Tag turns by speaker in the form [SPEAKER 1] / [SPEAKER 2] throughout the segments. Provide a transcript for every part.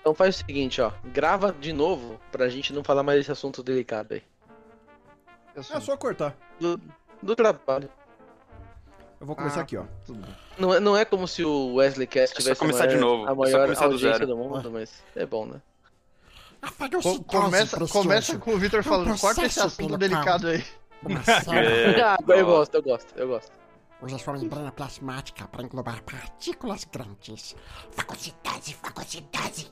[SPEAKER 1] Então faz o seguinte, ó. Grava de novo pra gente não falar mais desse assunto delicado aí.
[SPEAKER 2] Eu sou-
[SPEAKER 3] É só cortar.
[SPEAKER 1] Do, do trabalho.
[SPEAKER 3] Eu vou começar
[SPEAKER 2] Ah.
[SPEAKER 3] aqui, ó.
[SPEAKER 2] Tudo bem.
[SPEAKER 1] Não é, não é como se o Wesley Cast
[SPEAKER 4] É só
[SPEAKER 1] tivesse a
[SPEAKER 4] começar
[SPEAKER 1] maior,
[SPEAKER 4] de novo,
[SPEAKER 1] a
[SPEAKER 4] é só
[SPEAKER 1] maior
[SPEAKER 4] começar do
[SPEAKER 1] audiência
[SPEAKER 4] zero.
[SPEAKER 1] do mundo, mas é bom, né?
[SPEAKER 5] Apagar o
[SPEAKER 2] Co-
[SPEAKER 5] sintose,
[SPEAKER 2] começa,
[SPEAKER 5] processo.
[SPEAKER 2] começa com o Victor falando,
[SPEAKER 5] processo,
[SPEAKER 2] corta esse assunto
[SPEAKER 5] filho da
[SPEAKER 2] delicado aí.
[SPEAKER 3] Tá.
[SPEAKER 5] Começar
[SPEAKER 4] É,
[SPEAKER 1] eu
[SPEAKER 4] ó,
[SPEAKER 1] gosto, eu gosto, eu gosto.
[SPEAKER 5] Usa sua membrana plasmática para englobar partículas grandes. Fagocitase, fagocitase.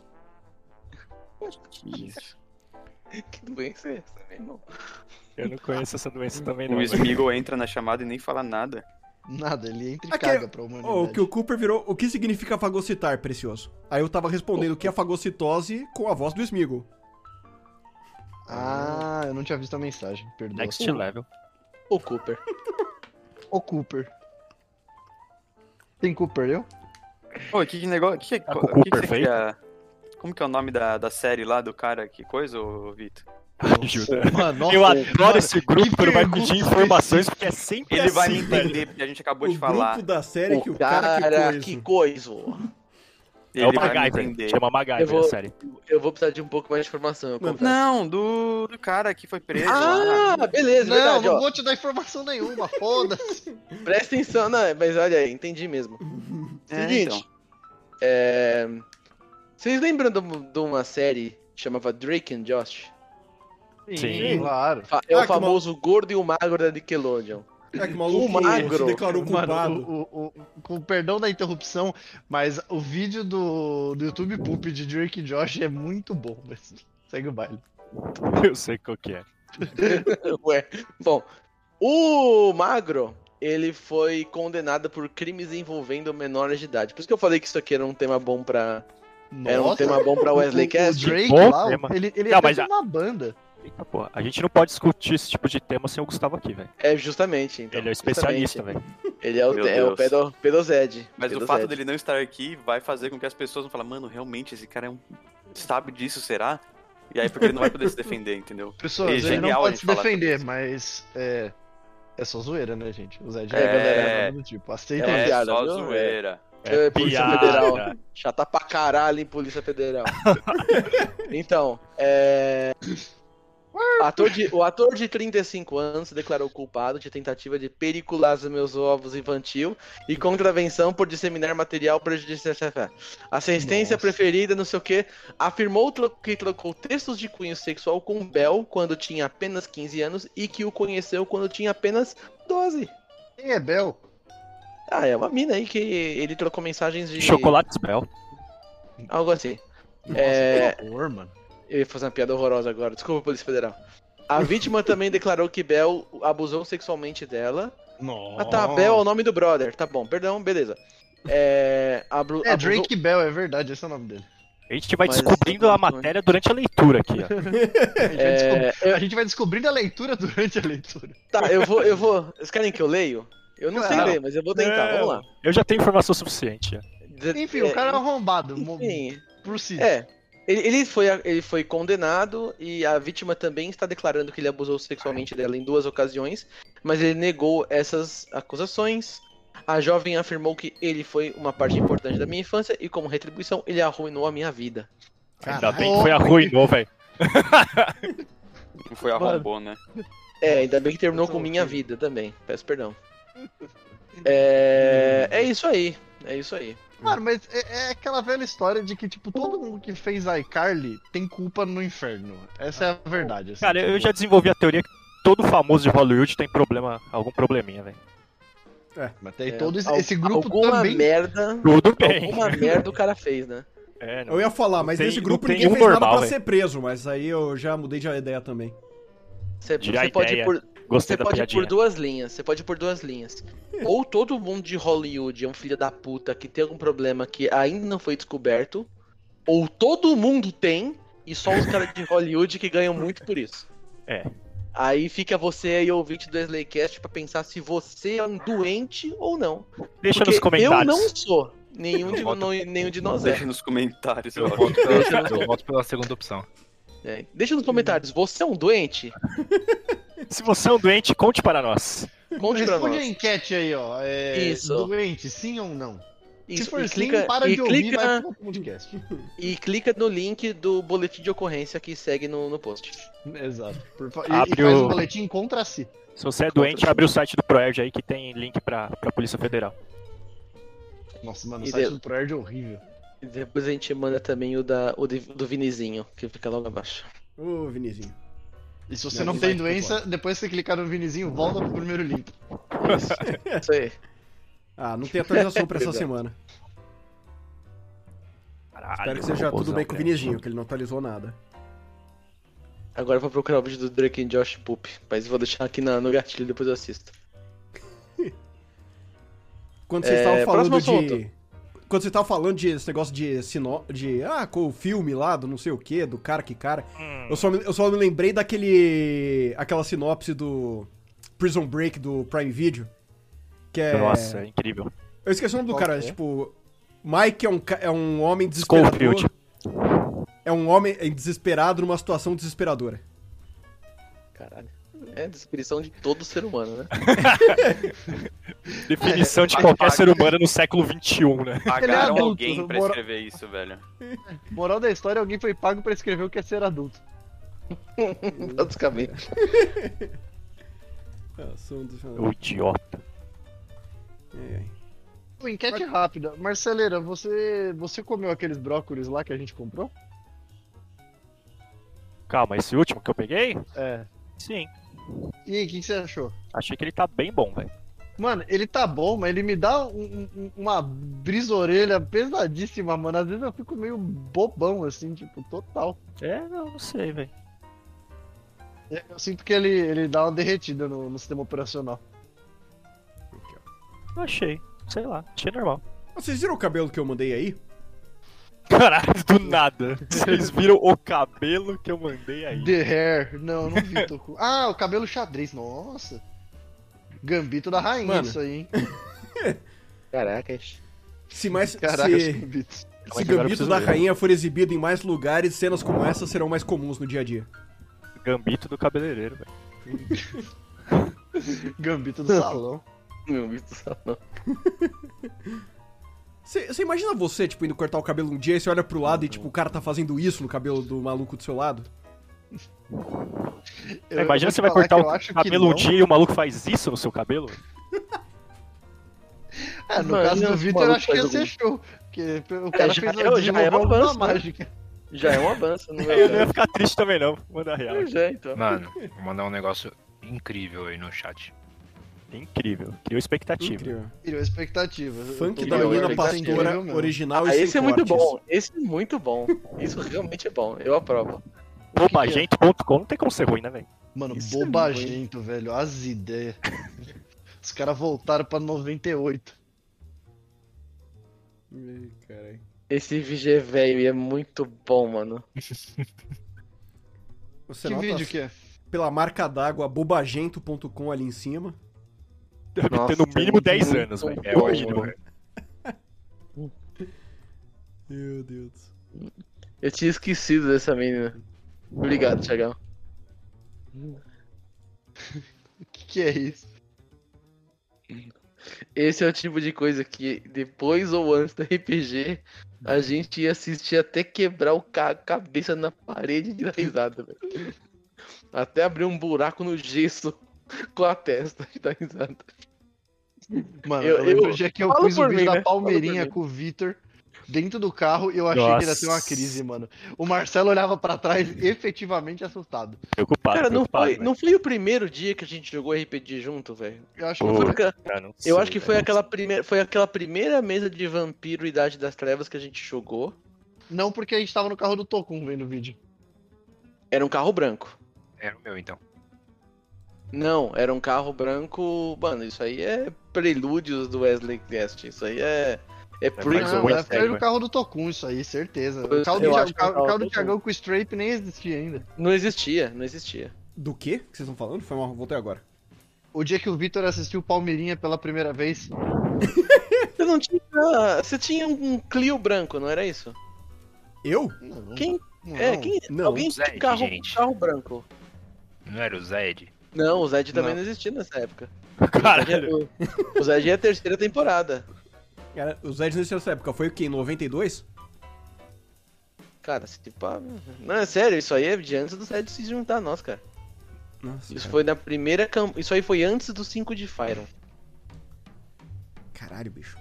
[SPEAKER 4] Isso.
[SPEAKER 1] Que doença é essa, meu irmão?
[SPEAKER 6] Eu não conheço essa doença também, não.
[SPEAKER 4] O Smeagol entra na chamada e nem fala nada.
[SPEAKER 2] Nada, ele entra e
[SPEAKER 3] É que-
[SPEAKER 2] caga pra humanidade.
[SPEAKER 3] Ô, o que o Cooper virou. O que significa fagocitar, precioso? Aí eu tava respondendo que é fagocitose com a voz do Smigo.
[SPEAKER 2] Ah, eu não tinha visto a mensagem, perdão.
[SPEAKER 6] Next level.
[SPEAKER 1] O Cooper.
[SPEAKER 2] O Cooper. Tem Cooper, eu?
[SPEAKER 4] Pô, que negócio. Que,
[SPEAKER 6] Tá com o
[SPEAKER 4] o
[SPEAKER 6] cu
[SPEAKER 4] que, que você
[SPEAKER 6] perfeito?
[SPEAKER 4] quer- Como que é o nome da, da série lá do cara? Que coisa, ô Vitor?
[SPEAKER 6] Ajuda.
[SPEAKER 2] Mano,
[SPEAKER 6] Eu adoro esse grupo
[SPEAKER 2] que
[SPEAKER 6] quando vai pedir
[SPEAKER 2] pergunta
[SPEAKER 6] informações, porque é sempre
[SPEAKER 4] Ele vai me
[SPEAKER 6] assim, velho.
[SPEAKER 4] entender, porque a gente acabou
[SPEAKER 3] o
[SPEAKER 4] de falar.
[SPEAKER 3] grupo da série que o cara, que coisa.
[SPEAKER 1] coisa.
[SPEAKER 6] É o
[SPEAKER 4] Ele vai me
[SPEAKER 6] MacGyver.
[SPEAKER 4] entender.
[SPEAKER 6] Chama
[SPEAKER 1] Eu
[SPEAKER 6] MacGyver,
[SPEAKER 1] vou-
[SPEAKER 6] a série.
[SPEAKER 1] Eu vou precisar de um pouco mais de informação, eu
[SPEAKER 3] Não,
[SPEAKER 1] confesso.
[SPEAKER 4] Não, do, do cara que foi preso lá.
[SPEAKER 1] Ah, beleza,
[SPEAKER 2] Não,
[SPEAKER 1] verdade,
[SPEAKER 2] não
[SPEAKER 1] ó.
[SPEAKER 2] vou te dar informação nenhuma, foda-se.
[SPEAKER 1] Presta atenção, não, mas olha aí, entendi mesmo.
[SPEAKER 4] É,
[SPEAKER 1] Seguinte,
[SPEAKER 4] então.
[SPEAKER 1] é... vocês lembram de um- de uma série que chamava Drake and Josh?
[SPEAKER 6] Sim.
[SPEAKER 2] Claro.
[SPEAKER 1] Fa- É
[SPEAKER 3] Ah,
[SPEAKER 1] o
[SPEAKER 3] que
[SPEAKER 1] famoso gordo e o magro da Nickelodeon.
[SPEAKER 3] É que o maluco
[SPEAKER 1] O magro.
[SPEAKER 3] se declarou
[SPEAKER 2] Mano,
[SPEAKER 3] culpado.
[SPEAKER 2] o, o- o- com o perdão da interrupção, mas o vídeo do, do YouTube Poop de Drake e Josh é muito bom, mas segue o baile.
[SPEAKER 6] Eu sei qual que é.
[SPEAKER 1] Ué, bom, o magro, ele foi condenado por crimes envolvendo menores de idade. Por isso que eu falei que isso aqui era um tema bom pra, era um tema bom pra
[SPEAKER 2] o-
[SPEAKER 1] Wesley
[SPEAKER 2] o, o
[SPEAKER 1] Cast.
[SPEAKER 2] Drake
[SPEAKER 6] bom
[SPEAKER 2] lá,
[SPEAKER 6] tema.
[SPEAKER 2] ele, ele
[SPEAKER 6] Não,
[SPEAKER 2] até
[SPEAKER 6] mas
[SPEAKER 2] tem
[SPEAKER 6] a-
[SPEAKER 2] uma banda.
[SPEAKER 6] Eita porra, a gente não pode discutir esse tipo de tema sem o Gustavo aqui, velho.
[SPEAKER 1] É justamente, então.
[SPEAKER 6] Ele é o especialista, velho.
[SPEAKER 1] justamente. Ele é o,
[SPEAKER 4] Meu
[SPEAKER 1] é o
[SPEAKER 4] Deus.
[SPEAKER 1] pedo, pedozed.
[SPEAKER 4] Mas o fato dele não estar aqui vai fazer com que as pessoas vão falar, mano, realmente esse cara é um. sabe disso, será? E aí, porque ele não vai poder se defender, entendeu?
[SPEAKER 2] Pessoas,
[SPEAKER 4] É
[SPEAKER 2] ele não
[SPEAKER 4] genial a
[SPEAKER 2] pode
[SPEAKER 4] gente
[SPEAKER 2] se
[SPEAKER 4] falar
[SPEAKER 2] defender,
[SPEAKER 4] sobre
[SPEAKER 2] mas é, é só zoeira, né, gente? Usar de
[SPEAKER 4] É.
[SPEAKER 2] galera do tipo.
[SPEAKER 1] É
[SPEAKER 2] Aceitem
[SPEAKER 1] uma
[SPEAKER 4] É,
[SPEAKER 1] piada,
[SPEAKER 4] só
[SPEAKER 1] viu?
[SPEAKER 4] zoeira.
[SPEAKER 1] É, Polícia Federal. Chata pra caralho em Polícia Federal. então, é. ator de- o ator de 35 anos se declarou culpado de tentativa de pericular os meus ovos infantil e contravenção por disseminar material prejudicial. Assistência
[SPEAKER 2] Nossa.
[SPEAKER 1] preferida, não sei o quê. Afirmou tro- que trocou textos de cunho sexual com Bell quando tinha apenas 15 anos e que o conheceu quando tinha apenas 12.
[SPEAKER 2] Quem é Bel?
[SPEAKER 1] Ah, é uma mina aí que ele trocou mensagens de.
[SPEAKER 6] Chocolate Spell.
[SPEAKER 1] Algo assim.
[SPEAKER 2] Nossa,
[SPEAKER 1] É.
[SPEAKER 2] que horror, mano.
[SPEAKER 1] Eu ia fazer uma piada horrorosa agora. Desculpa, Polícia Federal. A vítima também declarou que Bel abusou sexualmente dela.
[SPEAKER 3] Nossa.
[SPEAKER 1] Ah, tá.
[SPEAKER 2] Oh.
[SPEAKER 1] Bel é o nome do brother. Tá bom, perdão, beleza. É. abru-
[SPEAKER 2] É
[SPEAKER 1] abusou-
[SPEAKER 2] Drake Bell, é verdade, esse é o nome dele.
[SPEAKER 6] A gente vai
[SPEAKER 1] Mas-
[SPEAKER 6] descobrindo a matéria durante a leitura aqui, ó.
[SPEAKER 2] A gente, vai descobrir-
[SPEAKER 1] É, eu-
[SPEAKER 2] a gente vai descobrindo a leitura durante a leitura.
[SPEAKER 1] tá, eu vou, eu vou. Vocês querem que eu leio? Eu não sei
[SPEAKER 2] Claro.
[SPEAKER 1] ler, mas eu vou tentar.
[SPEAKER 6] Não.
[SPEAKER 1] Vamos lá.
[SPEAKER 6] Eu já tenho informação suficiente. ó.
[SPEAKER 1] Dizer-
[SPEAKER 2] Enfim, o cara é arrombado. mo-
[SPEAKER 1] Enfim,
[SPEAKER 2] Por si.
[SPEAKER 1] é. Ele, ele foi, a- ele foi condenado e a vítima também está declarando que ele abusou sexualmente dela em duas ocasiões, mas ele negou essas acusações. A jovem afirmou que ele foi uma parte importante da minha infância e, como retribuição, ele arruinou a minha vida.
[SPEAKER 6] Ainda bem que foi arruinou, velho.
[SPEAKER 4] Não foi arrombou, né?
[SPEAKER 1] É, ainda bem que terminou com minha vida também. Peço perdão. É, é isso aí. É isso aí.
[SPEAKER 2] Mano, mas é, é aquela velha história de que, tipo, todo mundo que fez iCarly tem culpa no inferno. Essa é a verdade. assim,
[SPEAKER 6] Cara, eu eu
[SPEAKER 2] tipo,
[SPEAKER 6] já desenvolvi a teoria que todo famoso de Hollywood tem problema, algum probleminha, velho.
[SPEAKER 2] Mas tem
[SPEAKER 1] É,
[SPEAKER 2] todo esse,
[SPEAKER 1] al-
[SPEAKER 2] esse grupo
[SPEAKER 1] alguma
[SPEAKER 2] também.
[SPEAKER 1] merda.
[SPEAKER 6] Tudo bem.
[SPEAKER 1] Alguma merda o cara fez, né?
[SPEAKER 6] É, não.
[SPEAKER 3] Eu ia falar, mas
[SPEAKER 6] Tem-
[SPEAKER 3] nesse grupo
[SPEAKER 6] não tem
[SPEAKER 3] ninguém
[SPEAKER 6] um
[SPEAKER 3] fez nada
[SPEAKER 6] normal,
[SPEAKER 3] pra
[SPEAKER 6] velho.
[SPEAKER 3] ser preso, mas aí eu já mudei de ideia também.
[SPEAKER 1] Você,
[SPEAKER 6] Tira a
[SPEAKER 1] você pode ir
[SPEAKER 6] ideia.
[SPEAKER 1] por,
[SPEAKER 6] Gostei
[SPEAKER 1] Você
[SPEAKER 6] da
[SPEAKER 1] pode ir
[SPEAKER 6] piadinha.
[SPEAKER 1] por duas linhas, você pode ir por duas linhas. Ou todo mundo de Hollywood é um filho da puta que tem algum problema que ainda não foi descoberto, ou todo mundo tem, e só os caras de Hollywood que ganham muito por isso.
[SPEAKER 6] É.
[SPEAKER 1] Aí fica você aí, ouvinte do Slaycast, pra pensar se você é um doente ou não.
[SPEAKER 6] Deixa
[SPEAKER 1] Porque
[SPEAKER 6] nos
[SPEAKER 1] Eu
[SPEAKER 6] comentários.
[SPEAKER 1] não sou. Nenhum de,
[SPEAKER 6] Eu voto-
[SPEAKER 1] não- nenhum de nós é.
[SPEAKER 4] Deixa nos comentários, eu
[SPEAKER 7] Eu
[SPEAKER 4] acho.
[SPEAKER 7] voto, pela, eu voto pela segunda opção.
[SPEAKER 1] É. Deixa nos comentários, você é um doente?
[SPEAKER 6] Se você é um doente, conte para nós.
[SPEAKER 1] Conte pra
[SPEAKER 2] Responde a
[SPEAKER 1] nós.
[SPEAKER 2] enquete aí, ó. É,
[SPEAKER 1] Isso.
[SPEAKER 2] Doente, sim ou não? Se
[SPEAKER 1] Isso,
[SPEAKER 2] for
[SPEAKER 1] e
[SPEAKER 2] sim,
[SPEAKER 1] clica,
[SPEAKER 2] para
[SPEAKER 1] e
[SPEAKER 2] de ouvir né? e
[SPEAKER 1] clica-
[SPEAKER 2] vai pro podcast.
[SPEAKER 1] E clica no link do boletim de ocorrência que segue no, no post.
[SPEAKER 2] Exato. Por fa- e- e,
[SPEAKER 6] Abre
[SPEAKER 2] faz
[SPEAKER 6] o-
[SPEAKER 2] um boletim contra si.
[SPEAKER 6] Se você é doente, abre o site do Proerd aí que tem link pra, pra Polícia Federal.
[SPEAKER 2] Nossa, mano, o
[SPEAKER 1] E
[SPEAKER 2] site
[SPEAKER 1] deu.
[SPEAKER 2] do ProErd é horrível.
[SPEAKER 1] E depois a gente manda também o, da, o de- do Vinizinho, que fica logo abaixo.
[SPEAKER 3] Ô, Vinizinho.
[SPEAKER 2] E se você
[SPEAKER 3] Não,
[SPEAKER 2] não,
[SPEAKER 3] não
[SPEAKER 2] tem
[SPEAKER 3] vai,
[SPEAKER 2] doença, depois que você clicar no Vinizinho, volta pro primeiro link.
[SPEAKER 1] Isso aí.
[SPEAKER 3] Ah, não tem atualização pra essa
[SPEAKER 1] Exato.
[SPEAKER 3] semana.
[SPEAKER 6] Caralho,
[SPEAKER 3] Espero que seja tudo bem com o
[SPEAKER 6] né?
[SPEAKER 3] Vinizinho, que ele não atualizou nada.
[SPEAKER 1] Agora eu vou procurar o vídeo do Drake and Josh Poop. Mas eu vou deixar aqui na- no gatilho, depois eu assisto.
[SPEAKER 3] Quando
[SPEAKER 1] É,
[SPEAKER 3] vocês estavam falando
[SPEAKER 1] próximo
[SPEAKER 3] de. Quando você tava falando de esse negócio de sino... de ah, com o filme lá, do não sei o quê, do cara que cara, eu só me, eu só me lembrei daquele aquela sinopse do Prison Break do Prime Video, que é
[SPEAKER 6] Nossa, é incrível.
[SPEAKER 3] Eu esqueci o nome do
[SPEAKER 2] Qual
[SPEAKER 3] cara,
[SPEAKER 2] que é?
[SPEAKER 3] tipo, Mike é um ca- é um homem
[SPEAKER 6] Scofield.
[SPEAKER 3] desesperado. É um homem desesperado numa situação desesperadora.
[SPEAKER 1] Caralho. É a descrição de todo ser humano, né?
[SPEAKER 6] Definição de
[SPEAKER 4] Vai,
[SPEAKER 6] qualquer
[SPEAKER 4] vai.
[SPEAKER 6] ser humano no século XXI, né?
[SPEAKER 4] Pagaram
[SPEAKER 2] adulto,
[SPEAKER 4] alguém pra
[SPEAKER 2] mora-
[SPEAKER 4] escrever isso, velho.
[SPEAKER 2] Moral da história, é alguém foi pago pra escrever o que é ser adulto.
[SPEAKER 1] Basicamente.
[SPEAKER 6] O idiota.
[SPEAKER 2] Pô, Enquete rápida. Marceleira, você, você comeu aqueles brócolis lá que a gente comprou?
[SPEAKER 6] Calma, esse último que eu peguei?
[SPEAKER 2] É.
[SPEAKER 6] Sim.
[SPEAKER 2] E aí, o que que você achou?
[SPEAKER 6] Achei que ele tá bem bom, velho.
[SPEAKER 2] Mano, ele tá bom, mas ele me dá um- um- uma brisorelha pesadíssima, mano. Às vezes eu fico meio bobão, assim, tipo, total.
[SPEAKER 6] É, não, não sei, velho.
[SPEAKER 2] É, Eu sinto que ele, ele dá uma derretida no, no sistema operacional.
[SPEAKER 6] Não achei. Sei lá, achei normal.
[SPEAKER 3] Vocês viram o cabelo que eu mandei aí?
[SPEAKER 6] Caralho, do nada. Vocês viram o cabelo que eu mandei aí.
[SPEAKER 2] The Hair. Não, não vi. Tô com... Ah, o cabelo xadrez. Nossa. Gambito da rainha,
[SPEAKER 3] Mano.
[SPEAKER 2] isso aí, hein?
[SPEAKER 1] Caraca. é
[SPEAKER 3] Se mais
[SPEAKER 2] Caraca,
[SPEAKER 3] se-
[SPEAKER 2] Gambito.
[SPEAKER 3] Se
[SPEAKER 6] Mas agora eu
[SPEAKER 3] Gambito
[SPEAKER 6] preciso
[SPEAKER 3] da
[SPEAKER 6] ver.
[SPEAKER 3] Rainha for exibido em mais lugares, cenas como essa serão mais comuns no dia a dia.
[SPEAKER 6] Gambito do cabeleireiro, velho.
[SPEAKER 2] Gambito do salão.
[SPEAKER 1] Meu Deus do céu, não.
[SPEAKER 3] Você imagina você, tipo, indo cortar o cabelo um dia e você olha pro lado e, tipo, o cara tá fazendo isso no cabelo do maluco do seu lado?
[SPEAKER 2] Eu- eu
[SPEAKER 6] Imagina
[SPEAKER 2] vou
[SPEAKER 6] você
[SPEAKER 2] te
[SPEAKER 6] vai
[SPEAKER 2] falar
[SPEAKER 6] cortar
[SPEAKER 2] que eu
[SPEAKER 6] o
[SPEAKER 2] acho que
[SPEAKER 6] cabelo um
[SPEAKER 2] não.
[SPEAKER 6] dia e o maluco faz isso no seu cabelo?
[SPEAKER 2] É, no
[SPEAKER 1] Mano,
[SPEAKER 2] caso do
[SPEAKER 1] esse
[SPEAKER 2] Vitor, eu
[SPEAKER 1] maluco
[SPEAKER 2] acho que ia
[SPEAKER 1] faz
[SPEAKER 2] ser
[SPEAKER 1] algum-
[SPEAKER 2] show. Porque o cara
[SPEAKER 1] já
[SPEAKER 2] fez
[SPEAKER 1] é- já é
[SPEAKER 2] desenvolveu
[SPEAKER 1] um
[SPEAKER 2] alguma
[SPEAKER 1] avanço, né?
[SPEAKER 2] mágica.
[SPEAKER 1] Já é um avanço, não
[SPEAKER 6] Eu não
[SPEAKER 1] é?
[SPEAKER 6] ia ficar triste também, não. Manda real.
[SPEAKER 1] Pois é, então.
[SPEAKER 7] Mano, vou mandar um negócio incrível aí no chat.
[SPEAKER 6] Incrível. Criou expectativa.
[SPEAKER 3] Incrível.
[SPEAKER 2] Criou expectativas. Eu
[SPEAKER 3] Funk
[SPEAKER 2] tô-
[SPEAKER 3] da
[SPEAKER 2] eu
[SPEAKER 3] menina
[SPEAKER 2] achei que tá
[SPEAKER 3] pastora
[SPEAKER 2] incrível mesmo.
[SPEAKER 3] original
[SPEAKER 1] Ah,
[SPEAKER 3] sem
[SPEAKER 1] esse é muito
[SPEAKER 3] cortes.
[SPEAKER 1] bom. Esse é muito bom. Isso realmente é bom. Eu aprovo.
[SPEAKER 6] Bobagente.com não tem como ser ruim, né, velho?
[SPEAKER 2] Mano,
[SPEAKER 1] Isso é
[SPEAKER 2] bobagento, velho. As ideias. Os caras voltaram pra 98.
[SPEAKER 3] Ih, caralho.
[SPEAKER 1] Esse VG é velho e é muito bom, mano.
[SPEAKER 3] Você
[SPEAKER 2] que
[SPEAKER 3] nota
[SPEAKER 2] vídeo que é?
[SPEAKER 3] pela marca d'água bobagento.com ali em cima.
[SPEAKER 6] Deve
[SPEAKER 1] Nossa,
[SPEAKER 6] ter no mínimo
[SPEAKER 1] muito
[SPEAKER 6] 10 anos, velho. É
[SPEAKER 1] bom,
[SPEAKER 6] horrível.
[SPEAKER 1] mano.
[SPEAKER 3] Meu Deus.
[SPEAKER 1] Eu tinha esquecido dessa menina. Obrigado, Thiagão.
[SPEAKER 2] O que, que é isso?
[SPEAKER 1] Esse é o tipo de coisa que depois ou antes do RPG a gente ia assistir até quebrar o ca- a cabeça na parede de risada, velho. Até abrir um buraco no gesso com a testa de dar risada.
[SPEAKER 2] Mano,
[SPEAKER 1] Eu-
[SPEAKER 2] eu, lembro
[SPEAKER 1] eu-
[SPEAKER 2] o dia que eu
[SPEAKER 1] fala
[SPEAKER 2] fiz o
[SPEAKER 1] por
[SPEAKER 2] vídeo
[SPEAKER 1] mim,
[SPEAKER 2] da
[SPEAKER 1] né? Fala por
[SPEAKER 2] Palmeirinha
[SPEAKER 1] mim.
[SPEAKER 2] com o Vitor dentro do carro e eu achei que ele ia ter uma
[SPEAKER 6] Nossa.
[SPEAKER 2] crise, mano. O Marcelo olhava pra trás efetivamente assustado.
[SPEAKER 6] Preocupado,
[SPEAKER 1] Cara, não
[SPEAKER 6] preocupado,
[SPEAKER 1] foi,
[SPEAKER 6] velho.
[SPEAKER 1] não foi o primeiro dia que a gente jogou RPG junto, velho?
[SPEAKER 2] Eu acho que
[SPEAKER 6] Pô,
[SPEAKER 2] foi-
[SPEAKER 1] Porque-
[SPEAKER 6] Ah, não sei,
[SPEAKER 1] Eu acho que foi
[SPEAKER 6] velho.
[SPEAKER 1] aquela, primeira, foi aquela primeira mesa de Vampiro Idade das Trevas que a gente jogou.
[SPEAKER 2] Não porque a gente tava no carro do Tocum vendo o vídeo.
[SPEAKER 1] Era um carro branco.
[SPEAKER 7] Era o meu, então.
[SPEAKER 1] Não, era um carro branco. Mano, isso aí é prelúdios do Wesley Guest. Isso aí é. É
[SPEAKER 6] Mas
[SPEAKER 2] Não,
[SPEAKER 6] o
[SPEAKER 1] prequel.
[SPEAKER 2] era
[SPEAKER 6] Wesley,
[SPEAKER 2] foi no
[SPEAKER 6] velho.
[SPEAKER 2] carro do Tocum isso aí, certeza.
[SPEAKER 1] Eu-
[SPEAKER 2] O carro
[SPEAKER 1] eu
[SPEAKER 2] do, Thi-
[SPEAKER 1] acho
[SPEAKER 2] o
[SPEAKER 1] que é o
[SPEAKER 2] carro, o
[SPEAKER 1] carro
[SPEAKER 2] carro
[SPEAKER 1] do
[SPEAKER 2] do Thiagão com o Strape nem existia ainda.
[SPEAKER 1] Não existia, não existia.
[SPEAKER 3] Do quê que vocês estão falando? Foi mal, voltei agora.
[SPEAKER 2] O dia que o Vitor assistiu o Palmeirinha pela primeira vez,
[SPEAKER 1] Você não tinha. Você tinha um Clio branco, não era isso?
[SPEAKER 3] Eu?
[SPEAKER 2] Não,
[SPEAKER 1] Quem-
[SPEAKER 2] não.
[SPEAKER 1] é, quem.
[SPEAKER 3] Não.
[SPEAKER 1] alguém tinha um
[SPEAKER 7] Zed,
[SPEAKER 1] carro,
[SPEAKER 7] gente.
[SPEAKER 1] carro branco.
[SPEAKER 7] Não era o Zed?
[SPEAKER 1] Não, o Zed também
[SPEAKER 2] Não.
[SPEAKER 1] não, existia nessa época. O Zed
[SPEAKER 6] Caralho.
[SPEAKER 1] é- O Zed é a terceira temporada.
[SPEAKER 3] Cara, os Eds nessa época foi o quê? Em 92?
[SPEAKER 1] Cara, se tipo. ah, Não, é sério, isso aí é de antes do Zed se juntar a nós, cara.
[SPEAKER 3] Nossa,
[SPEAKER 1] Isso
[SPEAKER 3] cara.
[SPEAKER 1] foi na primeira camp... Isso aí foi antes do 5 de Fyron.
[SPEAKER 3] caralho, bicho.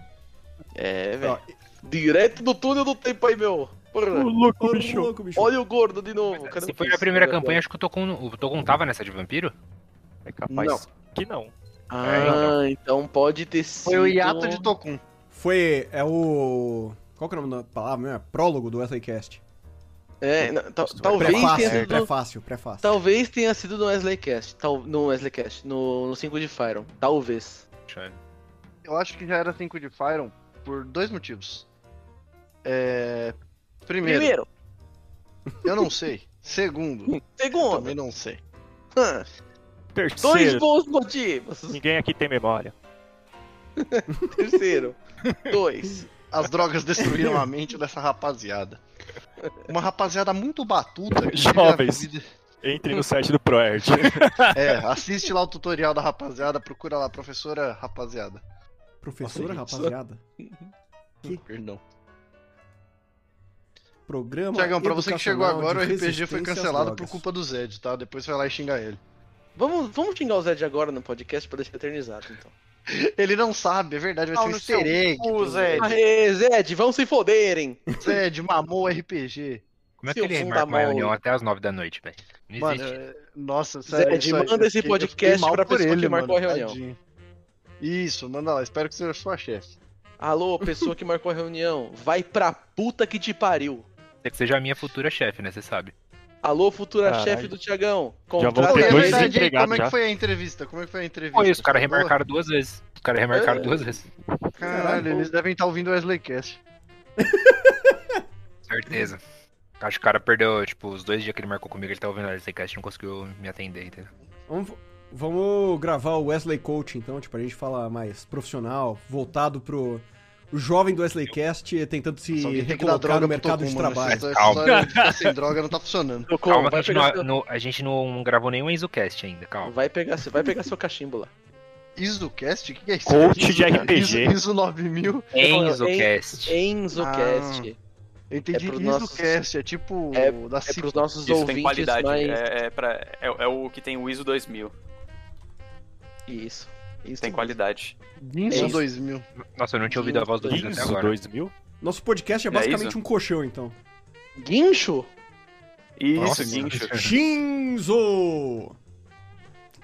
[SPEAKER 1] É,
[SPEAKER 3] Ó,
[SPEAKER 1] velho. Direto do túnel do tempo aí, meu. Porra.
[SPEAKER 6] louco,
[SPEAKER 3] ô, louco, bicho.
[SPEAKER 1] Olha o gordo de novo. Cadê
[SPEAKER 7] Se
[SPEAKER 1] o
[SPEAKER 7] é assim foi
[SPEAKER 1] Fizz?
[SPEAKER 7] na primeira
[SPEAKER 1] Cadê o
[SPEAKER 7] campanha, acho que o Tocon, o Tocon tava nessa de vampiro?
[SPEAKER 6] É capaz que não.
[SPEAKER 1] Ah,
[SPEAKER 7] É,
[SPEAKER 1] então.
[SPEAKER 7] então.
[SPEAKER 1] pode ter sido.
[SPEAKER 2] Foi o hiato de Tokun.
[SPEAKER 3] Foi. É o. Qual que é o nome da palavra? mesmo? É prólogo do Wesleycast.
[SPEAKER 1] É, não, ta- talvez tenha
[SPEAKER 2] né,
[SPEAKER 3] Prefácio,
[SPEAKER 1] sido.
[SPEAKER 3] prefácio, prefácio.
[SPEAKER 1] Talvez tenha sido no Wesleycast. Tal... No Wesleycast. No... no 5 de Fyron. Talvez.
[SPEAKER 7] Deixa eu-
[SPEAKER 2] Eu acho que já era 5 de Fyron por dois motivos. É... Primeiro,
[SPEAKER 1] Primeiro.
[SPEAKER 2] eu não sei. Segundo, eu
[SPEAKER 1] Segundo.
[SPEAKER 2] também não sei.
[SPEAKER 1] hã, Dois
[SPEAKER 6] Terceiro,
[SPEAKER 1] bons motivos.
[SPEAKER 6] ninguém aqui tem memória.
[SPEAKER 1] Terceiro. Dois.
[SPEAKER 2] As drogas destruíram a mente dessa rapaziada. Uma rapaziada muito batuta. que vive a
[SPEAKER 6] Jovens.
[SPEAKER 2] vida-
[SPEAKER 6] Entre no site do ProErd.
[SPEAKER 2] É, assiste lá o tutorial da rapaziada, procura lá, professora rapaziada.
[SPEAKER 3] Professora,
[SPEAKER 1] Nossa,
[SPEAKER 3] rapaziada.
[SPEAKER 2] Perdão.
[SPEAKER 3] Programa.
[SPEAKER 2] Tiagão, pra você que chegou
[SPEAKER 3] educacional
[SPEAKER 2] agora, o
[SPEAKER 3] de
[SPEAKER 2] RPG foi
[SPEAKER 3] resistência às
[SPEAKER 2] cancelado por
[SPEAKER 3] drogas.
[SPEAKER 2] culpa do Zed, tá? Depois vai lá e xinga ele.
[SPEAKER 1] Vamos, vamos xingar o Zed agora no podcast pra deixar eternizado, então.
[SPEAKER 2] Ele não sabe, é verdade, vai
[SPEAKER 4] Pau
[SPEAKER 2] ser um
[SPEAKER 4] no seu
[SPEAKER 2] easter egg.
[SPEAKER 4] cu,
[SPEAKER 2] pro
[SPEAKER 4] Zed.
[SPEAKER 1] Aê, Zed, vão se foderem!
[SPEAKER 2] Zed mamou o RPG.
[SPEAKER 7] Como é que
[SPEAKER 1] Seu
[SPEAKER 7] ele
[SPEAKER 1] bunda
[SPEAKER 7] marca uma
[SPEAKER 1] mole.
[SPEAKER 7] reunião até as 9 da noite, velho? Não
[SPEAKER 2] Mano,
[SPEAKER 7] existe.
[SPEAKER 2] é- nossa,
[SPEAKER 1] Zed,
[SPEAKER 2] isso aí-
[SPEAKER 1] manda esse
[SPEAKER 2] eu fiquei- eu
[SPEAKER 1] podcast
[SPEAKER 2] fiquei mal
[SPEAKER 1] pra
[SPEAKER 2] por
[SPEAKER 1] pessoa que marcou
[SPEAKER 2] mano,
[SPEAKER 1] a reunião.
[SPEAKER 2] tadinho. Isso, manda lá, espero que seja sua chefe.
[SPEAKER 1] Alô, pessoa que marcou a reunião, vai pra puta que te pariu.
[SPEAKER 7] Tem que seja a minha futura chefe, né? Você sabe.
[SPEAKER 1] Alô, futura
[SPEAKER 6] Caralho.
[SPEAKER 1] chefe do Tiagão,
[SPEAKER 6] vão
[SPEAKER 1] contrata
[SPEAKER 2] Pô,
[SPEAKER 6] ter
[SPEAKER 2] e é
[SPEAKER 1] ele.
[SPEAKER 6] dois
[SPEAKER 2] verdade, hein?
[SPEAKER 6] empregados
[SPEAKER 2] Como é
[SPEAKER 6] já.
[SPEAKER 2] que foi a entrevista? Como é que foi a entrevista?
[SPEAKER 7] Pô, e os caras
[SPEAKER 2] Boa?
[SPEAKER 7] remarcaram duas vezes. Os caras remarcaram
[SPEAKER 1] É.
[SPEAKER 7] duas vezes.
[SPEAKER 2] Caralho, eles devem estar ouvindo o Wesleycast.
[SPEAKER 7] Certeza. Acho que o cara perdeu, tipo, os dois dias que ele marcou comigo, ele tá ouvindo a LCCast e não conseguiu me atender, entendeu?
[SPEAKER 3] Vamos, vamos gravar o Wesley Coach, então, tipo, a gente fala mais profissional, voltado pro o jovem do Wesley Cast tentando se
[SPEAKER 2] Só alguém tem que dar
[SPEAKER 3] recolocar
[SPEAKER 2] droga
[SPEAKER 3] no
[SPEAKER 2] pro né?
[SPEAKER 3] mercado
[SPEAKER 2] Tocum,
[SPEAKER 3] de
[SPEAKER 2] mano,
[SPEAKER 3] trabalho.
[SPEAKER 2] essa- essa
[SPEAKER 7] Calma.
[SPEAKER 2] história de ficar Sem droga não tá funcionando.
[SPEAKER 1] Tocou,
[SPEAKER 7] Calma, que a
[SPEAKER 1] vai,
[SPEAKER 7] gente,
[SPEAKER 1] pegar
[SPEAKER 7] não, não- a gente não gravou nenhum EnzoCast ainda,
[SPEAKER 1] seu...
[SPEAKER 7] calma.
[SPEAKER 1] vai, pegar, seu- vai pegar seu cachimbo lá.
[SPEAKER 2] ISOcast? O que que é isso?
[SPEAKER 6] Coach de
[SPEAKER 2] ISO-
[SPEAKER 6] RPG.
[SPEAKER 2] ISO, ISO 9000? Ah,
[SPEAKER 7] EnzoCast.
[SPEAKER 1] Enzocast.
[SPEAKER 2] Eu entendi
[SPEAKER 1] É
[SPEAKER 2] que
[SPEAKER 1] pros
[SPEAKER 2] ISOcast é tipo
[SPEAKER 1] É-
[SPEAKER 2] da
[SPEAKER 1] é
[SPEAKER 2] CIP.
[SPEAKER 1] pros nossos
[SPEAKER 4] Isso tem
[SPEAKER 1] ouvintes
[SPEAKER 4] qualidade.
[SPEAKER 1] mais...
[SPEAKER 4] É, é, pra, é, é o que tem o ISO 2000.
[SPEAKER 1] Isso. Isso.
[SPEAKER 4] Tem qualidade.
[SPEAKER 2] ISO
[SPEAKER 1] é isso.
[SPEAKER 2] 2000.
[SPEAKER 7] Nossa, eu não tinha ouvido a voz do Luiz até
[SPEAKER 6] Isso,
[SPEAKER 7] agora.
[SPEAKER 6] 2000?
[SPEAKER 3] Nosso podcast é
[SPEAKER 4] É
[SPEAKER 3] basicamente
[SPEAKER 4] isso?
[SPEAKER 3] um colchão, então.
[SPEAKER 1] Guincho?
[SPEAKER 4] Isso,
[SPEAKER 7] Nossa.
[SPEAKER 4] guincho.
[SPEAKER 3] Shinzo!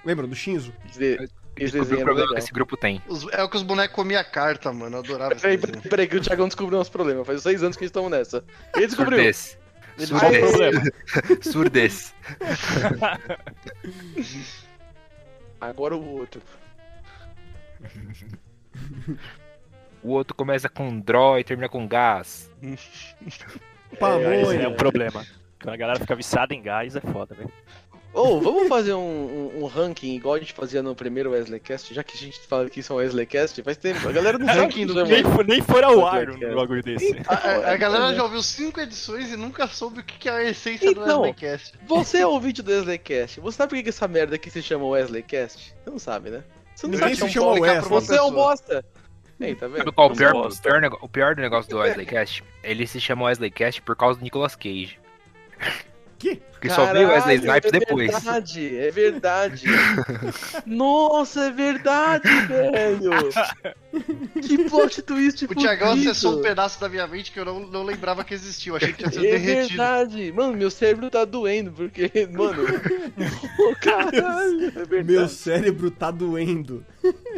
[SPEAKER 3] Lembra do Shinzo?
[SPEAKER 1] Esse- Esse
[SPEAKER 7] Descobri
[SPEAKER 1] desenho
[SPEAKER 7] o
[SPEAKER 1] era
[SPEAKER 7] problema que
[SPEAKER 1] legal.
[SPEAKER 7] esse grupo tem.
[SPEAKER 2] Os- é o que os bonecos comiam carta, mano. Eu adorava esse
[SPEAKER 1] Peraí,
[SPEAKER 2] desenho.
[SPEAKER 1] peraí, peraí, que o Tiagão descobriu nosso problema. Faz seis anos que eles estão nessa. Ele descobriu. um
[SPEAKER 7] Surdez.
[SPEAKER 1] Qual o
[SPEAKER 7] Surdez. Surdez.
[SPEAKER 1] Agora o outro.
[SPEAKER 7] O outro começa com draw e termina com gás.
[SPEAKER 6] Esse
[SPEAKER 3] Pamonha!
[SPEAKER 6] é um problema. Quando a galera fica viciada em gás, é foda, velho.
[SPEAKER 1] Ou vamos fazer um, um- um ranking igual a gente fazia no primeiro Wesleycast, já que a gente fala que isso é um Wesleycast, faz tempo. A galera não sabe que
[SPEAKER 2] Ranking do
[SPEAKER 1] isso é um
[SPEAKER 6] Nem, fo- nem for ao ar um
[SPEAKER 1] Podcast.
[SPEAKER 6] bagulho desse.
[SPEAKER 2] A, a- a galera já ouviu cinco edições e nunca soube o que que é a essência
[SPEAKER 1] Então.
[SPEAKER 2] do Wesleycast.
[SPEAKER 1] Você é ouvinte do Wesleycast, você sabe por que que essa merda aqui se chama Wesleycast? Você não sabe, né? Você não
[SPEAKER 3] Ninguém
[SPEAKER 1] sabe.
[SPEAKER 3] se
[SPEAKER 2] Então,
[SPEAKER 3] chama
[SPEAKER 2] vou ligar pra
[SPEAKER 3] Wesley.
[SPEAKER 1] Você é um
[SPEAKER 2] pessoa.
[SPEAKER 1] bosta. Ei, tá
[SPEAKER 7] Sabe
[SPEAKER 1] vendo?
[SPEAKER 7] qual é o
[SPEAKER 4] Não
[SPEAKER 7] pior, o
[SPEAKER 4] gosto.
[SPEAKER 7] pior, nego- o pior do negócio do Wesleycast? Ele se chama Wesleycast por causa do Nicolas Cage.
[SPEAKER 3] Que?
[SPEAKER 7] Que só veio Wesley
[SPEAKER 1] Caralho,
[SPEAKER 7] Snipes
[SPEAKER 1] É
[SPEAKER 7] depois.
[SPEAKER 1] verdade, é verdade. Nossa, é verdade, velho. Que plot twist
[SPEAKER 2] O Thiagão
[SPEAKER 1] fudido.
[SPEAKER 2] acessou um pedaço da minha mente que eu não, não lembrava que existia. Eu achei que tinha sido
[SPEAKER 1] É
[SPEAKER 2] derretido.
[SPEAKER 1] verdade. Mano, meu cérebro tá doendo, porque, mano. Ô, caralho, é verdade.
[SPEAKER 3] Meu cérebro tá doendo.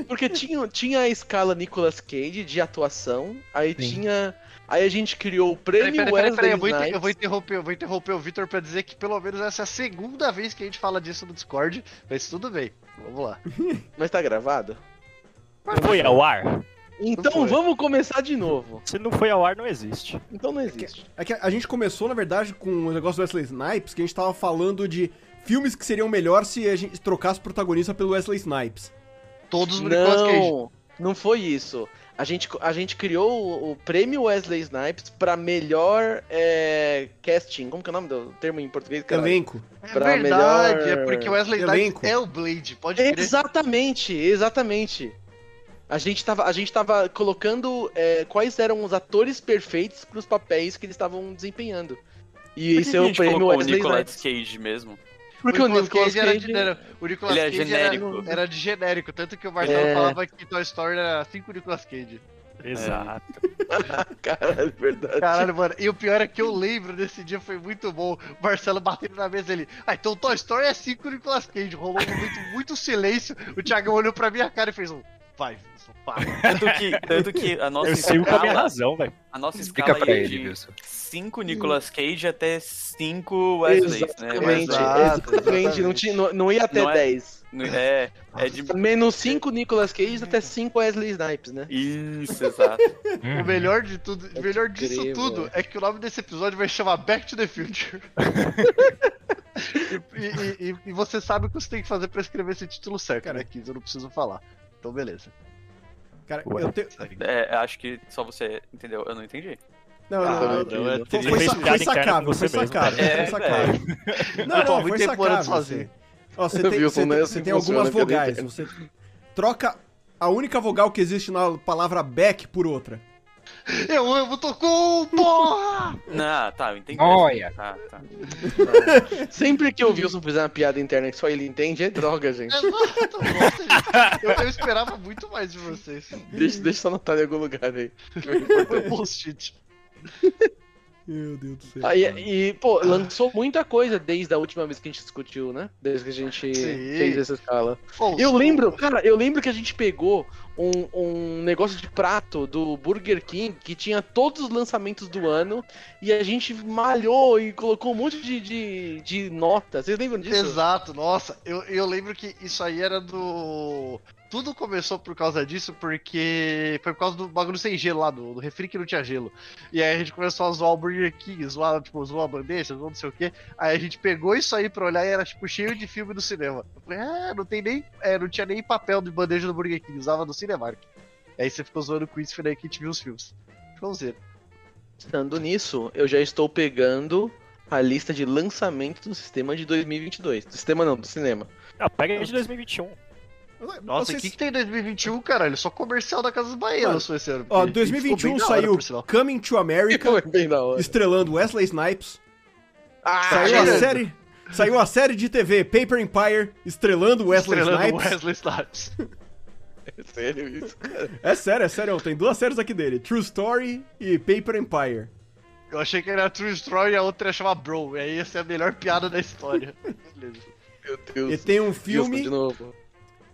[SPEAKER 1] Porque tinha, tinha a escala Nicolas Cage de atuação, aí
[SPEAKER 7] Sim.
[SPEAKER 1] tinha. Aí a gente criou o prêmio
[SPEAKER 2] Peraí, peraí, peraí, peraí,
[SPEAKER 1] Wesley
[SPEAKER 2] eu vou, inter-
[SPEAKER 1] Snipes.
[SPEAKER 2] eu vou interromper, eu vou interromper o Vitor pra dizer que pelo menos essa é a segunda vez que a gente fala disso no Discord, mas tudo bem, vamos lá.
[SPEAKER 1] Mas tá gravado?
[SPEAKER 6] Não foi ao ar?
[SPEAKER 1] Então
[SPEAKER 2] foi.
[SPEAKER 1] vamos começar de novo.
[SPEAKER 6] Se não foi ao ar, não existe.
[SPEAKER 1] Então não existe.
[SPEAKER 3] É que a gente começou, na verdade, com o negócio do Wesley Snipes, que a gente tava falando de filmes que seriam melhor se a gente trocasse o protagonista pelo Wesley Snipes.
[SPEAKER 2] Todos no Nicolas Cage.
[SPEAKER 1] Não, não foi isso. A gente, a gente criou o, o prêmio Wesley Snipes pra melhor é, casting. Como que é o nome do termo em português? caralho?
[SPEAKER 3] Elenco.
[SPEAKER 2] É
[SPEAKER 1] pra
[SPEAKER 2] verdade,
[SPEAKER 1] melhor
[SPEAKER 2] é porque o Wesley Snipes
[SPEAKER 3] elenco.
[SPEAKER 2] é o Blade, pode crer.
[SPEAKER 1] Exatamente, exatamente. A gente tava, a gente tava colocando é, quais eram os atores perfeitos pros papéis que eles estavam desempenhando. E
[SPEAKER 4] Por que
[SPEAKER 1] isso
[SPEAKER 4] que
[SPEAKER 1] é
[SPEAKER 4] a
[SPEAKER 1] o
[SPEAKER 4] gente
[SPEAKER 1] prêmio
[SPEAKER 4] colocou o
[SPEAKER 1] Wesley
[SPEAKER 4] Nicolas
[SPEAKER 1] Snipes.
[SPEAKER 4] Cage mesmo.
[SPEAKER 1] Porque o
[SPEAKER 2] Nicolas
[SPEAKER 1] Nicolas Cage era
[SPEAKER 2] de- era, o Nicolas
[SPEAKER 4] Ele é
[SPEAKER 2] Cage
[SPEAKER 4] genérico.
[SPEAKER 2] Era, era de genérico, tanto que o Marcelo
[SPEAKER 1] É.
[SPEAKER 2] falava que Toy Story era 5 Nicolas Cage.
[SPEAKER 6] Exato.
[SPEAKER 1] Caralho, é verdade.
[SPEAKER 2] Caralho, mano, e o pior é que eu lembro desse dia, foi muito bom. O Marcelo batendo na mesa ele. Ah, então Toy Story é 5 Nicolas Cage. Rolou um momento muito silêncio. O Thiago olhou pra minha cara e fez um. Vai, Wilson, fala.
[SPEAKER 4] Tanto que, tanto que a nossa
[SPEAKER 6] Eu sigo com a minha
[SPEAKER 4] escala,
[SPEAKER 6] razão, velho.
[SPEAKER 4] a nossa
[SPEAKER 7] Explica
[SPEAKER 4] escala
[SPEAKER 7] pra
[SPEAKER 4] ia
[SPEAKER 7] ele,
[SPEAKER 4] de
[SPEAKER 7] Wilson.
[SPEAKER 4] 5 Nicolas Cage até 5 Wesleys, né?
[SPEAKER 1] Exatamente,
[SPEAKER 4] Wesley.
[SPEAKER 2] Exato,
[SPEAKER 1] exatamente. Não, tinha, não, não ia até
[SPEAKER 4] Não é-
[SPEAKER 1] 10.
[SPEAKER 4] É, é de...
[SPEAKER 1] Menos 5 Nicolas Cage até 5 Wesley Snipes, né?
[SPEAKER 4] Isso, exato.
[SPEAKER 7] Hum.
[SPEAKER 2] O melhor de tudo, o melhor disso
[SPEAKER 1] crer,
[SPEAKER 2] tudo
[SPEAKER 1] mano.
[SPEAKER 2] é que o nome desse episódio vai chamar Back to the Future. e, e- e- e você sabe o que você tem que fazer pra escrever esse título certo,
[SPEAKER 3] Cara.
[SPEAKER 2] né? Que eu não preciso falar. Então, beleza.
[SPEAKER 3] Cara, eu tenho.
[SPEAKER 4] É, acho que só você entendeu. Eu não entendi.
[SPEAKER 3] Não,
[SPEAKER 1] Ah,
[SPEAKER 3] não,
[SPEAKER 1] então
[SPEAKER 3] não.
[SPEAKER 1] é
[SPEAKER 3] Foi,
[SPEAKER 6] triste.
[SPEAKER 3] foi, sa-
[SPEAKER 6] Fez
[SPEAKER 3] foi
[SPEAKER 6] piada interna
[SPEAKER 3] sacável,
[SPEAKER 6] com
[SPEAKER 3] foi
[SPEAKER 6] você mesmo.
[SPEAKER 3] sacável,
[SPEAKER 4] É,
[SPEAKER 3] foi sacável. Não,
[SPEAKER 2] Eu tô há
[SPEAKER 3] não,
[SPEAKER 2] muito
[SPEAKER 3] foi
[SPEAKER 2] tempo morando
[SPEAKER 3] sacável.
[SPEAKER 2] sozinho.
[SPEAKER 3] Você. Ó, você
[SPEAKER 1] Eu
[SPEAKER 3] tem,
[SPEAKER 1] vi, o
[SPEAKER 3] você,
[SPEAKER 1] Fumé
[SPEAKER 3] tem-
[SPEAKER 1] assim
[SPEAKER 3] você tem algumas
[SPEAKER 1] funciona, cara,
[SPEAKER 3] vogais. Você troca a única vogal que existe na palavra back por outra.
[SPEAKER 2] Eu amo Tocum, porra!
[SPEAKER 4] Ah, tá, eu entendi.
[SPEAKER 7] Olha.
[SPEAKER 4] Tá, tá.
[SPEAKER 1] Sempre que o Wilson fizer uma piada interna que só ele entende, é droga, gente.
[SPEAKER 2] Exato, nossa, gente. eu, eu esperava muito mais de vocês.
[SPEAKER 1] Deixa, deixa eu anotar em algum lugar aí.
[SPEAKER 2] Foi bullshit.
[SPEAKER 3] Meu Deus do
[SPEAKER 2] Ah,
[SPEAKER 3] céu.
[SPEAKER 1] Aí, e, pô, lançou muita coisa desde a última vez que a gente discutiu, né? Desde que a gente
[SPEAKER 2] Sim.
[SPEAKER 1] fez essa escala.
[SPEAKER 2] Pô,
[SPEAKER 1] Eu
[SPEAKER 2] os-
[SPEAKER 1] lembro, cara, eu lembro que a gente pegou um, um negócio de prato do Burger King que tinha todos os lançamentos do ano e a gente malhou e colocou um monte de, de, de nota. Vocês lembram disso?
[SPEAKER 2] Exato, nossa. Eu, eu lembro que isso aí era do. Tudo começou por causa disso, porque foi por causa do bagulho sem gelo lá, do, do refri que não tinha gelo. E aí a gente começou a zoar o Burger King, zoar, tipo, zoar a bandeja, zoar não sei o quê. Aí a gente pegou isso aí pra olhar e era, tipo, cheio de filme do cinema. Eu falei, ah, não tem nem. é, não tinha nem papel de bandeja do Burger King, usava do Cinemark. Aí você ficou zoando com isso, foi daí que a gente viu os filmes. um Vamos ver.
[SPEAKER 1] Pensando nisso, eu já estou pegando a lista de lançamentos do sistema de 2022. Do sistema não, do cinema.
[SPEAKER 6] Ah, pega a de 2021.
[SPEAKER 2] Nossa, o que, que tem em 2021, caralho? Só comercial da Casa dos Bahia
[SPEAKER 3] Mano,
[SPEAKER 2] lançou esse ano. E-
[SPEAKER 3] Ó,
[SPEAKER 2] e ficou bem
[SPEAKER 3] 2021
[SPEAKER 2] da hora,
[SPEAKER 3] saiu
[SPEAKER 2] por sinal.
[SPEAKER 3] Coming to America,
[SPEAKER 1] Foi bem da hora.
[SPEAKER 3] estrelando Wesley Snipes.
[SPEAKER 1] Ah,
[SPEAKER 3] Saiu a
[SPEAKER 2] Caralho.
[SPEAKER 3] série. Saiu a série de TV Paper Empire, estrelando Wesley
[SPEAKER 2] Estrelando
[SPEAKER 3] Snipes.
[SPEAKER 2] Wesley Snipes.
[SPEAKER 1] sério isso?
[SPEAKER 3] É sério, é sério. Tem duas séries aqui dele: True Story e Paper Empire.
[SPEAKER 2] Eu achei que era True Story e a outra ia chamar Bro. E aí ia ser a melhor piada da história. Beleza.
[SPEAKER 1] Meu
[SPEAKER 3] E
[SPEAKER 1] Deus.
[SPEAKER 3] tem um
[SPEAKER 1] Wilson, de
[SPEAKER 3] filme
[SPEAKER 1] novo.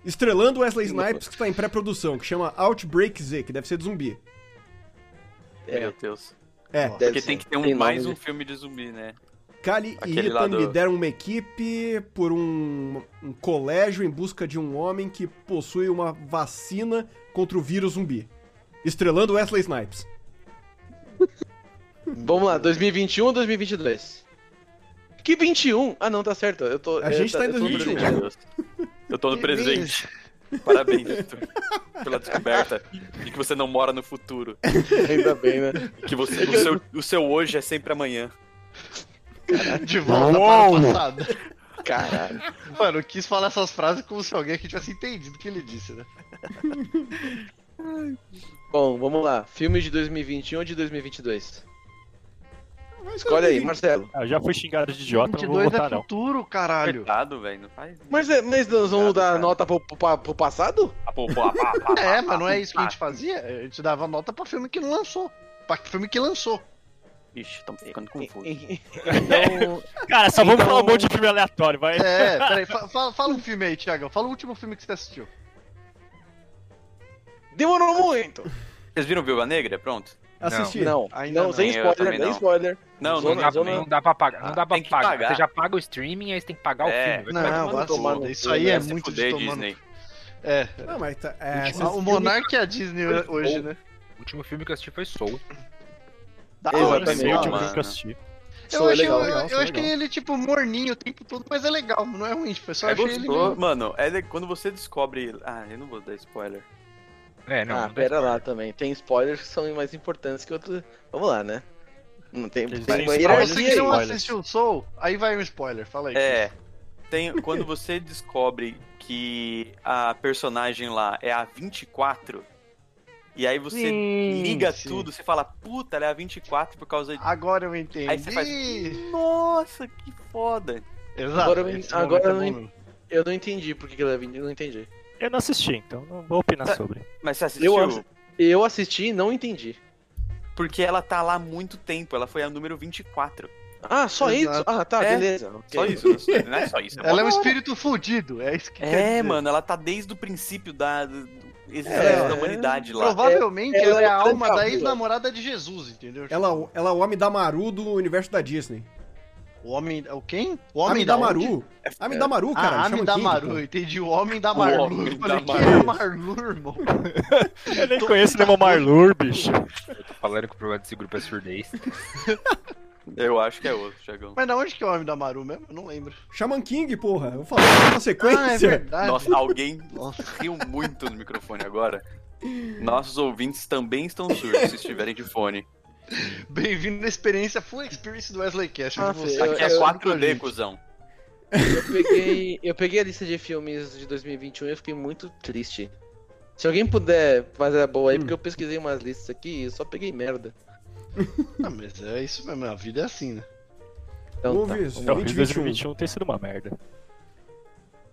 [SPEAKER 3] estrelando Wesley Snipes que tá em pré-produção, que chama Outbreak Z, que deve ser de zumbi.
[SPEAKER 1] É,
[SPEAKER 4] Meu Deus.
[SPEAKER 3] É,
[SPEAKER 2] Nossa.
[SPEAKER 4] Porque
[SPEAKER 1] ser.
[SPEAKER 4] tem que ter um,
[SPEAKER 1] Tem nome
[SPEAKER 4] mais
[SPEAKER 1] de-
[SPEAKER 4] um filme de zumbi, né?
[SPEAKER 3] Kali e
[SPEAKER 4] Aquele lá
[SPEAKER 3] Ethan
[SPEAKER 4] do-
[SPEAKER 3] lideram uma equipe por um, um colégio em busca de um homem que possui uma vacina contra o vírus zumbi. Estrelando Wesley Snipes.
[SPEAKER 1] né? Vamos lá, 2021 ou 2022? Que 21? Ah, não, tá certo. Eu tô,
[SPEAKER 3] A
[SPEAKER 1] eu
[SPEAKER 3] gente tá em
[SPEAKER 1] eu tô no
[SPEAKER 3] 2021.
[SPEAKER 1] presente.
[SPEAKER 4] Meu Deus. Eu tô no
[SPEAKER 2] Que
[SPEAKER 4] presente. Parabéns, Vitor, pela descoberta de que você não mora no futuro.
[SPEAKER 1] Ainda bem, né?
[SPEAKER 4] Que você, o, seu, o seu hoje é sempre amanhã.
[SPEAKER 2] De volta
[SPEAKER 6] Uou!
[SPEAKER 2] para o passado.
[SPEAKER 1] Caralho.
[SPEAKER 2] Mano, eu quis falar essas frases como se alguém aqui tivesse entendido o que ele disse, né?
[SPEAKER 1] Bom, vamos lá. Filmes de 2021 ou de 2022? Escolhe aí, Marcelo.
[SPEAKER 6] Ah, eu já fui xingado de idiota, não vou votar, não.
[SPEAKER 2] é futuro, caralho.
[SPEAKER 4] Coitado, velho. Não faz.
[SPEAKER 1] Mas, é- mas nós vamos
[SPEAKER 4] Obrigado,
[SPEAKER 1] dar
[SPEAKER 4] cara.
[SPEAKER 1] nota pro, pro- pro passado?
[SPEAKER 4] Ah, pô, pô, ah, pá, pá, pá,
[SPEAKER 2] É,
[SPEAKER 4] pá,
[SPEAKER 2] mas não é isso que a gente
[SPEAKER 4] pá.
[SPEAKER 2] fazia. A gente dava nota pra filme que não lançou. Pra filme que lançou.
[SPEAKER 4] Ixi, estamos ficando confuso.
[SPEAKER 1] Então,
[SPEAKER 6] Cara, só vamos
[SPEAKER 1] Então-
[SPEAKER 6] falar um monte de filme aleatório, vai. Ah,
[SPEAKER 2] É, peraí, fa- fala, fala um filme aí, Thiago. Fala o último filme que você assistiu.
[SPEAKER 1] demorou muito.
[SPEAKER 4] Vocês viram Viúva Negra? Pronto.
[SPEAKER 3] Assisti.
[SPEAKER 1] Não,
[SPEAKER 2] Ainda
[SPEAKER 1] não,
[SPEAKER 2] não.
[SPEAKER 1] sem
[SPEAKER 4] Eu
[SPEAKER 1] spoiler,
[SPEAKER 4] também
[SPEAKER 1] sem
[SPEAKER 4] não.
[SPEAKER 1] spoiler.
[SPEAKER 4] Não,
[SPEAKER 7] Não
[SPEAKER 4] não,
[SPEAKER 7] dá,
[SPEAKER 4] não,
[SPEAKER 1] Zona-
[SPEAKER 7] não dá pra pagar. Não dá pra
[SPEAKER 4] Tem que
[SPEAKER 7] pagar.
[SPEAKER 4] pagar.
[SPEAKER 7] Você já paga o streaming, aí você tem que pagar
[SPEAKER 4] É.
[SPEAKER 7] o filme. vai tomar no
[SPEAKER 1] vai
[SPEAKER 2] vá se
[SPEAKER 1] Ah, tomar no
[SPEAKER 2] fuder,
[SPEAKER 1] cu,
[SPEAKER 2] Isso aí
[SPEAKER 1] né?
[SPEAKER 2] é
[SPEAKER 4] Se
[SPEAKER 2] muito
[SPEAKER 4] fuder,
[SPEAKER 2] de tomar no
[SPEAKER 4] Disney.
[SPEAKER 2] É.
[SPEAKER 3] Não, mas tá, é, esses
[SPEAKER 2] Ah, o
[SPEAKER 3] filmes-
[SPEAKER 2] Monark é a Disney hoje, né?
[SPEAKER 7] cu. O último filme que eu assisti foi Soul.
[SPEAKER 2] Da
[SPEAKER 1] Exatamente.
[SPEAKER 6] Esse é o
[SPEAKER 2] hora,
[SPEAKER 6] último
[SPEAKER 2] mano.
[SPEAKER 6] filme que eu assisti.
[SPEAKER 2] Eu,
[SPEAKER 1] Sou
[SPEAKER 2] achei,
[SPEAKER 1] Tá é legal.
[SPEAKER 2] um eu,
[SPEAKER 3] legal,
[SPEAKER 2] eu
[SPEAKER 3] sou
[SPEAKER 2] achei
[SPEAKER 3] legal.
[SPEAKER 2] ele, tipo, morninho o tempo todo, mas é legal, não é ruim, tipo, eu só
[SPEAKER 4] É
[SPEAKER 2] achei ele...
[SPEAKER 4] gostoso. Mano, é le- quando você descobre. Ah, eu não vou dar spoiler.
[SPEAKER 7] É, não.
[SPEAKER 1] Ah,
[SPEAKER 7] não dá
[SPEAKER 1] pera
[SPEAKER 7] spoiler.
[SPEAKER 1] lá também. Tem spoilers que são mais importantes que outros. Vamos lá, né? Não tem,
[SPEAKER 6] Eles
[SPEAKER 1] tem
[SPEAKER 6] têm
[SPEAKER 1] uma
[SPEAKER 2] Pra
[SPEAKER 6] spoilers.
[SPEAKER 1] hierarquia
[SPEAKER 2] você
[SPEAKER 1] aí.
[SPEAKER 2] que não
[SPEAKER 6] spoilers.
[SPEAKER 2] assistiu o Soul, aí vai um spoiler, fala aí.
[SPEAKER 4] É. Tem, quando você descobre que a personagem lá é a 24. E aí você
[SPEAKER 2] Sim,
[SPEAKER 4] liga
[SPEAKER 2] sim.
[SPEAKER 4] tudo, você fala, puta, ela é a 24 por causa disso.
[SPEAKER 2] Agora eu entendi.
[SPEAKER 4] Aí você faz. Nossa, que foda.
[SPEAKER 2] Exato.
[SPEAKER 1] Agora eu-
[SPEAKER 2] esse
[SPEAKER 1] agora
[SPEAKER 2] momento
[SPEAKER 1] eu
[SPEAKER 2] bom, né?
[SPEAKER 1] Eu não entendi por que que ela é 20, eu não entendi.
[SPEAKER 6] Eu não assisti, então não vou opinar
[SPEAKER 1] É,
[SPEAKER 4] Tá.
[SPEAKER 6] sobre.
[SPEAKER 4] Mas você assistiu?
[SPEAKER 1] Eu assi- Eu assisti e não entendi.
[SPEAKER 4] Porque ela tá lá há muito tempo, ela foi a número 24.
[SPEAKER 1] Ah, só
[SPEAKER 2] Exato.
[SPEAKER 1] isso? Ah, tá,
[SPEAKER 4] É,
[SPEAKER 1] beleza. ok.
[SPEAKER 4] Só isso, não é- não é só isso.
[SPEAKER 2] Ela é um
[SPEAKER 4] uma-
[SPEAKER 2] espírito fudido, é isso que quer
[SPEAKER 4] É,
[SPEAKER 2] dizer.
[SPEAKER 4] mano, ela tá desde o princípio da do- do- existência
[SPEAKER 1] É.
[SPEAKER 4] da humanidade lá.
[SPEAKER 2] Provavelmente
[SPEAKER 1] É-
[SPEAKER 2] ela,
[SPEAKER 1] ela
[SPEAKER 2] é
[SPEAKER 1] é
[SPEAKER 2] a alma
[SPEAKER 1] uma
[SPEAKER 2] da
[SPEAKER 1] vida.
[SPEAKER 2] ex-namorada de Jesus, entendeu? Tipo,
[SPEAKER 3] Ela, ela é o homem da Maru do universo da Disney.
[SPEAKER 2] O homem. O quem? O homem
[SPEAKER 3] Homem da
[SPEAKER 2] onde?
[SPEAKER 3] Maru. Homem da Maru, cara.
[SPEAKER 2] Ah,
[SPEAKER 3] chama tipo?
[SPEAKER 2] Ami da
[SPEAKER 3] King,
[SPEAKER 2] Maru,
[SPEAKER 3] pô.
[SPEAKER 2] entendi. O homem da
[SPEAKER 4] O
[SPEAKER 2] Maru.
[SPEAKER 4] homem
[SPEAKER 2] Eu falei,
[SPEAKER 4] da
[SPEAKER 2] quem é Marlu, irmão?
[SPEAKER 6] Eu nem conheço nenhuma Marlur, bicho.
[SPEAKER 1] É,
[SPEAKER 7] Tô falando que o problema desse grupo é surdez.
[SPEAKER 4] Eu acho que é outro, Chagão.
[SPEAKER 2] Mas da onde que é o homem da Maru mesmo? Eu não lembro.
[SPEAKER 3] Shaman King, porra. Eu falei na sequência.
[SPEAKER 2] Ah, é verdade.
[SPEAKER 4] Nossa, alguém
[SPEAKER 2] Nossa.
[SPEAKER 4] riu muito no microfone agora. Nossos ouvintes também estão surdos se estiverem de fone.
[SPEAKER 2] Bem-vindo na experiência Full Experience do Wesley Cash. onde
[SPEAKER 1] Ah,
[SPEAKER 2] você tá
[SPEAKER 1] filho,
[SPEAKER 4] Aqui é
[SPEAKER 1] eu-
[SPEAKER 4] 4D, cuzão.
[SPEAKER 1] Eu peguei, eu peguei a lista de filmes de 2021 e eu fiquei muito triste. Se alguém puder fazer a boa aí, porque eu pesquisei umas listas aqui e eu só peguei merda.
[SPEAKER 2] Ah, mas é isso mesmo, a vida é assim, né?
[SPEAKER 1] Então, tá,
[SPEAKER 3] Ouve isso.
[SPEAKER 6] Talvez
[SPEAKER 3] 2021.
[SPEAKER 6] 2021 tenha um, sido uma merda.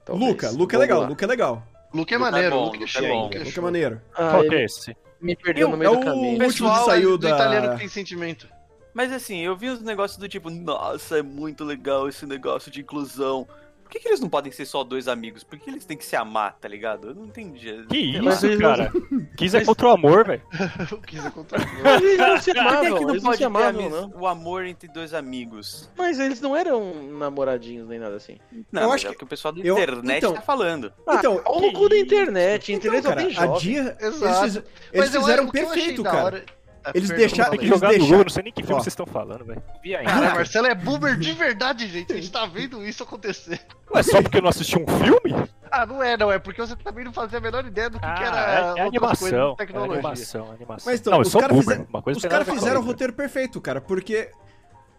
[SPEAKER 1] talvez.
[SPEAKER 3] Luca, Luca é
[SPEAKER 1] Vamos
[SPEAKER 3] legal,
[SPEAKER 1] lá.
[SPEAKER 3] Luca é legal.
[SPEAKER 2] Luke é
[SPEAKER 4] Luke é
[SPEAKER 2] maneiro,
[SPEAKER 4] bom,
[SPEAKER 2] Luke é
[SPEAKER 4] Luke é
[SPEAKER 2] show,
[SPEAKER 4] bom.
[SPEAKER 2] Luke é
[SPEAKER 3] Luca é
[SPEAKER 2] show.
[SPEAKER 3] maneiro.
[SPEAKER 1] Ah,
[SPEAKER 6] Qual
[SPEAKER 1] ele
[SPEAKER 6] que é esse?
[SPEAKER 1] me perdeu no meio
[SPEAKER 3] É
[SPEAKER 1] do
[SPEAKER 3] o
[SPEAKER 1] caminho.
[SPEAKER 3] último que saiu
[SPEAKER 2] do
[SPEAKER 3] da-
[SPEAKER 2] italiano que tem sentimento.
[SPEAKER 4] Mas assim, eu vi uns negócios do tipo, nossa, é muito legal esse negócio de inclusão. Por que, que eles não podem ser só dois amigos? Por que eles têm que se amar, tá ligado? Eu não entendi.
[SPEAKER 6] Que
[SPEAKER 4] Sei lá.
[SPEAKER 6] isso,
[SPEAKER 1] Mas eles não-
[SPEAKER 6] cara? Quis é contra o amor, velho.
[SPEAKER 2] Eu quis encontrar.
[SPEAKER 1] Eles não se
[SPEAKER 4] Por que,
[SPEAKER 1] amavam,
[SPEAKER 4] que não
[SPEAKER 1] eles não
[SPEAKER 4] pode
[SPEAKER 1] se
[SPEAKER 4] ter
[SPEAKER 1] amavam,
[SPEAKER 4] amis-
[SPEAKER 1] não.
[SPEAKER 4] o amor entre dois amigos?
[SPEAKER 1] Mas eles não eram namoradinhos nem nada assim.
[SPEAKER 4] Não,
[SPEAKER 3] Eu
[SPEAKER 4] mas
[SPEAKER 3] acho
[SPEAKER 4] é
[SPEAKER 3] que-
[SPEAKER 4] o que o pessoal da
[SPEAKER 3] eu-
[SPEAKER 4] internet
[SPEAKER 3] então-
[SPEAKER 4] tá falando.
[SPEAKER 3] Então,
[SPEAKER 1] ah, o cu da
[SPEAKER 6] isso?
[SPEAKER 1] internet,
[SPEAKER 3] Então,
[SPEAKER 1] entendeu? Só
[SPEAKER 3] cara,
[SPEAKER 1] tem
[SPEAKER 3] a
[SPEAKER 1] jovem.
[SPEAKER 3] Dia...
[SPEAKER 2] é Exato.
[SPEAKER 3] Eles, eles
[SPEAKER 2] eu-
[SPEAKER 3] fizeram
[SPEAKER 2] o que eu achei
[SPEAKER 3] perfeito,
[SPEAKER 2] da
[SPEAKER 3] cara.
[SPEAKER 2] hora- Ah,
[SPEAKER 3] Eles
[SPEAKER 2] perdão,
[SPEAKER 3] deixaram-
[SPEAKER 2] fala
[SPEAKER 6] Tem
[SPEAKER 2] aí.
[SPEAKER 6] que
[SPEAKER 3] Eles
[SPEAKER 6] jogar no
[SPEAKER 3] deixaram-
[SPEAKER 6] Google, não sei nem que filme
[SPEAKER 3] Ó.
[SPEAKER 6] vocês estão falando, velho. Ah,
[SPEAKER 7] Vi ainda.
[SPEAKER 2] Caralho, Marcelo é boomer de verdade, gente. A gente tá vendo isso acontecer.
[SPEAKER 6] Ué, só porque eu não assisti um filme?
[SPEAKER 2] Ah, não é, não. É porque você também não fazia a menor ideia do que, que
[SPEAKER 6] Ah,
[SPEAKER 2] era
[SPEAKER 6] é, é
[SPEAKER 2] outras coisas de
[SPEAKER 6] animação. É
[SPEAKER 2] tecnologia.
[SPEAKER 6] animação, é animação.
[SPEAKER 3] Mas então,
[SPEAKER 6] não, eu
[SPEAKER 3] os
[SPEAKER 6] sou
[SPEAKER 3] caras
[SPEAKER 6] boomer,
[SPEAKER 3] fizeram-
[SPEAKER 6] uma coisa
[SPEAKER 3] Os
[SPEAKER 6] não tem
[SPEAKER 3] caras
[SPEAKER 6] nada a ver com
[SPEAKER 3] fizeram o
[SPEAKER 6] outra.
[SPEAKER 3] roteiro perfeito, cara, porque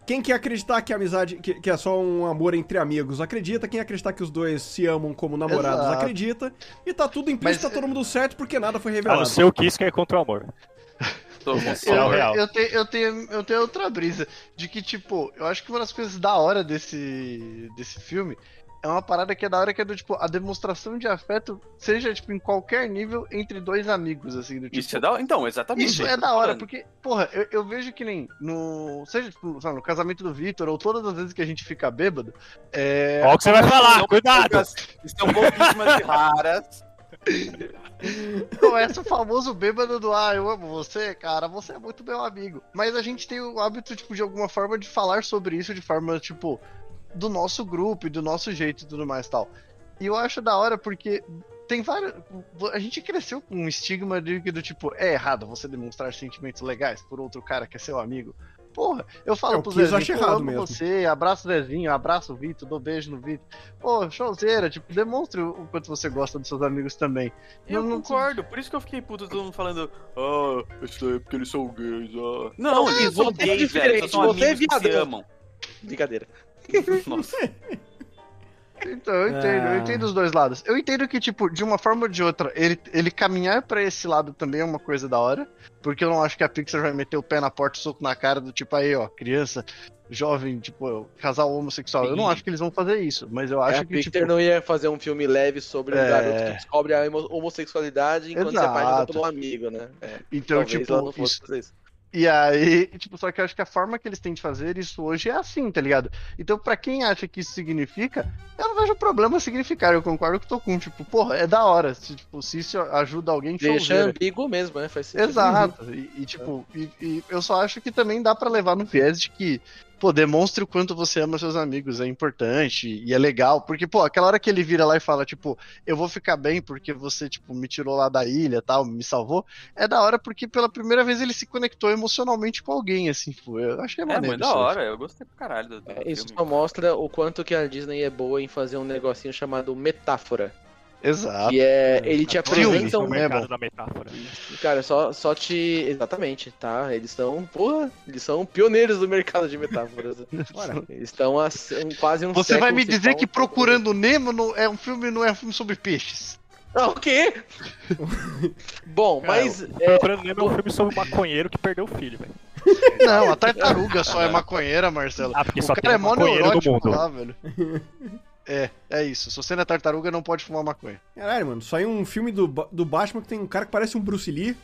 [SPEAKER 3] quem quer acreditar que a amizade, que, que é só um amor entre amigos, acredita. Quem acreditar que os dois se amam como namorados,
[SPEAKER 2] Exato.
[SPEAKER 3] acredita. E tá tudo implícito,
[SPEAKER 2] Mas-
[SPEAKER 3] tá todo mundo certo, porque nada foi
[SPEAKER 6] A não
[SPEAKER 3] revelado.
[SPEAKER 6] ser o que isso que é contra o amor.
[SPEAKER 4] Tô com
[SPEAKER 6] É
[SPEAKER 2] Eu,
[SPEAKER 6] o
[SPEAKER 4] sono.
[SPEAKER 6] real.
[SPEAKER 2] eu, tenho, eu, tenho, eu tenho outra brisa. De que, tipo, eu acho que uma das coisas da hora desse, desse filme é uma parada que é da hora que é do tipo, a demonstração de afeto, seja, tipo, em qualquer nível, entre dois amigos, assim, do tipo.
[SPEAKER 4] Isso é da... Então, exatamente.
[SPEAKER 2] Isso é da hora, porque, porra, eu, eu vejo que nem no. Seja tipo, sei lá, no casamento do Victor ou todas as vezes que a gente fica bêbado, é.
[SPEAKER 6] Olha o que você vai falar,
[SPEAKER 4] Não,
[SPEAKER 6] cuidado!
[SPEAKER 4] São pouquíssimas e um raras.
[SPEAKER 2] Começa o famoso bêbado do Ah, eu amo você, cara, você é muito meu amigo. Mas a gente tem o hábito, tipo, de alguma forma de falar sobre isso de forma, tipo, do nosso grupo e do nosso jeito e tudo mais e tal. E eu acho da hora porque tem várias. A gente cresceu com um estigma de que do tipo, é errado você demonstrar sentimentos legais por outro cara que é seu amigo. Porra, eu falo
[SPEAKER 3] É, o
[SPEAKER 2] pro
[SPEAKER 3] que eu
[SPEAKER 2] Zezinho,
[SPEAKER 3] acho
[SPEAKER 2] pô, eu
[SPEAKER 3] errado
[SPEAKER 2] amo
[SPEAKER 3] mesmo.
[SPEAKER 2] você, abraço o Zezinho, abraço o Vitor, dou beijo no Vitor. Pô, showzeira, tipo, demonstre o quanto você gosta dos seus amigos também.
[SPEAKER 4] Eu
[SPEAKER 2] Não- não-
[SPEAKER 4] concordo, por isso que eu fiquei puto todo mundo falando, ah, isso daí é porque eles são gays, ah. Não, eles
[SPEAKER 1] você
[SPEAKER 4] são
[SPEAKER 1] é
[SPEAKER 4] gays, velho, só
[SPEAKER 1] diferente,
[SPEAKER 4] são
[SPEAKER 1] você
[SPEAKER 4] amigos
[SPEAKER 1] é
[SPEAKER 4] que se
[SPEAKER 1] viadão.
[SPEAKER 4] amam.
[SPEAKER 1] Brincadeira.
[SPEAKER 4] Nossa,
[SPEAKER 2] Então, eu entendo, eu
[SPEAKER 3] Ah.
[SPEAKER 2] entendo os dois lados. Eu entendo que, tipo, de uma forma ou de outra, ele, ele caminhar pra esse lado também é uma coisa da hora. Porque eu não acho que a Pixar vai meter o pé na porta, soco na cara do tipo, aí, ó, criança, jovem, tipo, casal homossexual. Eu não acho que eles vão fazer isso, mas eu acho
[SPEAKER 1] É a
[SPEAKER 2] que,
[SPEAKER 1] Pixar
[SPEAKER 2] tipo,
[SPEAKER 1] não ia fazer um filme leve sobre um
[SPEAKER 2] É.
[SPEAKER 1] garoto que descobre a homo- homossexualidade enquanto se apaixona
[SPEAKER 2] Exato.
[SPEAKER 1] pelo amigo, né?
[SPEAKER 2] então,
[SPEAKER 1] Talvez ela não
[SPEAKER 2] tipo,
[SPEAKER 1] fosse
[SPEAKER 2] isso,
[SPEAKER 1] fazer isso.
[SPEAKER 2] E aí, tipo, só que eu acho que a forma que eles têm de fazer isso hoje é assim, tá ligado? Então, pra quem acha que isso significa, eu não vejo problema significar. Eu concordo com o Tocum, tipo, porra, é da hora. Se, tipo, se isso ajuda alguém,
[SPEAKER 1] Deixa
[SPEAKER 2] showzeira.
[SPEAKER 1] ambíguo mesmo, né? Faz sentido.
[SPEAKER 2] Exato. E, e, tipo, e, e eu só acho que também dá pra levar no viés de que, pô, demonstre o quanto você ama seus amigos, é importante e é legal, porque, pô, aquela hora que ele vira lá e fala, tipo, eu vou ficar bem porque você, tipo, me tirou lá da ilha tal, me salvou, é da hora porque pela primeira vez ele se conectou emocionalmente com alguém, assim, tipo, eu acho que é
[SPEAKER 4] é,
[SPEAKER 2] maneiro.
[SPEAKER 4] mano, da
[SPEAKER 2] isso.
[SPEAKER 4] hora, eu gostei pra caralho do, do
[SPEAKER 1] É, Isso
[SPEAKER 4] filme.
[SPEAKER 1] é só mostra o quanto que a Disney é boa em fazer um negocinho chamado metáfora.
[SPEAKER 2] Exato.
[SPEAKER 1] Que é. Ele te apresenta
[SPEAKER 2] Ah, Filme,
[SPEAKER 6] o
[SPEAKER 1] um.
[SPEAKER 2] né?
[SPEAKER 6] mercado da metáfora.
[SPEAKER 1] Cara, só, só te. Exatamente, tá? Eles são. Porra, eles são pioneiros do mercado de metáforas. Eles estão há se- um- quase um
[SPEAKER 2] Você vai
[SPEAKER 1] século
[SPEAKER 2] me
[SPEAKER 1] se
[SPEAKER 2] dizer
[SPEAKER 1] falam-
[SPEAKER 2] que Procurando Nemo não é um filme, não é um filme sobre peixes.
[SPEAKER 1] Ah, o quê? Bom, mas. é,
[SPEAKER 6] Procurando Nemo é um filme sobre um maconheiro que perdeu o filho, velho.
[SPEAKER 2] Não, a tartaruga só é maconheira, Marcelo.
[SPEAKER 6] Ah, porque
[SPEAKER 2] o
[SPEAKER 6] só tem
[SPEAKER 2] cara é mó
[SPEAKER 6] maconheiro do
[SPEAKER 2] neurótico
[SPEAKER 6] mundo.
[SPEAKER 2] lá, velho. É, é isso. Se você não é tartaruga, não pode fumar maconha.
[SPEAKER 3] Caralho, mano, saiu um filme do, Ba- do Batman que tem um cara que parece um Bruce Lee,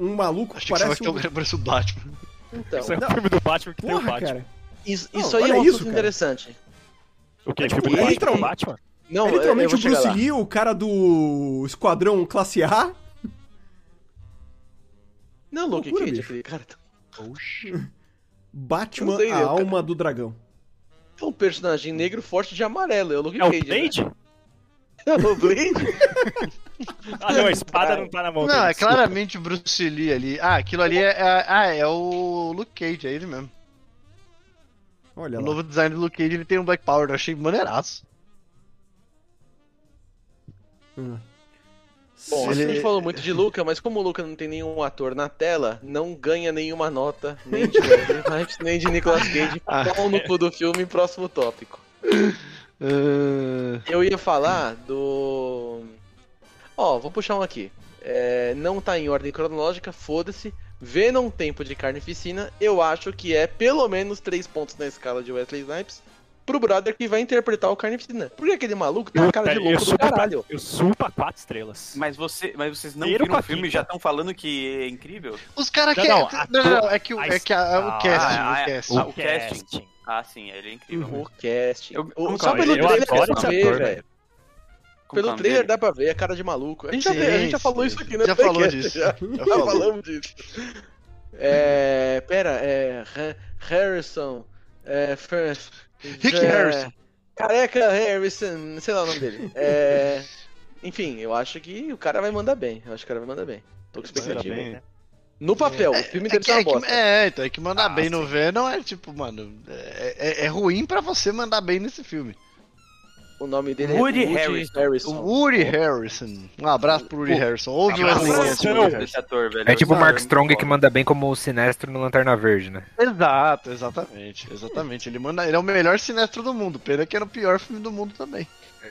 [SPEAKER 3] um maluco
[SPEAKER 2] Acho
[SPEAKER 3] que
[SPEAKER 2] que você vai
[SPEAKER 3] parece
[SPEAKER 2] ter
[SPEAKER 3] um...
[SPEAKER 2] um cara parece o Batman.
[SPEAKER 1] então,
[SPEAKER 6] Isso é
[SPEAKER 3] Não.
[SPEAKER 6] um filme do Batman que tem o
[SPEAKER 3] Porra,
[SPEAKER 6] Batman.
[SPEAKER 3] cara.
[SPEAKER 1] isso,
[SPEAKER 3] Não,
[SPEAKER 1] isso aí é
[SPEAKER 3] olha
[SPEAKER 1] um
[SPEAKER 3] isso,
[SPEAKER 1] assunto
[SPEAKER 3] cara.
[SPEAKER 1] interessante.
[SPEAKER 6] O quê?
[SPEAKER 3] É,
[SPEAKER 6] filme
[SPEAKER 3] tipo,
[SPEAKER 6] do Batman
[SPEAKER 3] literal-
[SPEAKER 6] com o Batman?
[SPEAKER 1] Não, eu-
[SPEAKER 3] é
[SPEAKER 1] eu
[SPEAKER 3] literalmente
[SPEAKER 1] vou
[SPEAKER 3] o
[SPEAKER 1] chegar
[SPEAKER 3] Bruce
[SPEAKER 1] lá.
[SPEAKER 3] Lee, o cara do Esquadrão Classe A.
[SPEAKER 1] Não, Luke
[SPEAKER 3] Loucura,
[SPEAKER 1] Cage,
[SPEAKER 3] bicho.
[SPEAKER 1] aquele cara tá-
[SPEAKER 3] Batman,
[SPEAKER 1] Não sei,
[SPEAKER 3] a
[SPEAKER 1] eu-
[SPEAKER 3] alma do dragão.
[SPEAKER 1] é um personagem negro forte de amarelo. É o Luke
[SPEAKER 6] É o
[SPEAKER 1] Cage. né?
[SPEAKER 6] Blade?
[SPEAKER 1] É o Blade?
[SPEAKER 6] Ah, não, a espada não tá na mão
[SPEAKER 2] Não,
[SPEAKER 6] dele,
[SPEAKER 2] é claramente o Bruce Lee ali. Ah, aquilo ali é, é- ah, é o Luke Cage, é ele mesmo.
[SPEAKER 3] Olha
[SPEAKER 2] O
[SPEAKER 3] lá.
[SPEAKER 2] Um novo design do Luke Cage, ele tem um Black Power, eu achei maneiraço.
[SPEAKER 1] Bom,
[SPEAKER 2] Ele-
[SPEAKER 1] a gente falou muito de Luca, mas como o Luca não tem nenhum ator na tela, não ganha nenhuma nota, nem de Wesley Snipes, nem de Nicolas Cage. Pau no cu do filme, próximo tópico.
[SPEAKER 2] Ah,
[SPEAKER 1] Eu ia falar do. Ó, vou puxar um aqui. É, não tá em ordem cronológica, foda-se. Venom Tempo de Carnificina, eu acho que é pelo menos 3 pontos na escala de Wesley Snipes pro brother que vai interpretar o Carnificina. Porque aquele maluco tem uma cara de
[SPEAKER 6] Puta, eu
[SPEAKER 1] louco do
[SPEAKER 6] sou-
[SPEAKER 1] caralho.
[SPEAKER 6] Eu supa quatro estrelas.
[SPEAKER 4] Mas, você, mas vocês não
[SPEAKER 6] Primeiro
[SPEAKER 4] viram o
[SPEAKER 6] pra
[SPEAKER 4] filme e
[SPEAKER 6] quinta.
[SPEAKER 4] já estão falando que é incrível?
[SPEAKER 2] Os caras
[SPEAKER 6] Não,
[SPEAKER 2] que. Não,
[SPEAKER 6] não,
[SPEAKER 2] não, não, é que, o-
[SPEAKER 6] a-
[SPEAKER 2] é que a- é o
[SPEAKER 6] Ah,
[SPEAKER 2] casting,
[SPEAKER 4] ah,
[SPEAKER 2] o casting.
[SPEAKER 4] ah, o casting. Ah, sim, ele é incrível.
[SPEAKER 1] O casting.
[SPEAKER 4] Eu-
[SPEAKER 1] O-
[SPEAKER 4] eu-
[SPEAKER 1] só pelo
[SPEAKER 6] eu
[SPEAKER 1] trailer
[SPEAKER 6] adoro
[SPEAKER 1] dá pra
[SPEAKER 6] esse
[SPEAKER 1] ver,
[SPEAKER 6] ator, né?
[SPEAKER 1] velho.
[SPEAKER 4] Como
[SPEAKER 1] Pelo
[SPEAKER 4] que é o nome
[SPEAKER 1] trailer
[SPEAKER 4] dele?
[SPEAKER 1] dá pra ver a cara de maluco. A gente, já,
[SPEAKER 2] Sim,
[SPEAKER 1] vê- a gente já falou
[SPEAKER 2] sim,
[SPEAKER 1] isso aqui, né?
[SPEAKER 2] Já falou
[SPEAKER 1] podcast,
[SPEAKER 2] disso.
[SPEAKER 1] Já,
[SPEAKER 2] Já
[SPEAKER 1] já
[SPEAKER 2] falou.
[SPEAKER 1] falamos disso. É, pera, é. Ha- Harrison. É, Fer-
[SPEAKER 2] Rick
[SPEAKER 1] é,
[SPEAKER 2] Harrison.
[SPEAKER 1] Careca Harrison, sei lá o nome dele. É, enfim, eu acho que o cara vai mandar bem. Eu acho que o cara vai mandar bem. Tô com expectativa.
[SPEAKER 2] bem.
[SPEAKER 1] No papel, o filme
[SPEAKER 2] É
[SPEAKER 1] deve
[SPEAKER 2] que,
[SPEAKER 1] ser uma
[SPEAKER 2] é, que,
[SPEAKER 1] bosta.
[SPEAKER 2] é, então é que mandar
[SPEAKER 6] Ah,
[SPEAKER 2] bem no
[SPEAKER 6] sim.
[SPEAKER 2] Venom é tipo, mano, é, é- é ruim pra você mandar bem nesse filme.
[SPEAKER 1] O nome dele
[SPEAKER 4] Woody
[SPEAKER 1] é
[SPEAKER 4] Harrison.
[SPEAKER 2] O Woody Harrison. Um abraço pro Woody Harrison. Ouve o
[SPEAKER 4] Eu
[SPEAKER 6] abraço,
[SPEAKER 2] Wesley Snipes,
[SPEAKER 4] não
[SPEAKER 6] Harrison.
[SPEAKER 4] conheço
[SPEAKER 2] Woody
[SPEAKER 4] muito
[SPEAKER 2] Harrison.
[SPEAKER 4] desse Ah, ator, velho.
[SPEAKER 7] É tipo o
[SPEAKER 4] Esse
[SPEAKER 7] Mark
[SPEAKER 4] ator
[SPEAKER 7] Strong
[SPEAKER 4] muito
[SPEAKER 7] que
[SPEAKER 4] bom.
[SPEAKER 7] manda bem como o Sinestro no Lanterna Verde, né?
[SPEAKER 2] Exato, exatamente, exatamente. Ele manda, ele é o melhor sinestro do mundo. Pena que era o pior filme do mundo também.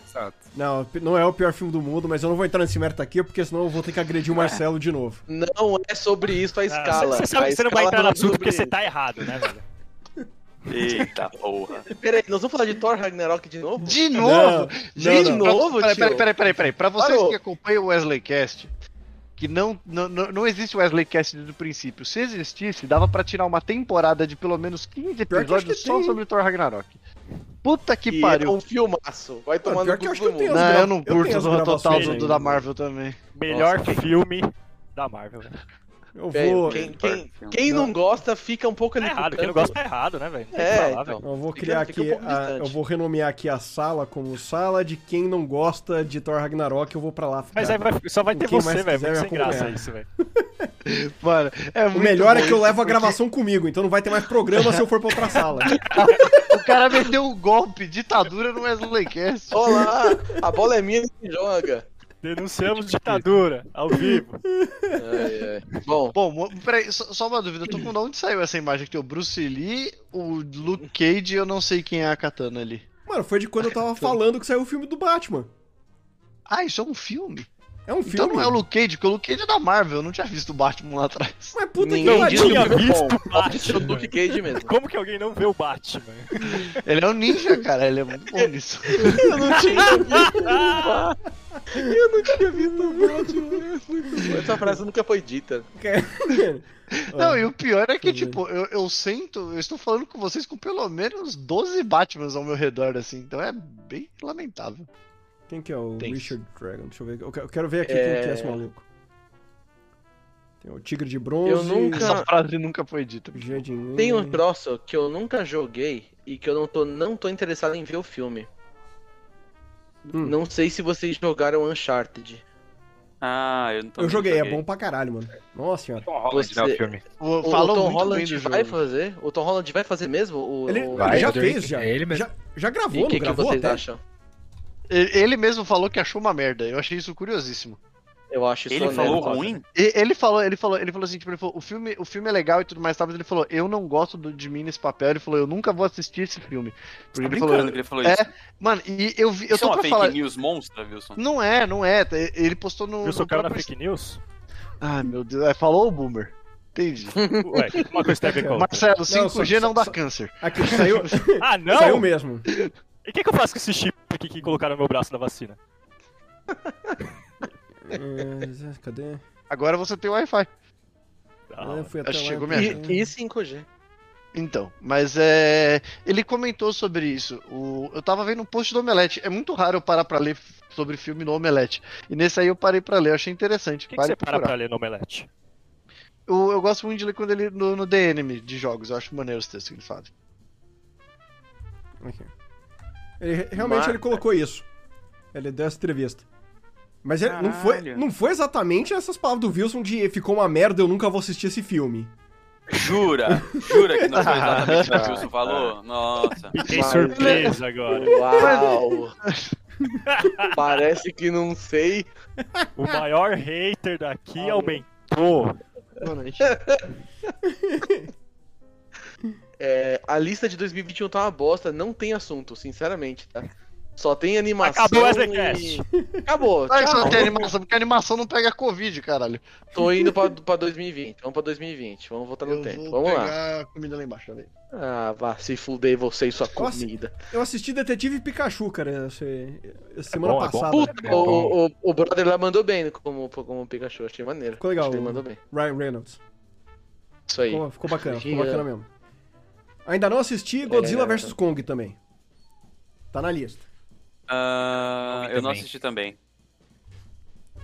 [SPEAKER 7] Exato.
[SPEAKER 3] Não, não é o pior filme do mundo, mas eu não vou entrar nesse mérito aqui, porque senão eu vou ter que agredir o Marcelo de novo.
[SPEAKER 1] Não é sobre isso a escala.
[SPEAKER 6] Você Ah, sabe
[SPEAKER 1] A
[SPEAKER 6] que você não vai
[SPEAKER 1] escala
[SPEAKER 6] entrar no
[SPEAKER 1] é
[SPEAKER 6] assunto
[SPEAKER 1] sobre
[SPEAKER 6] porque você
[SPEAKER 1] isso.
[SPEAKER 6] tá errado, né, velho?
[SPEAKER 4] Eita porra.
[SPEAKER 1] Peraí, nós vamos falar de Thor Ragnarok de novo?
[SPEAKER 2] De novo?
[SPEAKER 1] De
[SPEAKER 2] pra-
[SPEAKER 1] novo,
[SPEAKER 2] peraí,
[SPEAKER 1] tio?
[SPEAKER 2] peraí, peraí, peraí, peraí. Pra vocês
[SPEAKER 1] Parou.
[SPEAKER 2] que acompanham o Wesley Cast, que não, não, não não existe o Wesley Cast desde o princípio. Se existisse, dava pra tirar uma temporada de pelo menos 15
[SPEAKER 3] que eu acho
[SPEAKER 2] episódios
[SPEAKER 3] que
[SPEAKER 2] só
[SPEAKER 3] tem.
[SPEAKER 2] sobre Thor Ragnarok. Puta que
[SPEAKER 1] E é
[SPEAKER 2] pariu.
[SPEAKER 1] um filmaço. Vai tomar
[SPEAKER 3] pior
[SPEAKER 1] no
[SPEAKER 3] que eu
[SPEAKER 1] cu
[SPEAKER 3] acho que eu
[SPEAKER 1] todo
[SPEAKER 3] tenho.
[SPEAKER 1] mundo.
[SPEAKER 2] Não,
[SPEAKER 3] grava-
[SPEAKER 2] eu não
[SPEAKER 3] eu tenho
[SPEAKER 2] curto
[SPEAKER 3] as
[SPEAKER 2] o total
[SPEAKER 3] gravações
[SPEAKER 2] do, do
[SPEAKER 3] aí.
[SPEAKER 2] da Marvel também.
[SPEAKER 6] Melhor
[SPEAKER 1] Nossa, que-
[SPEAKER 6] filme da Marvel, velho.
[SPEAKER 3] Eu
[SPEAKER 1] Velho,
[SPEAKER 3] vou,
[SPEAKER 1] quem, quem- quem não gosta fica um pouco
[SPEAKER 6] Tá
[SPEAKER 1] ali pro
[SPEAKER 6] errado, quem não
[SPEAKER 1] canto.
[SPEAKER 6] gosta tá errado, né, velho? Não tem o que
[SPEAKER 1] É,
[SPEAKER 6] falar,
[SPEAKER 1] então.
[SPEAKER 3] eu vou
[SPEAKER 1] Fica-
[SPEAKER 3] criar
[SPEAKER 1] fica um
[SPEAKER 3] aqui,
[SPEAKER 1] pouco
[SPEAKER 3] a-
[SPEAKER 1] distante.
[SPEAKER 3] eu vou renomear aqui a sala como sala de quem não gosta de Thor Ragnarok, eu vou pra lá.
[SPEAKER 6] Mas
[SPEAKER 3] ficar.
[SPEAKER 6] aí vai- só vai ter
[SPEAKER 3] Quem
[SPEAKER 6] você,
[SPEAKER 3] mais
[SPEAKER 6] velho.
[SPEAKER 3] quiser
[SPEAKER 6] Muito
[SPEAKER 3] me
[SPEAKER 6] sem graça
[SPEAKER 3] acompanhar.
[SPEAKER 6] isso, velho.
[SPEAKER 2] Mano, é
[SPEAKER 3] O
[SPEAKER 2] muito
[SPEAKER 3] melhor é
[SPEAKER 2] bom
[SPEAKER 3] que eu
[SPEAKER 2] isso,
[SPEAKER 3] levo a
[SPEAKER 2] porque
[SPEAKER 3] gravação comigo, então não vai ter mais programa se eu for pra outra
[SPEAKER 2] O
[SPEAKER 3] sala.
[SPEAKER 2] cara meteu um golpe, ditadura no Wesley Cast.
[SPEAKER 1] Olá, a bola é minha e joga.
[SPEAKER 6] Denunciamos Tipo ditadura, ao vivo.
[SPEAKER 1] Ai, ai. Bom,
[SPEAKER 2] Bom, mo- peraí, só, só uma dúvida, eu tô com de onde saiu essa imagem que tem o Bruce Lee, o Luke Cage e eu não sei quem é a Katana ali.
[SPEAKER 3] Mano, foi de quando eu
[SPEAKER 1] Então.
[SPEAKER 3] tava falando que saiu o filme do Batman.
[SPEAKER 2] Ah, isso é um filme?
[SPEAKER 3] É um
[SPEAKER 2] Então
[SPEAKER 3] filme.
[SPEAKER 2] não é o Luke Cage, porque o Luke Cage é da Marvel, eu não tinha visto o Batman lá atrás.
[SPEAKER 3] Mas puta que
[SPEAKER 1] ninguém
[SPEAKER 6] eu
[SPEAKER 1] disse que
[SPEAKER 6] tinha
[SPEAKER 1] o filme é bom.
[SPEAKER 6] visto
[SPEAKER 1] Só disse o
[SPEAKER 6] Batman.
[SPEAKER 1] Luke Cage mesmo.
[SPEAKER 6] Como que alguém não vê o Batman?
[SPEAKER 2] Ele é um ninja, cara, ele é muito bom nisso.
[SPEAKER 1] Eu não tinha visto. Eu não tinha visto o Batman. Essa frase nunca foi dita.
[SPEAKER 3] Ah,
[SPEAKER 2] Não, e o pior é que,
[SPEAKER 3] Deixa eu ver.
[SPEAKER 2] tipo, eu, eu sinto, eu estou falando com vocês com pelo menos 12 Batmans ao meu redor, assim, então é bem lamentável.
[SPEAKER 3] Quem que é o
[SPEAKER 2] Tem.
[SPEAKER 3] Richard Dragon? Deixa eu ver. Eu que- eu quero ver aqui
[SPEAKER 1] É.
[SPEAKER 3] quem que é esse maluco. Tem o Tigre de Bronze.
[SPEAKER 1] Eu nunca-
[SPEAKER 2] Essa frase nunca foi dita.
[SPEAKER 3] Jardim-
[SPEAKER 1] Tem um troço que eu nunca joguei e que eu não tô, não tô interessado em ver o filme.
[SPEAKER 3] Hum.
[SPEAKER 1] Não sei se vocês jogaram Uncharted.
[SPEAKER 4] Ah, eu não tô
[SPEAKER 3] Eu joguei, é bom pra caralho, mano. Nossa senhora.
[SPEAKER 7] Tom Holland,
[SPEAKER 1] Você-
[SPEAKER 7] né, o filme.
[SPEAKER 2] O-
[SPEAKER 1] O, o
[SPEAKER 2] Falam
[SPEAKER 1] Tom
[SPEAKER 2] muito bem
[SPEAKER 1] Holland
[SPEAKER 2] do
[SPEAKER 1] vai
[SPEAKER 2] jogo.
[SPEAKER 1] fazer? O Tom Holland vai fazer mesmo? O,
[SPEAKER 3] Ele,
[SPEAKER 1] o...
[SPEAKER 7] Vai,
[SPEAKER 3] ele já
[SPEAKER 7] Rodrigo,
[SPEAKER 3] fez, já.
[SPEAKER 7] é ele mesmo.
[SPEAKER 3] Já, já
[SPEAKER 1] E
[SPEAKER 3] gravou,
[SPEAKER 1] o que, que
[SPEAKER 3] não gravou
[SPEAKER 1] vocês
[SPEAKER 3] até?
[SPEAKER 1] acham?
[SPEAKER 2] Ele ele mesmo falou que achou uma merda. Eu achei isso curiosíssimo.
[SPEAKER 1] Eu acho isso
[SPEAKER 4] Ele
[SPEAKER 1] honesto,
[SPEAKER 4] falou
[SPEAKER 1] cara.
[SPEAKER 4] ruim?
[SPEAKER 2] E- Ele falou, ele falou, ele falou assim, tipo, ele falou, o filme, o filme é legal e tudo mais, tá? Mas ele falou, eu não gosto do, de mim nesse papel. Ele falou, eu nunca vou assistir esse filme. Porque
[SPEAKER 4] Tá
[SPEAKER 2] ele
[SPEAKER 4] brincando
[SPEAKER 2] falou,
[SPEAKER 4] que ele falou
[SPEAKER 2] É,
[SPEAKER 4] isso.
[SPEAKER 2] mano, e eu vi, eu
[SPEAKER 4] isso é
[SPEAKER 2] tô
[SPEAKER 4] uma
[SPEAKER 2] pra
[SPEAKER 4] fake
[SPEAKER 2] falar.
[SPEAKER 4] news monstra, Wilson.
[SPEAKER 2] Não é, não é. tá? Ele postou no.
[SPEAKER 6] Viu seu
[SPEAKER 2] no
[SPEAKER 6] cara na
[SPEAKER 2] próprio-
[SPEAKER 6] fake news?
[SPEAKER 2] Ai, meu Deus. é, Falou o boomer. Entendi.
[SPEAKER 6] Ué, uma coisa tem a ver com a outra.
[SPEAKER 2] Marcelo,
[SPEAKER 3] só-
[SPEAKER 2] 5G não
[SPEAKER 3] só-
[SPEAKER 2] dá
[SPEAKER 3] só-
[SPEAKER 2] câncer.
[SPEAKER 3] Aqui saiu,
[SPEAKER 6] Ah, não!
[SPEAKER 3] saiu mesmo.
[SPEAKER 6] E o que, que eu faço com esse chip aqui que colocaram no meu braço na vacina?
[SPEAKER 3] É, Cadê?
[SPEAKER 2] Agora você tem Wi-Fi.
[SPEAKER 6] Ah,
[SPEAKER 3] É, fui
[SPEAKER 2] acho que chegou
[SPEAKER 3] aqui.
[SPEAKER 2] minha
[SPEAKER 1] E, e 5G.
[SPEAKER 2] Então, mas é. Ele comentou sobre isso. O- Eu tava vendo um post do Omelete. É muito raro eu parar pra ler f- sobre filme no Omelete. E nesse aí eu parei pra ler, eu achei interessante.
[SPEAKER 6] o que, que
[SPEAKER 2] Pare
[SPEAKER 6] você
[SPEAKER 2] pra
[SPEAKER 6] para
[SPEAKER 2] procurar.
[SPEAKER 6] pra ler no Omelete?
[SPEAKER 2] Eu, eu gosto muito de ler quando ele no, no DNM de jogos, eu acho maneiro os textos que ele faz.
[SPEAKER 3] Aqui. Ele- realmente
[SPEAKER 4] Marca.
[SPEAKER 3] ele colocou isso. Ele deu essa entrevista. Mas ele- não, foi,
[SPEAKER 4] Caralho.
[SPEAKER 3] não foi exatamente essas palavras do Wilson de ficou uma merda, eu nunca vou assistir esse filme.
[SPEAKER 4] Jura? Jura que não foi exatamente o que o Wilson falou? Nossa.
[SPEAKER 6] Fiquei
[SPEAKER 1] Mas-
[SPEAKER 6] surpresa agora.
[SPEAKER 1] Uau! Parece que não sei.
[SPEAKER 6] O
[SPEAKER 1] Ah.
[SPEAKER 6] maior hater daqui aumentou.
[SPEAKER 1] É, a lista de 2021 tá uma bosta, não tem assunto, sinceramente, tá? Só tem animação.
[SPEAKER 6] Acabou o
[SPEAKER 1] e...
[SPEAKER 6] Wesleycast.
[SPEAKER 1] Acabou.
[SPEAKER 2] Ah,
[SPEAKER 1] tchau.
[SPEAKER 2] só tem animação, porque a animação não pega Covid, caralho.
[SPEAKER 1] Tô indo pra, pra 2020. Vamos pra 2020. Vamos voltar no tempo. Então Vamos lá.
[SPEAKER 2] lá. comida lá embaixo, olha aí.
[SPEAKER 1] Ah, vá, se fudei você e sua
[SPEAKER 3] Nossa.
[SPEAKER 1] comida.
[SPEAKER 3] Eu assisti Detetive Pikachu, cara, esse- semana
[SPEAKER 6] bom, é bom.
[SPEAKER 3] passada.
[SPEAKER 1] Puta,
[SPEAKER 7] é bom.
[SPEAKER 1] o, o, o brother lá mandou bem como, como Pikachu. Achei maneiro.
[SPEAKER 3] Ficou legal.
[SPEAKER 1] Acho que Ele mandou bem.
[SPEAKER 3] Ryan Reynolds.
[SPEAKER 1] Isso aí.
[SPEAKER 3] Ficou, ficou bacana, ficou
[SPEAKER 1] Sim, é.
[SPEAKER 3] bacana mesmo. Ainda não assisti Godzilla
[SPEAKER 1] É.
[SPEAKER 3] vs Kong também. Tá na lista.
[SPEAKER 4] Ah, eu não
[SPEAKER 7] também.
[SPEAKER 4] assisti também.
[SPEAKER 3] O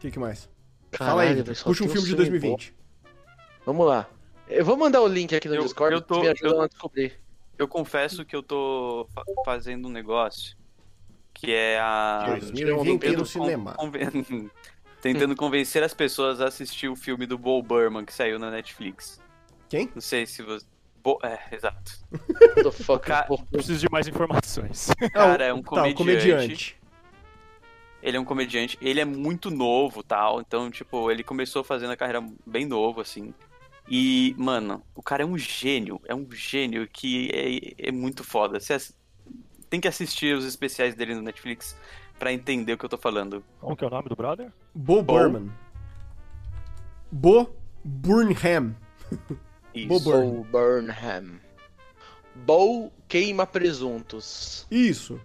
[SPEAKER 3] que, que mais?
[SPEAKER 1] Caralho,
[SPEAKER 3] Fala aí,
[SPEAKER 1] velho,
[SPEAKER 3] Vitor.
[SPEAKER 1] só
[SPEAKER 3] puxa um
[SPEAKER 1] tem
[SPEAKER 3] filme de
[SPEAKER 1] filme
[SPEAKER 3] 2020.
[SPEAKER 1] bom. Vamos lá. Eu vou mandar o link aqui no
[SPEAKER 4] Eu-
[SPEAKER 1] Discord.
[SPEAKER 4] eu tô-
[SPEAKER 1] me ajudam
[SPEAKER 4] eu-
[SPEAKER 1] a descobrir.
[SPEAKER 4] Eu confesso que eu tô fa- fazendo um negócio que é a.
[SPEAKER 1] Ah,
[SPEAKER 3] 2020
[SPEAKER 4] tentando
[SPEAKER 3] no cinema.
[SPEAKER 4] conven- Tentando convencer as pessoas a assistir o filme do Bo Burman que saiu na Netflix.
[SPEAKER 3] Quem?
[SPEAKER 4] Não sei se você. Bo- É, exato.
[SPEAKER 1] What the fuck?
[SPEAKER 4] Ca-
[SPEAKER 1] Pô,
[SPEAKER 6] Preciso de mais informações.
[SPEAKER 4] Cara, é um
[SPEAKER 3] Tá, o
[SPEAKER 4] comediante.
[SPEAKER 3] comediante.
[SPEAKER 4] Ele é um comediante, ele é muito novo, tal. Então, tipo, ele começou fazendo a carreira bem novo, assim. E, mano, o cara é um gênio, é um gênio que é, é muito foda. Você ass- tem que assistir os especiais dele no Netflix pra entender o que eu tô falando.
[SPEAKER 6] Como que é o nome do brother?
[SPEAKER 3] Bo Burnham. Bo Burnham.
[SPEAKER 4] Isso.
[SPEAKER 3] Bo Burnham.
[SPEAKER 1] Bo Burnham. Bo queima presuntos.
[SPEAKER 3] Isso.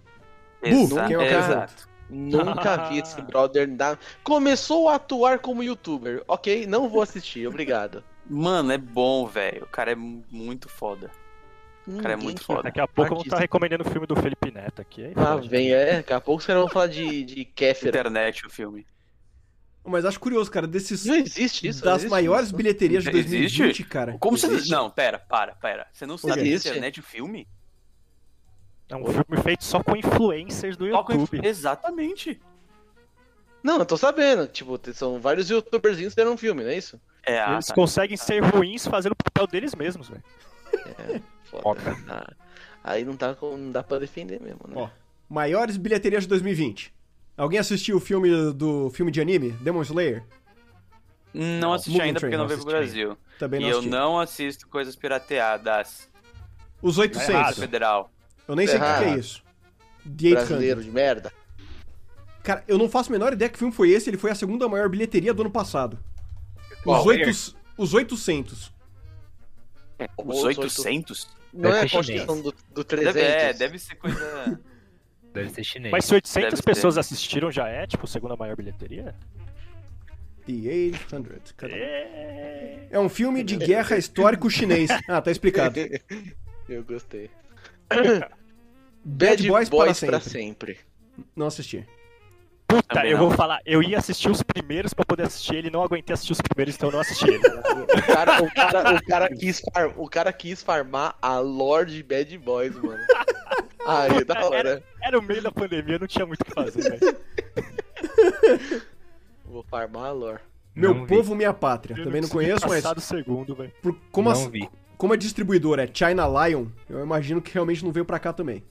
[SPEAKER 4] Exato,
[SPEAKER 3] Bu, quem é o cara?
[SPEAKER 4] exato.
[SPEAKER 1] Nunca vi esse brother. Da... Começou a atuar como youtuber. Ok, não vou assistir, obrigado.
[SPEAKER 4] Mano, é bom, velho. O cara é muito foda. O cara é muito foda.
[SPEAKER 6] Daqui a pouco eu vou
[SPEAKER 1] Artista.
[SPEAKER 6] estar recomendando o filme do Felipe Neto aqui. Aí,
[SPEAKER 1] Ah,
[SPEAKER 6] fode.
[SPEAKER 1] vem, é. Daqui a pouco vocês vão falar de, de Kéfera.
[SPEAKER 4] Internet, o filme.
[SPEAKER 3] Mas acho curioso, cara, desses
[SPEAKER 4] Então,
[SPEAKER 1] Não existe isso. não
[SPEAKER 3] das
[SPEAKER 1] existe
[SPEAKER 3] maiores
[SPEAKER 1] isso.
[SPEAKER 3] bilheterias de
[SPEAKER 4] Existe?
[SPEAKER 3] 2020, cara.
[SPEAKER 4] Como assim?
[SPEAKER 1] Existe?
[SPEAKER 4] você. Não, pera, para, pera. Você não sabe que
[SPEAKER 1] Existe?
[SPEAKER 4] internet o filme?
[SPEAKER 6] É um filme feito só com influencers do
[SPEAKER 4] Só com
[SPEAKER 6] YouTube.
[SPEAKER 4] inf- Exatamente.
[SPEAKER 1] Não, eu tô sabendo. Tipo, são vários youtubers que fizeram um filme, não é isso?
[SPEAKER 4] É, ah,
[SPEAKER 6] Eles
[SPEAKER 4] tá.
[SPEAKER 6] conseguem ser ruins fazendo o papel deles mesmos, velho.
[SPEAKER 1] Foda. Ah, Aí não, tá, com- não dá pra defender mesmo, né?
[SPEAKER 3] Ó. Maiores bilheterias de 2020. Alguém assistiu o filme do filme de anime? Demon Slayer?
[SPEAKER 4] Não assisti
[SPEAKER 3] Mugen
[SPEAKER 4] ainda
[SPEAKER 3] Train,
[SPEAKER 4] porque
[SPEAKER 3] não
[SPEAKER 4] não veio pro
[SPEAKER 3] assisti
[SPEAKER 4] Brasil.
[SPEAKER 3] Também não
[SPEAKER 4] e eu
[SPEAKER 3] assisti.
[SPEAKER 4] não assisto coisas pirateadas.
[SPEAKER 3] Os
[SPEAKER 4] Polícia
[SPEAKER 3] 800.
[SPEAKER 4] Federal.
[SPEAKER 3] Eu nem sei o que que é
[SPEAKER 1] Errado.
[SPEAKER 3] isso. The 800.
[SPEAKER 1] Brasileiro de merda.
[SPEAKER 3] Cara, eu não faço a menor ideia que filme foi esse. Ele foi a segunda maior bilheteria do ano passado.
[SPEAKER 7] Qual?
[SPEAKER 3] Os, oito, os 800.
[SPEAKER 4] É Os 800?
[SPEAKER 1] Não é a
[SPEAKER 7] Deve ser
[SPEAKER 1] construção do, do
[SPEAKER 4] Deve-
[SPEAKER 1] 300.
[SPEAKER 4] é, deve ser coisa.
[SPEAKER 7] Deve ser chinês.
[SPEAKER 6] Mas se 800
[SPEAKER 4] Deve
[SPEAKER 6] pessoas assistiram, já é, tipo, segunda maior bilheteria?
[SPEAKER 3] The 800. Cadê?
[SPEAKER 6] É.
[SPEAKER 3] um. É um filme de guerra histórico chinês. Ah, tá explicado.
[SPEAKER 1] Eu gostei.
[SPEAKER 3] Bad Boys para
[SPEAKER 1] pra
[SPEAKER 3] sempre.
[SPEAKER 1] sempre.
[SPEAKER 3] Não assisti.
[SPEAKER 6] Puta,
[SPEAKER 4] Também
[SPEAKER 6] eu
[SPEAKER 4] não.
[SPEAKER 6] vou falar, eu ia assistir os primeiros pra poder assistir ele, não aguentei assistir os primeiros, então eu não assisti ele.
[SPEAKER 1] O cara, o cara, o cara quis, far- o cara quis farmar a Lorde de Bad Boys, mano. Aí, da hora.
[SPEAKER 6] Era o meio da pandemia, não tinha muito o que fazer, velho.
[SPEAKER 1] Vou farmar a lore.
[SPEAKER 3] Meu
[SPEAKER 7] Não vi.
[SPEAKER 3] povo, minha pátria. Também não conheço, mas
[SPEAKER 6] Passado segundo, velho.
[SPEAKER 3] por- como,
[SPEAKER 7] Não
[SPEAKER 3] a,
[SPEAKER 7] vi.
[SPEAKER 3] como a distribuidora é China Lion, eu imagino que realmente não veio pra cá também.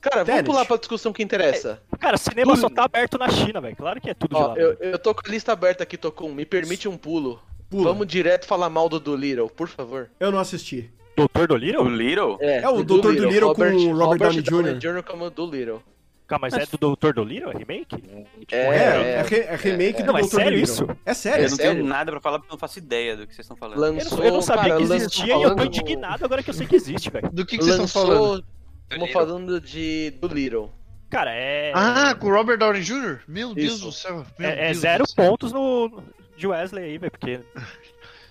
[SPEAKER 1] Cara, vamos
[SPEAKER 3] Tenet.
[SPEAKER 1] pular pra discussão que interessa.
[SPEAKER 6] Cara, cinema só tá aberto na China, velho. Claro que é tudo de
[SPEAKER 1] Ó,
[SPEAKER 6] É, lá.
[SPEAKER 1] eu,
[SPEAKER 6] velho.
[SPEAKER 1] eu tô com a lista aberta aqui, Tocum. Me permite um pulo.
[SPEAKER 3] Pula.
[SPEAKER 1] Vamos direto falar mal do Doolittle, por favor.
[SPEAKER 3] Eu não assisti.
[SPEAKER 6] Doutor do
[SPEAKER 4] O
[SPEAKER 6] Little?
[SPEAKER 4] Little?
[SPEAKER 1] É,
[SPEAKER 3] o Dr. Dolittle com o Robert Downey
[SPEAKER 1] Jr. como Doolittle.
[SPEAKER 6] Calma, mas é do Doutor do Little? É remake?
[SPEAKER 1] É,
[SPEAKER 3] É, é,
[SPEAKER 1] é.
[SPEAKER 3] re- é remake
[SPEAKER 6] é.
[SPEAKER 3] do
[SPEAKER 6] Não, é
[SPEAKER 3] Dr.
[SPEAKER 6] sério
[SPEAKER 3] Dolittle.
[SPEAKER 6] isso?
[SPEAKER 3] É
[SPEAKER 4] Eu
[SPEAKER 3] sério.
[SPEAKER 4] não
[SPEAKER 1] sério?
[SPEAKER 4] tenho nada pra falar porque eu não faço ideia do que vocês estão falando.
[SPEAKER 6] Eu não,
[SPEAKER 1] Lançou,
[SPEAKER 6] eu não sabia
[SPEAKER 1] um cara,
[SPEAKER 6] que
[SPEAKER 1] lan-
[SPEAKER 6] existia e eu tô
[SPEAKER 2] falando-
[SPEAKER 6] indignado agora que eu sei que existe, velho.
[SPEAKER 2] Do que, que vocês estão falando?
[SPEAKER 1] lançou, estamos falando de Doolittle.
[SPEAKER 6] Cara, é.
[SPEAKER 2] Ah, com o Robert Downey Jr.? Meu Deus
[SPEAKER 1] Isso.
[SPEAKER 2] do céu. meu
[SPEAKER 6] é, é
[SPEAKER 2] Deus
[SPEAKER 6] zero
[SPEAKER 2] do céu.
[SPEAKER 6] pontos no. De Wesley aí, velho, porque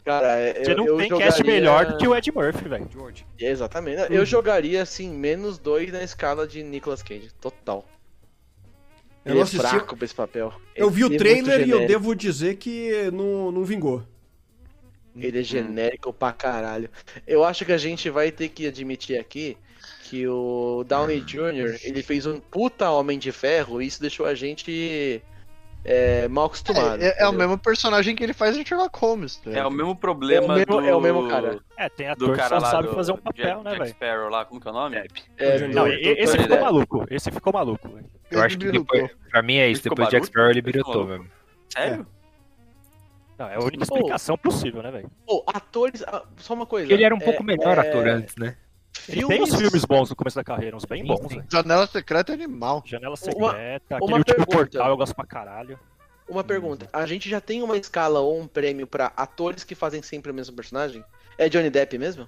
[SPEAKER 1] Cara, eu,
[SPEAKER 6] você não
[SPEAKER 1] eu
[SPEAKER 6] tem
[SPEAKER 1] jogaria...
[SPEAKER 6] cast melhor do que o Ed Murphy, velho.
[SPEAKER 1] Exatamente. Eu jogaria, assim, menos dois na escala de Nicolas Cage. Total.
[SPEAKER 3] Eu
[SPEAKER 1] Ele
[SPEAKER 3] não
[SPEAKER 1] é
[SPEAKER 3] assisti.
[SPEAKER 1] fraco pra esse papel.
[SPEAKER 3] Eu vi o
[SPEAKER 1] Ele é
[SPEAKER 3] trailer
[SPEAKER 1] muito
[SPEAKER 3] e eu
[SPEAKER 1] genérico.
[SPEAKER 3] devo dizer que não, não vingou.
[SPEAKER 2] Hum,
[SPEAKER 1] Ele é genérico pra caralho. Eu acho que a gente vai ter que admitir aqui que o
[SPEAKER 2] Ah,
[SPEAKER 1] Downey Jr. ele fez um puta Homem de Ferro e isso deixou a gente é, mal acostumado.
[SPEAKER 2] É, é- é o
[SPEAKER 1] entendeu?
[SPEAKER 2] mesmo personagem que ele faz em Sherlock Holmes. tá
[SPEAKER 4] É
[SPEAKER 2] ligado?
[SPEAKER 4] o mesmo problema
[SPEAKER 1] É o mesmo-
[SPEAKER 4] do...
[SPEAKER 1] é o mesmo cara.
[SPEAKER 6] É, tem
[SPEAKER 4] Do
[SPEAKER 6] ator que
[SPEAKER 4] cara
[SPEAKER 6] só
[SPEAKER 4] lá
[SPEAKER 6] sabe
[SPEAKER 4] do-
[SPEAKER 6] fazer um
[SPEAKER 4] do
[SPEAKER 6] papel,
[SPEAKER 4] Jack,
[SPEAKER 6] né,
[SPEAKER 4] Jack
[SPEAKER 6] velho?
[SPEAKER 4] Sparrow lá, como que é o nome?
[SPEAKER 1] É,
[SPEAKER 3] Jack-
[SPEAKER 6] Não,
[SPEAKER 1] eu-
[SPEAKER 6] e- esse
[SPEAKER 1] eu-
[SPEAKER 6] ficou
[SPEAKER 1] eu-
[SPEAKER 6] maluco. Esse ficou maluco, velho.
[SPEAKER 7] Eu acho que
[SPEAKER 2] Ele
[SPEAKER 7] depois. Pra mim é isso,
[SPEAKER 4] Ficou
[SPEAKER 7] depois de Jack
[SPEAKER 4] barulho?
[SPEAKER 7] Sparrow ele
[SPEAKER 4] Ficou
[SPEAKER 7] birotou
[SPEAKER 4] maluco?
[SPEAKER 7] mesmo.
[SPEAKER 4] Sério?
[SPEAKER 6] Não, é a única explicação possível, né, velho?
[SPEAKER 1] Pô, atores. ah, Só uma coisa.
[SPEAKER 7] Porque ele era um
[SPEAKER 1] é,
[SPEAKER 7] pouco melhor
[SPEAKER 1] é,
[SPEAKER 7] ator antes, né?
[SPEAKER 6] Ele
[SPEAKER 1] Filmes,
[SPEAKER 6] tem uns filmes bons no começo da carreira, uns bem
[SPEAKER 7] Sim,
[SPEAKER 6] bons,
[SPEAKER 7] sim.
[SPEAKER 6] velho.
[SPEAKER 2] Janela Secreta é animal.
[SPEAKER 6] Janela
[SPEAKER 1] Uma-
[SPEAKER 6] Secreta, aquele
[SPEAKER 1] uma
[SPEAKER 6] último
[SPEAKER 1] pergunta.
[SPEAKER 6] portal eu gosto pra caralho.
[SPEAKER 1] Uma pergunta. A gente já tem uma escala ou um prêmio pra atores que fazem sempre o mesmo personagem? É Johnny Depp mesmo?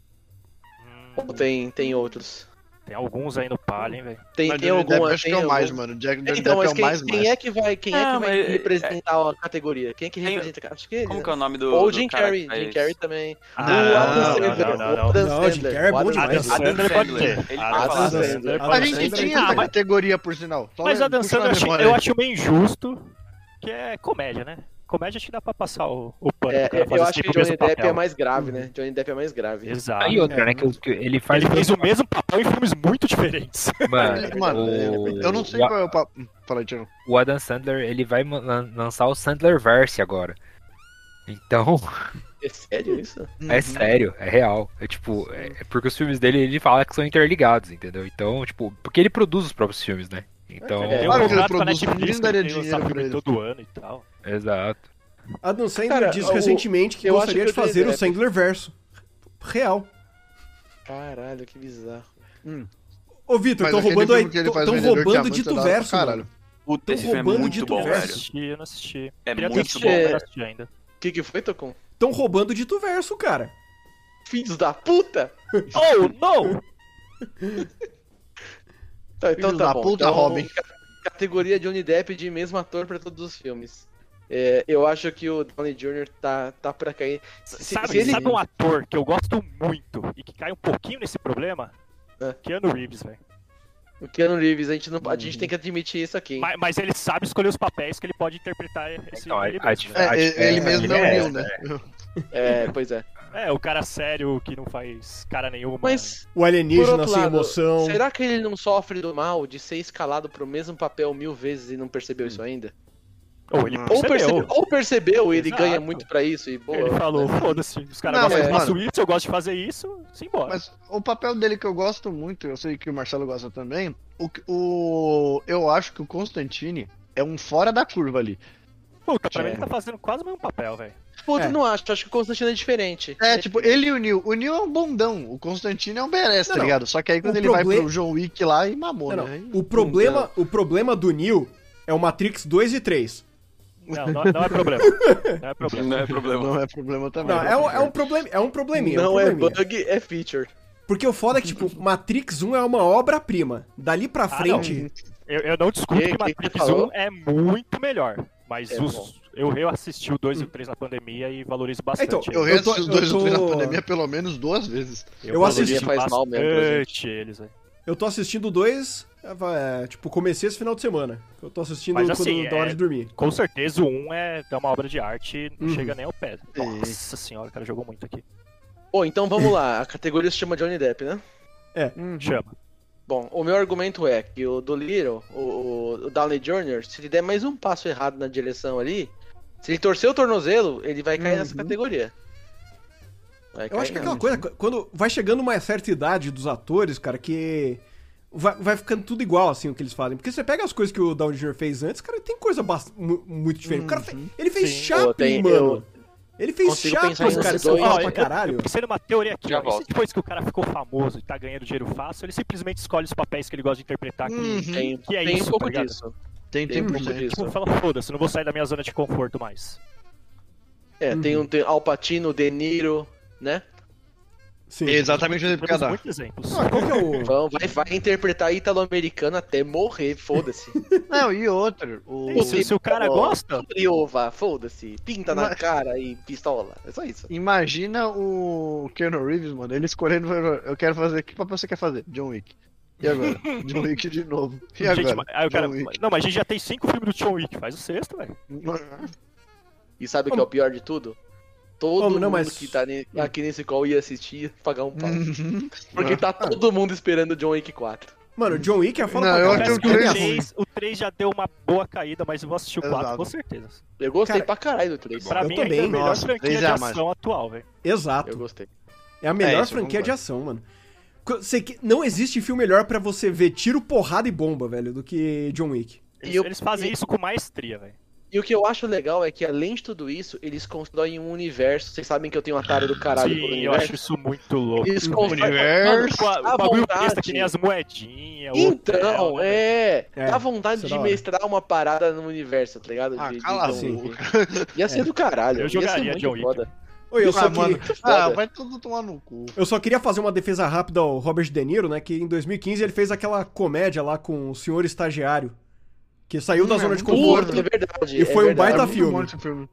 [SPEAKER 2] Hum.
[SPEAKER 1] Ou tem, tem outros?
[SPEAKER 6] Tem alguns aí no palha, hein, velho.
[SPEAKER 1] Tem,
[SPEAKER 2] Mas
[SPEAKER 1] tem
[SPEAKER 2] Johnny Depp
[SPEAKER 1] alguma.
[SPEAKER 2] eu acho que
[SPEAKER 1] tem
[SPEAKER 2] é o mais,
[SPEAKER 1] algum-
[SPEAKER 2] mano. Jack Johnny
[SPEAKER 1] Então,
[SPEAKER 2] Depp é
[SPEAKER 1] mas
[SPEAKER 2] o
[SPEAKER 1] quem,
[SPEAKER 2] mais,
[SPEAKER 1] quem
[SPEAKER 2] mais.
[SPEAKER 1] é que vai, quem é
[SPEAKER 4] Não,
[SPEAKER 1] que vai
[SPEAKER 4] mas-
[SPEAKER 1] representar a categoria? Quem é que
[SPEAKER 4] Tem-
[SPEAKER 1] representa? Acho que ele.
[SPEAKER 4] Como
[SPEAKER 1] né?
[SPEAKER 4] que é o nome do...
[SPEAKER 1] Ou o
[SPEAKER 4] do
[SPEAKER 1] Jim
[SPEAKER 4] cara
[SPEAKER 1] Carrey.
[SPEAKER 4] que
[SPEAKER 1] Jim
[SPEAKER 4] faz-
[SPEAKER 1] Carrey também.
[SPEAKER 6] Ah,
[SPEAKER 1] o
[SPEAKER 6] não,
[SPEAKER 1] Adam
[SPEAKER 6] não,
[SPEAKER 1] Sandler.
[SPEAKER 6] não, não,
[SPEAKER 1] O Adam
[SPEAKER 3] Não, o Jim
[SPEAKER 1] Sandler.
[SPEAKER 3] Carrey é
[SPEAKER 1] o
[SPEAKER 3] bom
[SPEAKER 1] Adam
[SPEAKER 3] demais.
[SPEAKER 1] Sandler.
[SPEAKER 4] Adam
[SPEAKER 6] Sandler pode
[SPEAKER 4] Sandler.
[SPEAKER 6] ter.
[SPEAKER 4] Ele
[SPEAKER 6] Adam
[SPEAKER 4] fala
[SPEAKER 1] Sandler.
[SPEAKER 4] assim.
[SPEAKER 3] Adam
[SPEAKER 2] A gente
[SPEAKER 3] Sandler.
[SPEAKER 2] tinha
[SPEAKER 6] Ah,
[SPEAKER 2] essa
[SPEAKER 6] mas-
[SPEAKER 2] categoria, por sinal. Só
[SPEAKER 6] Mas
[SPEAKER 1] é
[SPEAKER 2] puxa
[SPEAKER 6] Adam
[SPEAKER 2] na
[SPEAKER 6] Sandler eu acho,
[SPEAKER 2] memória
[SPEAKER 6] eu
[SPEAKER 2] aí.
[SPEAKER 6] acho meio injusto, que é comédia, né? Comédia acho que dá pra passar o, o pano pro cara
[SPEAKER 1] É,
[SPEAKER 6] fazer
[SPEAKER 1] eu acho
[SPEAKER 6] sempre
[SPEAKER 1] que
[SPEAKER 6] o mesmo
[SPEAKER 1] Johnny Depp
[SPEAKER 6] papel.
[SPEAKER 1] é mais grave, né? Johnny Depp é mais grave.
[SPEAKER 6] Exato.
[SPEAKER 7] Aí outra, né? Que, o- que ele faz.
[SPEAKER 6] É. Ele fez o mesmo papel em filmes muito diferentes.
[SPEAKER 7] Mano,
[SPEAKER 2] Mano,
[SPEAKER 7] o-
[SPEAKER 2] eu não sei
[SPEAKER 7] o-
[SPEAKER 2] qual é o papo. Fala aí, Tiago.
[SPEAKER 7] o Adam Sandler ele vai man- lan- lançar o Sandler Verse agora. Então,
[SPEAKER 1] É sério isso?
[SPEAKER 2] Uhum.
[SPEAKER 7] é sério, é real. É tipo, é é porque os filmes dele ele fala que são interligados, entendeu? Então, tipo, porque ele produz os próprios filmes, né? Então,
[SPEAKER 1] É,
[SPEAKER 6] Tem
[SPEAKER 2] claro que ele
[SPEAKER 6] um contrato com a
[SPEAKER 2] produz, ninguém daria
[SPEAKER 6] que tem que
[SPEAKER 2] dinheiro
[SPEAKER 6] lançar
[SPEAKER 2] pra
[SPEAKER 6] filme
[SPEAKER 2] ele.
[SPEAKER 6] todo ano e tal.
[SPEAKER 7] exato.
[SPEAKER 3] Adam Sandler
[SPEAKER 1] Cara,
[SPEAKER 3] disse
[SPEAKER 1] o-
[SPEAKER 3] recentemente que
[SPEAKER 1] eu acho
[SPEAKER 3] gostaria
[SPEAKER 1] que
[SPEAKER 3] de
[SPEAKER 1] eu dei
[SPEAKER 3] fazer o
[SPEAKER 1] Depp.
[SPEAKER 3] Sandler verso. Real.
[SPEAKER 1] Caralho, que bizarro.
[SPEAKER 3] Ô, Vitor,
[SPEAKER 2] Mas
[SPEAKER 3] estão
[SPEAKER 2] aquele
[SPEAKER 3] roubando aí.
[SPEAKER 2] filme que ele
[SPEAKER 3] Estão
[SPEAKER 2] faz Vendedor de
[SPEAKER 3] roubando
[SPEAKER 2] Diamantes
[SPEAKER 3] de
[SPEAKER 2] é da
[SPEAKER 3] tu
[SPEAKER 2] hora pra
[SPEAKER 3] verso.
[SPEAKER 2] caralho.
[SPEAKER 3] mano.
[SPEAKER 4] Puta, esse
[SPEAKER 3] Tão
[SPEAKER 4] filme é
[SPEAKER 3] roubando
[SPEAKER 4] muito
[SPEAKER 3] de
[SPEAKER 4] bom,
[SPEAKER 6] Eu não
[SPEAKER 3] diversos.
[SPEAKER 4] velho.
[SPEAKER 6] assisti, eu não assisti.
[SPEAKER 4] É
[SPEAKER 6] Queria
[SPEAKER 4] muito
[SPEAKER 6] assistir,
[SPEAKER 4] bom.
[SPEAKER 6] mas não assisti ainda.
[SPEAKER 1] O que, que foi, Tocum?
[SPEAKER 3] Estão roubando de tu verso, cara.
[SPEAKER 1] Filhos da puta!
[SPEAKER 6] Oh, não!
[SPEAKER 1] Tá, então
[SPEAKER 2] Filhos
[SPEAKER 1] tá
[SPEAKER 2] da
[SPEAKER 1] bom.
[SPEAKER 2] puta,
[SPEAKER 1] Então,
[SPEAKER 2] Robin.
[SPEAKER 1] ca- Categoria Johnny Depp de mesmo ator pra todos os filmes. É, eu acho que o Downey Jr. tá, tá pra cair. Se-
[SPEAKER 6] sabe,
[SPEAKER 1] se ele-
[SPEAKER 6] sabe um ator que eu gosto muito e que cai um pouquinho nesse problema?
[SPEAKER 1] É.
[SPEAKER 6] Keanu Reeves, velho.
[SPEAKER 1] O Keanu Reeves, a gente, não, a gente tem que admitir isso aqui. hein?
[SPEAKER 6] Mas, mas ele sabe escolher os papéis que ele pode interpretar esse
[SPEAKER 7] Então, a-
[SPEAKER 6] ele
[SPEAKER 7] a
[SPEAKER 6] mesmo,
[SPEAKER 7] dif-
[SPEAKER 6] né?
[SPEAKER 7] acho
[SPEAKER 2] É, ele,
[SPEAKER 7] que é-
[SPEAKER 2] ele mesmo
[SPEAKER 7] ele
[SPEAKER 2] não
[SPEAKER 7] é,
[SPEAKER 2] é o Neil, né?
[SPEAKER 1] É, pois é.
[SPEAKER 6] É, o cara sério que não faz cara nenhuma.
[SPEAKER 1] Mas,
[SPEAKER 3] O
[SPEAKER 1] Por
[SPEAKER 3] alienígena
[SPEAKER 1] outro
[SPEAKER 3] sem
[SPEAKER 1] lado,
[SPEAKER 3] emoção.
[SPEAKER 1] será que ele não sofre do mal de ser escalado pro mesmo papel mil vezes e não percebeu isso ainda?
[SPEAKER 6] Ou ele
[SPEAKER 1] Ou
[SPEAKER 6] percebeu.
[SPEAKER 1] percebeu, ou percebeu e ele
[SPEAKER 6] Exato.
[SPEAKER 1] ganha muito pra isso e boa.
[SPEAKER 6] Ele falou, foda-se, os caras
[SPEAKER 2] Não,
[SPEAKER 6] gostam de
[SPEAKER 1] é.
[SPEAKER 2] mas,
[SPEAKER 6] faço isso, eu gosto de fazer isso, simbora.
[SPEAKER 2] Mas o papel dele que eu gosto muito, eu sei que o Marcelo gosta também, o, o eu acho que o Constantine é um fora da curva ali.
[SPEAKER 6] Puta, pra mim
[SPEAKER 1] É.
[SPEAKER 6] ele tá fazendo quase o mesmo papel, velho.
[SPEAKER 1] Puta,
[SPEAKER 3] É.
[SPEAKER 1] não acho, acho que o Constantino é diferente.
[SPEAKER 2] É, tipo, ele e o Neil. O Neil é um bondão, o Constantine é um badass,
[SPEAKER 3] Não,
[SPEAKER 2] tá
[SPEAKER 3] não.
[SPEAKER 2] ligado? Só que aí quando
[SPEAKER 3] O
[SPEAKER 2] ele vai
[SPEAKER 3] proble-
[SPEAKER 2] pro John Wick lá e mamou,
[SPEAKER 3] Não, não.
[SPEAKER 2] né? Aí-
[SPEAKER 3] O problema, o problema do Neil é o Matrix 2 e 3.
[SPEAKER 6] Não, não, não é problema. Não é problema.
[SPEAKER 4] Não é problema.
[SPEAKER 2] Não é problema também.
[SPEAKER 3] Não, é, um- é um problema, é um probleminha. é um
[SPEAKER 1] não é
[SPEAKER 3] probleminha.
[SPEAKER 1] bug, é feature.
[SPEAKER 3] Porque o foda é que, tipo, Matrix 1 é uma obra-prima. Dali pra frente.
[SPEAKER 6] Eu, eu não discuto
[SPEAKER 1] E-
[SPEAKER 6] que
[SPEAKER 1] e que
[SPEAKER 6] Matrix
[SPEAKER 1] você
[SPEAKER 6] 1
[SPEAKER 1] falou?
[SPEAKER 6] é muito melhor, mas
[SPEAKER 1] É
[SPEAKER 6] os-
[SPEAKER 1] bom.
[SPEAKER 6] eu, eu assisti o 2 e o 3 na pandemia e valorizo
[SPEAKER 3] É, então,
[SPEAKER 6] bastante.
[SPEAKER 2] Eu
[SPEAKER 3] Eu tô-
[SPEAKER 2] reassisti os
[SPEAKER 3] eu
[SPEAKER 2] dois
[SPEAKER 3] tô-
[SPEAKER 2] na pandemia pelo menos duas vezes.
[SPEAKER 6] eu,
[SPEAKER 3] assisti-
[SPEAKER 6] valorizo
[SPEAKER 1] faz mal mesmo pra
[SPEAKER 6] bastante eles, velho.
[SPEAKER 3] Eu tô assistindo dois. é, tipo, comecei esse final de semana. Eu tô assistindo
[SPEAKER 6] Mas,
[SPEAKER 3] quando
[SPEAKER 6] assim,
[SPEAKER 3] da hora
[SPEAKER 6] é-
[SPEAKER 3] de dormir.
[SPEAKER 6] Com certeza o 1 é, é uma obra de arte, não
[SPEAKER 3] Uhum.
[SPEAKER 6] chega nem ao pé. Nossa senhora, o cara jogou muito aqui.
[SPEAKER 1] Bom, então vamos lá. A categoria se chama Johnny Depp, né?
[SPEAKER 6] Chama.
[SPEAKER 1] Bom, o meu argumento é que o Dolittle, o, o Downey Jr., se ele der mais um passo errado na direção ali, se ele torcer o tornozelo, ele vai cair
[SPEAKER 6] Uhum.
[SPEAKER 1] nessa categoria. Vai
[SPEAKER 3] Eu acho que é
[SPEAKER 1] nessa.
[SPEAKER 3] aquela coisa, quando vai chegando uma certa idade dos atores, cara, que vai, vai ficando tudo igual, assim, o que eles fazem. Porque você pega as coisas que o Downey Jr. fez antes, cara, tem coisa bast- mu- muito diferente. O
[SPEAKER 2] Uhum.
[SPEAKER 3] cara fe- ele fez
[SPEAKER 6] Sim.
[SPEAKER 3] Chaplin,
[SPEAKER 1] Pô, tem-
[SPEAKER 3] mano. Ele fez
[SPEAKER 1] consigo
[SPEAKER 3] Chaplin,
[SPEAKER 1] pensar em
[SPEAKER 3] cara,
[SPEAKER 1] esses
[SPEAKER 3] isso é
[SPEAKER 1] dois. Ó,
[SPEAKER 3] legal pra
[SPEAKER 1] eu-
[SPEAKER 3] caralho.
[SPEAKER 6] um Eu pensei numa teoria aqui,
[SPEAKER 4] Já
[SPEAKER 6] ó. E se
[SPEAKER 4] volto.
[SPEAKER 6] depois que o cara ficou famoso e tá ganhando dinheiro fácil, ele simplesmente escolhe os papéis que ele gosta de interpretar. Que,
[SPEAKER 1] Tem,
[SPEAKER 6] que é
[SPEAKER 1] tem
[SPEAKER 6] isso,
[SPEAKER 1] um pouco
[SPEAKER 6] tá ligado?
[SPEAKER 1] disso.
[SPEAKER 2] Tem,
[SPEAKER 1] Tem um pouco disso.
[SPEAKER 6] Tipo, fala, foda-se, não vou sair da minha zona de conforto mais.
[SPEAKER 1] É, tem
[SPEAKER 6] Uhum.
[SPEAKER 1] um tem Alpatino, De Niro, né?
[SPEAKER 3] Sim.
[SPEAKER 2] Exatamente onde ele quer
[SPEAKER 6] Temos
[SPEAKER 2] dar.
[SPEAKER 6] muitos exemplos.
[SPEAKER 3] Ah, qual que é o...
[SPEAKER 1] Vão, vai, vai interpretar italo-americano até morrer, foda-se.
[SPEAKER 2] Não, e outro. O...
[SPEAKER 6] Tem, se, se o cara
[SPEAKER 1] Ó,
[SPEAKER 6] gosta,
[SPEAKER 1] Criova, foda-se. Pinta na
[SPEAKER 2] Mas-
[SPEAKER 1] cara e pistola. É só isso.
[SPEAKER 2] Imagina o Keanu Reeves, mano, ele escolhendo, eu quero fazer, que papel você quer fazer? John Wick. E agora? John Wick de novo. E agora?
[SPEAKER 6] gente, mas- aí o cara,
[SPEAKER 2] John Wick. Uhum.
[SPEAKER 6] não, mas a gente já tem cinco filmes do John Wick, faz o sexto, velho.
[SPEAKER 1] E sabe o que é o pior de tudo? Todo
[SPEAKER 3] Ô, não,
[SPEAKER 1] mundo
[SPEAKER 3] mas- hum.
[SPEAKER 1] que tá ne- aqui nesse call ia assistir ia pagar um pau.
[SPEAKER 2] Uhum.
[SPEAKER 1] Porque
[SPEAKER 3] Ah.
[SPEAKER 1] tá todo mundo esperando John Wick 4.
[SPEAKER 3] Mano, John Wick é foda
[SPEAKER 2] Não,
[SPEAKER 3] pra
[SPEAKER 2] eu
[SPEAKER 3] caralho. é
[SPEAKER 2] acho
[SPEAKER 6] Parece
[SPEAKER 2] o
[SPEAKER 6] que o
[SPEAKER 2] três-
[SPEAKER 6] 3, o 3 já deu uma boa caída, mas eu vou assistir o 4
[SPEAKER 2] Exato.
[SPEAKER 6] com certeza.
[SPEAKER 1] Eu gostei
[SPEAKER 3] Cara,
[SPEAKER 1] pra caralho do 3.
[SPEAKER 6] Pra
[SPEAKER 3] Eu
[SPEAKER 6] mim,
[SPEAKER 3] também,
[SPEAKER 6] ainda é a melhor
[SPEAKER 2] nossa,
[SPEAKER 6] franquia
[SPEAKER 2] três
[SPEAKER 6] de
[SPEAKER 2] é a mais.
[SPEAKER 6] ação atual, velho.
[SPEAKER 1] Eu
[SPEAKER 3] Exato.
[SPEAKER 1] gostei.
[SPEAKER 3] É a melhor
[SPEAKER 2] isso,
[SPEAKER 3] franquia
[SPEAKER 2] vamos
[SPEAKER 3] de ação, mano. Co- Você que- Não existe filme melhor pra você ver tiro, porrada e bomba, velho, do que John Wick.
[SPEAKER 6] Eles,
[SPEAKER 1] E eu-
[SPEAKER 6] eles fazem
[SPEAKER 1] e-
[SPEAKER 6] isso com maestria, velho.
[SPEAKER 1] E o que eu acho legal é que, além de tudo isso, eles constroem um universo. Vocês sabem que eu tenho uma tara do caralho né? por
[SPEAKER 6] Sim, eu
[SPEAKER 1] universo.
[SPEAKER 6] acho isso muito louco.
[SPEAKER 1] Eles constroem.
[SPEAKER 6] Mano,
[SPEAKER 2] Universo.
[SPEAKER 6] com Tipo, a-
[SPEAKER 1] à
[SPEAKER 6] o bagulho
[SPEAKER 1] vontade.
[SPEAKER 6] besta que nem as é moedinhas. o
[SPEAKER 1] Então,
[SPEAKER 6] hotel, né, velho?
[SPEAKER 1] é.
[SPEAKER 3] É,
[SPEAKER 1] Dá
[SPEAKER 3] isso
[SPEAKER 1] vontade
[SPEAKER 3] é
[SPEAKER 1] de
[SPEAKER 3] da hora.
[SPEAKER 1] mestrar uma parada no universo, tá ligado?
[SPEAKER 2] Ah,
[SPEAKER 1] De- de
[SPEAKER 2] cala a
[SPEAKER 1] John
[SPEAKER 3] boca.
[SPEAKER 1] Wick. Ia ser do caralho.
[SPEAKER 6] Eu jogaria
[SPEAKER 1] ia ser
[SPEAKER 6] John
[SPEAKER 1] muito
[SPEAKER 6] Wick.
[SPEAKER 1] foda.
[SPEAKER 3] Oi, eu só,
[SPEAKER 2] Ah,
[SPEAKER 3] que-
[SPEAKER 2] mano.
[SPEAKER 1] foda.
[SPEAKER 2] Ah, vai tudo tomar no cu.
[SPEAKER 3] eu só queria fazer uma defesa rápida ao Robert De Niro, né? Que em 2015 ele fez aquela comédia lá com o Senhor Estagiário, que saiu da
[SPEAKER 2] Hum,
[SPEAKER 3] zona
[SPEAKER 2] é
[SPEAKER 3] de
[SPEAKER 2] muito
[SPEAKER 3] conforto.
[SPEAKER 1] Puta, é verdade.
[SPEAKER 3] E
[SPEAKER 1] é
[SPEAKER 3] foi um
[SPEAKER 1] verdade.
[SPEAKER 3] baita
[SPEAKER 2] muito
[SPEAKER 3] filme.
[SPEAKER 2] bom esse filme.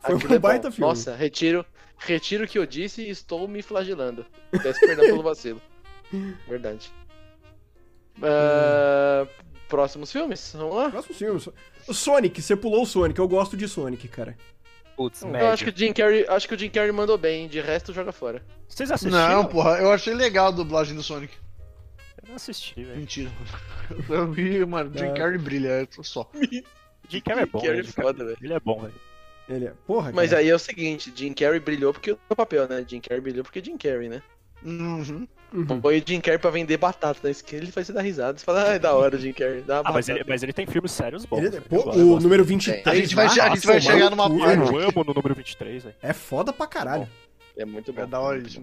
[SPEAKER 3] Foi
[SPEAKER 1] Aquilo
[SPEAKER 3] um baita
[SPEAKER 1] bom.
[SPEAKER 3] filme.
[SPEAKER 1] Nossa, retiro, retiro o que eu disse e estou me flagelando. Peço perdão pelo vacilo. Verdade. Ah, Próximos filmes? Vamos lá?
[SPEAKER 3] Próximo filme. so- O Sonic, você pulou o Sonic. Eu gosto de Sonic, cara.
[SPEAKER 7] Putz,
[SPEAKER 1] Eu
[SPEAKER 7] médio.
[SPEAKER 1] acho que, o Jim Carrey, acho que o Jim Carrey mandou bem, de resto joga fora.
[SPEAKER 6] Vocês assistiram?
[SPEAKER 2] Não, porra, eu achei legal a dublagem do Sonic.
[SPEAKER 6] Eu não assisti, velho.
[SPEAKER 2] Mentira. Eu vi, mano, Jim
[SPEAKER 3] É.
[SPEAKER 2] Carrey brilha, é só.
[SPEAKER 6] Jim Carrey Tá é bom,
[SPEAKER 1] Carrey
[SPEAKER 6] velho.
[SPEAKER 1] é foda, velho.
[SPEAKER 6] Ele é bom, velho.
[SPEAKER 3] Ele é... Porra,
[SPEAKER 1] Mas
[SPEAKER 3] cara.
[SPEAKER 1] aí é o seguinte, Jim Carrey brilhou porque o papel, né? Jim Carrey brilhou porque Jim Carrey, né?
[SPEAKER 2] Uhum.
[SPEAKER 3] Uhum.
[SPEAKER 1] Põe o Jim Carrey pra vender batata na esquina, ele vai se dar risada. Você fala, ah, é da hora Jim Carrey, dá uma
[SPEAKER 6] Ah, mas
[SPEAKER 1] batata."
[SPEAKER 6] ele, mas ele tem filmes sérios bons.
[SPEAKER 3] Ele- é,
[SPEAKER 6] velho.
[SPEAKER 3] pô,
[SPEAKER 6] Eu gosto, eu
[SPEAKER 3] o
[SPEAKER 6] gosto. Ah,
[SPEAKER 3] número 23.
[SPEAKER 2] A gente vai,
[SPEAKER 3] lá,
[SPEAKER 2] a gente vai
[SPEAKER 3] tomar
[SPEAKER 2] chegar
[SPEAKER 3] no
[SPEAKER 2] numa
[SPEAKER 3] cu,
[SPEAKER 2] parte.
[SPEAKER 6] Eu amo no número 23, velho.
[SPEAKER 3] É foda pra caralho.
[SPEAKER 1] É muito bom.
[SPEAKER 2] É da hora isso.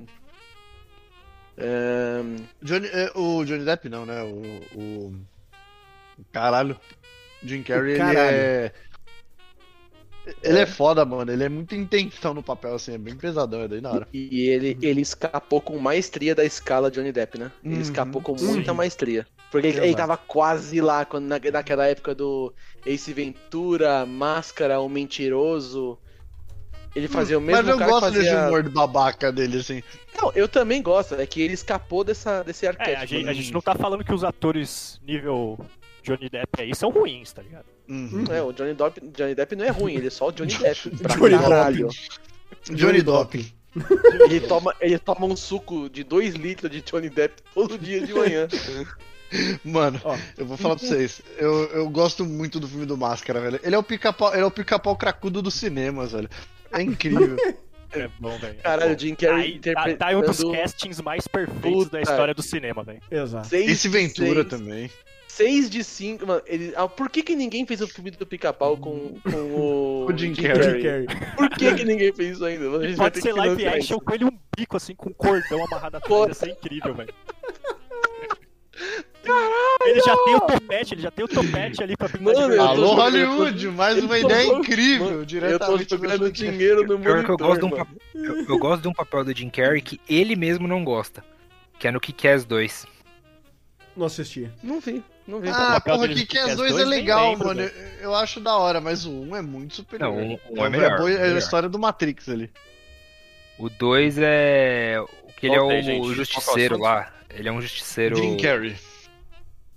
[SPEAKER 1] Ahn,
[SPEAKER 2] Johnny, é, o Johnny Depp não, né? O. o... Caralho. Jim Carrey,
[SPEAKER 3] O caralho.
[SPEAKER 2] ele é. Ele é foda, mano. Ele é muito intenção no papel, assim. É bem pesadão, é daí na hora.
[SPEAKER 1] E e ele, ele escapou com maestria da escala Johnny Depp, né? Ele
[SPEAKER 2] Uhum,
[SPEAKER 1] escapou com
[SPEAKER 3] sim.
[SPEAKER 1] muita maestria. Porque ele, ele tava quase lá quando, na, naquela época do Ace Ventura, Máscara, O Mentiroso. Ele fazia o mesmo
[SPEAKER 2] Mas eu
[SPEAKER 1] cara
[SPEAKER 2] gosto
[SPEAKER 1] que fazia...
[SPEAKER 2] desse humor de babaca dele, assim.
[SPEAKER 1] Não, eu também gosto. É que ele escapou dessa, desse
[SPEAKER 6] É,
[SPEAKER 1] arquétipo.
[SPEAKER 6] a gente, a
[SPEAKER 1] né?
[SPEAKER 6] gente não tá falando que os atores nível Johnny Depp aí são ruins, tá ligado?
[SPEAKER 2] Uhum.
[SPEAKER 1] É, o Johnny Depp, Johnny Depp não é ruim, ele é só o Johnny Depp. Pra
[SPEAKER 3] Johnny
[SPEAKER 1] caralho.
[SPEAKER 2] Johnny Depp.
[SPEAKER 1] Ele toma, ele toma um suco de 2 litros de Johnny Depp todo dia de manhã.
[SPEAKER 2] Mano,
[SPEAKER 3] Ó.
[SPEAKER 2] eu vou falar pra vocês. Eu, eu gosto muito do filme do Máscara, velho. Ele é o pica-pau ele é o pica-pau cracudo dos cinemas, velho. É incrível.
[SPEAKER 6] É bom, velho.
[SPEAKER 1] Caralho, o Jim Carrey
[SPEAKER 6] Aí, tá, tá aí um dos
[SPEAKER 1] interpretando-
[SPEAKER 6] castings mais perfeitos
[SPEAKER 1] Puta
[SPEAKER 6] da história do cinema, velho.
[SPEAKER 3] Exato.
[SPEAKER 1] Seis
[SPEAKER 2] Esse
[SPEAKER 1] de
[SPEAKER 2] Ventura
[SPEAKER 1] seis-
[SPEAKER 2] também.
[SPEAKER 1] seis de cinco Mano, ele, ah, por que, que ninguém fez o filme do pica-pau com, com o.
[SPEAKER 2] Com o Jim
[SPEAKER 3] Jim
[SPEAKER 2] Carrey.
[SPEAKER 3] Carrey.
[SPEAKER 1] Por que, que ninguém fez isso ainda? Mano, a gente vai ter
[SPEAKER 6] Pode ser
[SPEAKER 1] que
[SPEAKER 6] live
[SPEAKER 1] lançar
[SPEAKER 6] action
[SPEAKER 1] isso.
[SPEAKER 6] com ele um bico assim, com um cordão amarrado atrás.
[SPEAKER 1] Puta.
[SPEAKER 6] Ia ser incrível, velho. Ele já tem o topete, ele já tem o topete ali pra pintar
[SPEAKER 1] Mano,
[SPEAKER 6] de
[SPEAKER 1] eu
[SPEAKER 6] vermelho.
[SPEAKER 2] Alô,
[SPEAKER 1] jogando-
[SPEAKER 2] Hollywood, mais
[SPEAKER 1] eu
[SPEAKER 2] uma
[SPEAKER 1] tô
[SPEAKER 2] ideia
[SPEAKER 1] jogando-
[SPEAKER 2] incrível,
[SPEAKER 1] Mano, Eu tô
[SPEAKER 2] diretamente do
[SPEAKER 1] jogando
[SPEAKER 2] Jim Carrey.
[SPEAKER 1] dinheiro no
[SPEAKER 7] Pior que eu gosto, de um
[SPEAKER 1] monitor. mano.
[SPEAKER 7] papel, eu, eu gosto de um papel do Jim Carrey que ele mesmo não gosta. Que é no Kick-Ass 2.
[SPEAKER 3] Não assisti.
[SPEAKER 1] Não vi, não vi.
[SPEAKER 2] Ah,
[SPEAKER 6] papel
[SPEAKER 2] porra,
[SPEAKER 6] deles
[SPEAKER 2] que que
[SPEAKER 6] no
[SPEAKER 2] as
[SPEAKER 6] Kick-Ass
[SPEAKER 2] dois é
[SPEAKER 6] dois, nem
[SPEAKER 2] legal,
[SPEAKER 6] lembro,
[SPEAKER 2] mano. Eu- Eu acho da hora, mas o um é muito superior.
[SPEAKER 7] Não, o- o
[SPEAKER 2] O
[SPEAKER 7] é melhor,
[SPEAKER 2] boi- É
[SPEAKER 7] o
[SPEAKER 2] a
[SPEAKER 7] melhor.
[SPEAKER 2] história do Matrix ali.
[SPEAKER 7] O 2 é. o Que ele é
[SPEAKER 4] Volta aí,
[SPEAKER 7] o
[SPEAKER 4] gente.
[SPEAKER 7] justiceiro
[SPEAKER 4] Qual que é o
[SPEAKER 7] lá. Ele é um justiceiro.
[SPEAKER 2] Jim Carrey.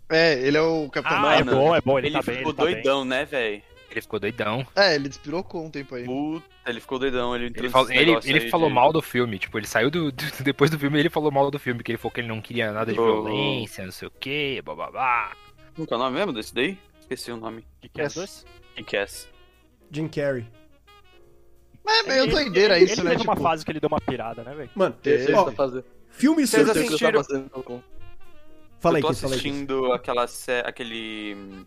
[SPEAKER 2] É, ele é o Capitão
[SPEAKER 6] Ah,
[SPEAKER 2] Marvel.
[SPEAKER 4] Mano,
[SPEAKER 6] é bom, é bom, ele,
[SPEAKER 4] Ele
[SPEAKER 6] tá bem.
[SPEAKER 4] ficou
[SPEAKER 6] ele tá bem.
[SPEAKER 4] doidão, né, velho?
[SPEAKER 7] Ele ficou doidão.
[SPEAKER 2] É, ele despirocou um tempo aí.
[SPEAKER 4] Puta, ele ficou doidão. Ele, entrou
[SPEAKER 7] Ele, falou-
[SPEAKER 4] nesse
[SPEAKER 7] ele-
[SPEAKER 4] negócio
[SPEAKER 7] ele
[SPEAKER 4] aí
[SPEAKER 7] falou
[SPEAKER 4] de-
[SPEAKER 7] mal do filme. Tipo, ele saiu do, do- Depois do filme, ele falou mal do filme. Que ele falou que ele não queria nada de
[SPEAKER 4] Do-
[SPEAKER 7] violência, não sei o que, bababá.
[SPEAKER 4] Como que é o nome mesmo desse daí? Esqueci o nome.
[SPEAKER 6] Que que é os dois?
[SPEAKER 4] Kick-Ass.
[SPEAKER 3] Jim Carrey.
[SPEAKER 2] Mas é meio
[SPEAKER 6] Ele-
[SPEAKER 2] doideira
[SPEAKER 6] ele-
[SPEAKER 2] isso,
[SPEAKER 6] Ele
[SPEAKER 2] né?
[SPEAKER 6] teve uma
[SPEAKER 2] Tipo,
[SPEAKER 6] fase que ele deu uma pirada, né, velho?
[SPEAKER 3] Mano,
[SPEAKER 1] Eu sei é o que
[SPEAKER 3] ó,
[SPEAKER 1] você tá fazendo.
[SPEAKER 3] filme
[SPEAKER 1] Eu
[SPEAKER 4] Vocês
[SPEAKER 1] sei o que você
[SPEAKER 3] surpreendente.
[SPEAKER 1] tá fazendo com-
[SPEAKER 3] Falei
[SPEAKER 4] eu tô
[SPEAKER 3] que falei que
[SPEAKER 4] assistindo aquela sé- aquele. hum,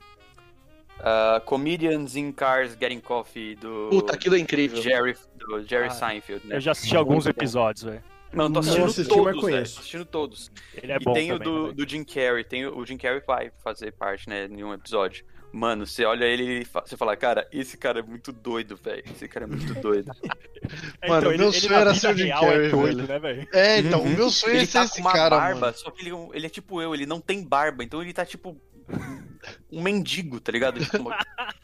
[SPEAKER 4] ah, Comedians in Cars Getting Coffee do
[SPEAKER 1] Puta, aquilo é incrível.
[SPEAKER 4] Jerry, do Jerry
[SPEAKER 6] Ah,
[SPEAKER 4] Seinfeld, né?
[SPEAKER 6] Eu já assisti alguns episódios, velho.
[SPEAKER 4] Não, eu tô
[SPEAKER 3] Não
[SPEAKER 4] assistindo
[SPEAKER 3] assisti, mas
[SPEAKER 4] todos, velho.
[SPEAKER 3] conheço.
[SPEAKER 4] Tô assistindo todos.
[SPEAKER 6] Ele é
[SPEAKER 4] e
[SPEAKER 6] bom
[SPEAKER 4] tem o
[SPEAKER 6] também,
[SPEAKER 4] do,
[SPEAKER 6] né,
[SPEAKER 4] do Jim Carrey, tem o, o Jim Carrey vai fazer parte, né, em um episódio. Mano, você olha ele e fa- você fala, cara, esse cara é muito doido, velho. Esse cara é muito doido.
[SPEAKER 6] velho?
[SPEAKER 2] Mano, meu
[SPEAKER 6] Então, na
[SPEAKER 2] sonho era
[SPEAKER 6] vida
[SPEAKER 2] ser o Jim
[SPEAKER 6] real
[SPEAKER 2] Carrey,
[SPEAKER 6] é doido,
[SPEAKER 2] velho.
[SPEAKER 6] né, velho?
[SPEAKER 2] É, então,
[SPEAKER 4] Uhum.
[SPEAKER 2] o meu sonho é
[SPEAKER 4] ele
[SPEAKER 2] ser
[SPEAKER 4] tá com
[SPEAKER 2] esse
[SPEAKER 4] uma
[SPEAKER 2] cara,
[SPEAKER 4] barba,
[SPEAKER 2] mano.
[SPEAKER 4] só que ele, ele é tipo eu, ele não tem barba, então ele tá tipo um mendigo, tá ligado? Tipo, uma-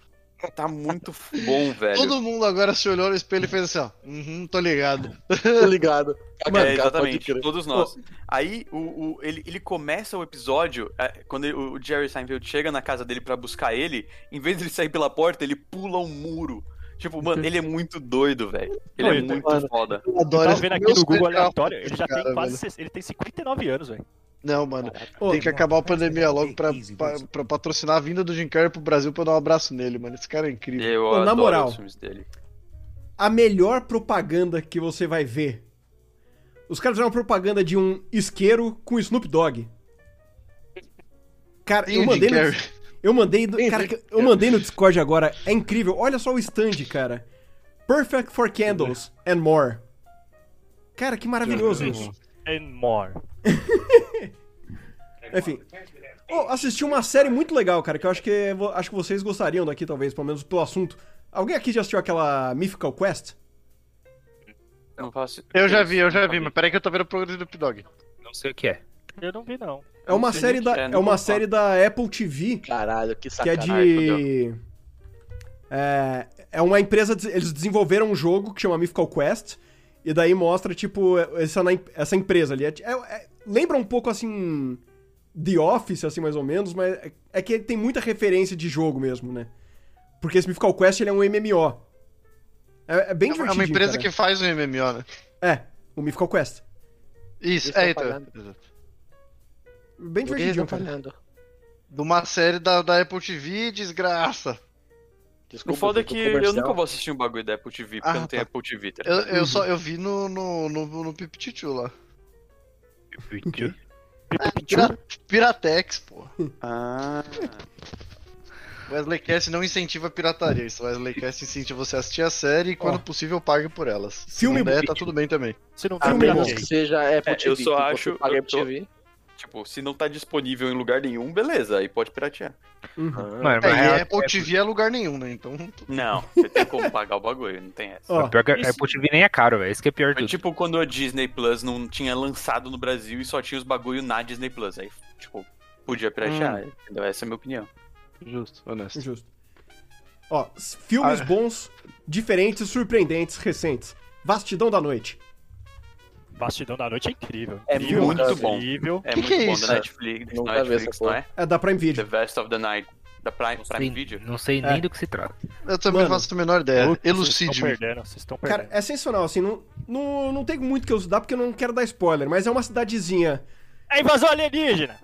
[SPEAKER 4] tá muito f- bom, velho.
[SPEAKER 2] Todo mundo agora se olhou no espelho e fez assim, ó. Uhum, tô ligado.
[SPEAKER 1] Tô ligado. Cara,
[SPEAKER 4] é,
[SPEAKER 1] pode
[SPEAKER 4] exatamente,
[SPEAKER 1] crer.
[SPEAKER 4] todos nós. Aí o, o- ele, ele começa o episódio, é, quando ele- o Jerry Seinfeld chega na casa dele pra buscar ele, em vez de ele sair pela porta, ele pula um muro. Tipo, mano, ele é muito doido, velho. Ele é
[SPEAKER 6] Doido,
[SPEAKER 4] muito
[SPEAKER 1] mano.
[SPEAKER 4] foda.
[SPEAKER 2] Eu
[SPEAKER 6] Eu
[SPEAKER 2] adoro
[SPEAKER 6] tava
[SPEAKER 2] esse-
[SPEAKER 6] Tá vendo aqui
[SPEAKER 2] meu
[SPEAKER 6] no Google
[SPEAKER 2] sonho é
[SPEAKER 6] aleatório,
[SPEAKER 2] esse
[SPEAKER 6] ele já
[SPEAKER 2] cara,
[SPEAKER 6] tem quase.
[SPEAKER 2] velho.
[SPEAKER 6] 60 Ele tem 59 anos, velho.
[SPEAKER 2] Não, mano,
[SPEAKER 3] Ô,
[SPEAKER 2] tem que acabar a pandemia logo pra, pra, pra patrocinar a vinda do Jim Carrey pro Brasil pra eu dar um abraço nele, mano. Esse cara é incrível.
[SPEAKER 4] Eu
[SPEAKER 3] na
[SPEAKER 4] adoro
[SPEAKER 3] moral.
[SPEAKER 4] os filmes dele.
[SPEAKER 3] a melhor propaganda que você vai ver. Os caras fizeram uma propaganda de um isqueiro com Snoop Dogg. Cara,
[SPEAKER 2] Tem
[SPEAKER 3] eu
[SPEAKER 2] o Jim
[SPEAKER 3] mandei, no,
[SPEAKER 2] Carrey.
[SPEAKER 3] eu mandei, no-
[SPEAKER 1] Tem,
[SPEAKER 3] cara,
[SPEAKER 1] tem.
[SPEAKER 3] eu mandei no Discord agora. É incrível. Olha só o stand, cara. Perfect for candles and more. Cara, que maravilhoso isso.
[SPEAKER 6] And more.
[SPEAKER 3] Enfim. Oh, assisti uma série muito legal, cara, que eu acho que vo- acho que vocês gostariam daqui talvez, pelo menos pelo assunto. Alguém aqui já assistiu aquela Mythical Quest?
[SPEAKER 4] Eu não faço-
[SPEAKER 2] Eu já vi, eu já vi, mas peraí que eu tô vendo o programa do Snoop Dogg.
[SPEAKER 7] Não sei o que é.
[SPEAKER 6] Eu não vi, não.
[SPEAKER 3] É uma
[SPEAKER 4] Não sei
[SPEAKER 3] série
[SPEAKER 4] nem
[SPEAKER 3] da
[SPEAKER 4] o que é,
[SPEAKER 3] é
[SPEAKER 4] nunca
[SPEAKER 3] uma
[SPEAKER 4] ouvi
[SPEAKER 3] série da Apple TV
[SPEAKER 1] Caralho, que
[SPEAKER 2] Tá
[SPEAKER 3] que é
[SPEAKER 1] sacanagem.
[SPEAKER 3] de. É, é uma empresa. de- Eles desenvolveram um jogo que chama Mythical Quest. E daí mostra, tipo, essa, na- essa empresa ali. É- é- é- lembra um pouco assim. The Office, assim, mais ou menos, mas é- é que ele tem muita referência de jogo mesmo, né? Porque esse Mythical Quest ele é um MMO. É, é bem
[SPEAKER 2] É uma- é
[SPEAKER 3] divertido.
[SPEAKER 2] uma empresa que faz o MMO, né?
[SPEAKER 3] É, o Mythical Quest.
[SPEAKER 2] Isso,
[SPEAKER 1] Isso
[SPEAKER 2] é,
[SPEAKER 1] tá
[SPEAKER 2] então.
[SPEAKER 1] pagando.
[SPEAKER 2] exato.
[SPEAKER 3] Bem
[SPEAKER 1] Por que eles
[SPEAKER 3] divertidinho,
[SPEAKER 1] estão
[SPEAKER 3] cara.
[SPEAKER 1] falando?
[SPEAKER 2] De uma série da, da Apple TV, desgraça.
[SPEAKER 1] Desculpa,
[SPEAKER 4] O foda é
[SPEAKER 1] fico
[SPEAKER 4] que eu
[SPEAKER 1] comercial.
[SPEAKER 4] nunca vou assistir um bagulho da Apple TV, porque
[SPEAKER 2] Ah,
[SPEAKER 4] eu não tenho
[SPEAKER 2] tá.
[SPEAKER 4] Apple TV, tá
[SPEAKER 2] Eu,
[SPEAKER 4] ligado?
[SPEAKER 2] eu só eu vi no, no, no, no Pipitichu lá. É, Pira- Piratex, pô.
[SPEAKER 4] Ah.
[SPEAKER 2] Wesley Cass não incentiva a pirataria. Isso, Wesley Cass incentiva você a assistir a série e, quando possível, pague por elas. Se
[SPEAKER 3] Filme
[SPEAKER 2] não der, tá tudo bem também.
[SPEAKER 6] Se não
[SPEAKER 1] A
[SPEAKER 6] viu,
[SPEAKER 3] Filme
[SPEAKER 6] eu
[SPEAKER 1] menos
[SPEAKER 3] bom.
[SPEAKER 1] que
[SPEAKER 6] não
[SPEAKER 1] seja Apple
[SPEAKER 4] É,
[SPEAKER 1] TV.
[SPEAKER 4] eu só
[SPEAKER 1] que você
[SPEAKER 4] acho-
[SPEAKER 1] paga
[SPEAKER 4] eu
[SPEAKER 1] Apple
[SPEAKER 4] tô-
[SPEAKER 1] TV.
[SPEAKER 4] Tipo, se não tá disponível em lugar nenhum, beleza, aí pode piratear.
[SPEAKER 3] Ah, Uhum.
[SPEAKER 1] Ah,
[SPEAKER 7] Mano,
[SPEAKER 1] tá
[SPEAKER 2] É,
[SPEAKER 7] mas
[SPEAKER 2] e
[SPEAKER 7] real-
[SPEAKER 2] a Apple TV é lugar nenhum, né? Então,
[SPEAKER 4] Não, você tem como pagar o bagulho, não tem essa.
[SPEAKER 3] Ó,
[SPEAKER 7] Pior que a
[SPEAKER 6] Esse-
[SPEAKER 7] Apple TV nem é caro, velho. Esse que é pior
[SPEAKER 4] Foi
[SPEAKER 7] tudo.
[SPEAKER 4] tipo quando a Disney Plus não tinha lançado no Brasil e só tinha os bagulho na Disney Plus. Aí, tipo, podia
[SPEAKER 2] Hum.
[SPEAKER 4] piratear, entendeu? Essa é a minha opinião.
[SPEAKER 2] justo, honesto.
[SPEAKER 3] Justo. Ó, s- filmes
[SPEAKER 2] Ah.
[SPEAKER 3] bons, diferentes, surpreendentes, recentes. Vastidão da Noite.
[SPEAKER 6] Bastidão da Noite é incrível.
[SPEAKER 4] É
[SPEAKER 6] Incrível,
[SPEAKER 1] muito
[SPEAKER 6] incrível.
[SPEAKER 4] bom.
[SPEAKER 6] Incrível.
[SPEAKER 4] É
[SPEAKER 2] Que
[SPEAKER 4] muito
[SPEAKER 2] que é
[SPEAKER 4] bom
[SPEAKER 2] isso?
[SPEAKER 4] da Netflix,
[SPEAKER 1] Nunca
[SPEAKER 4] da
[SPEAKER 1] vi essa
[SPEAKER 4] Netflix não é?
[SPEAKER 3] É da Prime
[SPEAKER 4] The
[SPEAKER 3] Video.
[SPEAKER 4] Best of the Night, da Prime, Prime
[SPEAKER 7] Sim,
[SPEAKER 4] Video.
[SPEAKER 7] Não sei
[SPEAKER 1] É.
[SPEAKER 7] nem do que se trata.
[SPEAKER 2] Eu também
[SPEAKER 3] Mano,
[SPEAKER 2] faço a menor ideia.
[SPEAKER 3] é um
[SPEAKER 6] Vocês estão
[SPEAKER 2] Elucide-me.
[SPEAKER 6] perdendo, vocês estão
[SPEAKER 3] Cara,
[SPEAKER 6] perdendo.
[SPEAKER 3] é sensacional, assim, não, não, não tem muito que eu dar porque eu não quero dar spoiler, mas é uma cidadezinha.
[SPEAKER 6] É invasão alienígena!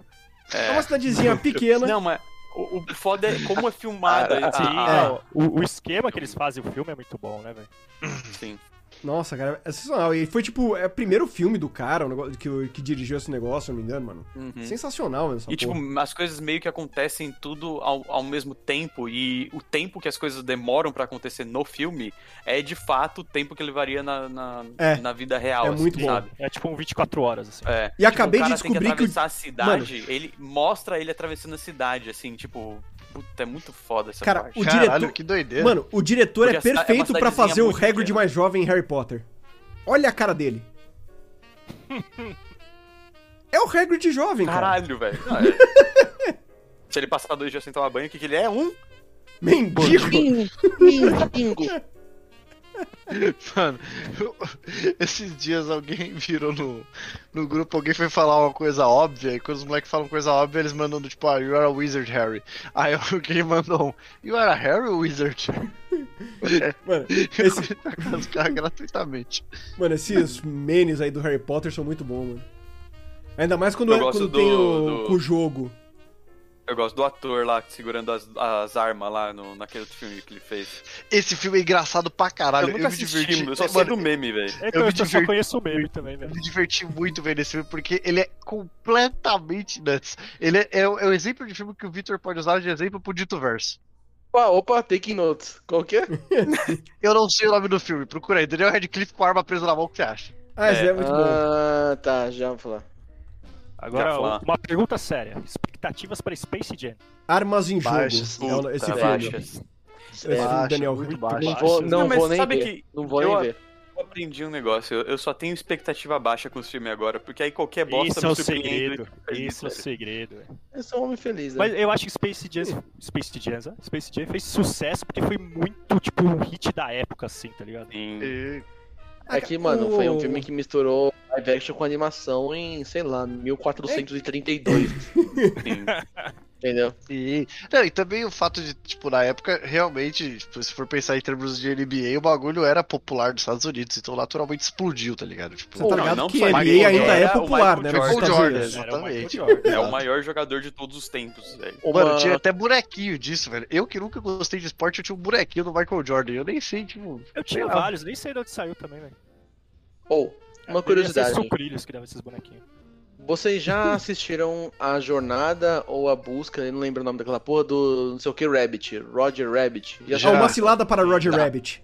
[SPEAKER 3] É, uma cidadezinha pequena.
[SPEAKER 4] Não, mas o, o foda é como é filmada.
[SPEAKER 6] Sim,
[SPEAKER 4] a- a-
[SPEAKER 6] não, o, o esquema que eles fazem o filme é muito bom, né, velho?
[SPEAKER 2] é.
[SPEAKER 4] sim.
[SPEAKER 3] Nossa, cara, é sensacional. E foi tipo, é o primeiro filme do cara o negócio, que, o- que dirigiu esse negócio, se eu não me engano, mano.
[SPEAKER 4] Uhum.
[SPEAKER 3] Sensacional mesmo.
[SPEAKER 4] E, tipo, as coisas meio que acontecem tudo ao, ao mesmo tempo, e o tempo que as coisas demoram pra acontecer no filme é de fato o tempo que levaria na, na,
[SPEAKER 3] É.
[SPEAKER 4] na vida real,
[SPEAKER 3] É
[SPEAKER 4] assim,
[SPEAKER 3] muito bom.
[SPEAKER 4] sabe?
[SPEAKER 6] É tipo um 24 horas, assim.
[SPEAKER 4] É.
[SPEAKER 3] E acabei
[SPEAKER 4] o
[SPEAKER 3] de
[SPEAKER 4] cara
[SPEAKER 3] descobrir
[SPEAKER 4] tem
[SPEAKER 3] que
[SPEAKER 4] que
[SPEAKER 3] o-
[SPEAKER 4] atravessar a cidade, ele mostra ele atravessando a cidade, assim, tipo, puta, é muito foda essa
[SPEAKER 3] Cara,
[SPEAKER 4] parte.
[SPEAKER 3] o
[SPEAKER 2] Caralho,
[SPEAKER 3] diretor-
[SPEAKER 2] que doideira.
[SPEAKER 3] Mano, o diretor
[SPEAKER 4] É. Porque
[SPEAKER 3] é
[SPEAKER 4] a cida- é uma
[SPEAKER 3] perfeito pra
[SPEAKER 4] cidadezinha
[SPEAKER 3] fazer o
[SPEAKER 4] muito
[SPEAKER 3] Hagrid
[SPEAKER 4] pequena.
[SPEAKER 3] mais jovem em Harry Potter. Olha a cara dele. É o Hagrid jovem, cara.
[SPEAKER 4] Caralho, velho. Não, é- Se ele passar dois dias sem tomar banho, o que, que ele é? Um?
[SPEAKER 3] Mendigo.
[SPEAKER 2] Mano, eu- esses dias alguém virou no, no grupo, alguém foi falar uma coisa óbvia, e quando os moleques falam coisa óbvia, eles mandam do tipo, ah, you are a wizard, Harry. Aí alguém mandou um, you are a Harry wizard? Tá
[SPEAKER 3] Mano,
[SPEAKER 2] Eu
[SPEAKER 3] esse-
[SPEAKER 2] comecei a cascar gratuitamente.
[SPEAKER 3] Mano, esses menes aí do Harry Potter são muito bons, mano. Ainda mais quando,
[SPEAKER 4] Eu
[SPEAKER 3] é,
[SPEAKER 4] gosto
[SPEAKER 3] quando
[SPEAKER 4] do-
[SPEAKER 3] tem o,
[SPEAKER 4] do-
[SPEAKER 3] com o jogo.
[SPEAKER 4] Eu gosto do ator lá segurando as, as armas lá no, naquele outro filme que ele fez.
[SPEAKER 2] Esse filme é engraçado pra caralho.
[SPEAKER 4] eu nunca
[SPEAKER 2] me
[SPEAKER 4] assisti,
[SPEAKER 2] diverti.
[SPEAKER 4] mano, eu só sei
[SPEAKER 2] Mano,
[SPEAKER 4] do meme, velho.
[SPEAKER 6] É que
[SPEAKER 2] Eu
[SPEAKER 6] eu,
[SPEAKER 2] me
[SPEAKER 6] eu só
[SPEAKER 2] diverti
[SPEAKER 6] conheço o meme também, velho.
[SPEAKER 2] me diverti muito vendo esse filme, porque ele é completamente nuts. Ele é, é, o- é o exemplo de filme que o Victor pode usar de exemplo pro Dito Verso.
[SPEAKER 1] Opa, opa, take notes. Qual que é?
[SPEAKER 2] Eu não sei o nome do filme, procura aí. Daniel Radcliffe com a arma presa na mão, o que você acha?
[SPEAKER 3] Ah, esse
[SPEAKER 4] É,
[SPEAKER 3] é muito bom.
[SPEAKER 1] Ah, tá, já vou falar.
[SPEAKER 4] Já
[SPEAKER 6] Agora,
[SPEAKER 4] falar.
[SPEAKER 6] uma pergunta séria. Expectativas pra Space Jam.
[SPEAKER 3] Armas em jogo.
[SPEAKER 2] Baixas,
[SPEAKER 3] É o- esse
[SPEAKER 4] Tá
[SPEAKER 3] filme.
[SPEAKER 4] baixas.
[SPEAKER 3] Esse filme do
[SPEAKER 2] Baixas,
[SPEAKER 3] Daniel
[SPEAKER 2] muito
[SPEAKER 3] Hill.
[SPEAKER 2] baixas.
[SPEAKER 1] Não vou, não
[SPEAKER 4] Não, mas
[SPEAKER 1] vou nem
[SPEAKER 4] sabe
[SPEAKER 1] ver.
[SPEAKER 4] que
[SPEAKER 1] É, Não vou
[SPEAKER 4] eu-
[SPEAKER 1] nem ver.
[SPEAKER 4] eu aprendi um negócio. Eu, eu só tenho expectativa baixa com os filmes agora, porque aí qualquer bosta
[SPEAKER 6] Esse é o
[SPEAKER 4] me surpreende.
[SPEAKER 6] segredo. Esse é o segredo. velho.
[SPEAKER 1] Eu sou um homem feliz, né?
[SPEAKER 6] Mas eu acho que Space Jam, Space Jam, ó, Space Jam fez sucesso porque foi muito, tipo, um hit da época, assim, tá ligado?
[SPEAKER 4] Sim.
[SPEAKER 2] E-
[SPEAKER 1] É que, mano, foi um filme que misturou live action com animação em, sei lá, 1432,
[SPEAKER 4] Sim.
[SPEAKER 1] entendeu?
[SPEAKER 2] E, não, e também o fato de, tipo, na época, realmente, tipo, se for pensar em termos de NBA, o bagulho era popular nos Estados Unidos, então naturalmente explodiu, tá ligado? Tipo,
[SPEAKER 3] Você tá
[SPEAKER 4] Não,
[SPEAKER 3] ligado
[SPEAKER 4] não
[SPEAKER 3] que
[SPEAKER 4] só
[SPEAKER 3] NBA
[SPEAKER 4] Michael Jordan,
[SPEAKER 3] ainda é
[SPEAKER 4] era o
[SPEAKER 3] popular,
[SPEAKER 4] Michael
[SPEAKER 3] né?
[SPEAKER 4] Jordan.
[SPEAKER 3] nos Estados
[SPEAKER 2] Michael
[SPEAKER 3] Unidos.
[SPEAKER 6] Era o Michael
[SPEAKER 2] exatamente.
[SPEAKER 6] Jordan.
[SPEAKER 4] É o maior jogador de todos os tempos, velho.
[SPEAKER 1] Uma...
[SPEAKER 2] Mano, tinha até bonequinho disso, velho. Eu que nunca gostei de esporte, eu tinha um bonequinho do Michael Jordan. Eu nem sei, tipo.
[SPEAKER 6] Eu tinha
[SPEAKER 2] Legal.
[SPEAKER 6] vários, nem sei de onde saiu também, velho.
[SPEAKER 1] Ou, uma
[SPEAKER 6] Devia ser
[SPEAKER 1] curiosidade.
[SPEAKER 6] sucrilhos que dava esses bonequinhos.
[SPEAKER 1] Vocês já assistiram a jornada ou a busca, eu não lembro o nome daquela porra, do não sei o que Rabbit, Roger Rabbit. Já
[SPEAKER 3] Ah,
[SPEAKER 2] Já.
[SPEAKER 3] uma cilada para Roger
[SPEAKER 1] Tá.
[SPEAKER 3] Rabbit.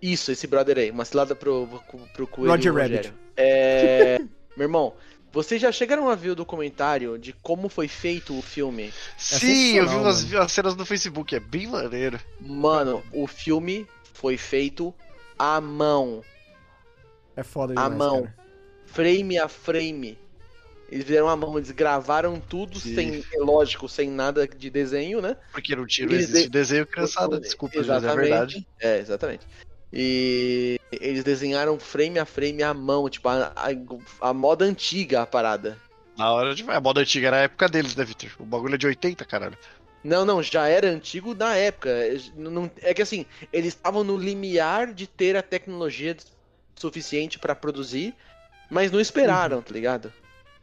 [SPEAKER 1] Isso, esse brother aí. Uma cilada pro, pro coelho.
[SPEAKER 3] Roger
[SPEAKER 1] Rogério.
[SPEAKER 3] Rabbit.
[SPEAKER 1] É. Meu irmão, vocês já chegaram a ver o documentário de como foi feito o filme?
[SPEAKER 2] Sim, eu vi
[SPEAKER 3] sensacional,
[SPEAKER 2] umas, as cenas no Facebook, é bem maneiro.
[SPEAKER 1] Mano, o filme foi feito à mão.
[SPEAKER 3] É foda
[SPEAKER 1] A
[SPEAKER 3] demais,
[SPEAKER 1] mão.
[SPEAKER 3] cara.
[SPEAKER 1] Frame a frame. Eles fizeram à mão, eles gravaram tudo
[SPEAKER 2] Sim.
[SPEAKER 1] sem. é Lógico, sem nada de desenho, né?
[SPEAKER 2] Porque não tinha, não
[SPEAKER 1] Eles
[SPEAKER 2] existe
[SPEAKER 1] de-
[SPEAKER 2] desenho criançada, desculpa, mas é verdade.
[SPEAKER 1] É, exatamente. E eles desenharam frame a frame à mão, tipo, a, a- a moda antiga a parada.
[SPEAKER 2] Na hora de. A moda antiga era a época deles, né, Victor? O bagulho é de 80, caralho.
[SPEAKER 1] Não, não, já era antigo na época. É, não- não- é que assim, eles estavam no limiar de ter a tecnologia suficiente pra produzir, mas não esperaram,
[SPEAKER 3] Uhum.
[SPEAKER 1] tá ligado?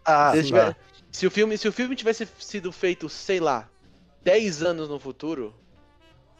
[SPEAKER 2] Ah,
[SPEAKER 1] Se, eles
[SPEAKER 2] tá.
[SPEAKER 1] tiver- se o filme, se o filme tivesse sido feito, sei lá, 10 anos no futuro,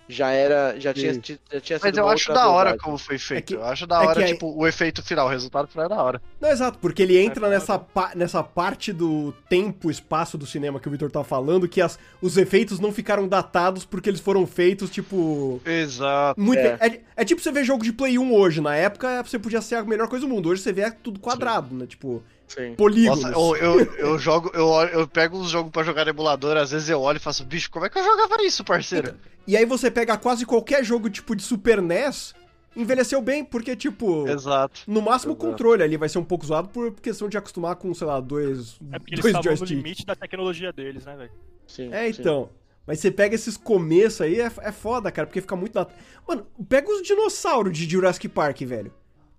[SPEAKER 1] já era, já tinha,
[SPEAKER 3] Sim.
[SPEAKER 1] ti- já tinha sido
[SPEAKER 2] Mas eu
[SPEAKER 1] uma
[SPEAKER 2] acho
[SPEAKER 1] outra
[SPEAKER 2] da hora
[SPEAKER 1] abordagem.
[SPEAKER 2] como foi feito.
[SPEAKER 3] que-
[SPEAKER 2] eu acho da
[SPEAKER 3] é
[SPEAKER 2] hora,
[SPEAKER 3] que aí-
[SPEAKER 2] tipo, o efeito final, o resultado final é da hora.
[SPEAKER 3] Não, exato, porque ele
[SPEAKER 2] É
[SPEAKER 3] entra nessa, pa- nessa parte do tempo, espaço do cinema que o Vitor tá falando, que as- os efeitos não ficaram datados porque eles foram feitos, tipo.
[SPEAKER 2] Exato.
[SPEAKER 3] Muito, é.
[SPEAKER 1] É.
[SPEAKER 3] é tipo você ver jogo de Play 1 hoje. Na época você podia ser a melhor coisa do mundo. Hoje você vê é tudo quadrado, né? Tipo,
[SPEAKER 1] Sim.
[SPEAKER 3] polígonos.
[SPEAKER 2] Nossa, eu, eu, eu jogo, eu, olho- eu pego uns jogos pra jogar no emulador, às vezes eu olho e faço, bicho, como é que eu jogava isso, parceiro?
[SPEAKER 3] E aí você pega quase qualquer jogo tipo de Super NES, envelheceu bem, porque, tipo.
[SPEAKER 2] Exato.
[SPEAKER 3] No máximo o controle ali vai ser um pouco zoado por questão de acostumar com, sei lá, dois,
[SPEAKER 6] É porque eles
[SPEAKER 3] dois
[SPEAKER 6] estavam no
[SPEAKER 3] joysticks.
[SPEAKER 6] limite da tecnologia deles, né, velho?
[SPEAKER 1] Sim,
[SPEAKER 3] É,
[SPEAKER 1] sim.
[SPEAKER 3] então. Mas você pega esses começos aí, é, é foda, cara, porque fica muito na. Mano, pega os dinossauros de Jurassic Park, velho.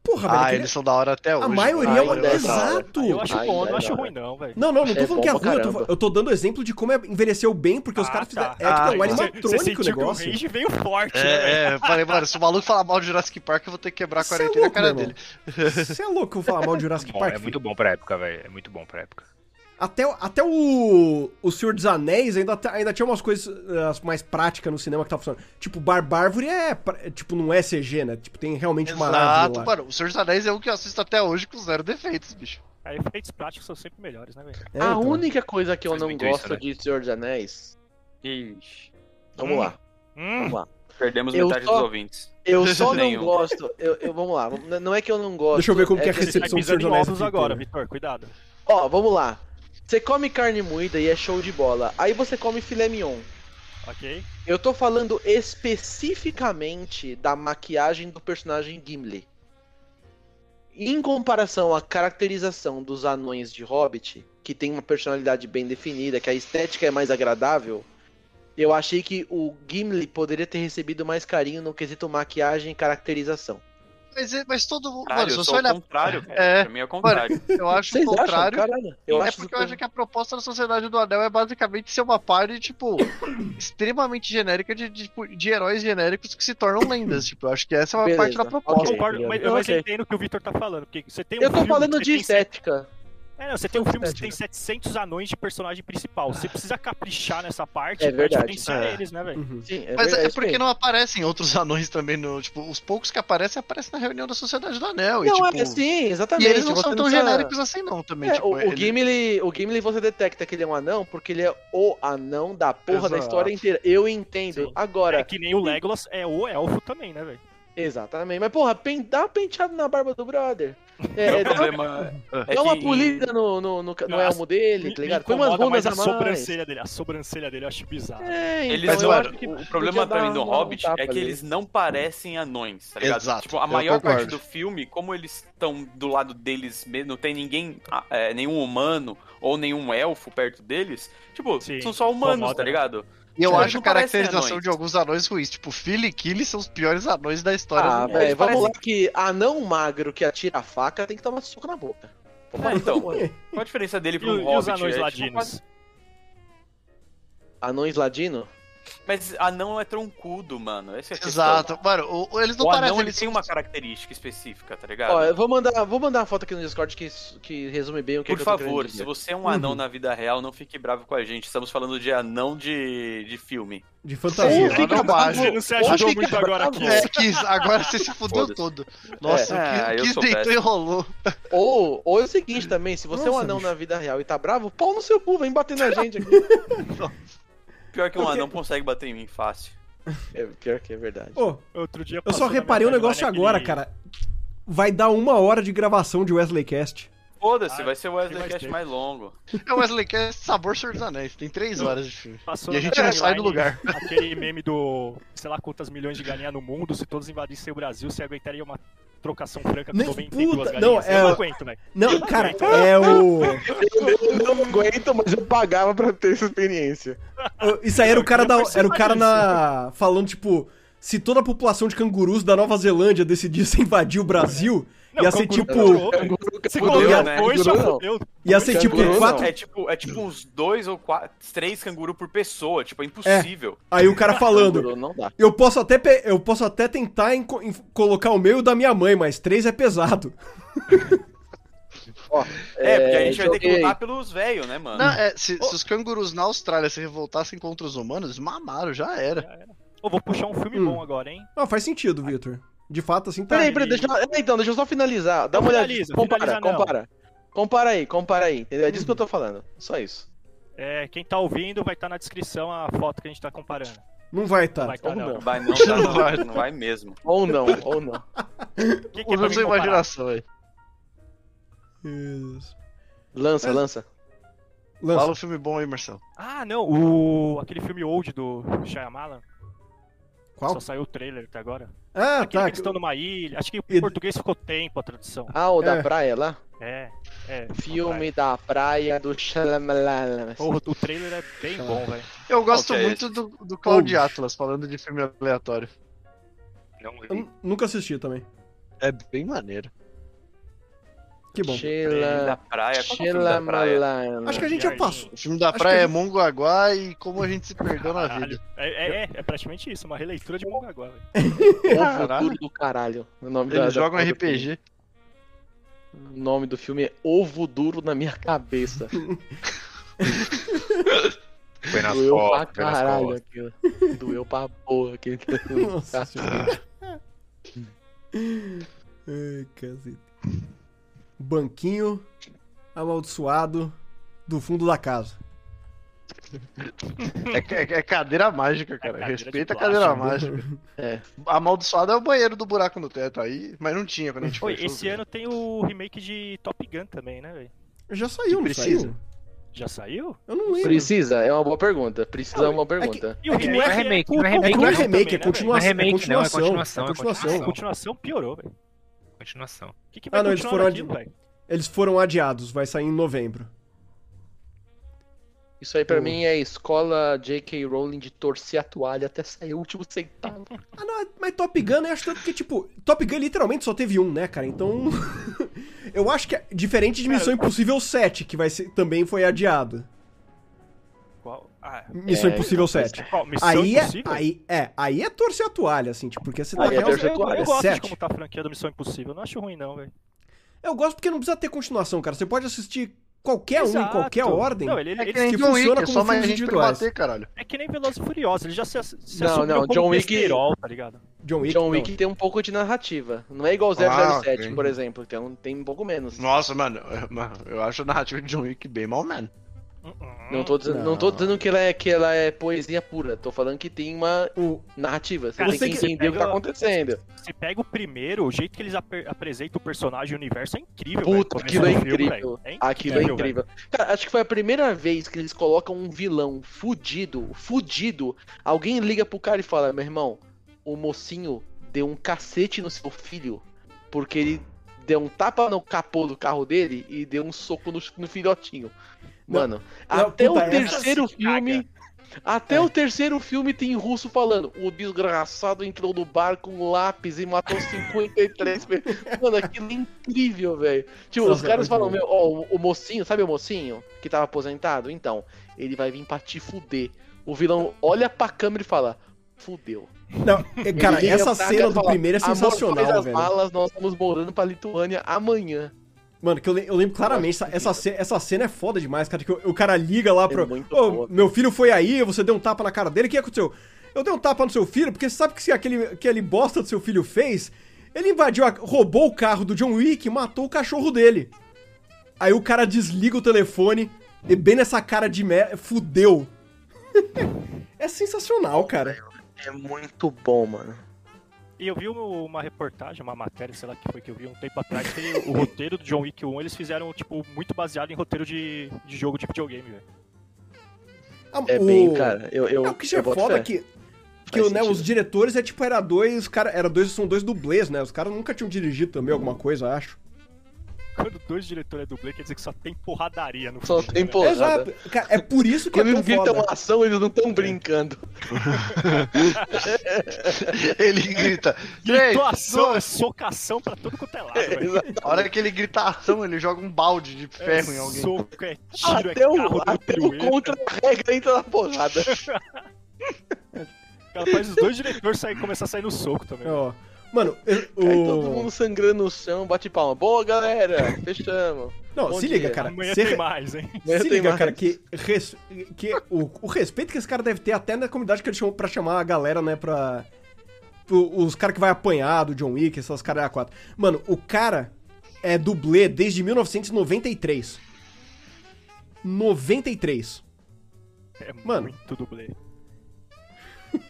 [SPEAKER 3] Porra,
[SPEAKER 2] Ah,
[SPEAKER 3] velho.
[SPEAKER 2] eles são da hora até hoje.
[SPEAKER 3] aquele- A maioria é
[SPEAKER 1] ainda
[SPEAKER 3] uma.
[SPEAKER 1] é da hora.
[SPEAKER 3] Exato!
[SPEAKER 6] Ah, eu acho
[SPEAKER 1] Ai,
[SPEAKER 6] bom,
[SPEAKER 1] ai,
[SPEAKER 6] não acho
[SPEAKER 1] ai.
[SPEAKER 6] ruim, não, velho.
[SPEAKER 3] Não, não, não tô
[SPEAKER 1] É
[SPEAKER 3] falando que é
[SPEAKER 1] bom pra
[SPEAKER 3] ruim, eu tô,
[SPEAKER 1] caramba.
[SPEAKER 3] eu tô dando exemplo de como é- envelheceu bem, porque os
[SPEAKER 6] Ah,
[SPEAKER 3] caras
[SPEAKER 6] tá.
[SPEAKER 3] fizeram. É, tipo,
[SPEAKER 2] Ah,
[SPEAKER 3] é um
[SPEAKER 2] então.
[SPEAKER 6] Você
[SPEAKER 3] animatrônico
[SPEAKER 6] sentiu
[SPEAKER 3] o negócio.
[SPEAKER 6] que o tá Rage veio forte, né, velho?
[SPEAKER 2] É, é, falei, mano, se o maluco falar mal de Jurassic Park, eu vou ter que quebrar a
[SPEAKER 3] Cê é
[SPEAKER 2] quarentena na
[SPEAKER 3] louco,
[SPEAKER 2] cara
[SPEAKER 3] meu
[SPEAKER 2] dele.
[SPEAKER 3] Você é louco eu falar mal de Jurassic
[SPEAKER 7] Bom,
[SPEAKER 3] Park.
[SPEAKER 7] é
[SPEAKER 3] filho.
[SPEAKER 7] muito bom pra época, velho. É muito bom pra época.
[SPEAKER 3] Até, o- até o, o Senhor dos Anéis ainda, tá- ainda tinha umas coisas eh, mais práticas no cinema que tá funcionando. Tipo, Barbárvore é, pra- é, tipo, não é CG, né? Tipo, tem realmente uma árvore
[SPEAKER 2] Exato,
[SPEAKER 3] lá.
[SPEAKER 2] mano. O Senhor dos Anéis é um que eu assisto até hoje com zero defeitos, bicho.
[SPEAKER 6] Aí, efeitos práticos são sempre melhores, né, velho?
[SPEAKER 3] É,
[SPEAKER 1] a
[SPEAKER 3] então.
[SPEAKER 1] única coisa que eu
[SPEAKER 7] Faz
[SPEAKER 1] não
[SPEAKER 7] muito isso,
[SPEAKER 1] gosto
[SPEAKER 7] né?
[SPEAKER 1] de Senhor dos Anéis.
[SPEAKER 7] Ixi.
[SPEAKER 1] Vamos
[SPEAKER 6] Hum.
[SPEAKER 1] lá.
[SPEAKER 6] Hum,
[SPEAKER 4] Perdemos
[SPEAKER 1] Eu
[SPEAKER 4] metade
[SPEAKER 1] só-
[SPEAKER 4] dos ouvintes.
[SPEAKER 1] Eu só não
[SPEAKER 4] Nenhum.
[SPEAKER 1] gosto. Eu, eu- vamos lá. N- Não é que eu não gosto.
[SPEAKER 3] Deixa eu ver como que é a
[SPEAKER 6] você tá
[SPEAKER 3] recepção do Senhor
[SPEAKER 6] pisando
[SPEAKER 3] dos
[SPEAKER 6] em
[SPEAKER 3] Anéis.
[SPEAKER 6] ovos
[SPEAKER 3] aqui,
[SPEAKER 6] agora,
[SPEAKER 3] né?
[SPEAKER 6] Vitor, cuidado.
[SPEAKER 1] Ó, vamos lá. Você come carne moída e é show de bola. Aí você come filé mignon.
[SPEAKER 6] Ok?
[SPEAKER 1] Eu tô falando especificamente da maquiagem do personagem Gimli. Em comparação à caracterização dos anões de Hobbit, que tem uma personalidade bem definida, que a estética é mais agradável, eu achei que o Gimli poderia ter recebido mais carinho no quesito maquiagem e caracterização.
[SPEAKER 2] Mas, é- mas todo mundo.
[SPEAKER 4] Caralho,
[SPEAKER 2] mano, se
[SPEAKER 4] eu
[SPEAKER 2] você
[SPEAKER 4] sou um o
[SPEAKER 2] olhar.
[SPEAKER 4] contrário, velho.
[SPEAKER 2] É.
[SPEAKER 4] Pra mim é o contrário.
[SPEAKER 2] Eu acho o
[SPEAKER 1] Vocês acham?
[SPEAKER 2] contrário.
[SPEAKER 1] Caralho, eu
[SPEAKER 2] é
[SPEAKER 1] acho
[SPEAKER 2] porque eu acho que a proposta da Sociedade do Anel é basicamente ser uma party, tipo, extremamente genérica de, de, tipo, de heróis genéricos que se tornam lendas. Tipo, eu acho que essa é uma
[SPEAKER 1] Beleza,
[SPEAKER 2] parte da proposta.
[SPEAKER 1] ok.
[SPEAKER 6] Concordo, mas,
[SPEAKER 1] Eu
[SPEAKER 6] mas eu
[SPEAKER 1] sei.
[SPEAKER 6] entendo o que o Vitor tá falando, porque você tem um
[SPEAKER 1] Eu tô
[SPEAKER 6] filme,
[SPEAKER 1] falando
[SPEAKER 6] você
[SPEAKER 1] de
[SPEAKER 6] tem-
[SPEAKER 1] estética.
[SPEAKER 6] É, não, você tem um filme que
[SPEAKER 1] É,
[SPEAKER 6] tem 700 anões de personagem principal. Você precisa caprichar nessa parte
[SPEAKER 1] É
[SPEAKER 6] pra
[SPEAKER 1] verdade,
[SPEAKER 6] diferenciar
[SPEAKER 2] é.
[SPEAKER 6] eles, né, velho?
[SPEAKER 3] Uhum.
[SPEAKER 1] Sim, é
[SPEAKER 2] Mas
[SPEAKER 1] verdade,
[SPEAKER 2] é porque
[SPEAKER 1] sim.
[SPEAKER 2] não aparecem outros anões também no. Tipo, os poucos que aparecem aparecem na reunião da Sociedade do Anel. e,
[SPEAKER 1] Não,
[SPEAKER 2] tipo,
[SPEAKER 1] é sim,
[SPEAKER 2] e
[SPEAKER 1] exatamente.
[SPEAKER 2] eles não
[SPEAKER 1] você
[SPEAKER 2] são tão
[SPEAKER 1] precisa-
[SPEAKER 2] genéricos assim, não, também.
[SPEAKER 1] É,
[SPEAKER 2] tipo,
[SPEAKER 1] o, o
[SPEAKER 2] ele-
[SPEAKER 1] Gimli, o Gimli você detecta que ele é um anão porque ele é o anão da porra da
[SPEAKER 2] Exato.
[SPEAKER 1] história inteira. Eu entendo.
[SPEAKER 6] Sim.
[SPEAKER 1] Agora,
[SPEAKER 6] É que nem o Legolas é o elfo também, né, velho?
[SPEAKER 1] exatamente. Mas porra, pen- dá uma penteada na barba do brother. É,
[SPEAKER 4] Meu
[SPEAKER 1] dá,
[SPEAKER 4] problema é
[SPEAKER 1] dá uma
[SPEAKER 4] que-
[SPEAKER 1] polida no, no, no, ca- no
[SPEAKER 6] Não,
[SPEAKER 1] elmo dele,
[SPEAKER 6] Me-
[SPEAKER 1] tá
[SPEAKER 6] me
[SPEAKER 1] ligado? Põe umas
[SPEAKER 6] incomoda
[SPEAKER 1] runas
[SPEAKER 6] mais
[SPEAKER 1] a
[SPEAKER 6] a
[SPEAKER 1] mais.
[SPEAKER 6] sobrancelha dele. A sobrancelha dele eu acho bizarro.
[SPEAKER 1] É, então,
[SPEAKER 4] Eles,
[SPEAKER 1] eu
[SPEAKER 4] mano,
[SPEAKER 1] acho que
[SPEAKER 4] o problema
[SPEAKER 1] podia
[SPEAKER 4] pra mim
[SPEAKER 1] dar
[SPEAKER 4] do
[SPEAKER 1] um
[SPEAKER 4] Hobbit
[SPEAKER 1] tapa
[SPEAKER 4] é que
[SPEAKER 1] ali.
[SPEAKER 4] eles não parecem anões, tá ligado?
[SPEAKER 2] Exato,
[SPEAKER 4] Tipo, a
[SPEAKER 2] eu
[SPEAKER 4] maior parte
[SPEAKER 2] concordo.
[SPEAKER 4] do filme, como eles estão do lado deles mesmo, não tem ninguém, ah, é, nenhum humano ou nenhum elfo perto deles, tipo,
[SPEAKER 6] Sim,
[SPEAKER 4] são só humanos,
[SPEAKER 6] incomoda,
[SPEAKER 4] tá
[SPEAKER 6] né?
[SPEAKER 4] ligado?
[SPEAKER 2] E eu
[SPEAKER 4] Eles
[SPEAKER 2] acho a
[SPEAKER 4] não parecem
[SPEAKER 2] caracterização
[SPEAKER 4] anões.
[SPEAKER 2] de alguns anões ruins. Tipo, Philly e Killy são os piores anões da história. É,
[SPEAKER 1] Ah,
[SPEAKER 2] do
[SPEAKER 1] velho,
[SPEAKER 4] Eles
[SPEAKER 1] vamos
[SPEAKER 4] parecem-
[SPEAKER 1] lá que anão magro que atira a faca tem que tomar soco na boca. Pô,
[SPEAKER 4] É,
[SPEAKER 1] mano,
[SPEAKER 4] então.
[SPEAKER 1] pô,
[SPEAKER 4] Qual a diferença dele
[SPEAKER 6] E,
[SPEAKER 4] pro um
[SPEAKER 6] o-
[SPEAKER 4] Hobbit?
[SPEAKER 6] e os anões
[SPEAKER 4] É, tipo,
[SPEAKER 6] ladinos?
[SPEAKER 4] quase-
[SPEAKER 1] Anões ladino?
[SPEAKER 4] mas anão é troncudo, mano. Essa é a questão.
[SPEAKER 2] Exato. Mano, o- o- eles não
[SPEAKER 4] O
[SPEAKER 2] parecem.
[SPEAKER 4] anão ele
[SPEAKER 2] eles
[SPEAKER 4] tem
[SPEAKER 2] são-
[SPEAKER 4] uma característica específica, tá ligado?
[SPEAKER 1] Ó, eu vou mandar, vou mandar uma foto aqui no Discord que, que resume bem o que,
[SPEAKER 4] Por
[SPEAKER 1] que eu tô querendo
[SPEAKER 4] favor,
[SPEAKER 1] dizer.
[SPEAKER 4] se você é um
[SPEAKER 2] Uhum.
[SPEAKER 4] anão na vida real, não fique bravo com a gente. Estamos falando de anão de, de filme.
[SPEAKER 3] De fantasia.
[SPEAKER 1] Ou fica
[SPEAKER 2] Não, não
[SPEAKER 1] bravo,
[SPEAKER 2] acho.
[SPEAKER 6] Você não se
[SPEAKER 1] ou
[SPEAKER 6] ajudou
[SPEAKER 1] fica
[SPEAKER 6] muito agora
[SPEAKER 1] bravo,
[SPEAKER 6] aqui.
[SPEAKER 2] É, quis, agora você se fudeu
[SPEAKER 4] Foda-se.
[SPEAKER 2] todo. Nossa,
[SPEAKER 4] É,
[SPEAKER 2] o
[SPEAKER 4] eu
[SPEAKER 2] Kiss,
[SPEAKER 4] sou
[SPEAKER 2] Kiss deitou
[SPEAKER 4] péssimo.
[SPEAKER 2] e rolou.
[SPEAKER 1] Ou, ou é o seguinte também, se você é um
[SPEAKER 3] Nossa,
[SPEAKER 1] anão
[SPEAKER 3] bicho.
[SPEAKER 1] na vida real e tá bravo, pau no seu cu, vem bater na gente aqui.
[SPEAKER 4] Pior que um anão consegue bater em mim fácil.
[SPEAKER 1] É, pior que é verdade.
[SPEAKER 3] Ô,
[SPEAKER 6] Outro dia
[SPEAKER 3] eu
[SPEAKER 6] passou
[SPEAKER 3] só
[SPEAKER 6] na minha
[SPEAKER 3] reparei um
[SPEAKER 6] timeline
[SPEAKER 3] negócio
[SPEAKER 6] é aquele-
[SPEAKER 3] agora, cara. Vai dar uma hora de gravação de Wesley Cast.
[SPEAKER 4] Foda-se,
[SPEAKER 6] Ah,
[SPEAKER 4] vai ser o Wesley
[SPEAKER 6] mais
[SPEAKER 4] Cast
[SPEAKER 6] tempo.
[SPEAKER 4] mais longo.
[SPEAKER 2] É o Wesley Cast sabor Senhor dos Anéis. Tem três horas de filme.
[SPEAKER 6] Passou
[SPEAKER 2] E a
[SPEAKER 6] na
[SPEAKER 2] gente não sai do
[SPEAKER 6] timeline
[SPEAKER 2] lugar.
[SPEAKER 6] Aquele meme do, sei lá quantas milhões de galinhas no mundo, se todos invadissem o Brasil, você aguentaria uma trocação franca com
[SPEAKER 3] Nem-
[SPEAKER 6] 92
[SPEAKER 3] puta,
[SPEAKER 6] galinhas?
[SPEAKER 3] não, é-
[SPEAKER 6] Eu não aguento, velho.
[SPEAKER 3] Não, cara, é o.
[SPEAKER 1] Eu não aguento, mas eu pagava pra ter essa experiência.
[SPEAKER 3] Isso aí era o cara da. Era o cara
[SPEAKER 6] Isso.
[SPEAKER 3] na. falando, tipo, se toda a população de cangurus da Nova Zelândia decidisse invadir o Brasil,
[SPEAKER 6] Não,
[SPEAKER 3] ia ser
[SPEAKER 6] canguru
[SPEAKER 3] tipo.
[SPEAKER 6] não, velho. Se
[SPEAKER 1] Fudeu,
[SPEAKER 6] colocar
[SPEAKER 4] né?
[SPEAKER 6] dois, já
[SPEAKER 1] Canguru não.
[SPEAKER 6] fudeu.
[SPEAKER 3] Ia ser tipo
[SPEAKER 1] Canguru não.
[SPEAKER 3] quatro.
[SPEAKER 4] É tipo, é tipo uns dois ou quatro, três canguru por pessoa, tipo, é impossível.
[SPEAKER 3] Aí o cara falando.
[SPEAKER 1] Canguru Não dá.
[SPEAKER 3] Eu posso até, pe- eu posso até tentar em co- em colocar o meu e o da minha mãe, mas três é pesado.
[SPEAKER 1] Ó,
[SPEAKER 4] É, porque a gente vai ter que
[SPEAKER 1] joguei.
[SPEAKER 4] lutar pelos velhos, né, mano?
[SPEAKER 2] Não, é, se, se os cangurus na Austrália se revoltassem contra os humanos, mamaram, já era.
[SPEAKER 4] É,
[SPEAKER 6] Já era. Ô, vou puxar um filme
[SPEAKER 3] Hum.
[SPEAKER 6] bom agora, hein?
[SPEAKER 3] Não, faz sentido, Vitor. De fato, assim tá.
[SPEAKER 1] Peraí, peraí, deixa eu... é, Então, deixa eu só finalizar. Dá
[SPEAKER 6] Não
[SPEAKER 1] uma olhada.
[SPEAKER 6] finaliza,
[SPEAKER 1] compara,
[SPEAKER 6] finaliza não.
[SPEAKER 1] compara. Compara aí, compara aí. Entendeu? É disso que eu tô falando. Só isso.
[SPEAKER 6] É, quem tá ouvindo vai estar na descrição a foto que a gente tá comparando.
[SPEAKER 3] Não vai
[SPEAKER 6] Não
[SPEAKER 3] tá.
[SPEAKER 6] vai tá,
[SPEAKER 1] ou
[SPEAKER 6] não.
[SPEAKER 1] não.
[SPEAKER 4] Vai, não, tá,
[SPEAKER 2] Não vai.
[SPEAKER 4] não, não vai mesmo.
[SPEAKER 1] Ou não, ou não.
[SPEAKER 6] Quem que é pra
[SPEAKER 2] Usa
[SPEAKER 6] mim
[SPEAKER 2] sua
[SPEAKER 6] comparar?
[SPEAKER 2] imaginação aí.
[SPEAKER 3] Isso.
[SPEAKER 1] Lança, lança.
[SPEAKER 3] Lança.
[SPEAKER 2] Fala um filme bom aí, Marcelo.
[SPEAKER 6] Ah, não, o... aquele filme old do Shyamalan.
[SPEAKER 3] Qual?
[SPEAKER 6] Só saiu o trailer até agora.
[SPEAKER 3] Ah, tá.
[SPEAKER 6] Aquele que eles estão numa ilha. Acho que
[SPEAKER 3] E-
[SPEAKER 6] em português ficou tempo a tradução.
[SPEAKER 1] Ah, o da
[SPEAKER 3] É.
[SPEAKER 1] praia lá?
[SPEAKER 6] É, é.
[SPEAKER 1] Filme da praia do Shalamalan.
[SPEAKER 3] Oh,
[SPEAKER 6] Porra, o trailer é bem bom,
[SPEAKER 3] Tá.
[SPEAKER 6] velho.
[SPEAKER 2] Eu gosto
[SPEAKER 4] Ok.
[SPEAKER 2] muito do, do Cloud Atlas, falando de filme aleatório.
[SPEAKER 7] Não
[SPEAKER 3] Eu
[SPEAKER 7] vi.
[SPEAKER 3] n- nunca assisti também.
[SPEAKER 2] É bem maneiro.
[SPEAKER 3] Que bom.
[SPEAKER 4] Ele da
[SPEAKER 1] Sheila.
[SPEAKER 4] praia, qual que é o filme da praia?
[SPEAKER 1] Sheila
[SPEAKER 3] Acho que a gente já
[SPEAKER 6] Jardim.
[SPEAKER 3] passou.
[SPEAKER 2] O filme da
[SPEAKER 3] Acho
[SPEAKER 2] praia
[SPEAKER 3] que-
[SPEAKER 2] é Mongaguá e como a gente se perdeu na vida.
[SPEAKER 6] Caralho. É, é, é, é praticamente isso, uma releitura de Mongaguá, velho.
[SPEAKER 3] é
[SPEAKER 1] O futuro do caralho. O nome da-
[SPEAKER 2] Eles
[SPEAKER 1] da
[SPEAKER 2] jogam
[SPEAKER 1] porra do
[SPEAKER 2] RPG.
[SPEAKER 1] filme. O nome do filme é Ovo Duro na Minha Cabeça.
[SPEAKER 7] Foi nas
[SPEAKER 1] Doeu pra
[SPEAKER 7] fotos, foi nas
[SPEAKER 1] caralho
[SPEAKER 7] fotos.
[SPEAKER 1] aquilo. Doeu pra porra aquele.
[SPEAKER 3] Nossa senhora. Ai, cacete. Banquinho amaldiçoado do fundo da casa.
[SPEAKER 2] É, ca- é cadeira mágica, cara.
[SPEAKER 6] cadeira de
[SPEAKER 2] Respeita a
[SPEAKER 6] plástico.
[SPEAKER 2] cadeira mágica.
[SPEAKER 1] É.
[SPEAKER 2] Amaldiçoado é o banheiro do buraco no teto aí, mas não tinha quando a gente
[SPEAKER 6] Oi,
[SPEAKER 2] foi.
[SPEAKER 6] esse ano tem o remake de Top Gun também, né, velho?
[SPEAKER 3] Já saiu, não
[SPEAKER 2] Precisa?
[SPEAKER 3] saiu?
[SPEAKER 6] Já saiu?
[SPEAKER 3] Eu não lembro.
[SPEAKER 1] Precisa? É uma boa pergunta. Precisa é uma boa
[SPEAKER 3] é que-
[SPEAKER 1] pergunta.
[SPEAKER 6] E o
[SPEAKER 7] É que não é remake, não é
[SPEAKER 3] É que não é remake, é
[SPEAKER 6] culto também, né, velho?
[SPEAKER 3] continua-
[SPEAKER 7] Não é remake, não, é
[SPEAKER 3] continuação.
[SPEAKER 7] continuação,
[SPEAKER 3] É continuação.
[SPEAKER 6] Ah,
[SPEAKER 7] é continuação.
[SPEAKER 6] continuação piorou, velho.
[SPEAKER 7] Continuação.
[SPEAKER 6] O que, que vai
[SPEAKER 3] Ah, não, eles
[SPEAKER 6] continuar
[SPEAKER 3] foram
[SPEAKER 6] naquilo, velho?
[SPEAKER 3] Eles foram adiados, vai sair em novembro.
[SPEAKER 1] Isso aí pra
[SPEAKER 3] Boa.
[SPEAKER 1] mim é escola J.K. Rowling de torcer a toalha até sair o último centavo.
[SPEAKER 3] Ah, não, mas Top Gun, eu acho tanto que, tipo, Top Gun literalmente só teve um, né, cara? Então. eu acho que. é Diferente de Missão Impossível 7, que vai ser, também foi adiado.
[SPEAKER 6] Qual? Ah,
[SPEAKER 3] Missão
[SPEAKER 1] É,
[SPEAKER 3] Impossível
[SPEAKER 1] então,
[SPEAKER 3] 7.
[SPEAKER 6] qual? Missão
[SPEAKER 3] Aí é,
[SPEAKER 6] Impossível?
[SPEAKER 3] aí, é, aí é torcer a toalha, assim, tipo, porque você tá
[SPEAKER 1] Aí é
[SPEAKER 6] eu,
[SPEAKER 3] real.
[SPEAKER 1] torcer
[SPEAKER 6] eu,
[SPEAKER 1] a toalha,
[SPEAKER 6] eu gosto
[SPEAKER 3] sete.
[SPEAKER 6] de como tá a franquia do Missão Impossível, eu não acho ruim não, velho.
[SPEAKER 3] Eu gosto porque não precisa ter continuação, cara. Você pode assistir Qualquer um, em
[SPEAKER 6] Exato.
[SPEAKER 3] qualquer ordem.
[SPEAKER 6] Não, ele, ele,
[SPEAKER 2] É que
[SPEAKER 6] ele-
[SPEAKER 2] nem
[SPEAKER 3] que
[SPEAKER 2] John Wick,
[SPEAKER 3] funciona
[SPEAKER 2] é
[SPEAKER 3] como
[SPEAKER 2] só mais
[SPEAKER 3] filmes
[SPEAKER 2] gente pra
[SPEAKER 3] individuais.
[SPEAKER 2] bater, caralho.
[SPEAKER 6] é que nem Velozes e Furiosos, ele já se, ass- se
[SPEAKER 1] Não,
[SPEAKER 6] assumiu
[SPEAKER 1] não,
[SPEAKER 6] como
[SPEAKER 1] John Wick-
[SPEAKER 6] besterol, tá ligado?
[SPEAKER 3] John Wick.
[SPEAKER 1] John
[SPEAKER 3] não.
[SPEAKER 1] Wick tem um pouco de narrativa. Não é igual
[SPEAKER 2] Ah,
[SPEAKER 1] 007,
[SPEAKER 2] ok.
[SPEAKER 1] por exemplo. Então tem um pouco menos.
[SPEAKER 2] Nossa, mano, eu- mano, eu acho a narrativa de John Wick bem mal, mano.
[SPEAKER 6] Uh-uh.
[SPEAKER 1] Não tô, dizendo, não.
[SPEAKER 3] Não.
[SPEAKER 1] tô dizendo que ela, é, que ela é poesia pura. Tô falando que tem uma
[SPEAKER 3] O-
[SPEAKER 1] narrativa. Você
[SPEAKER 6] Cara,
[SPEAKER 1] tem
[SPEAKER 6] você
[SPEAKER 1] que
[SPEAKER 6] que-
[SPEAKER 1] entender o que tá acontecendo.
[SPEAKER 6] Você pega o primeiro, o jeito que eles ape- apresentam o personagem e o universo é incrível.
[SPEAKER 1] Puta,
[SPEAKER 6] velho,
[SPEAKER 1] aquilo é
[SPEAKER 6] começando o filme,
[SPEAKER 1] incrível.
[SPEAKER 6] velho. É
[SPEAKER 1] Aquilo é
[SPEAKER 6] velho.
[SPEAKER 1] incrível. Cara, acho que foi a primeira vez que eles colocam um vilão fudido, fudido. Alguém liga pro cara e fala: Meu irmão, o mocinho deu um cacete no seu filho porque ele deu um tapa no capô do carro dele e deu um soco no, no filhotinho.
[SPEAKER 3] Não,
[SPEAKER 1] Mano,
[SPEAKER 3] não,
[SPEAKER 1] até o
[SPEAKER 3] puta, essa É.
[SPEAKER 1] terceiro
[SPEAKER 6] se caga.
[SPEAKER 1] filme. Até o terceiro filme tem russo falando. O desgraçado entrou no bar com um lápis e matou 53 pessoas. Mano, aquilo é incrível, velho. Tipo, os
[SPEAKER 3] Nossa, é
[SPEAKER 1] caras
[SPEAKER 3] muito
[SPEAKER 1] falam,
[SPEAKER 3] bom.
[SPEAKER 1] meu, ó, o- o mocinho, sabe o mocinho que tava aposentado? Então, ele vai vir pra te fuder. O vilão olha pra câmera e fala, fudeu.
[SPEAKER 3] Não, é, cara,
[SPEAKER 1] Ele
[SPEAKER 3] essa
[SPEAKER 1] ataca
[SPEAKER 3] cena
[SPEAKER 1] e
[SPEAKER 3] do
[SPEAKER 1] fala,
[SPEAKER 3] primeiro é
[SPEAKER 1] "Amor, faz
[SPEAKER 3] sensacional,
[SPEAKER 1] as
[SPEAKER 3] velho.
[SPEAKER 1] malas, nós estamos morando pra Lituânia amanhã.
[SPEAKER 3] Mano, que eu, le- eu lembro claramente, essa, essa, ce- essa cena é foda demais, cara, que o, o cara liga lá pro...
[SPEAKER 1] É muito
[SPEAKER 3] "Ô,
[SPEAKER 1] boa,
[SPEAKER 3] meu filho foi aí, você deu um tapa na cara dele, o que aconteceu? Eu dei um tapa no seu filho, porque você sabe que se aquele, aquele bosta do seu filho fez, ele invadiu, a- roubou o carro do John Wick e matou o cachorro dele. Aí o cara desliga o telefone, e bem nessa cara de merda, fudeu. é sensacional, cara.
[SPEAKER 1] É muito bom, mano.
[SPEAKER 6] E eu vi uma uma reportagem, uma matéria, sei lá que foi que eu vi um tempo atrás, que o roteiro do John Wick 1 eles fizeram, tipo, muito baseado em roteiro de, de jogo de videogame, velho.
[SPEAKER 3] Ah,
[SPEAKER 1] É
[SPEAKER 3] o-
[SPEAKER 1] bem, cara, eu, eu,
[SPEAKER 3] É, o que já
[SPEAKER 1] eu
[SPEAKER 3] é
[SPEAKER 1] boto
[SPEAKER 3] foda
[SPEAKER 1] fé.
[SPEAKER 3] é que, que
[SPEAKER 1] Faz
[SPEAKER 3] né, os
[SPEAKER 1] sentido.
[SPEAKER 3] diretores é tipo, era dois, cara, era dois, são dois dublês, né? Os caras nunca tinham dirigido também alguma
[SPEAKER 1] Hum.
[SPEAKER 3] coisa, eu acho.
[SPEAKER 6] Quando dois diretores é dublê, quer dizer que só tem porradaria no
[SPEAKER 1] Só
[SPEAKER 6] filme,
[SPEAKER 1] tem
[SPEAKER 6] né?
[SPEAKER 1] porrada.
[SPEAKER 3] Exato. Cara, é por isso que
[SPEAKER 1] Quando
[SPEAKER 3] é
[SPEAKER 1] eles
[SPEAKER 3] tão
[SPEAKER 1] gritam
[SPEAKER 3] foda.
[SPEAKER 1] ação, eles não estão brincando.
[SPEAKER 2] Ele grita. "Três,
[SPEAKER 6] Situação, é
[SPEAKER 2] dois".
[SPEAKER 6] socação pra tudo quanto é lado, velho.
[SPEAKER 2] A hora que ele grita ação, ele joga um balde de ferro em alguém.
[SPEAKER 6] Soco, é tiro,
[SPEAKER 1] Até
[SPEAKER 6] é
[SPEAKER 1] o,
[SPEAKER 6] carro dando
[SPEAKER 1] até o
[SPEAKER 6] pirueta.
[SPEAKER 1] contra-regra entra na porrada.
[SPEAKER 6] Capaz os dois diretores sair, começar a sair no soco também.
[SPEAKER 3] Ó, Mano, eu-
[SPEAKER 1] Cai todo
[SPEAKER 3] o...
[SPEAKER 1] mundo sangrando no chão, bate palma. Boa, galera, fechamos.
[SPEAKER 3] Não,
[SPEAKER 1] Bom
[SPEAKER 3] se
[SPEAKER 1] dia.
[SPEAKER 3] liga, cara.
[SPEAKER 6] Amanhã
[SPEAKER 3] se-
[SPEAKER 6] tem mais, hein?
[SPEAKER 1] Amanhã
[SPEAKER 3] Se
[SPEAKER 1] tem
[SPEAKER 3] liga,
[SPEAKER 1] mais.
[SPEAKER 3] cara, que, res- que o, o respeito que esse cara deve ter até na comunidade que ele chamou pra chamar a galera, né, pra... o- os caras que vai apanhar do John Wick, essas caras a quatro. Mano, o cara é dublê desde 1993. 93.
[SPEAKER 6] É
[SPEAKER 3] Mano.
[SPEAKER 6] muito dublê.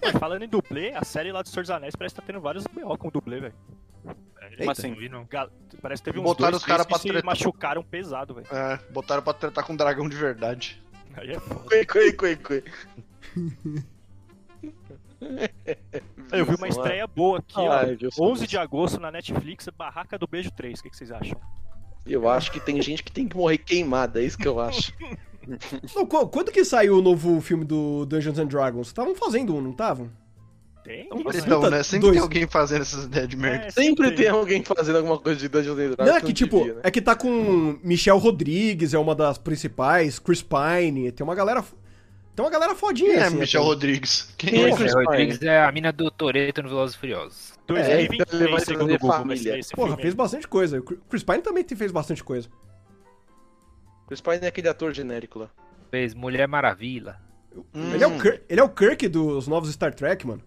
[SPEAKER 6] Mas falando em dublê, a série lá do Senhor dos Anéis parece que tá tendo vários BO com dublê, velho.
[SPEAKER 4] Como
[SPEAKER 3] Eita.
[SPEAKER 4] assim?
[SPEAKER 6] Gal- Parece que teve uns
[SPEAKER 2] Botaram
[SPEAKER 6] dois,
[SPEAKER 2] os cara
[SPEAKER 6] três
[SPEAKER 2] pra
[SPEAKER 6] que se
[SPEAKER 2] tretar.
[SPEAKER 6] machucaram pesado, velho.
[SPEAKER 2] É, botaram pra tratar com um dragão de verdade.
[SPEAKER 6] Aí é foda.
[SPEAKER 1] Cui, cui, cui, cui.
[SPEAKER 6] Eu vi uma estreia boa aqui,
[SPEAKER 1] Ah,
[SPEAKER 6] ó.
[SPEAKER 1] eu vi o som.
[SPEAKER 6] 11 de agosto na Netflix, Barraca do Beijo 3. O que, que vocês acham?
[SPEAKER 1] Eu acho que tem gente que tem que morrer queimada, é isso que eu acho.
[SPEAKER 3] Não, qu- quando que saiu o novo filme do Dungeons and Dragons? Estavam fazendo um, não estavam?
[SPEAKER 6] Tem?
[SPEAKER 3] Então,
[SPEAKER 6] Mano,
[SPEAKER 2] Então,
[SPEAKER 3] puta,
[SPEAKER 2] né? Sempre
[SPEAKER 3] dois.
[SPEAKER 2] tem alguém fazendo essas ideias de merda.
[SPEAKER 6] é,
[SPEAKER 1] Sempre tem alguém fazendo alguma coisa de Dungeons and Dragons.
[SPEAKER 3] Não, é que tipo,
[SPEAKER 1] devia, né?
[SPEAKER 3] é que tá com Michelle Rodrigues, é uma das principais, Chris Pine, tem uma galera. f- Tem uma galera fodinha,
[SPEAKER 2] Quem é
[SPEAKER 3] assim,
[SPEAKER 2] Michel
[SPEAKER 3] até.
[SPEAKER 2] Rodrigues? Quem
[SPEAKER 1] Quem
[SPEAKER 2] é?
[SPEAKER 1] é?
[SPEAKER 7] Michelle Rodrigues é a mina do Toreto no Velozes e Furiosos.
[SPEAKER 1] É, ele vai
[SPEAKER 6] 2023,
[SPEAKER 1] trazer
[SPEAKER 6] segundo o Google, vai
[SPEAKER 1] família.
[SPEAKER 6] ser esse
[SPEAKER 3] Porra,
[SPEAKER 6] filme
[SPEAKER 3] fez bastante coisa. O Chris Pine também te- fez bastante coisa.
[SPEAKER 1] Chris Pine é aquele ator genérico lá.
[SPEAKER 7] Fez Mulher Maravilha.
[SPEAKER 2] Hum,
[SPEAKER 3] Ele, é o Kirk, ele é o Kirk dos novos Star Trek, mano.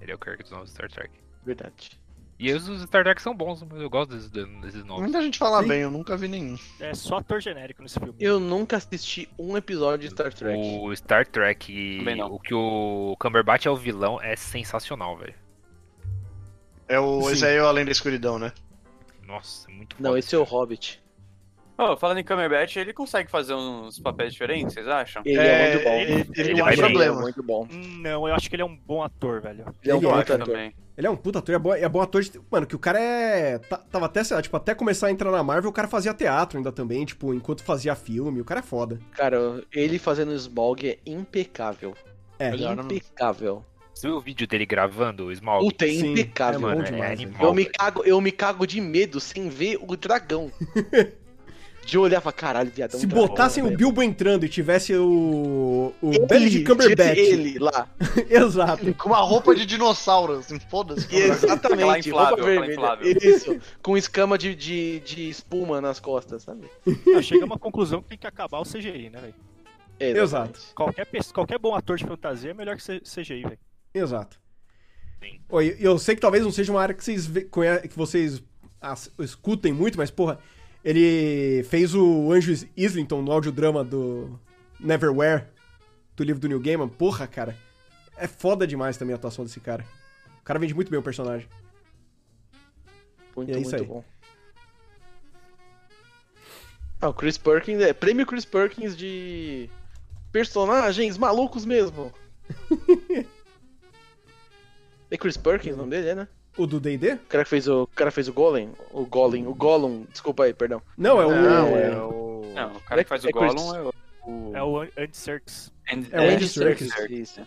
[SPEAKER 7] Ele é o Kirk dos novos Star Trek.
[SPEAKER 1] Verdade.
[SPEAKER 7] E os dos Star Trek são bons, mas eu gosto desses, desses novos.
[SPEAKER 2] Muita gente fala
[SPEAKER 3] Sim.
[SPEAKER 2] bem, eu nunca vi nenhum.
[SPEAKER 6] aí. É só ator genérico nesse filme.
[SPEAKER 1] Eu nunca assisti um episódio de Star Trek.
[SPEAKER 7] O Star Trek,
[SPEAKER 4] Também não.
[SPEAKER 7] o que o Cumberbatch é o vilão, é sensacional, velho.
[SPEAKER 2] É o
[SPEAKER 3] Sim.
[SPEAKER 2] Esse aí é o Além da Escuridão, né?
[SPEAKER 7] Nossa, muito
[SPEAKER 1] Não,
[SPEAKER 7] foda
[SPEAKER 1] esse é o Hobbit.
[SPEAKER 4] Ó, falando em Cumberbatch, ele consegue fazer uns papéis diferentes, vocês acham?
[SPEAKER 1] Ele é, muito bom.
[SPEAKER 2] ele, ele
[SPEAKER 7] Ele
[SPEAKER 2] tem
[SPEAKER 7] vai
[SPEAKER 2] um
[SPEAKER 7] bem.
[SPEAKER 1] é
[SPEAKER 2] problema.
[SPEAKER 1] muito bom.
[SPEAKER 6] Não, eu acho que ele é um bom ator, velho.
[SPEAKER 1] Ele é um
[SPEAKER 3] Ele é
[SPEAKER 1] bom
[SPEAKER 3] ótimo
[SPEAKER 1] ator.
[SPEAKER 4] também.
[SPEAKER 3] Ele é um puta ator, é bom, é bom ator. de- mano, que o cara é. tá- tava até, sei lá, tipo, até começar a entrar na Marvel, o cara fazia teatro ainda também, tipo, enquanto fazia filme. O cara é foda.
[SPEAKER 1] Cara, ele fazendo Smog é impecável.
[SPEAKER 3] É.
[SPEAKER 2] Melhor, né, mano?
[SPEAKER 1] impecável.
[SPEAKER 7] Você viu o vídeo dele gravando o Smaug?
[SPEAKER 1] Puta, é
[SPEAKER 3] Sim,
[SPEAKER 1] impecável.
[SPEAKER 3] é
[SPEAKER 7] mano,
[SPEAKER 3] bom demais,
[SPEAKER 7] é
[SPEAKER 3] velho.
[SPEAKER 7] animal,
[SPEAKER 1] Eu me,
[SPEAKER 7] velho.
[SPEAKER 1] cago, eu me cago de medo sem ver o dragão. de olhar e falar, caralho, viadão.
[SPEAKER 3] Se
[SPEAKER 1] tá
[SPEAKER 3] botassem
[SPEAKER 1] bom,
[SPEAKER 3] o
[SPEAKER 1] né?"
[SPEAKER 3] Bilbo entrando e tivesse o. O
[SPEAKER 1] Ele,
[SPEAKER 3] Benedict Cumberbatch.
[SPEAKER 1] tinha Ele lá.
[SPEAKER 3] Exato.
[SPEAKER 2] Com uma roupa de dinossauro, assim, foda-se.
[SPEAKER 1] E
[SPEAKER 4] Aquela
[SPEAKER 1] Exatamente,
[SPEAKER 4] inflável,
[SPEAKER 1] roupa
[SPEAKER 4] aquela
[SPEAKER 1] vermelha.
[SPEAKER 4] inflável.
[SPEAKER 1] Isso, com escama de, de, de espuma nas costas, sabe?
[SPEAKER 6] Ah, Chega a uma conclusão que tem que acabar o CGI, né, velho?
[SPEAKER 1] Exatamente.
[SPEAKER 6] Qualquer, pe- qualquer bom ator de fantasia é melhor que C- CGI, velho.
[SPEAKER 3] Exato.
[SPEAKER 8] Sim.
[SPEAKER 3] Oi, eu sei que talvez não seja uma área que vocês, ve- conhe- que vocês as- escutem muito, mas, porra, ele fez o Anjo Is- Islington no audiodrama do Neverwhere, do livro do Neil Gaiman. Porra, cara, é foda demais também a atuação desse cara. O cara vende muito bem o personagem.
[SPEAKER 1] Muito,
[SPEAKER 3] E é isso
[SPEAKER 1] muito
[SPEAKER 3] aí.
[SPEAKER 1] bom. Ah, o Chris Perkins é prêmio Chris Perkins de personagens malucos mesmo. é Chris Perkins o nome dele, é, né?
[SPEAKER 3] O do D&D?
[SPEAKER 1] O cara que fez o, o cara que fez o Golem, o Golem, o Gollum, desculpa aí, perdão.
[SPEAKER 3] Não, é o...
[SPEAKER 2] Não,
[SPEAKER 3] é...
[SPEAKER 2] é o.
[SPEAKER 4] Não, o cara que faz o
[SPEAKER 1] É Chris-
[SPEAKER 4] Gollum é o.
[SPEAKER 6] É o An- Andy Serkis.
[SPEAKER 4] And-
[SPEAKER 3] É o Andy
[SPEAKER 1] Serkis. Isso.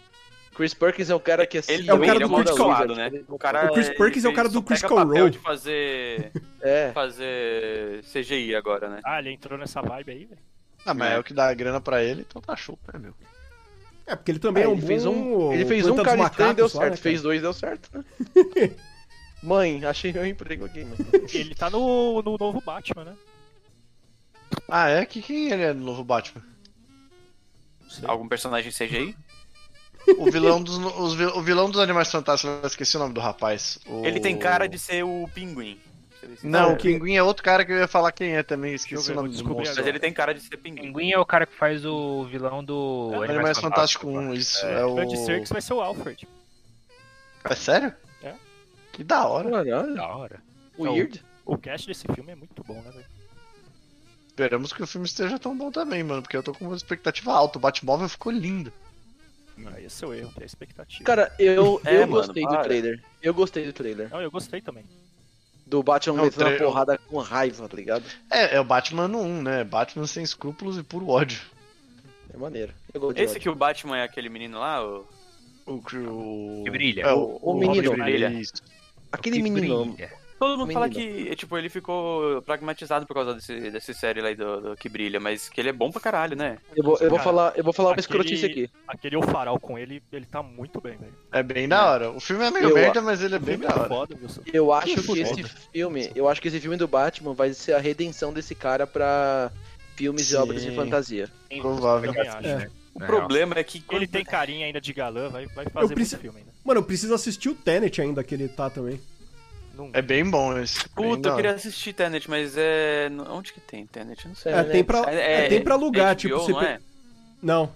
[SPEAKER 1] Chris Perkins é o cara que assim,
[SPEAKER 4] Ele,
[SPEAKER 3] É o
[SPEAKER 4] ele
[SPEAKER 3] cara
[SPEAKER 4] é
[SPEAKER 3] do
[SPEAKER 4] mal
[SPEAKER 3] Critical
[SPEAKER 4] zoado,
[SPEAKER 1] Role,
[SPEAKER 4] né?
[SPEAKER 1] né?
[SPEAKER 4] O, cara,
[SPEAKER 3] O Chris
[SPEAKER 4] ele-
[SPEAKER 3] Perkens é o cara
[SPEAKER 4] ele
[SPEAKER 3] do
[SPEAKER 4] só pega
[SPEAKER 3] Critical
[SPEAKER 4] papel
[SPEAKER 3] Role.
[SPEAKER 4] de fazer,
[SPEAKER 1] É.
[SPEAKER 4] fazer CGI agora, né?
[SPEAKER 6] Ah, ele entrou nessa vibe aí, velho.
[SPEAKER 2] Ah, mas é o que dá a grana pra ele, então tá show, né, meu?
[SPEAKER 3] é, porque ele também é,
[SPEAKER 1] Ah,
[SPEAKER 3] um
[SPEAKER 1] ele fez
[SPEAKER 3] bom
[SPEAKER 1] um, ele fez um
[SPEAKER 3] Planta dos
[SPEAKER 1] cara estranho e deu
[SPEAKER 3] Macacos lá, né,
[SPEAKER 1] certo,
[SPEAKER 3] cara?
[SPEAKER 1] fez dois deu certo, né? Mãe, achei meu emprego aqui, mano.
[SPEAKER 6] Ele tá no, no novo Batman, né?
[SPEAKER 2] Ah, é? Que quem ele é no novo Batman?
[SPEAKER 6] Não sei.
[SPEAKER 4] Algum personagem CGI?
[SPEAKER 2] O vilão dos, os vil- o vilão dos Animais Fantásticos, eu esqueci o nome do rapaz. O-
[SPEAKER 4] Ele tem cara de ser o pinguim.
[SPEAKER 2] Não,
[SPEAKER 3] É.
[SPEAKER 2] o Pinguim é outro cara que eu ia falar quem é também, esqueci o
[SPEAKER 6] Deixa eu ver,
[SPEAKER 2] nome
[SPEAKER 6] vou
[SPEAKER 2] do
[SPEAKER 6] descobrir
[SPEAKER 2] monstro.
[SPEAKER 4] Mas ele tem cara de ser pinguim.
[SPEAKER 8] Pinguim é o cara que faz o vilão do.
[SPEAKER 6] É,
[SPEAKER 2] O
[SPEAKER 6] Animais
[SPEAKER 2] Animais Fantástico
[SPEAKER 7] né?
[SPEAKER 2] 1,
[SPEAKER 8] Fantásticos,
[SPEAKER 2] isso.
[SPEAKER 8] É.
[SPEAKER 2] É, o...
[SPEAKER 6] O Andy Serkis vai ser o Alfred.
[SPEAKER 2] É sério?
[SPEAKER 6] É.
[SPEAKER 2] Que da hora.
[SPEAKER 1] Caralho,
[SPEAKER 8] Da hora.
[SPEAKER 1] weird.
[SPEAKER 6] O cast desse filme é muito bom, né, velho?
[SPEAKER 2] Esperamos que o filme esteja tão bom também, mano, porque eu tô com uma expectativa alta. O Batmóvel ficou lindo.
[SPEAKER 6] Ah, esse é o erro, que é a expectativa.
[SPEAKER 1] Cara, eu,
[SPEAKER 4] É,
[SPEAKER 1] eu
[SPEAKER 4] mano,
[SPEAKER 1] gostei
[SPEAKER 4] para.
[SPEAKER 1] do trailer. Eu gostei do trailer.
[SPEAKER 6] Não, eu gostei também.
[SPEAKER 1] Do Batman
[SPEAKER 2] Não,
[SPEAKER 1] metendo
[SPEAKER 2] tra-
[SPEAKER 1] a porrada com raiva, tá ligado?
[SPEAKER 2] É, é o Batman no 1, né? Batman sem escrúpulos e puro ódio.
[SPEAKER 1] É maneiro. Eu gostei.
[SPEAKER 4] Esse que o Batman é aquele menino lá, o...
[SPEAKER 2] O que o.
[SPEAKER 8] Que brilha.
[SPEAKER 2] É, o,
[SPEAKER 1] O
[SPEAKER 2] o
[SPEAKER 1] menino.
[SPEAKER 2] Robin brilha. Isso.
[SPEAKER 4] um
[SPEAKER 1] Aquele
[SPEAKER 8] Que
[SPEAKER 1] menino.
[SPEAKER 8] brilha.
[SPEAKER 4] Todo mundo fala
[SPEAKER 1] Menino.
[SPEAKER 4] que, é, tipo, ele ficou pragmatizado por causa desse, dessa série lá do, do Que Brilha, mas que ele é bom pra caralho, né?
[SPEAKER 1] Eu vou, eu vou
[SPEAKER 6] Cara,
[SPEAKER 1] falar, eu vou falar uma
[SPEAKER 6] aquele-
[SPEAKER 1] escrotice aqui.
[SPEAKER 6] Aquele O Farol com ele, ele tá muito bem, velho.
[SPEAKER 2] É bem da hora. O filme é meio
[SPEAKER 1] Eu-
[SPEAKER 2] merda, mas ele é bem
[SPEAKER 6] Muito
[SPEAKER 2] da hora.
[SPEAKER 6] foda, Wilson.
[SPEAKER 1] Eu acho que
[SPEAKER 6] foda.
[SPEAKER 1] esse filme, eu acho que esse filme do Batman vai ser a redenção desse cara pra filmes e
[SPEAKER 2] Sim.
[SPEAKER 1] obras de fantasia.
[SPEAKER 2] Provável.
[SPEAKER 6] Eu também acho.
[SPEAKER 3] É.
[SPEAKER 4] O
[SPEAKER 8] Na real.
[SPEAKER 4] problema é que...
[SPEAKER 6] Ele tem carinha ainda de galã, vai, vai fazer
[SPEAKER 3] preciso-
[SPEAKER 6] muito filme ainda.
[SPEAKER 3] Mano, eu preciso assistir o Tenet ainda que ele tá também.
[SPEAKER 6] Não-
[SPEAKER 2] É bem bom esse. bem
[SPEAKER 4] Puta,
[SPEAKER 2] da
[SPEAKER 4] eu
[SPEAKER 2] hora.
[SPEAKER 4] queria assistir Tenet, mas é... no- Onde que tem Tenet? Eu Não sei.
[SPEAKER 3] É,
[SPEAKER 1] né?
[SPEAKER 3] tem pra, é, tem pra alugar,
[SPEAKER 4] HBO,
[SPEAKER 3] tipo, você
[SPEAKER 4] não
[SPEAKER 3] pe-
[SPEAKER 4] é?
[SPEAKER 3] Não.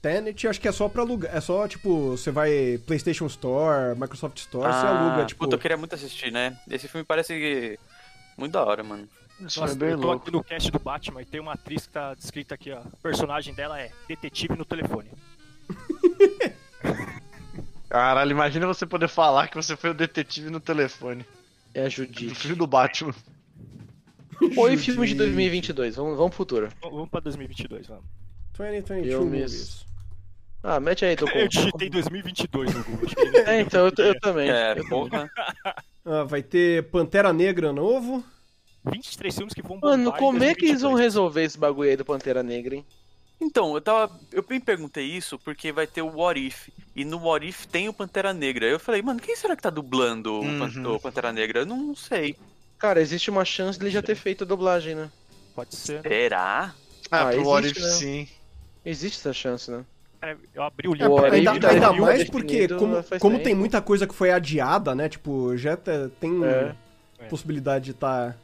[SPEAKER 3] Tenet acho que é só pra alugar. É só, tipo, você vai PlayStation Store, Microsoft Store, você
[SPEAKER 4] Ah,
[SPEAKER 3] aluga, tipo.
[SPEAKER 4] Puta, eu queria muito assistir, né? Esse filme parece muito da hora, mano.
[SPEAKER 2] Isso
[SPEAKER 6] Nossa,
[SPEAKER 2] é bem
[SPEAKER 6] eu tô
[SPEAKER 2] louco.
[SPEAKER 6] aqui no cast do Batman e tem uma atriz que tá descrita aqui, ó. O personagem dela é detetive no telefone.
[SPEAKER 2] Caralho, imagina você poder falar que você foi o detetive no telefone.
[SPEAKER 1] É a
[SPEAKER 2] Do
[SPEAKER 1] Judite.
[SPEAKER 2] filho do Batman.
[SPEAKER 1] Oi, filme de 2022. Vamos, vamos pro futuro.
[SPEAKER 6] V- Vamos pra 2022, vamos.
[SPEAKER 3] 2022
[SPEAKER 1] Eu
[SPEAKER 3] movies.
[SPEAKER 1] Ah, mete aí, tô com.
[SPEAKER 6] Eu digitei 2022 no Google. acho que ele-
[SPEAKER 1] É, então eu, t- eu também.
[SPEAKER 4] É, porra.
[SPEAKER 3] Ah, vai ter Pantera Negra novo.
[SPEAKER 6] 23 filmes que vão bombar
[SPEAKER 1] Mano,
[SPEAKER 6] em
[SPEAKER 1] como é que eles vão
[SPEAKER 6] 2022.
[SPEAKER 1] resolver esse bagulho aí do Pantera Negra, hein?
[SPEAKER 4] Então, eu tava. Eu me perguntei isso porque vai ter o What If. E no What If tem o Pantera Negra. Eu falei, mano, quem será que tá dublando o Pan-
[SPEAKER 2] Uhum.
[SPEAKER 4] o Pantera Negra? Eu não sei.
[SPEAKER 1] Cara, existe uma chance dele já ter feito a dublagem, né?
[SPEAKER 6] Pode ser. né?
[SPEAKER 4] Será?
[SPEAKER 2] Ah,
[SPEAKER 1] Ah,
[SPEAKER 2] pro
[SPEAKER 1] existe,
[SPEAKER 2] What If,
[SPEAKER 1] né?
[SPEAKER 2] sim.
[SPEAKER 1] Existe essa chance, né?
[SPEAKER 6] Cara, Eu abri o
[SPEAKER 1] É,
[SPEAKER 6] livro.
[SPEAKER 1] peraí, Ainda-
[SPEAKER 6] eu
[SPEAKER 3] ainda
[SPEAKER 1] ele tá
[SPEAKER 3] ainda
[SPEAKER 1] vivo,
[SPEAKER 3] mais
[SPEAKER 1] definido,
[SPEAKER 3] porque, como,
[SPEAKER 1] faz
[SPEAKER 3] como
[SPEAKER 1] tempo.
[SPEAKER 3] tem muita coisa que foi adiada, né? Tipo, já te- tem
[SPEAKER 1] É.
[SPEAKER 3] possibilidade de estar. Tá...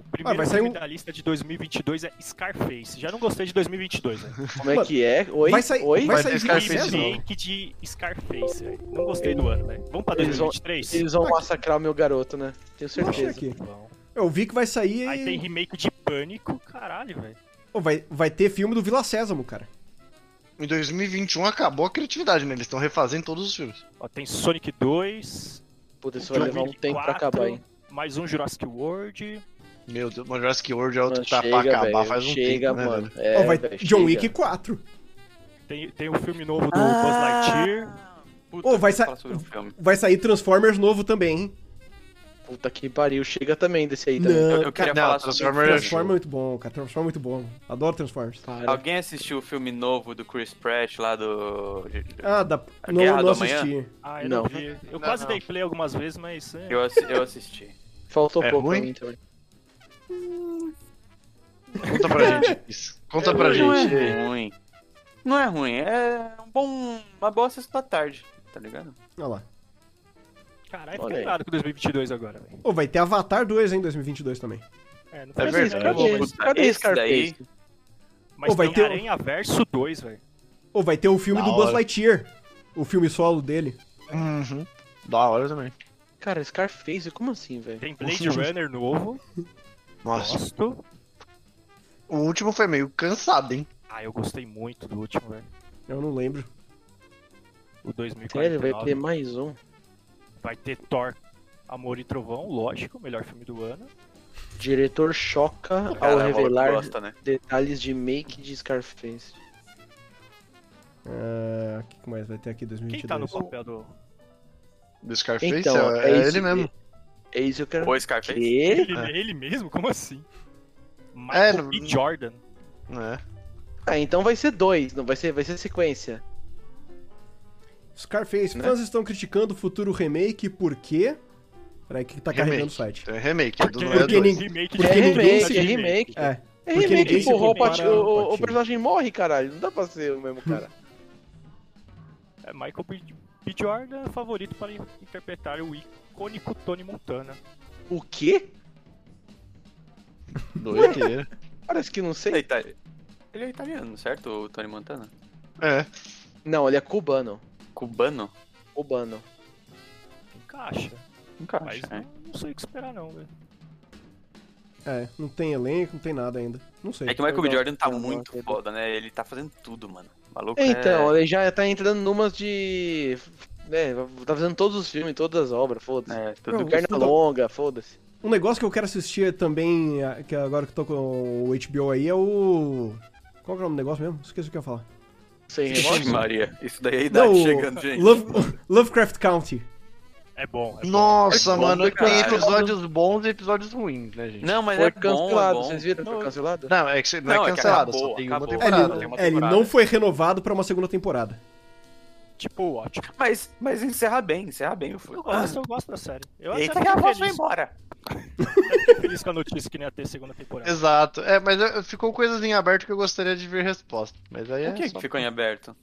[SPEAKER 6] O primeiro
[SPEAKER 3] Ah, vai sair
[SPEAKER 6] filme
[SPEAKER 3] um-
[SPEAKER 6] da lista de 2022 é Scarface. Já não gostei de 2022, velho.
[SPEAKER 1] Como é
[SPEAKER 3] Mano,
[SPEAKER 1] que é? Oi?
[SPEAKER 3] Vai sair,
[SPEAKER 1] Oi?
[SPEAKER 3] vai
[SPEAKER 2] Vai
[SPEAKER 3] sair
[SPEAKER 2] ter
[SPEAKER 3] Scarface,
[SPEAKER 1] é
[SPEAKER 2] Scarface
[SPEAKER 3] não?
[SPEAKER 6] Remake de Scarface, velho. Não gostei do ano, velho. Vamos pra
[SPEAKER 1] Eles vão-
[SPEAKER 6] 2023?
[SPEAKER 1] Eles vão massacrar o meu garoto, né? Tenho
[SPEAKER 3] Vou achar
[SPEAKER 1] certeza.
[SPEAKER 3] aqui.
[SPEAKER 6] Vão.
[SPEAKER 3] Eu vi que vai sair.
[SPEAKER 6] Aí tem remake de Pânico, caralho, velho.
[SPEAKER 3] Pô, vai, vai ter filme do Vila Sésamo, cara.
[SPEAKER 2] Em 2021 acabou a criatividade, né? Eles estão refazendo todos os filmes.
[SPEAKER 6] Ó, tem Sonic 2,
[SPEAKER 1] Puta, isso vai levar um
[SPEAKER 6] Wick
[SPEAKER 1] tempo pra
[SPEAKER 6] 4,
[SPEAKER 1] acabar, hein?
[SPEAKER 6] mais um Jurassic World.
[SPEAKER 2] Meu Deus, mas Jurassic World é outro
[SPEAKER 1] Mano,
[SPEAKER 2] que tá
[SPEAKER 1] chega,
[SPEAKER 2] pra acabar
[SPEAKER 1] velho,
[SPEAKER 2] faz um
[SPEAKER 1] chega,
[SPEAKER 2] tempo, né,
[SPEAKER 1] mano.
[SPEAKER 2] velho?
[SPEAKER 1] É,
[SPEAKER 3] Ó, vai
[SPEAKER 1] velho,
[SPEAKER 3] John
[SPEAKER 1] chega.
[SPEAKER 3] Wick 4.
[SPEAKER 6] Tem, tem o filme novo do Buzz
[SPEAKER 4] Ah!
[SPEAKER 6] Lightyear.
[SPEAKER 4] Puta,
[SPEAKER 3] Ô, vai
[SPEAKER 4] eu quero
[SPEAKER 3] sa-
[SPEAKER 4] falar sobre um filme.
[SPEAKER 3] Vai sair Transformers novo também, hein?
[SPEAKER 1] Puta que pariu, chega também desse aí também.
[SPEAKER 4] Eu,
[SPEAKER 3] Não,
[SPEAKER 4] eu queria
[SPEAKER 2] Não,
[SPEAKER 4] falar Ah, sobre. um
[SPEAKER 2] Transformers-
[SPEAKER 3] Transforma é muito bom, cara. Transforma é muito bom. Adoro Transformers.
[SPEAKER 1] Para.
[SPEAKER 4] Alguém assistiu o filme novo do Chris Pratt lá do.
[SPEAKER 3] Ah, da...
[SPEAKER 4] A
[SPEAKER 3] não,
[SPEAKER 4] É. Guerra
[SPEAKER 3] não
[SPEAKER 4] do Amanhã?
[SPEAKER 3] assisti.
[SPEAKER 6] Ah, eu não,
[SPEAKER 1] Não.
[SPEAKER 6] vi. Eu
[SPEAKER 2] Não,
[SPEAKER 6] quase
[SPEAKER 2] não.
[SPEAKER 6] dei play algumas vezes, mas. é,
[SPEAKER 4] Eu, assi- eu assisti.
[SPEAKER 1] Faltou
[SPEAKER 2] É
[SPEAKER 1] pouco pra
[SPEAKER 2] ruim?
[SPEAKER 1] mim também.
[SPEAKER 2] Conta pra gente isso. Conta pra
[SPEAKER 4] não
[SPEAKER 2] gente.
[SPEAKER 4] é ruim. Não é ruim, é um bom, uma boa sexta da tarde, tá ligado?
[SPEAKER 3] Olha lá.
[SPEAKER 6] Caralho,
[SPEAKER 1] Olha
[SPEAKER 6] fiquei
[SPEAKER 1] aí.
[SPEAKER 6] irado com 2022 agora, velho.
[SPEAKER 3] Ô, vai ter Avatar 2 em 2022 também.
[SPEAKER 6] É, não
[SPEAKER 2] É
[SPEAKER 6] faz
[SPEAKER 2] verdade.
[SPEAKER 6] sentido,
[SPEAKER 1] Cadê,
[SPEAKER 4] puta,
[SPEAKER 1] cadê
[SPEAKER 4] esse
[SPEAKER 1] Scarface?
[SPEAKER 6] Mas
[SPEAKER 3] Pô, vai
[SPEAKER 6] tem
[SPEAKER 3] ter o-
[SPEAKER 6] Aranha Verso 2, velho.
[SPEAKER 3] Ou vai ter o filme
[SPEAKER 2] Da
[SPEAKER 3] do Buzz
[SPEAKER 2] hora.
[SPEAKER 3] Lightyear. O filme solo dele.
[SPEAKER 2] Uhum. Da hora também.
[SPEAKER 1] Cara, Scarface, como assim, velho?
[SPEAKER 6] Tem Blade Runner novo.
[SPEAKER 2] Nossa,
[SPEAKER 6] Gosto.
[SPEAKER 2] o último foi meio cansado, hein?
[SPEAKER 6] Ah, eu gostei muito do último, velho.
[SPEAKER 3] Eu não lembro.
[SPEAKER 6] O
[SPEAKER 1] Sério, vai
[SPEAKER 6] 2049.
[SPEAKER 1] ter mais um.
[SPEAKER 6] Vai ter Thor, Amor e Trovão, lógico, melhor filme do ano.
[SPEAKER 1] Diretor choca
[SPEAKER 2] é
[SPEAKER 1] ao
[SPEAKER 4] Cara,
[SPEAKER 1] revelar
[SPEAKER 4] gosta, né?
[SPEAKER 1] detalhes de make de Scarface.
[SPEAKER 3] Ah, O que mais vai ter aqui em
[SPEAKER 6] Quem tá no
[SPEAKER 3] 2022?
[SPEAKER 6] papel do.
[SPEAKER 2] Do Scarface,
[SPEAKER 1] Então,
[SPEAKER 2] é, é
[SPEAKER 1] isso
[SPEAKER 2] ele mesmo.
[SPEAKER 1] É isso que eu quero.
[SPEAKER 4] O Scarface?
[SPEAKER 1] Quê?
[SPEAKER 6] Ele, ele mesmo? Como assim?
[SPEAKER 2] É,
[SPEAKER 6] Michael
[SPEAKER 2] não-
[SPEAKER 6] B. Jordan.
[SPEAKER 2] É.
[SPEAKER 1] Ah, então vai ser dois, não vai ser, vai ser sequência.
[SPEAKER 3] Scarface.
[SPEAKER 1] Né?
[SPEAKER 3] Fãs estão criticando o futuro remake porque... Peraí, que tá carregando o
[SPEAKER 2] Remake.
[SPEAKER 3] site.
[SPEAKER 2] É remake, é do não é
[SPEAKER 3] Porque
[SPEAKER 2] dois.
[SPEAKER 3] ninguém-
[SPEAKER 6] remake
[SPEAKER 3] porque
[SPEAKER 1] é
[SPEAKER 3] ninguém
[SPEAKER 1] remake,
[SPEAKER 3] se-
[SPEAKER 1] é remake.
[SPEAKER 3] É.
[SPEAKER 1] É
[SPEAKER 3] Porque
[SPEAKER 1] remake,
[SPEAKER 3] ninguém se
[SPEAKER 1] empurrou o
[SPEAKER 3] compara
[SPEAKER 1] Pati- o- o, o
[SPEAKER 3] Pati-
[SPEAKER 1] personagem morre, caralho. Não dá pra ser o mesmo cara.
[SPEAKER 6] É Michael B. B. Jordan é favorito para in- interpretar o icônico Tony Montana.
[SPEAKER 1] o quê?
[SPEAKER 2] Doideira.
[SPEAKER 1] Parece que não
[SPEAKER 4] Ele é,
[SPEAKER 1] sei.
[SPEAKER 4] ita- ele é italiano, certo? O Tony Montana?
[SPEAKER 2] É.
[SPEAKER 1] Não, ele é cubano.
[SPEAKER 4] Cubano?
[SPEAKER 1] Cubano.
[SPEAKER 6] Encaixa.
[SPEAKER 4] Nunca
[SPEAKER 6] Mas
[SPEAKER 4] acho, né?
[SPEAKER 6] não, não sei o que esperar, não, velho.
[SPEAKER 3] É, não tem elenco, não tem nada ainda. Não sei.
[SPEAKER 4] É que o Michael B. Jordan tá
[SPEAKER 1] Eu gosto
[SPEAKER 4] muito
[SPEAKER 1] dele.
[SPEAKER 4] foda, né? Ele tá fazendo tudo, mano. O Maluco
[SPEAKER 1] Então,
[SPEAKER 4] é...
[SPEAKER 1] ele já tá entrando numas de. É, tá fazendo todos os filmes, todas as obras, foda-se.
[SPEAKER 4] É, tudo
[SPEAKER 3] Não,
[SPEAKER 4] que...
[SPEAKER 1] Perna longa, foda-se.
[SPEAKER 3] Um negócio que eu quero assistir também, a- que agora que eu tô com o HBO aí, é o... Qual que é o nome do negócio mesmo? Esqueci o que eu ia falar.
[SPEAKER 1] Sem
[SPEAKER 4] Ixi,
[SPEAKER 1] remorso.
[SPEAKER 4] Maria, isso daí é a idade
[SPEAKER 3] Não, o
[SPEAKER 4] chegando, gente.
[SPEAKER 3] Love- Lovecraft County.
[SPEAKER 6] É bom. É
[SPEAKER 2] Nossa,
[SPEAKER 4] É bom
[SPEAKER 2] mano,
[SPEAKER 4] pra
[SPEAKER 2] tem
[SPEAKER 4] caralho.
[SPEAKER 2] episódios bons e episódios ruins, né, gente?
[SPEAKER 4] Não, mas
[SPEAKER 1] Foi
[SPEAKER 4] é bom, é
[SPEAKER 1] cancelado,
[SPEAKER 4] bom.
[SPEAKER 1] vocês viram? que Foi cancelado?
[SPEAKER 2] Não, é que você- não,
[SPEAKER 4] Não,
[SPEAKER 2] é
[SPEAKER 4] é que
[SPEAKER 2] cancelado,
[SPEAKER 4] acabou,
[SPEAKER 2] só tem uma
[SPEAKER 4] acabou.
[SPEAKER 3] É,
[SPEAKER 2] temporada.
[SPEAKER 4] tem
[SPEAKER 3] ele,
[SPEAKER 4] uma
[SPEAKER 3] é, ele
[SPEAKER 4] temporada.
[SPEAKER 3] não foi renovado pra uma segunda temporada.
[SPEAKER 6] bom. Tipo, ótimo.
[SPEAKER 4] Mas, mas encerra bem, encerra bem o filme.
[SPEAKER 6] Eu gosto, eu gosto da série. Eu
[SPEAKER 4] Ah, Eita,
[SPEAKER 6] até
[SPEAKER 4] que a
[SPEAKER 6] fiquei
[SPEAKER 4] voz foi
[SPEAKER 6] feliz,
[SPEAKER 4] embora.
[SPEAKER 6] feliz com a notícia que não ia ter segunda temporada.
[SPEAKER 2] Exato. É, mas eu- ficou coisas em aberto que eu gostaria de ver resposta. Mas aí
[SPEAKER 4] O
[SPEAKER 2] é.
[SPEAKER 4] que, é que
[SPEAKER 2] só-
[SPEAKER 4] ficou em aberto?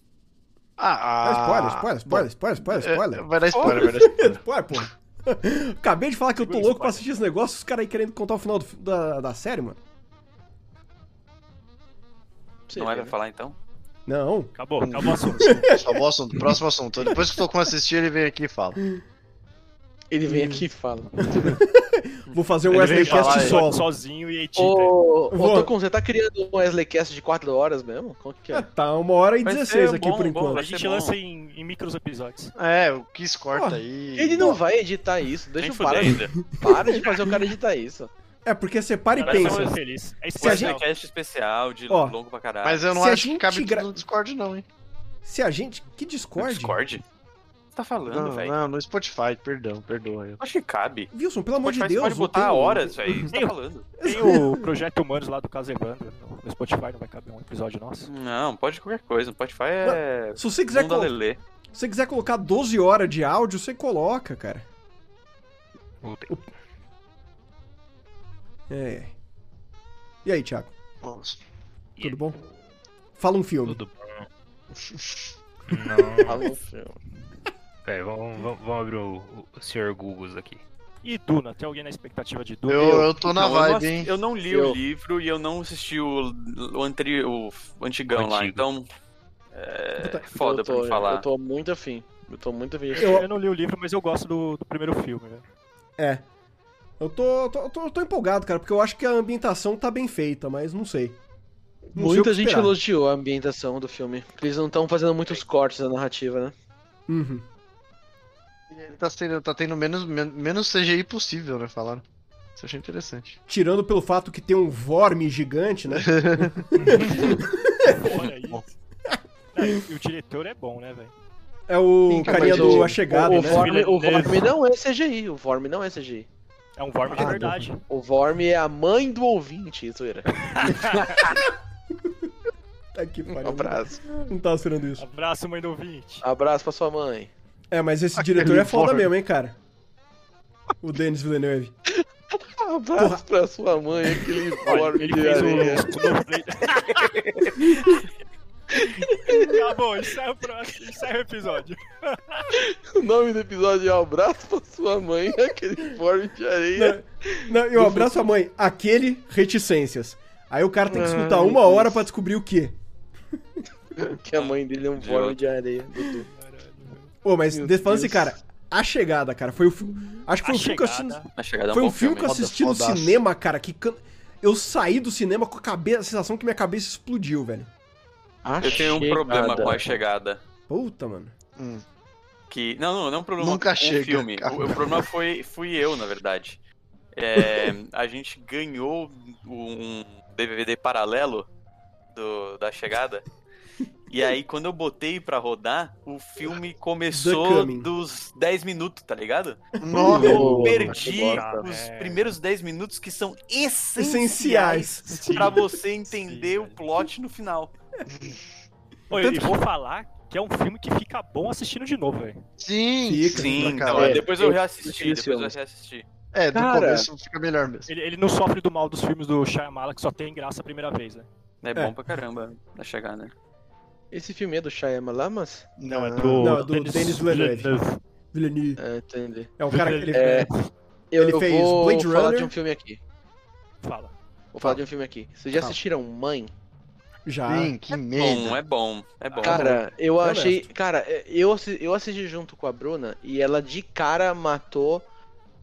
[SPEAKER 2] Ah, ah,
[SPEAKER 3] Ah, spoiler, spoiler, spoiler, spoiler, spoiler,
[SPEAKER 2] É,
[SPEAKER 3] spoiler.
[SPEAKER 2] vai dar spoiler, vai dar spoiler.
[SPEAKER 3] Spoiler, porra. Acabei de falar que eu tô
[SPEAKER 6] Segura o
[SPEAKER 3] louco pra
[SPEAKER 6] spoiler.
[SPEAKER 3] assistir esse negócio, os caras aí querendo contar o final do fi- da, da série, mano.
[SPEAKER 1] Você
[SPEAKER 4] não
[SPEAKER 1] vê,
[SPEAKER 4] é pra
[SPEAKER 1] né?
[SPEAKER 4] falar então?
[SPEAKER 3] Não.
[SPEAKER 6] Acabou, acabou o assunto.
[SPEAKER 2] Só bom assunto, próximo assunto. Depois que o Tocum assistir, ele vem aqui e fala.
[SPEAKER 1] Ele vem aqui e fala.
[SPEAKER 3] Vou fazer um
[SPEAKER 2] Ele veio
[SPEAKER 3] Wesley
[SPEAKER 2] falar,
[SPEAKER 3] Cast
[SPEAKER 2] ele-
[SPEAKER 3] solo.
[SPEAKER 6] Sozinho e edita.
[SPEAKER 1] Ô, ô,
[SPEAKER 3] Vou-
[SPEAKER 1] Tocum, você tá criando um Wesley Cast de 4 horas mesmo? Qual que
[SPEAKER 3] É,
[SPEAKER 1] é?
[SPEAKER 3] tá uma hora e
[SPEAKER 4] Vai ser
[SPEAKER 3] 16 aqui
[SPEAKER 4] bom,
[SPEAKER 3] por
[SPEAKER 4] bom,
[SPEAKER 6] A
[SPEAKER 4] vai
[SPEAKER 3] enquanto.
[SPEAKER 4] ser
[SPEAKER 6] gente
[SPEAKER 4] bom.
[SPEAKER 6] lança em, em micros episódios.
[SPEAKER 2] É, o Kiss corta
[SPEAKER 3] Ó,
[SPEAKER 2] aí.
[SPEAKER 1] Ele não vai editar isso. Deixa eu
[SPEAKER 4] Nem
[SPEAKER 1] parar.
[SPEAKER 4] fudendo.
[SPEAKER 1] Para de fazer o cara editar isso.
[SPEAKER 3] É porque você para e
[SPEAKER 6] Parece
[SPEAKER 3] pensa.
[SPEAKER 6] muito feliz.
[SPEAKER 3] Se a
[SPEAKER 4] Um
[SPEAKER 6] É
[SPEAKER 3] gente-
[SPEAKER 6] especial.
[SPEAKER 4] podcast especial de
[SPEAKER 3] Ó,
[SPEAKER 4] longo pra caralho.
[SPEAKER 2] Mas eu não
[SPEAKER 3] Se a
[SPEAKER 2] acho que
[SPEAKER 3] gente
[SPEAKER 2] cabe
[SPEAKER 3] gra-
[SPEAKER 2] tudo no Discord, não, hein?
[SPEAKER 3] Se a gente. Que
[SPEAKER 4] No
[SPEAKER 3] Discord?
[SPEAKER 4] Discord? O que você tá falando,
[SPEAKER 2] Não,
[SPEAKER 4] velho?
[SPEAKER 2] não, no Spotify, perdão, perdoa eu.
[SPEAKER 4] Acho que cabe.
[SPEAKER 3] Wilson, pelo amor de
[SPEAKER 4] Spotify
[SPEAKER 3] Deus.
[SPEAKER 4] você pode
[SPEAKER 3] não
[SPEAKER 4] botar
[SPEAKER 3] tem- um-
[SPEAKER 4] horas, velho. O que você tá
[SPEAKER 6] Meu.
[SPEAKER 4] falando?
[SPEAKER 6] Tem o Projeto Humanos lá do Caso Evandro. no- No Spotify não vai caber um episódio nosso.
[SPEAKER 4] Não, pode qualquer coisa. O Spotify é.
[SPEAKER 3] Se você quiser,
[SPEAKER 4] Mundo
[SPEAKER 3] colo-
[SPEAKER 4] Lelê.
[SPEAKER 3] se você quiser colocar 12 horas de áudio, você coloca, cara.
[SPEAKER 7] Voltei.
[SPEAKER 3] É. é. E aí, Thiago?
[SPEAKER 2] Nossa.
[SPEAKER 3] Tudo bom? Fala um filme.
[SPEAKER 7] Tudo bom. Não.
[SPEAKER 1] Fala,
[SPEAKER 7] Pera, vamos, vamos- vamos abrir o, o Sr. Googles aqui.
[SPEAKER 6] E Duna, tem alguém na expectativa de Duna?
[SPEAKER 2] Eu, eu tô na
[SPEAKER 4] Não, eu não
[SPEAKER 2] vibe,
[SPEAKER 4] ass-
[SPEAKER 2] hein?
[SPEAKER 4] Eu não li
[SPEAKER 1] Eu-
[SPEAKER 4] o livro e eu não assisti o, o, anteri... o f- antigão lá,
[SPEAKER 7] Antigo.
[SPEAKER 4] então. É
[SPEAKER 3] Puta,
[SPEAKER 4] foda
[SPEAKER 1] eu
[SPEAKER 4] pra
[SPEAKER 1] tô,
[SPEAKER 4] me falar.
[SPEAKER 1] Eu tô muito afim. Eu tô muito afim.
[SPEAKER 6] Eu, eu não li o livro, mas eu gosto do, do primeiro filme, né? velho.
[SPEAKER 3] É. Eu tô, tô, tô, tô empolgado, cara, porque eu acho que a ambientação tá bem feita, mas não sei. Não sei o que
[SPEAKER 1] Muita gente
[SPEAKER 3] esperar.
[SPEAKER 1] elogiou a ambientação do filme. Eles não estão fazendo muitos cortes da narrativa, né?
[SPEAKER 3] Uhum.
[SPEAKER 2] Ele tá, sendo, tá tendo menos, men- menos CGI possível, né? Falaram. Isso eu achei interessante.
[SPEAKER 3] Tirando pelo fato que tem um vorme gigante, né?
[SPEAKER 6] Olha isso. Não, e- e o diretor é bom, né, velho?
[SPEAKER 3] É o
[SPEAKER 2] Sim,
[SPEAKER 3] carinha
[SPEAKER 2] mas
[SPEAKER 3] do
[SPEAKER 2] o-
[SPEAKER 3] A Chegada,
[SPEAKER 1] o, o
[SPEAKER 3] né?
[SPEAKER 1] Vorme, o
[SPEAKER 6] Villeneuve.
[SPEAKER 1] Vorme não é CGI. O Vorme não é CGI.
[SPEAKER 6] É um Vorm de
[SPEAKER 1] Ah,
[SPEAKER 6] verdade.
[SPEAKER 1] O Vorm é a mãe do ouvinte, né? zoeira.
[SPEAKER 3] Tá
[SPEAKER 2] é
[SPEAKER 3] que
[SPEAKER 1] Um
[SPEAKER 3] pariu.
[SPEAKER 1] abraço.
[SPEAKER 3] Não tava esperando isso.
[SPEAKER 6] Abraço, mãe do ouvinte.
[SPEAKER 1] Abraço pra sua mãe.
[SPEAKER 3] É, mas esse
[SPEAKER 2] Aquele
[SPEAKER 3] diretor é foda
[SPEAKER 2] Vorm.
[SPEAKER 3] mesmo, hein, cara. O Denis Villeneuve.
[SPEAKER 1] Abraço pra sua mãe, aquele
[SPEAKER 2] Ah,
[SPEAKER 1] Vorm
[SPEAKER 6] ele
[SPEAKER 1] de
[SPEAKER 6] fez um o,
[SPEAKER 1] areia.
[SPEAKER 6] o novo play. tá bom, encerra o próximo, encerra o episódio.
[SPEAKER 1] O nome do episódio é Abraço pra sua mãe, aquele Vorm de areia.
[SPEAKER 3] Não, eu abraço a mãe. Aquele reticências. Aí o cara tem que escutar
[SPEAKER 1] Ah,
[SPEAKER 3] uma
[SPEAKER 1] isso.
[SPEAKER 3] hora pra descobrir o quê.
[SPEAKER 1] Que a mãe dele é um Vorm de areia. Dudu.
[SPEAKER 3] Pô, mas
[SPEAKER 1] Meu
[SPEAKER 3] de- falando assim,
[SPEAKER 1] Deus.
[SPEAKER 3] cara, a chegada, cara, foi o filme. Acho que foi
[SPEAKER 6] A
[SPEAKER 3] o filme que eu assisti.
[SPEAKER 6] chegada.
[SPEAKER 4] Na chegada é um
[SPEAKER 3] Foi um
[SPEAKER 4] bom
[SPEAKER 3] filme que eu
[SPEAKER 4] hein?
[SPEAKER 3] assisti no
[SPEAKER 2] Fodaço.
[SPEAKER 3] cinema, cara, que can- eu saí do cinema com a cabeça, a sensação que minha cabeça explodiu, velho.
[SPEAKER 1] A
[SPEAKER 4] Eu tenho um
[SPEAKER 1] chegada.
[SPEAKER 4] problema com a chegada.
[SPEAKER 3] Puta, mano.
[SPEAKER 4] Que. Não, não, não é um problema
[SPEAKER 2] Nunca
[SPEAKER 4] com
[SPEAKER 2] chega,
[SPEAKER 4] o filme.
[SPEAKER 2] cara.
[SPEAKER 4] O, o problema foi fui eu, na verdade. É, a gente ganhou um DVD paralelo do, da chegada. E aí, quando eu botei pra rodar, o filme
[SPEAKER 3] The
[SPEAKER 4] começou
[SPEAKER 3] Coming.
[SPEAKER 4] dos 10 minutos, tá ligado?
[SPEAKER 2] Nossa,
[SPEAKER 4] Eu
[SPEAKER 1] Oh,
[SPEAKER 4] perdi
[SPEAKER 6] bosta.
[SPEAKER 4] os
[SPEAKER 6] É.
[SPEAKER 4] primeiros 10 minutos que são
[SPEAKER 3] Essenciais.
[SPEAKER 4] essenciais pra você entender
[SPEAKER 6] Sim,
[SPEAKER 4] o plot no final.
[SPEAKER 6] Pô,
[SPEAKER 3] Tanto
[SPEAKER 6] e vou falar que é um filme que fica bom assistindo de novo, velho.
[SPEAKER 2] sim,
[SPEAKER 3] Fica,
[SPEAKER 4] Sim,
[SPEAKER 2] fica,
[SPEAKER 4] então,
[SPEAKER 2] cara.
[SPEAKER 1] é,
[SPEAKER 4] depois
[SPEAKER 1] eu
[SPEAKER 4] eu reassisti,
[SPEAKER 1] assisti esse
[SPEAKER 4] depois eu
[SPEAKER 1] ano.
[SPEAKER 4] reassisti.
[SPEAKER 2] É, do
[SPEAKER 1] Cara.
[SPEAKER 2] começo fica melhor mesmo.
[SPEAKER 6] Ele, ele não sofre do mal dos filmes do Shyamala, que só tem graça a primeira vez, né?
[SPEAKER 4] É bom pra né? caramba na chegada.
[SPEAKER 1] Esse filme é do Shyamalan, mas...
[SPEAKER 2] Não, é
[SPEAKER 3] Não, é do Denis Villeneuve. Villeneuve.
[SPEAKER 1] É, entendi.
[SPEAKER 3] É o cara que ele.
[SPEAKER 1] É, Eu,
[SPEAKER 3] Ele
[SPEAKER 1] eu
[SPEAKER 3] fez
[SPEAKER 1] vou
[SPEAKER 3] Blade
[SPEAKER 1] falar
[SPEAKER 3] Runner.
[SPEAKER 1] de um filme aqui.
[SPEAKER 6] Fala.
[SPEAKER 1] Vou falar de um filme aqui. Vocês já
[SPEAKER 3] Fala.
[SPEAKER 1] assistiram Mãe?
[SPEAKER 3] Já.
[SPEAKER 6] Tá?
[SPEAKER 2] Sim, que
[SPEAKER 4] Bom,
[SPEAKER 2] merda.
[SPEAKER 4] é bom, é bom.
[SPEAKER 1] né? Cara, eu
[SPEAKER 3] Honesto.
[SPEAKER 1] achei. Cara, é, eu, assi- eu assisti junto com a Bruna e ela de cara matou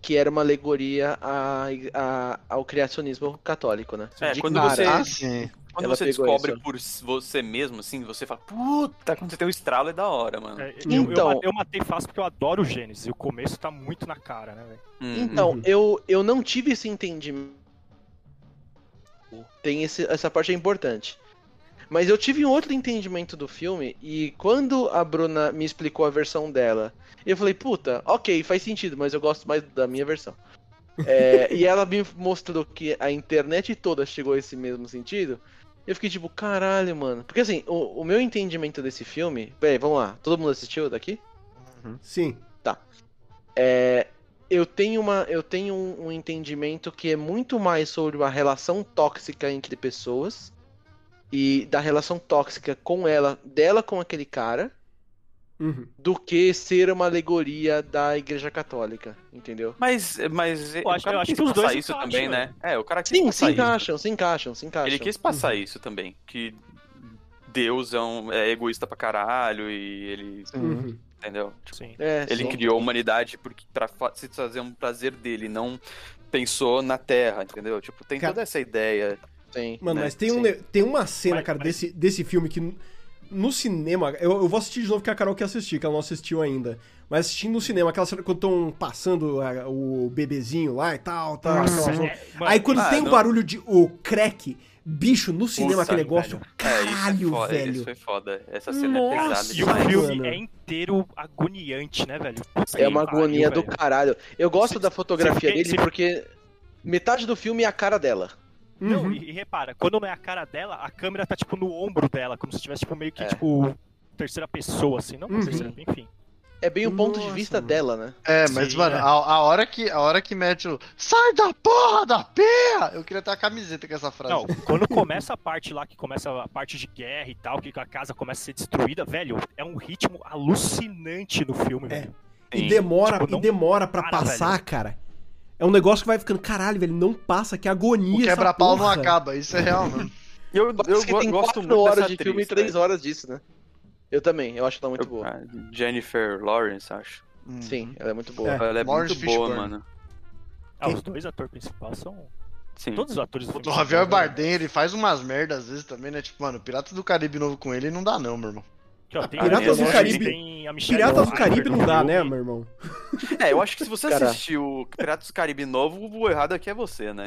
[SPEAKER 1] que era uma alegoria a- a- ao criacionismo católico, né?
[SPEAKER 4] É,
[SPEAKER 1] de
[SPEAKER 4] quando
[SPEAKER 1] cara.
[SPEAKER 4] você-
[SPEAKER 2] Ah, sim.
[SPEAKER 4] Quando
[SPEAKER 1] ela
[SPEAKER 4] você
[SPEAKER 1] pegou
[SPEAKER 4] descobre
[SPEAKER 1] isso.
[SPEAKER 4] por s- você mesmo, assim, você fala, puta, quando você tem um estralo é da hora, mano.
[SPEAKER 6] É, eu- eu,
[SPEAKER 1] Então-
[SPEAKER 6] ma- eu, matei fácil porque eu adoro o Gênesis. E o começo tá muito na cara, né, velho?
[SPEAKER 4] Hum.
[SPEAKER 1] Então,
[SPEAKER 3] Uhum.
[SPEAKER 1] eu, eu não tive esse entendimento. Tem esse- essa parte é importante. Mas eu tive um outro entendimento do filme e quando a Bruna me explicou a versão dela, eu falei, puta, ok, faz sentido, mas eu gosto mais da minha versão. É, e ela me mostrou que a internet toda chegou a esse mesmo sentido. Eu fiquei tipo, caralho, mano. Porque assim, o, o meu entendimento desse filme. Peraí, vamos lá. Todo mundo assistiu daqui?
[SPEAKER 3] Sim.
[SPEAKER 1] É, eu tenho, uma, eu tenho um, um entendimento que é muito mais sobre uma relação tóxica entre pessoas e da relação tóxica com ela, dela com aquele cara,
[SPEAKER 3] Uhum.
[SPEAKER 1] do que ser uma alegoria da Igreja Católica, entendeu?
[SPEAKER 4] Mas, mas
[SPEAKER 6] Eu acho-
[SPEAKER 4] o cara
[SPEAKER 6] eu acho
[SPEAKER 4] quis
[SPEAKER 6] que os
[SPEAKER 4] passar
[SPEAKER 6] dois
[SPEAKER 4] isso
[SPEAKER 6] encaixam,
[SPEAKER 4] também, né? É, o cara quis
[SPEAKER 1] Sim, Tipo, se
[SPEAKER 4] passar isso.
[SPEAKER 1] encaixam, se encaixam, se encaixam.
[SPEAKER 4] Ele quis passar
[SPEAKER 1] Uhum.
[SPEAKER 4] isso também, que Deus é, um, é egoísta pra caralho e ele,
[SPEAKER 3] Uhum.
[SPEAKER 4] entendeu? Tipo,
[SPEAKER 6] Sim.
[SPEAKER 1] É,
[SPEAKER 4] ele
[SPEAKER 1] sim.
[SPEAKER 4] criou a humanidade porque pra fa- se fazer um prazer dele, não pensou na Terra, entendeu? Tipo, tem
[SPEAKER 3] Cara-
[SPEAKER 4] toda essa ideia.
[SPEAKER 1] Sim.
[SPEAKER 3] Mano,
[SPEAKER 4] né?
[SPEAKER 3] mas tem, um,
[SPEAKER 4] Sim.
[SPEAKER 3] ne- tem uma cena,
[SPEAKER 6] Mas-
[SPEAKER 3] cara,
[SPEAKER 6] mas-
[SPEAKER 3] Desse, desse filme que n- no cinema. Eu, eu vou assistir de novo que a Carol quer assistir, que ela não assistiu ainda. Mas assistindo no cinema, aquela cena quando estão passando a- o bebezinho lá e tal, tal. aquela zona.
[SPEAKER 6] É, mano,
[SPEAKER 3] Aí quando
[SPEAKER 4] Ah,
[SPEAKER 3] tem o
[SPEAKER 4] não.
[SPEAKER 3] barulho de o crack, bicho, no cinema
[SPEAKER 4] Puta,
[SPEAKER 3] aquele negócio.
[SPEAKER 4] velho. É, isso
[SPEAKER 3] Caralho,
[SPEAKER 4] é foda,
[SPEAKER 3] velho.
[SPEAKER 4] Isso foi foda. Essa cena é pesada
[SPEAKER 3] Nossa,
[SPEAKER 6] E o
[SPEAKER 4] demais.
[SPEAKER 6] filme
[SPEAKER 3] mano.
[SPEAKER 6] é inteiro agoniante, né, velho? Puta
[SPEAKER 1] É
[SPEAKER 6] que
[SPEAKER 1] uma
[SPEAKER 6] pariu,
[SPEAKER 1] agonia do
[SPEAKER 6] velho.
[SPEAKER 1] caralho. Eu gosto
[SPEAKER 6] Se-
[SPEAKER 1] da fotografia
[SPEAKER 6] se-
[SPEAKER 1] dele
[SPEAKER 6] se-
[SPEAKER 1] porque metade do filme é a cara dela.
[SPEAKER 6] Não,
[SPEAKER 3] Uhum.
[SPEAKER 6] e, e repara, quando não é a cara dela, a câmera tá tipo no ombro dela, como se tivesse tipo meio que
[SPEAKER 4] É.
[SPEAKER 6] tipo terceira pessoa assim, não
[SPEAKER 3] Uhum.
[SPEAKER 6] terceira, enfim.
[SPEAKER 1] É bem o ponto de
[SPEAKER 3] Nossa,
[SPEAKER 1] vista
[SPEAKER 3] mano.
[SPEAKER 1] dela, né?
[SPEAKER 2] É, mas,
[SPEAKER 6] Sim,
[SPEAKER 2] mano,
[SPEAKER 6] é.
[SPEAKER 2] A, a hora que, a hora que mete o Sai da porra da perra! Eu queria ter uma camiseta com essa frase.
[SPEAKER 6] Não, quando começa a parte lá que começa a parte de guerra e tal, que a casa começa a ser destruída, velho, é um ritmo alucinante no filme,
[SPEAKER 3] É.
[SPEAKER 6] velho.
[SPEAKER 3] E
[SPEAKER 4] Sim.
[SPEAKER 3] demora,
[SPEAKER 6] Tipo,
[SPEAKER 3] e
[SPEAKER 6] não
[SPEAKER 3] demora pra
[SPEAKER 6] para,
[SPEAKER 3] passar, cara. É um negócio que vai ficando, caralho, velho, não passa, que agonia.
[SPEAKER 2] o
[SPEAKER 3] essa
[SPEAKER 2] quebra-pau não
[SPEAKER 3] porra.
[SPEAKER 2] acaba, isso é real, mano.
[SPEAKER 4] Eu,
[SPEAKER 1] Parece que
[SPEAKER 4] go-
[SPEAKER 1] tem
[SPEAKER 4] gosto
[SPEAKER 1] quatro
[SPEAKER 4] muito
[SPEAKER 1] horas
[SPEAKER 4] dessa
[SPEAKER 1] de
[SPEAKER 4] atriz,
[SPEAKER 1] filme e três
[SPEAKER 4] velho.
[SPEAKER 1] horas disso, né? Eu também, eu acho ela muito
[SPEAKER 4] Eu- Ah, uhum.
[SPEAKER 1] boa.
[SPEAKER 4] a Jennifer Lawrence, acho.
[SPEAKER 2] Hum.
[SPEAKER 1] Sim, ela é muito boa.
[SPEAKER 3] É.
[SPEAKER 4] Ela é
[SPEAKER 2] Lawrence
[SPEAKER 4] muito boa,
[SPEAKER 2] Fishburne.
[SPEAKER 4] mano.
[SPEAKER 6] Ah, os dois atores principais são
[SPEAKER 1] Hum.
[SPEAKER 4] Sim.
[SPEAKER 6] todos os atores do
[SPEAKER 2] O
[SPEAKER 6] filme
[SPEAKER 2] do
[SPEAKER 6] são
[SPEAKER 2] Javier
[SPEAKER 6] bons, né?
[SPEAKER 2] Bardem, ele faz umas merdas às vezes também, né? Tipo, mano, Pirata do Caribe novo com ele não dá não, meu irmão.
[SPEAKER 6] Aqui, né? ó, tem
[SPEAKER 4] Piratas
[SPEAKER 6] Ariana
[SPEAKER 4] do
[SPEAKER 6] Grande,
[SPEAKER 3] Caribe-
[SPEAKER 6] tem a Michelle
[SPEAKER 3] Piratas do
[SPEAKER 6] Pfeiffer
[SPEAKER 3] Caribe
[SPEAKER 6] no
[SPEAKER 3] não dá,
[SPEAKER 6] filme.
[SPEAKER 3] né, meu irmão?
[SPEAKER 4] É, eu acho que se você
[SPEAKER 1] Cara.
[SPEAKER 4] assistiu Piratas do Caribe Novo, o errado aqui é você, né?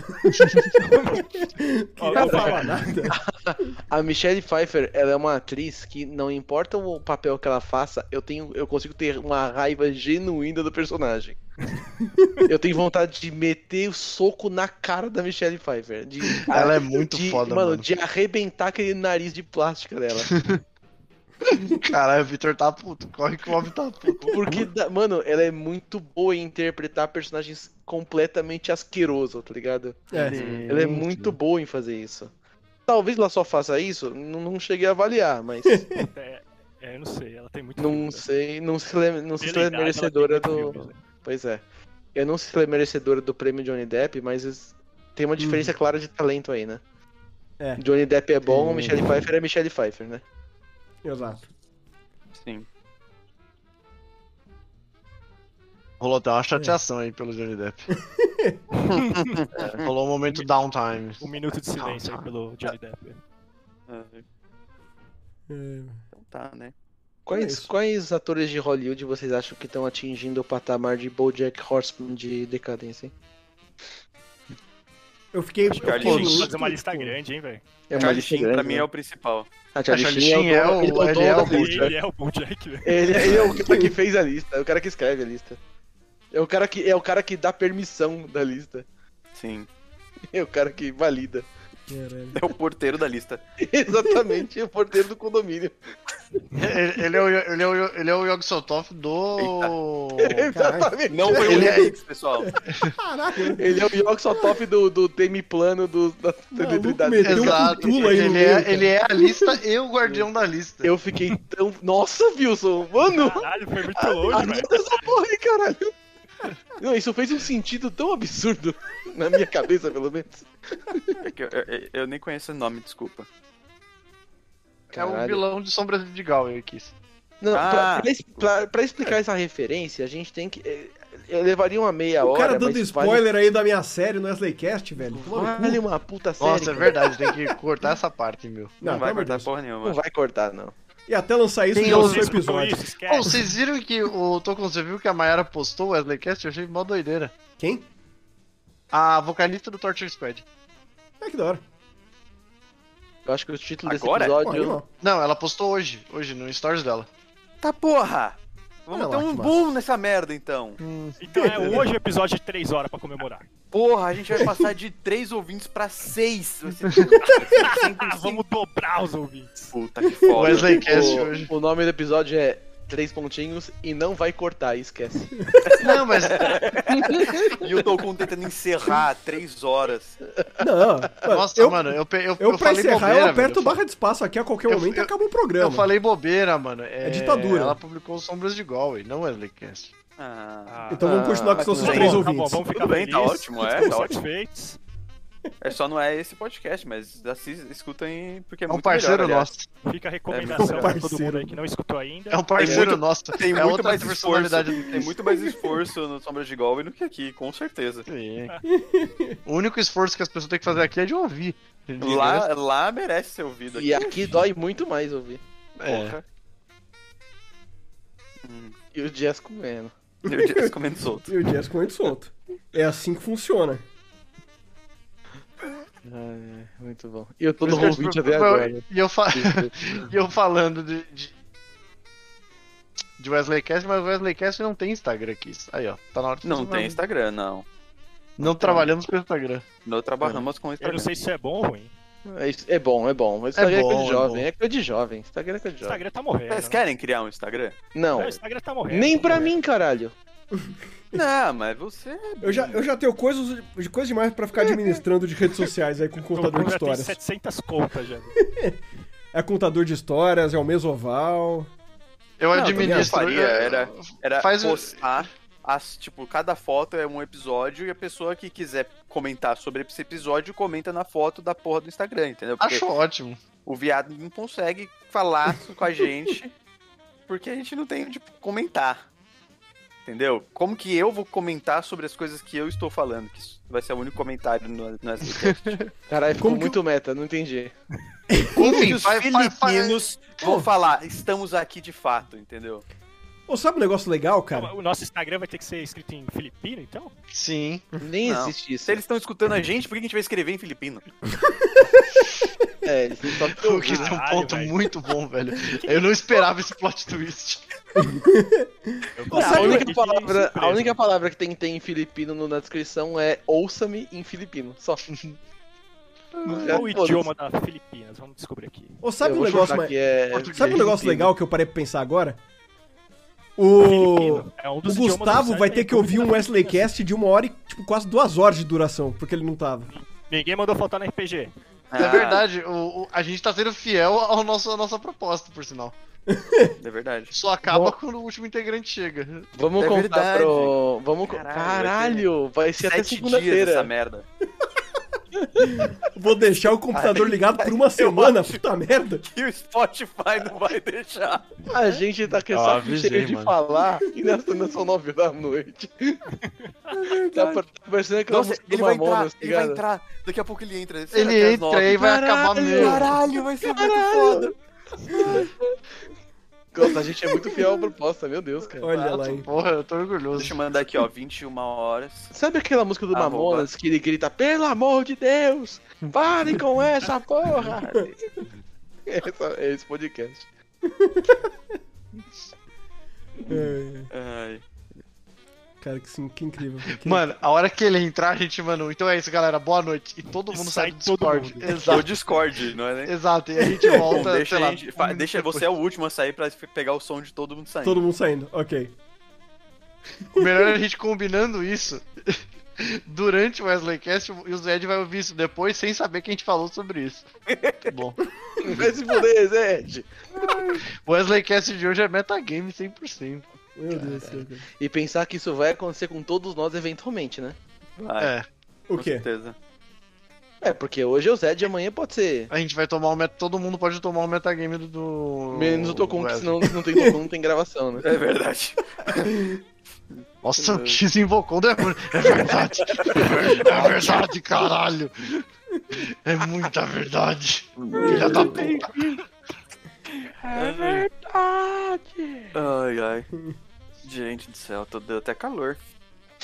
[SPEAKER 6] Ó,
[SPEAKER 3] Não
[SPEAKER 6] eu-
[SPEAKER 3] fala nada.
[SPEAKER 1] A Michelle Pfeiffer, ela é uma atriz que não importa o papel que ela faça, eu tenho, eu consigo ter uma raiva genuína do personagem. Eu tenho vontade de meter o soco na cara da Michelle Pfeiffer. De,
[SPEAKER 2] Ela é muito
[SPEAKER 1] de-
[SPEAKER 2] foda,
[SPEAKER 1] mano.
[SPEAKER 2] mano.
[SPEAKER 1] De arrebentar aquele nariz de plástico dela.
[SPEAKER 2] Caralho, o Victor tá puto. Corre que o homem tá puto.
[SPEAKER 1] Porque, da- mano, ela é muito boa em interpretar personagens completamente asqueroso, tá ligado? Ela é muito boa em fazer isso. Talvez ela só faça isso, não, não cheguei a avaliar, mas
[SPEAKER 6] É, é, eu não sei, ela tem muito. né?
[SPEAKER 1] não sei, não se, lem- não sei se ela é merecedora do.
[SPEAKER 4] né?
[SPEAKER 1] Pois é. Eu não sei se ela é merecedora do prêmio Johnny Depp, mas es- tem uma diferença clara de talento aí, né?
[SPEAKER 3] Hum. É.
[SPEAKER 1] Johnny Depp é bom,
[SPEAKER 3] Tem-
[SPEAKER 1] Michelle Pfeiffer é Michelle Pfeiffer, né?
[SPEAKER 3] Exato.
[SPEAKER 4] Sim.
[SPEAKER 2] Rolou até uma chateação aí pelo Johnny Depp. É, Rolou um momento downtime.
[SPEAKER 6] Um minuto de silêncio aí pelo Johnny Depp.
[SPEAKER 4] Ah, Então tá, né?
[SPEAKER 3] É
[SPEAKER 1] Quais,
[SPEAKER 3] isso.
[SPEAKER 1] quais atores de Hollywood vocês acham que estão atingindo o patamar de BoJack Horseman de decadência? hein?
[SPEAKER 3] Eu fiquei.
[SPEAKER 6] Acho que
[SPEAKER 3] eu
[SPEAKER 6] a
[SPEAKER 4] Charlie
[SPEAKER 3] fiquei
[SPEAKER 4] Sheen.
[SPEAKER 6] gente
[SPEAKER 3] louco,
[SPEAKER 6] fazer uma lista
[SPEAKER 3] tipo,
[SPEAKER 6] grande, hein, velho.
[SPEAKER 1] É
[SPEAKER 4] Charlie Sheen pra
[SPEAKER 1] grande,
[SPEAKER 4] mim
[SPEAKER 1] né?
[SPEAKER 4] é o principal.
[SPEAKER 1] Ah,
[SPEAKER 2] Charlie
[SPEAKER 1] Sheen
[SPEAKER 2] Sheen é
[SPEAKER 1] dono-
[SPEAKER 2] o-
[SPEAKER 1] ele dono
[SPEAKER 2] ele é
[SPEAKER 1] da
[SPEAKER 2] o
[SPEAKER 1] Bojack.
[SPEAKER 6] Ele é o Bojack, velho.
[SPEAKER 1] Ele, ele é o cara que fez a lista, é o cara que escreve a lista. É o cara que, é o cara que dá permissão da lista.
[SPEAKER 4] Sim.
[SPEAKER 1] É o cara que valida.
[SPEAKER 3] caralho.
[SPEAKER 4] É o porteiro da lista.
[SPEAKER 1] Exatamente, é o porteiro do condomínio.
[SPEAKER 2] Ele, ele é o, ele, é o, ele é o Yog Sothoth do.
[SPEAKER 1] Exatamente.
[SPEAKER 4] Não Então foi o
[SPEAKER 2] Ele é-
[SPEAKER 4] Netflix, pessoal.
[SPEAKER 3] Caralho,
[SPEAKER 1] Ele é o York só top do, do Temi Plano do, da da
[SPEAKER 3] Maluco
[SPEAKER 1] identidade.
[SPEAKER 3] mesmo. Deu um
[SPEAKER 2] Exato.
[SPEAKER 3] pula aí no
[SPEAKER 2] Ele
[SPEAKER 3] meio, cara.
[SPEAKER 2] é, ele é a lista e o guardião da lista.
[SPEAKER 1] Eu fiquei tão. Nossa, Wilson, mano!
[SPEAKER 6] Caralho, foi
[SPEAKER 1] Ah,
[SPEAKER 6] muito longe, velho.
[SPEAKER 1] Anota essa porra aí, caralho! Não, isso fez um sentido tão absurdo na minha cabeça, pelo menos.
[SPEAKER 4] É que eu, eu- eu nem conheço o nome, desculpa.
[SPEAKER 2] É o
[SPEAKER 1] Caralho.
[SPEAKER 2] vilão de Sombras de Gal, eu quis.
[SPEAKER 1] Não,
[SPEAKER 4] Ah.
[SPEAKER 1] pra, pra es- pra- pra explicar essa referência, a gente tem que. eh, Eu levaria uma meia
[SPEAKER 3] O
[SPEAKER 1] hora.
[SPEAKER 3] cara dando
[SPEAKER 1] mas
[SPEAKER 3] spoiler aí da minha série no Wesleycast, velho.
[SPEAKER 1] Vale, vale uma puta série.
[SPEAKER 2] Nossa, é
[SPEAKER 1] cara.
[SPEAKER 2] verdade, tem que cortar essa parte, meu.
[SPEAKER 4] Não, vai
[SPEAKER 3] pelo amor de
[SPEAKER 4] cortar
[SPEAKER 3] Deus.
[SPEAKER 4] porra
[SPEAKER 1] Não
[SPEAKER 4] nenhuma.
[SPEAKER 1] vai cortar, não.
[SPEAKER 3] E até lançar isso
[SPEAKER 2] Tem
[SPEAKER 3] já é outro
[SPEAKER 2] outro
[SPEAKER 3] episódio.
[SPEAKER 6] Isso,
[SPEAKER 2] Ô,
[SPEAKER 6] esquece.
[SPEAKER 2] vocês viram que o Tocon, você viu que a Mayara postou o Wesleycast? Eu achei mó doideira.
[SPEAKER 3] Quem?
[SPEAKER 2] A vocalista do Torture Squad.
[SPEAKER 3] Ah, que da hora.
[SPEAKER 1] Eu acho que o título desse
[SPEAKER 4] Agora?
[SPEAKER 3] Pô,
[SPEAKER 1] episódio.
[SPEAKER 3] animal.
[SPEAKER 2] Não, ela postou hoje, hoje, no stories dela.
[SPEAKER 4] Tá porra! Vamos
[SPEAKER 3] Olha
[SPEAKER 4] ter
[SPEAKER 3] lá,
[SPEAKER 4] um
[SPEAKER 3] que
[SPEAKER 4] boom nessa merda, então.
[SPEAKER 6] Então é hoje o episódio de 3 horas pra comemorar.
[SPEAKER 4] Porra, a gente vai passar de três ouvintes pra seis. Vai ser um
[SPEAKER 6] Ah, vamos dobrar os ouvintes.
[SPEAKER 4] Puta que foda.
[SPEAKER 2] Wesleycast hoje.
[SPEAKER 1] O, o nome do episódio é Três Pontinhos e não vai cortar, esquece.
[SPEAKER 2] Não, mas
[SPEAKER 4] E eu tô com tentando encerrar três horas.
[SPEAKER 3] Não.
[SPEAKER 2] Nossa,
[SPEAKER 3] eu,
[SPEAKER 2] mano, eu, pe- eu,
[SPEAKER 3] Eu, pra
[SPEAKER 2] falei
[SPEAKER 3] encerrar,
[SPEAKER 2] bobeira.
[SPEAKER 3] eu aperto
[SPEAKER 2] velho.
[SPEAKER 3] barra de espaço aqui a qualquer
[SPEAKER 2] Eu-
[SPEAKER 3] momento e
[SPEAKER 2] eu-
[SPEAKER 3] acaba o programa.
[SPEAKER 2] Eu falei bobeira, mano. É,
[SPEAKER 3] ditadura. É
[SPEAKER 2] Ela publicou Sombras de Galway, não Wesleycast.
[SPEAKER 4] Ah,
[SPEAKER 3] Então vamos continuar com os
[SPEAKER 4] Ah,
[SPEAKER 3] nossos
[SPEAKER 4] tá
[SPEAKER 3] três
[SPEAKER 4] bom,
[SPEAKER 6] tá bom,
[SPEAKER 3] ouvintes.
[SPEAKER 6] vamos ficar
[SPEAKER 4] Tudo bem,
[SPEAKER 6] felizes.
[SPEAKER 4] tá ótimo, é,
[SPEAKER 6] ficamos
[SPEAKER 4] tá ótimo.
[SPEAKER 6] satisfeitos.
[SPEAKER 4] é só não é esse podcast, mas assist, escutem porque é,
[SPEAKER 2] É um
[SPEAKER 4] muito
[SPEAKER 2] parceiro
[SPEAKER 4] melhor, aliás.
[SPEAKER 2] nosso.
[SPEAKER 6] Fica a recomendação
[SPEAKER 3] É,
[SPEAKER 6] pra todo mundo
[SPEAKER 3] parceiro.
[SPEAKER 6] aí que não escutou ainda.
[SPEAKER 2] É um parceiro
[SPEAKER 4] muito-
[SPEAKER 2] nosso.
[SPEAKER 4] Tem
[SPEAKER 2] é
[SPEAKER 4] muito
[SPEAKER 2] outra
[SPEAKER 4] mais esforço.
[SPEAKER 2] personalidade do
[SPEAKER 4] Tem muito mais esforço no Sombra de Golem do que aqui, com certeza.
[SPEAKER 2] Sim. O único esforço que as pessoas têm que fazer aqui é de ouvir.
[SPEAKER 4] Lá, lá merece ser ouvido aqui.
[SPEAKER 1] E aqui dói muito mais ouvir.
[SPEAKER 2] É.
[SPEAKER 4] Hum,
[SPEAKER 1] E o Jazz comendo.
[SPEAKER 4] eu já comendo solto.
[SPEAKER 3] E o Jazz com o solto. É assim que funciona.
[SPEAKER 1] Ai, ai, muito bom. E eu tô no
[SPEAKER 2] Por isso que
[SPEAKER 1] ouvinte
[SPEAKER 2] eu-
[SPEAKER 1] até
[SPEAKER 2] eu-
[SPEAKER 1] agora.
[SPEAKER 2] E eu, fa- e eu falando de, de, de Wesleycast, mas o Wesleycast não tem Instagram aqui. Aí, ó. Tá na hora de
[SPEAKER 4] Não
[SPEAKER 2] fazer
[SPEAKER 4] tem
[SPEAKER 2] uma-
[SPEAKER 4] Instagram, não.
[SPEAKER 2] Não trabalhamos pelo Instagram.
[SPEAKER 4] Não trabalhamos com
[SPEAKER 6] Eu
[SPEAKER 4] Instagram.
[SPEAKER 6] não sei se isso é bom ou ruim.
[SPEAKER 1] É isso- É bom, é bom. Mas Instagram é,
[SPEAKER 2] bom,
[SPEAKER 1] coisa de
[SPEAKER 2] é
[SPEAKER 1] jovem,
[SPEAKER 2] bom.
[SPEAKER 1] é coisa de jovem. Instagram é coisa de
[SPEAKER 6] O
[SPEAKER 1] jovem.
[SPEAKER 6] Instagram tá morrendo.
[SPEAKER 4] Vocês
[SPEAKER 6] né?
[SPEAKER 4] querem criar um Instagram?
[SPEAKER 2] é
[SPEAKER 1] Não,
[SPEAKER 6] Não, o Instagram tá morrendo.
[SPEAKER 1] nem pra mim, caralho.
[SPEAKER 4] Não, mas você. é
[SPEAKER 3] Eu já, eu já tenho coisas, coisas demais pra ficar administrando de redes sociais aí com o
[SPEAKER 6] O
[SPEAKER 3] contador de
[SPEAKER 6] já tem
[SPEAKER 3] histórias.
[SPEAKER 6] 700 contas já.
[SPEAKER 3] É contador de histórias, é o mesoval.
[SPEAKER 2] Eu
[SPEAKER 4] Não,
[SPEAKER 2] administro.
[SPEAKER 4] também eu faria, era- Era
[SPEAKER 2] Faz o-
[SPEAKER 4] postar as, tipo, cada foto é um episódio e a pessoa que quiser comentar sobre esse episódio comenta na foto da porra do Instagram, entendeu? Porque
[SPEAKER 2] Acho ótimo.
[SPEAKER 4] o viado não consegue falar com a gente porque a gente não tem onde comentar. Entendeu? Como que eu vou comentar sobre as coisas que eu estou falando? Que isso vai ser o único comentário no, no SBT.
[SPEAKER 1] Caralho, ficou
[SPEAKER 3] Como que
[SPEAKER 1] muito meta, não entendi.
[SPEAKER 4] Como
[SPEAKER 2] Enfim,
[SPEAKER 4] que os
[SPEAKER 2] faz- faz- faz-
[SPEAKER 4] filipinos vão falar, estamos aqui de fato, entendeu?
[SPEAKER 3] Ô, sabe um negócio legal, cara?
[SPEAKER 6] Então, O nosso Instagram vai ter que ser escrito em filipino, então?
[SPEAKER 2] Sim.
[SPEAKER 1] Nem
[SPEAKER 4] Não.
[SPEAKER 1] existe isso.
[SPEAKER 4] Se eles estão escutando a gente, por que a gente vai escrever em filipino?
[SPEAKER 1] É, eles só
[SPEAKER 2] O que é um é
[SPEAKER 6] Caralho,
[SPEAKER 2] ponto
[SPEAKER 6] velho.
[SPEAKER 2] muito bom, velho. Eu não esperava esse plot twist.
[SPEAKER 6] Eu
[SPEAKER 1] Cara, a,
[SPEAKER 6] eu
[SPEAKER 1] única
[SPEAKER 6] fiquei
[SPEAKER 1] palavra, a
[SPEAKER 6] surpreso.
[SPEAKER 1] única palavra que tem que ter em filipino no- na descrição é ouça-me em filipino. Só.
[SPEAKER 6] Qual o é? idioma da Filipinas? Vamos descobrir aqui.
[SPEAKER 3] Ou
[SPEAKER 1] Sabe eu
[SPEAKER 3] sabe
[SPEAKER 1] Ah,
[SPEAKER 3] um
[SPEAKER 1] vou
[SPEAKER 3] negócio
[SPEAKER 1] negócio
[SPEAKER 3] mais...
[SPEAKER 1] que é
[SPEAKER 3] Sabe um negócio
[SPEAKER 1] filipino.
[SPEAKER 3] legal que eu parei pra pensar agora? O...
[SPEAKER 6] Filipino. É um
[SPEAKER 3] O
[SPEAKER 6] dos idiomas
[SPEAKER 3] Gustavo
[SPEAKER 6] oficiais
[SPEAKER 3] vai
[SPEAKER 6] da
[SPEAKER 3] ter que ouvir um
[SPEAKER 6] República
[SPEAKER 3] Wesley
[SPEAKER 6] Dominicana.
[SPEAKER 3] Cast de uma hora e, tipo, quase duas horas de duração, porque ele não tava.
[SPEAKER 6] Ninguém mandou faltar na RPG.
[SPEAKER 4] Ah.
[SPEAKER 2] É verdade, o- o- a gente tá sendo fiel ao nosso, à nossa proposta, por sinal.
[SPEAKER 4] É verdade.
[SPEAKER 2] Só acaba quando o último integrante chega.
[SPEAKER 1] Vamos
[SPEAKER 4] É
[SPEAKER 1] contar
[SPEAKER 4] verdade.
[SPEAKER 1] pro. Vamos... co-
[SPEAKER 4] Caralho,
[SPEAKER 1] Caralho, vai
[SPEAKER 4] vai ter-
[SPEAKER 1] ser é até
[SPEAKER 4] Sete dias essa
[SPEAKER 1] segunda-feira.
[SPEAKER 4] merda.
[SPEAKER 3] Vou deixar o computador ligado por uma semana, puta merda.
[SPEAKER 4] Que o Spotify não vai deixar.
[SPEAKER 1] A gente tá com
[SPEAKER 9] Eu
[SPEAKER 1] essa
[SPEAKER 9] avisei,
[SPEAKER 1] ficha de
[SPEAKER 9] mano.
[SPEAKER 1] falar e nessa ainda são nove da noite. Tá parecendo aquela
[SPEAKER 9] Nossa,
[SPEAKER 1] música do
[SPEAKER 9] ele vai entrar,
[SPEAKER 1] Mamonas, tá
[SPEAKER 9] ele vai
[SPEAKER 1] ligado?
[SPEAKER 9] entrar. Daqui a pouco ele entra. Será que é
[SPEAKER 2] Ele
[SPEAKER 4] às
[SPEAKER 2] entra
[SPEAKER 4] nove?
[SPEAKER 2] e vai acabar
[SPEAKER 1] Caralho!
[SPEAKER 2] mesmo.
[SPEAKER 9] Caralho, vai ser muito
[SPEAKER 1] Caralho!
[SPEAKER 9] foda.
[SPEAKER 1] Nossa, a gente é muito fiel à proposta, meu Deus, cara.
[SPEAKER 3] Olha lá, hein.
[SPEAKER 2] Porra, eu tô orgulhoso.
[SPEAKER 4] Deixa eu mandar aqui, ó, 21 horas.
[SPEAKER 1] Sabe aquela música do
[SPEAKER 4] Ah,
[SPEAKER 1] Mamonas que ele grita, pelo amor de Deus, parem com essa porra? Essa- é esse podcast.
[SPEAKER 3] É,
[SPEAKER 4] Ai.
[SPEAKER 3] cara, que, sim, que incrível. que-
[SPEAKER 2] Mano, a hora que ele entrar, a gente, mano. Então é isso, galera. Boa noite. E todo
[SPEAKER 6] E
[SPEAKER 2] mundo
[SPEAKER 6] sai
[SPEAKER 2] sai, do
[SPEAKER 6] todo
[SPEAKER 2] Discord.
[SPEAKER 6] mundo.
[SPEAKER 4] No
[SPEAKER 2] Exato.
[SPEAKER 4] Discord, não é? Né?
[SPEAKER 2] Exato. E a gente
[SPEAKER 4] Bom,
[SPEAKER 2] volta,
[SPEAKER 4] deixa,
[SPEAKER 2] sei lá.
[SPEAKER 4] a gente- fa-
[SPEAKER 2] um
[SPEAKER 4] deixa
[SPEAKER 2] minuto
[SPEAKER 4] você é o último a sair pra pegar o som de todo mundo saindo.
[SPEAKER 3] Todo mundo saindo, ok.
[SPEAKER 2] O melhor é a gente combinando isso durante o Wesleycast e o Zed vai ouvir isso depois sem saber que a gente falou sobre isso. Bom.
[SPEAKER 1] Vai se fuder, Zed.
[SPEAKER 2] O Wesleycast de hoje é metagame 100%.
[SPEAKER 3] Meu Deus do céu. cara.
[SPEAKER 1] E pensar que isso vai acontecer com todos nós eventualmente, né?
[SPEAKER 4] Vai,
[SPEAKER 2] É,
[SPEAKER 3] O
[SPEAKER 4] com
[SPEAKER 3] quê?
[SPEAKER 4] certeza.
[SPEAKER 1] É, porque hoje é o Zed e amanhã pode ser.
[SPEAKER 2] a gente vai tomar o meta, todo mundo pode tomar o metagame do- do
[SPEAKER 1] Menos o Tocum, um que
[SPEAKER 2] Wesley.
[SPEAKER 1] senão não tem Tocum, não tem gravação, né?
[SPEAKER 4] É verdade.
[SPEAKER 2] Nossa, o que se invocou é muito- É verdade. É verdade, caralho. É muita verdade. Filha da puta.
[SPEAKER 4] É Ai, ai. Gente do céu, tô deu até calor.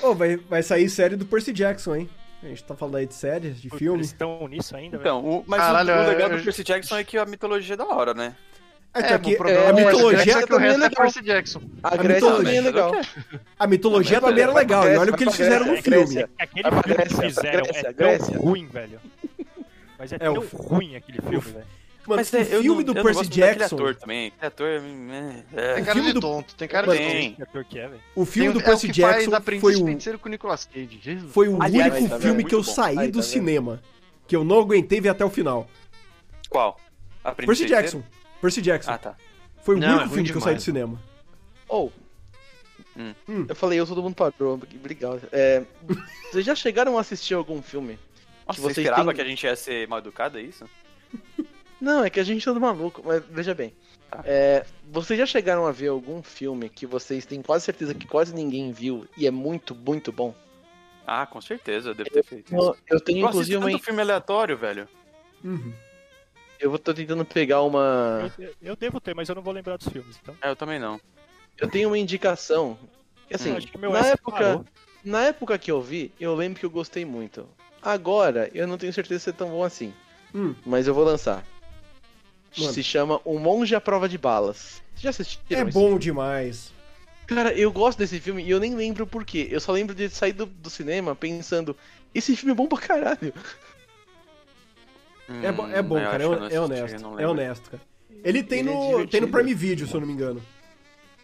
[SPEAKER 3] Ô, vai, vai sair série do Percy Jackson, hein? A gente tá falando aí de séries, de
[SPEAKER 6] Putz,
[SPEAKER 3] filme.
[SPEAKER 6] Eles estão nisso
[SPEAKER 3] É
[SPEAKER 6] ainda, velho.
[SPEAKER 4] Então, o- mas
[SPEAKER 2] Caralho,
[SPEAKER 4] o, o legal
[SPEAKER 2] eu-
[SPEAKER 4] do Percy Jackson é que a mitologia é da hora, né?
[SPEAKER 3] Até
[SPEAKER 2] É, o
[SPEAKER 3] É, que
[SPEAKER 2] problema
[SPEAKER 3] a
[SPEAKER 2] do Percy
[SPEAKER 3] mitologia,
[SPEAKER 2] Jackson é que o
[SPEAKER 1] também é
[SPEAKER 2] resto é
[SPEAKER 1] legal.
[SPEAKER 2] Percy
[SPEAKER 1] A
[SPEAKER 2] Jackson.
[SPEAKER 3] Grécia
[SPEAKER 1] Grécia
[SPEAKER 3] também
[SPEAKER 1] também é legal.
[SPEAKER 3] a mitologia
[SPEAKER 4] Não, mas
[SPEAKER 2] é,
[SPEAKER 3] também era
[SPEAKER 1] vai pra
[SPEAKER 3] legal, e
[SPEAKER 1] Grécia,
[SPEAKER 3] olha o que
[SPEAKER 1] vai
[SPEAKER 3] eles
[SPEAKER 1] pra
[SPEAKER 3] fizeram
[SPEAKER 1] Grécia,
[SPEAKER 3] no
[SPEAKER 1] é
[SPEAKER 3] filme.
[SPEAKER 1] Grécia.
[SPEAKER 6] É que aquele
[SPEAKER 1] Vai pra
[SPEAKER 6] filme que
[SPEAKER 1] Grécia,
[SPEAKER 6] fizeram
[SPEAKER 1] Grécia,
[SPEAKER 6] é
[SPEAKER 1] Grécia.
[SPEAKER 6] tão ruim, velho. Mas é,
[SPEAKER 3] o-
[SPEAKER 6] tão ruim aquele filme, velho.
[SPEAKER 3] Mano,
[SPEAKER 4] Mas é,
[SPEAKER 3] o
[SPEAKER 4] eu
[SPEAKER 3] filme
[SPEAKER 4] não-
[SPEAKER 3] do
[SPEAKER 4] eu não
[SPEAKER 3] Percy
[SPEAKER 4] gosto daquele
[SPEAKER 3] Jackson,
[SPEAKER 4] ator também. Aquele ator. hum, É,
[SPEAKER 2] Tem
[SPEAKER 4] é.
[SPEAKER 2] cara
[SPEAKER 3] filme
[SPEAKER 2] de
[SPEAKER 3] do-
[SPEAKER 2] tonto, tem cara de
[SPEAKER 4] Tem.
[SPEAKER 2] tonto.
[SPEAKER 6] Que ator que é, velho.
[SPEAKER 3] o filme
[SPEAKER 2] Tem-
[SPEAKER 3] do
[SPEAKER 2] é o
[SPEAKER 3] Percy
[SPEAKER 2] que
[SPEAKER 3] Jackson
[SPEAKER 2] faz Aprendiz
[SPEAKER 3] foi um- o,
[SPEAKER 2] Feiticeiro com Nicolas Cage. Jesus.
[SPEAKER 3] foi o
[SPEAKER 4] Aliás, é
[SPEAKER 3] único
[SPEAKER 1] tá vendo?
[SPEAKER 3] filme que eu
[SPEAKER 4] Muito bom.
[SPEAKER 3] saí
[SPEAKER 1] Aí,
[SPEAKER 3] do
[SPEAKER 1] tá vendo?
[SPEAKER 3] cinema, que eu não aguentei ver até o final.
[SPEAKER 4] Qual? Aprendi
[SPEAKER 3] Percy
[SPEAKER 4] feiticeiro?
[SPEAKER 3] Jackson. Percy Jackson.
[SPEAKER 4] Ah, tá.
[SPEAKER 3] Foi o
[SPEAKER 2] Não,
[SPEAKER 3] único
[SPEAKER 2] é ruim
[SPEAKER 3] filme que eu saí
[SPEAKER 2] demais,
[SPEAKER 3] do cinema.
[SPEAKER 1] Ou.
[SPEAKER 4] Hum.
[SPEAKER 3] Hum.
[SPEAKER 1] Eu falei, eu todo mundo parou. Obrigado. É, vocês já chegaram a assistir algum filme?
[SPEAKER 4] Nossa,
[SPEAKER 1] vocês
[SPEAKER 4] você esperava
[SPEAKER 1] têm-
[SPEAKER 4] que a gente ia ser mal educado, é isso?
[SPEAKER 1] Não, é que a gente tá do maluco, mas veja bem.
[SPEAKER 4] Tá.
[SPEAKER 1] É, vocês já chegaram a ver algum filme que vocês têm quase certeza que quase ninguém viu e é muito, muito bom?
[SPEAKER 4] Ah, com certeza, eu devo ter feito isso.
[SPEAKER 1] Eu, eu tenho,
[SPEAKER 4] Eu assisti
[SPEAKER 1] inclusive, uma.
[SPEAKER 4] tanto filme aleatório, velho.
[SPEAKER 3] Uhum.
[SPEAKER 1] Eu vou- tô tentando pegar uma.
[SPEAKER 6] Eu, eu devo ter, mas eu não vou lembrar dos filmes, então.
[SPEAKER 4] É, eu também não.
[SPEAKER 1] Eu tenho uma indicação. que, Assim,
[SPEAKER 6] Eu acho que meu
[SPEAKER 1] na
[SPEAKER 6] S
[SPEAKER 1] época-
[SPEAKER 6] parou.
[SPEAKER 1] na época que eu vi, eu lembro que eu gostei muito. Agora, eu não tenho certeza se é tão bom assim.
[SPEAKER 3] Hum.
[SPEAKER 1] Mas eu vou lançar.
[SPEAKER 3] Manda.
[SPEAKER 1] Se chama Um Monge à Prova de Balas. Vocês já assistiram?
[SPEAKER 3] É
[SPEAKER 1] isso?
[SPEAKER 3] bom demais.
[SPEAKER 1] Cara, eu gosto desse filme e eu nem lembro por quê. Eu só lembro de sair do, do cinema pensando, esse filme é bom pra caralho.
[SPEAKER 3] É, bo- é
[SPEAKER 4] Hum,
[SPEAKER 3] bom,
[SPEAKER 4] eu
[SPEAKER 3] cara. É,
[SPEAKER 4] acho que eu
[SPEAKER 3] hon-
[SPEAKER 4] não
[SPEAKER 3] é
[SPEAKER 4] assisti, eu não
[SPEAKER 3] honesto. É
[SPEAKER 4] lembro.
[SPEAKER 3] honesto, cara. Ele tem
[SPEAKER 1] Ele é
[SPEAKER 3] no,
[SPEAKER 1] divertido.
[SPEAKER 3] tem no Prime Video, se eu não me engano.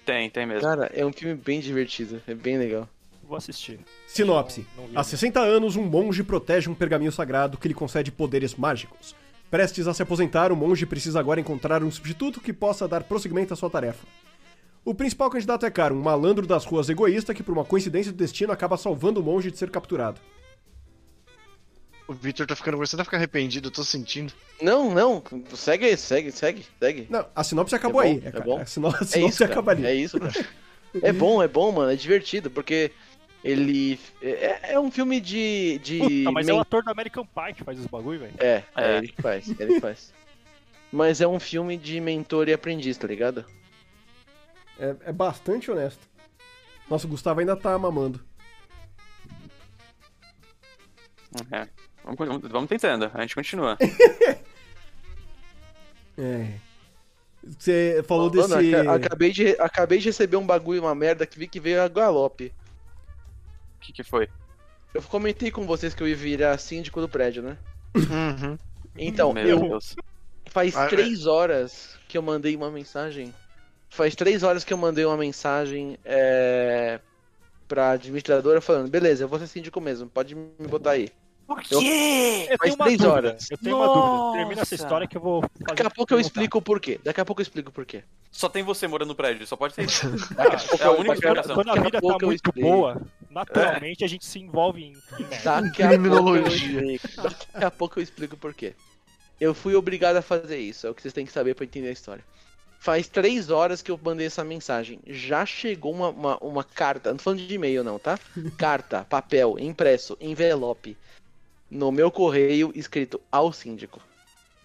[SPEAKER 4] Tem, tem
[SPEAKER 3] Tá.
[SPEAKER 4] mesmo.
[SPEAKER 1] Cara, é um filme bem divertido, é bem legal.
[SPEAKER 6] Vou assistir.
[SPEAKER 3] Sinopse.
[SPEAKER 6] Não- não vi
[SPEAKER 3] Há 60 anos, um monge protege um pergaminho sagrado que lhe concede poderes mágicos. Prestes a se aposentar, o monge precisa agora encontrar um substituto que possa dar prosseguimento à sua tarefa. O principal candidato é Caro, um malandro das ruas egoísta que, por uma coincidência do destino, acaba salvando o monge de ser capturado.
[SPEAKER 2] O Victor tá ficando você tá ficando arrependido, eu tô sentindo.
[SPEAKER 1] Não, não, segue aí, segue, segue, segue.
[SPEAKER 3] Não, a sinopse acabou
[SPEAKER 1] É bom,
[SPEAKER 3] aí.
[SPEAKER 1] é bom.
[SPEAKER 3] A sino- a
[SPEAKER 1] É
[SPEAKER 3] sinopse
[SPEAKER 1] isso,
[SPEAKER 3] acaba ali.
[SPEAKER 1] cara. É isso, cara. É bom, é bom, mano, é divertido, porque ele. É, é um filme de. de
[SPEAKER 6] Puta, mas é o
[SPEAKER 1] men-
[SPEAKER 6] ator do American Pie que faz os bagulho, velho.
[SPEAKER 1] é, é,
[SPEAKER 4] É.
[SPEAKER 1] ele que faz, é ele que faz. Mas é um filme de mentor e aprendiz, tá ligado?
[SPEAKER 3] É, é bastante honesto. Nossa, o Gustavo ainda tá mamando.
[SPEAKER 4] É. Vamos, vamos- vamos tentando, a gente continua.
[SPEAKER 3] É. Você falou desse.
[SPEAKER 1] Mano, aca- acabei, de, acabei de receber um bagulho, uma merda que vi que veio a galope.
[SPEAKER 4] O que, que foi?
[SPEAKER 1] Eu comentei com vocês que eu ia virar síndico do prédio, né?
[SPEAKER 2] Uhum.
[SPEAKER 1] Então,
[SPEAKER 4] Meu
[SPEAKER 1] eu
[SPEAKER 4] Deus.
[SPEAKER 1] Faz
[SPEAKER 2] Ah, é.
[SPEAKER 1] três horas que eu mandei uma mensagem. Faz três horas que eu mandei uma mensagem é, pra administradora falando: beleza, eu vou ser síndico mesmo, pode me botar aí.
[SPEAKER 4] Por
[SPEAKER 1] Eu-
[SPEAKER 4] quê?
[SPEAKER 6] Eu
[SPEAKER 1] Faz
[SPEAKER 6] tenho uma
[SPEAKER 1] três
[SPEAKER 6] dúvida.
[SPEAKER 1] horas.
[SPEAKER 6] Eu tenho uma dúvida. Termina essa
[SPEAKER 4] Nossa.
[SPEAKER 6] história que eu vou. fazer
[SPEAKER 1] Daqui a
[SPEAKER 6] uma
[SPEAKER 1] pouco eu
[SPEAKER 6] pergunta.
[SPEAKER 1] explico o porquê. Daqui a pouco eu explico o porquê.
[SPEAKER 4] Só tem você morando no prédio, só pode ter isso.
[SPEAKER 1] Daqui a pouco
[SPEAKER 4] é a
[SPEAKER 1] eu-
[SPEAKER 4] única
[SPEAKER 1] daqui a-
[SPEAKER 4] explicação.
[SPEAKER 6] Quando
[SPEAKER 1] daqui
[SPEAKER 6] a
[SPEAKER 1] a
[SPEAKER 6] vida
[SPEAKER 1] pouco
[SPEAKER 6] tá
[SPEAKER 1] eu
[SPEAKER 6] muito
[SPEAKER 1] explico. É.
[SPEAKER 6] boa, naturalmente a gente se envolve em. em merda.
[SPEAKER 1] Daqui a pouco eu
[SPEAKER 2] Criminologia.
[SPEAKER 1] explico. Daqui a pouco eu explico por quê. Eu fui obrigado a fazer isso, é o que vocês têm que saber pra entender a história. Faz três horas que eu mandei essa mensagem. Já chegou uma, uma, uma carta, não tô falando de e-mail não, tá? Carta, papel, impresso, envelope. No meu correio, escrito ao síndico.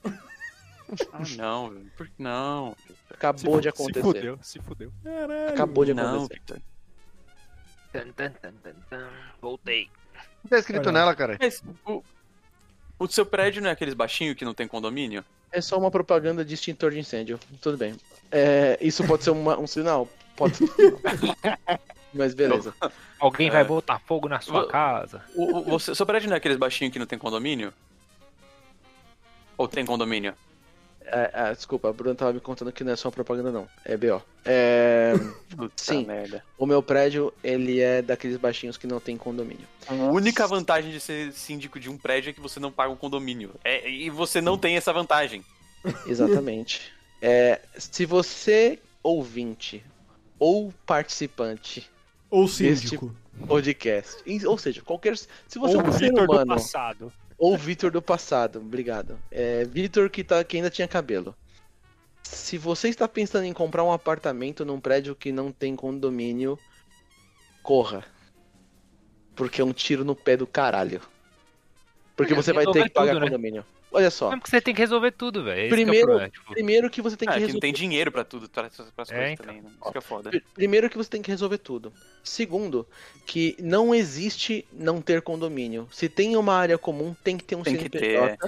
[SPEAKER 4] Ah, não, velho. Por que não?
[SPEAKER 6] Se
[SPEAKER 1] Acabou
[SPEAKER 6] fu-
[SPEAKER 1] de
[SPEAKER 6] Se
[SPEAKER 1] acontecer.
[SPEAKER 6] fudeu, se fudeu.
[SPEAKER 1] Acabou de
[SPEAKER 4] Não,
[SPEAKER 1] acontecer.
[SPEAKER 4] Victor.
[SPEAKER 8] Tan, tan, tan, tan, tan. Voltei.
[SPEAKER 2] O que tá escrito
[SPEAKER 3] Olha.
[SPEAKER 2] nela, cara?
[SPEAKER 4] Mas o, o seu prédio não é aqueles baixinhos que não tem condomínio?
[SPEAKER 1] É só uma propaganda de extintor de incêndio. Tudo bem. É, isso pode ser uma- um sinal? Pode ser. um sinal. Mas beleza.
[SPEAKER 7] Alguém vai
[SPEAKER 4] É.
[SPEAKER 7] botar fogo na
[SPEAKER 4] Vo-
[SPEAKER 7] sua casa.
[SPEAKER 4] O, o- você- seu prédio não é aqueles baixinhos que não tem condomínio? Ou tem condomínio?
[SPEAKER 1] É, é, desculpa, a Bruna tava me contando que não é só propaganda, não. É B.O. É,
[SPEAKER 4] Puta
[SPEAKER 1] Sim.
[SPEAKER 4] merda.
[SPEAKER 1] o meu prédio, ele é daqueles baixinhos que não tem condomínio.
[SPEAKER 4] A única vantagem de ser síndico de um prédio é que você não paga o condomínio. É, e você não tem essa vantagem.
[SPEAKER 1] Exatamente. É, se você, ouvinte, ou participante
[SPEAKER 3] Ou
[SPEAKER 1] tipo
[SPEAKER 3] síndico.
[SPEAKER 1] do podcast, em- ou seja, qualquer. Se você é
[SPEAKER 6] Ou
[SPEAKER 1] um
[SPEAKER 6] o
[SPEAKER 1] ser
[SPEAKER 6] Vitor do
[SPEAKER 1] humano,
[SPEAKER 6] passado.
[SPEAKER 1] ou Vitor do passado, obrigado. É, Vitor que, tá, que ainda tinha cabelo. Se você está pensando em comprar um apartamento num prédio que não tem condomínio, corra. Porque é um tiro no pé do caralho. Porque
[SPEAKER 7] É,
[SPEAKER 1] você vai ter
[SPEAKER 7] resolver
[SPEAKER 1] que pagar
[SPEAKER 7] tudo, né?
[SPEAKER 1] condomínio. Olha só.
[SPEAKER 7] Mesmo que você tem que resolver tudo, velho. Esse que é o
[SPEAKER 1] Primeiro-
[SPEAKER 7] problema, tipo,
[SPEAKER 1] Primeiro que você tem que
[SPEAKER 4] Ah, é que não
[SPEAKER 1] resolver.
[SPEAKER 4] tem dinheiro pra tudo, pra, pra- pras
[SPEAKER 7] É,
[SPEAKER 4] coisas
[SPEAKER 7] então.
[SPEAKER 4] também. Né? Isso que é foda.
[SPEAKER 1] Pri- Primeiro que você tem que resolver tudo. Segundo, que não existe não ter condomínio. Se tem uma área comum, tem que ter um
[SPEAKER 4] Tem que
[SPEAKER 1] CNPJ.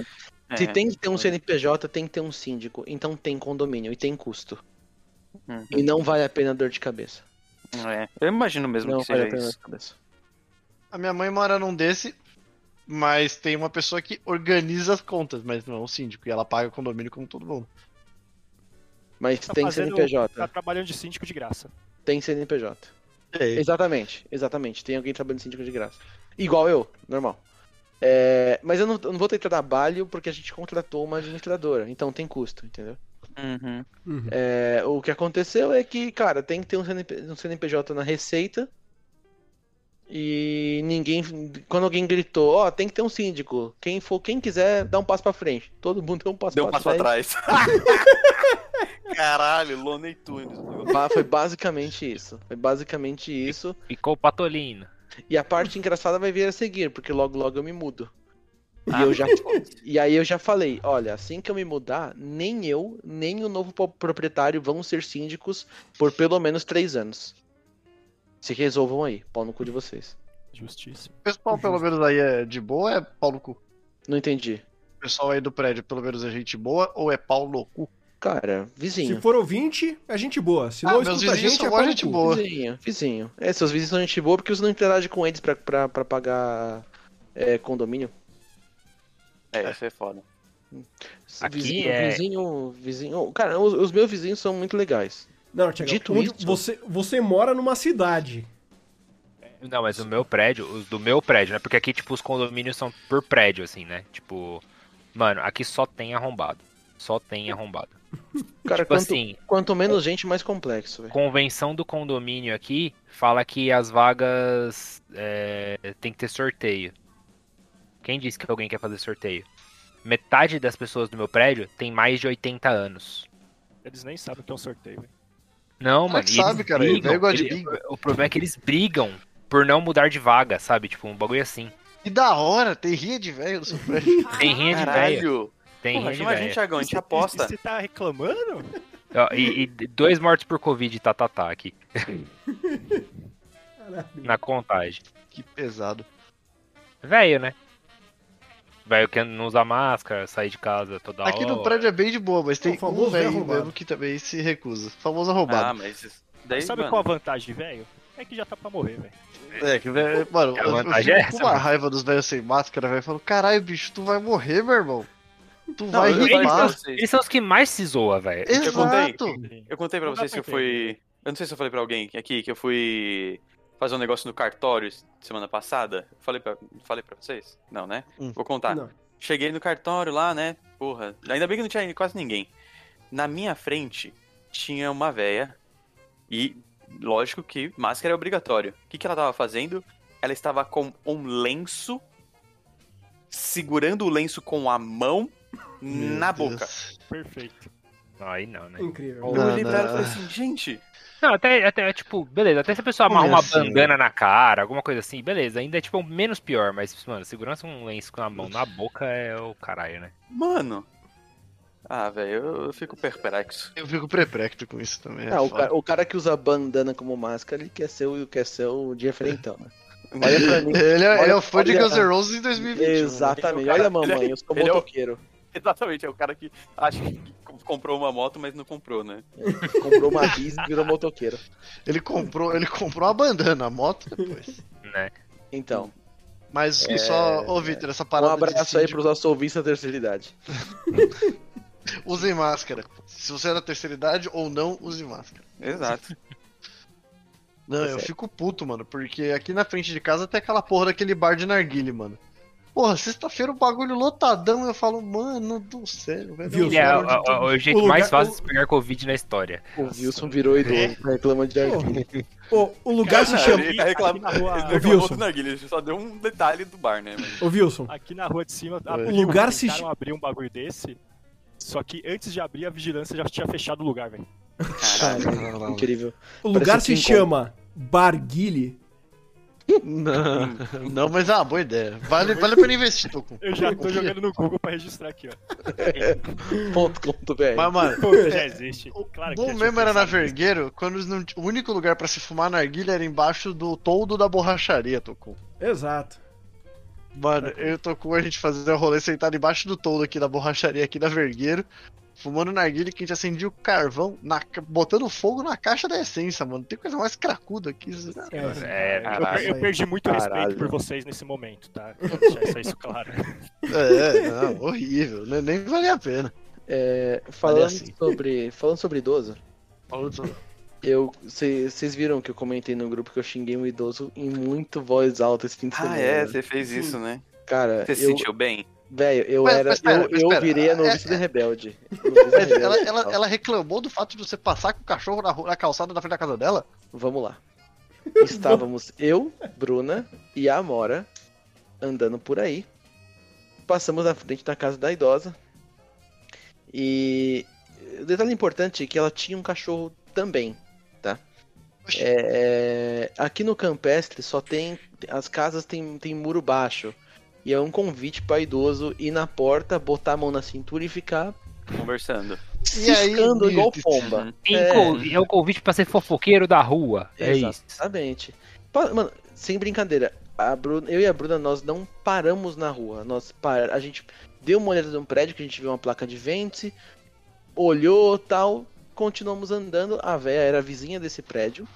[SPEAKER 1] Se
[SPEAKER 4] É.
[SPEAKER 1] tem que ter um CNPJ, tem que ter um síndico. Então tem condomínio e tem custo.
[SPEAKER 4] Uhum.
[SPEAKER 1] E não vale a pena dor de cabeça.
[SPEAKER 4] É. Eu imagino mesmo
[SPEAKER 1] não
[SPEAKER 4] que
[SPEAKER 1] vale a
[SPEAKER 4] seja
[SPEAKER 1] pena dor
[SPEAKER 4] isso.
[SPEAKER 1] de cabeça.
[SPEAKER 2] A minha mãe mora num desse, mas tem uma pessoa que organiza as contas, mas não é um síndico, e ela paga o condomínio como todo mundo.
[SPEAKER 1] Mas
[SPEAKER 6] Tá
[SPEAKER 1] tem
[SPEAKER 6] fazendo-
[SPEAKER 1] CNPJ.
[SPEAKER 6] Tá trabalhando de síndico de graça.
[SPEAKER 1] Tem CNPJ.
[SPEAKER 2] É,
[SPEAKER 1] Exatamente, exatamente. Tem alguém trabalhando em síndico de graça. Igual eu, normal. É, mas eu não, eu não vou ter trabalho porque a gente contratou uma administradora. Então tem custo, entendeu?
[SPEAKER 4] Uhum.
[SPEAKER 3] Uhum.
[SPEAKER 1] É, o que aconteceu é que, cara, tem que ter um, CNP um CNPJ na Receita. E ninguém. Quando alguém gritou, ó, tem que ter um síndico. Quem for, quem quiser, dá um passo pra frente. Todo mundo deu um passo
[SPEAKER 4] Deu um
[SPEAKER 1] pra
[SPEAKER 4] passo
[SPEAKER 1] trás.
[SPEAKER 4] atrás. Caralho, Loney Tunes.
[SPEAKER 1] Ba- Foi basicamente isso. Foi basicamente isso.
[SPEAKER 7] Ficou o patolino.
[SPEAKER 1] E a parte engraçada vai vir a seguir, porque logo logo eu me mudo.
[SPEAKER 7] Ah.
[SPEAKER 1] E, eu já, e aí eu já falei, olha, assim que eu me mudar, nem eu, nem o novo po- proprietário vão ser síndicos por pelo menos três anos. Se resolvam aí, pau no cu de vocês.
[SPEAKER 6] Justiça.
[SPEAKER 2] O pessoal, pelo menos, aí é de boa ou é pau no cu?
[SPEAKER 1] Não entendi.
[SPEAKER 2] O pessoal aí do prédio, pelo menos, é gente boa ou é pau no cu?
[SPEAKER 1] Cara, vizinho.
[SPEAKER 3] Se for ouvinte, é gente boa. Se não,
[SPEAKER 2] Ah, meus
[SPEAKER 3] escuta a
[SPEAKER 2] vizinhos
[SPEAKER 3] gente,
[SPEAKER 2] são
[SPEAKER 3] é
[SPEAKER 2] mó
[SPEAKER 3] pau no
[SPEAKER 2] gente
[SPEAKER 3] cu.
[SPEAKER 2] boa.
[SPEAKER 1] Vizinho, vizinho. É, seus vizinhos são gente boa porque você não interage com eles pra, pra, pra pagar é, condomínio.
[SPEAKER 4] É, isso é foda.
[SPEAKER 7] Aqui
[SPEAKER 1] vizinho,
[SPEAKER 7] é-
[SPEAKER 1] vizinho, vizinho. Cara, os- os meus vizinhos são muito legais.
[SPEAKER 3] Não, Thiago,
[SPEAKER 1] Dito
[SPEAKER 3] onde
[SPEAKER 1] isso-
[SPEAKER 3] você, você mora numa cidade.
[SPEAKER 7] Não, mas o meu prédio, os do meu prédio, né? Porque aqui, tipo, os condomínios são por prédio, assim, né? Tipo, mano, aqui só tem arrombado. Só tem arrombado.
[SPEAKER 1] Cara, quanto,
[SPEAKER 7] tipo assim,
[SPEAKER 1] quanto menos gente, mais complexo, velho.
[SPEAKER 7] convenção do condomínio aqui fala que as vagas é, tem que ter sorteio. Quem disse que alguém quer fazer sorteio? Metade das pessoas do meu prédio tem mais de 80 anos.
[SPEAKER 6] Eles nem sabem o que é um sorteio, velho.
[SPEAKER 7] Não,
[SPEAKER 2] Cara
[SPEAKER 7] mano.
[SPEAKER 2] é que
[SPEAKER 7] e eles
[SPEAKER 2] sabe, cara,
[SPEAKER 7] brigam,
[SPEAKER 2] velho gosta de
[SPEAKER 7] eles-
[SPEAKER 2] bingo.
[SPEAKER 7] O problema é que eles brigam por não mudar de vaga, sabe? Tipo, um bagulho assim.
[SPEAKER 2] E da hora, tem ria de velho no seu prédio.
[SPEAKER 7] Tem rinha de velho.
[SPEAKER 4] Caralho.
[SPEAKER 7] Tem
[SPEAKER 4] Porra,
[SPEAKER 7] rinha de
[SPEAKER 4] chama a gente,
[SPEAKER 7] velho.
[SPEAKER 4] Thiagão, a gente
[SPEAKER 1] é
[SPEAKER 6] Você-
[SPEAKER 4] aposta.
[SPEAKER 6] Você tá reclamando?
[SPEAKER 7] Ó, E, e dois mortos por Covid, tá, tá, tá, aqui. Na contagem.
[SPEAKER 2] Que pesado.
[SPEAKER 7] Velho, né? Vai querendo não usar máscara, sair de casa toda hora.
[SPEAKER 2] Aqui no prédio é bem de boa, mas tem
[SPEAKER 3] O famoso
[SPEAKER 2] um
[SPEAKER 3] é
[SPEAKER 2] velho
[SPEAKER 3] roubado.
[SPEAKER 2] mesmo que também se recusa. Famoso é
[SPEAKER 1] é
[SPEAKER 2] arrombado.
[SPEAKER 4] Ah, mas. isso- Daí,
[SPEAKER 6] Sabe
[SPEAKER 4] mano,
[SPEAKER 6] qual a vantagem, velho? É que já tá pra morrer, velho.
[SPEAKER 2] É, que velho. Mano,
[SPEAKER 7] A
[SPEAKER 2] eu, eu
[SPEAKER 7] vantagem
[SPEAKER 2] fico com
[SPEAKER 7] é essa,
[SPEAKER 2] uma
[SPEAKER 7] mano.
[SPEAKER 2] raiva dos velhos sem máscara, velho. Falando, caralho, bicho, tu vai morrer, meu irmão. Tu vai
[SPEAKER 4] eu falei pra
[SPEAKER 2] ripar.
[SPEAKER 4] vocês.
[SPEAKER 7] Eles são os que mais se zoa, velho.
[SPEAKER 4] eu contei.
[SPEAKER 2] Exato.
[SPEAKER 4] Eu contei pra
[SPEAKER 6] Não dá
[SPEAKER 4] vocês
[SPEAKER 6] pra
[SPEAKER 4] que eu fui. Eu não sei se eu falei pra alguém aqui que eu fui fazer um negócio no cartório semana passada. Falei pra, falei pra vocês? Não, né?
[SPEAKER 1] Hum.
[SPEAKER 4] Vou contar.
[SPEAKER 3] Não.
[SPEAKER 4] Cheguei no cartório lá, né? Porra. Ainda bem que não tinha quase ninguém. Na minha frente tinha uma véia. E lógico que máscara é obrigatório. O que, que ela tava fazendo? Ela estava com um lenço, segurando o lenço com a mão na boca.
[SPEAKER 6] Perfeito.
[SPEAKER 7] Aí não, né?
[SPEAKER 3] é Incrível.
[SPEAKER 4] Eu
[SPEAKER 2] Não,
[SPEAKER 4] olhei pra ela e
[SPEAKER 2] não.
[SPEAKER 4] falei assim, gente.
[SPEAKER 7] Não, até, até, tipo, beleza, até se a pessoa amarrar uma
[SPEAKER 2] Começa,
[SPEAKER 7] bandana na cara, alguma coisa assim, beleza, ainda é, tipo, menos pior, mas, mano, segurança um lenço com a mão na boca é o caralho, né?
[SPEAKER 4] Mano. Ah, velho, eu fico perplexo.
[SPEAKER 2] Eu fico preprecto com isso também. é
[SPEAKER 1] Não, Ah, o,
[SPEAKER 2] foda.
[SPEAKER 1] cara, o cara que usa bandana como máscara, ele quer ser o, quer ser o Jeffrey então, né? Olha pra mim.
[SPEAKER 2] Ele é,
[SPEAKER 1] Olha-
[SPEAKER 2] ele é o fã de
[SPEAKER 1] olha-
[SPEAKER 2] Guns N' Roses em 2021.
[SPEAKER 1] Exatamente.
[SPEAKER 4] Ele é o
[SPEAKER 1] Olha,
[SPEAKER 4] cara-
[SPEAKER 1] mamãe, eu sou
[SPEAKER 4] ele é o-
[SPEAKER 1] motoqueiro.
[SPEAKER 4] Exatamente, é o cara que acha que comprou uma moto, mas não comprou, né?
[SPEAKER 1] Comprou uma bis e virou motoqueiro.
[SPEAKER 2] Ele comprou, ele comprou uma bandana, a moto depois.
[SPEAKER 7] né?
[SPEAKER 1] Então,
[SPEAKER 2] Mas só, ô Vitor, essa parada
[SPEAKER 1] É, um abraço
[SPEAKER 2] de
[SPEAKER 1] aí
[SPEAKER 2] síndico,
[SPEAKER 1] pros nossos ouvintes da terceira idade.
[SPEAKER 2] usem máscara. Se você é da terceira idade ou não, use máscara.
[SPEAKER 4] Exato.
[SPEAKER 2] Não,
[SPEAKER 1] Tá
[SPEAKER 2] eu fico puto, mano, porque aqui na frente de casa tem aquela porra daquele bar de narguile, mano. Porra, sexta-feira o bagulho lotadão, eu falo, mano do céu, velho. um
[SPEAKER 3] Viu,
[SPEAKER 7] E é
[SPEAKER 3] cara,
[SPEAKER 7] o, o- o jeito
[SPEAKER 3] o lugar-
[SPEAKER 7] mais fácil
[SPEAKER 3] o-
[SPEAKER 7] de pegar Covid na história.
[SPEAKER 1] O Wilson virou idoso, reclama de arquivo.
[SPEAKER 3] Ô, o lugar se chama.
[SPEAKER 4] Ele tá reclamando.
[SPEAKER 6] Aqui na rua-
[SPEAKER 4] Ele reclamou
[SPEAKER 3] Wilson.
[SPEAKER 4] do narguilha, ele só deu um detalhe do bar, né? Mas
[SPEAKER 3] Ô, Wilson.
[SPEAKER 6] Aqui na rua de cima,
[SPEAKER 2] O
[SPEAKER 6] abriu,
[SPEAKER 3] lugar se
[SPEAKER 6] tentaram abrir um bagulho desse. Só que antes de abrir, a vigilância já tinha fechado o lugar, velho.
[SPEAKER 1] Incrível.
[SPEAKER 3] O lugar
[SPEAKER 1] Parece
[SPEAKER 3] se
[SPEAKER 1] um King Kong.
[SPEAKER 3] chama Barguile.
[SPEAKER 2] Não, não, mas é uma boa ideia. Vale, vale a pena investir, Tucum.
[SPEAKER 6] Eu já tô jogando no Google pra registrar aqui, ó.
[SPEAKER 1] Ponto, ponto, velho.
[SPEAKER 2] Mas, mano,
[SPEAKER 6] Pô, já existe.
[SPEAKER 2] O
[SPEAKER 6] Claro que é
[SPEAKER 2] bom
[SPEAKER 6] já tinha
[SPEAKER 2] mesmo era na
[SPEAKER 6] pensado nisso.
[SPEAKER 2] Vergueiro, quando eles não t- o único lugar pra se fumar narguilha era embaixo do toldo da borracharia, Tocum.
[SPEAKER 3] Exato.
[SPEAKER 2] Mano, eu e o Tocum, a gente fazia o rolê sentado embaixo do toldo aqui da borracharia aqui da Vergueiro, fumando narguilha que a gente acendia o carvão, na ca- botando fogo na caixa da essência, mano. Tem coisa mais cracuda que isso.
[SPEAKER 3] assim.
[SPEAKER 7] É,
[SPEAKER 6] Eu, per-
[SPEAKER 7] caralho.
[SPEAKER 6] eu perdi muito
[SPEAKER 1] Caralho.
[SPEAKER 6] respeito por vocês nesse momento, tá? Vou deixar isso, isso claro.
[SPEAKER 2] É, não, horrível, né? nem valia a pena.
[SPEAKER 1] É, falando,
[SPEAKER 2] assim.
[SPEAKER 1] sobre, falando sobre idoso,
[SPEAKER 2] Falou tudo.
[SPEAKER 1] eu vocês viram que eu comentei no grupo que eu xinguei um idoso em muito voz alta esse fim de semana.
[SPEAKER 4] Ah, é,
[SPEAKER 1] né?
[SPEAKER 4] você fez isso, né?
[SPEAKER 1] Cara,
[SPEAKER 4] Você se
[SPEAKER 1] eu,
[SPEAKER 4] sentiu bem?
[SPEAKER 1] velho, eu
[SPEAKER 2] Mas-
[SPEAKER 1] era.
[SPEAKER 2] mas pera,
[SPEAKER 1] eu,
[SPEAKER 2] mas
[SPEAKER 1] eu
[SPEAKER 2] pera.
[SPEAKER 1] virei a
[SPEAKER 2] É-
[SPEAKER 1] novice de rebelde.
[SPEAKER 2] Mas ela, ela, ela reclamou do fato de você passar com o cachorro na, rua- na calçada da frente da casa dela?
[SPEAKER 1] Vamos lá. Estávamos eu, Bruna e a Amora andando por aí. Passamos na frente da casa da idosa. E o detalhe importante é que ela tinha um cachorro também, tá?
[SPEAKER 2] Oxi.
[SPEAKER 1] É, é, aqui no Campestre só tem as casas tem, tem muro baixo. E é um convite para idoso ir na porta, botar a mão na cintura e ficar
[SPEAKER 4] Conversando.
[SPEAKER 2] E aí,
[SPEAKER 1] ciscando igual
[SPEAKER 2] Mirtes?
[SPEAKER 1] pomba.
[SPEAKER 7] Tem convi- É o convite pra ser fofoqueiro da rua. É isso.
[SPEAKER 1] Exatamente. Pa- Mano, sem brincadeira, a Bruna, eu e a Bruna, nós não paramos na rua. Nós par... A gente deu uma olhada num prédio que a gente viu uma placa de vende, olhou tal, continuamos andando. A véia era vizinha desse prédio.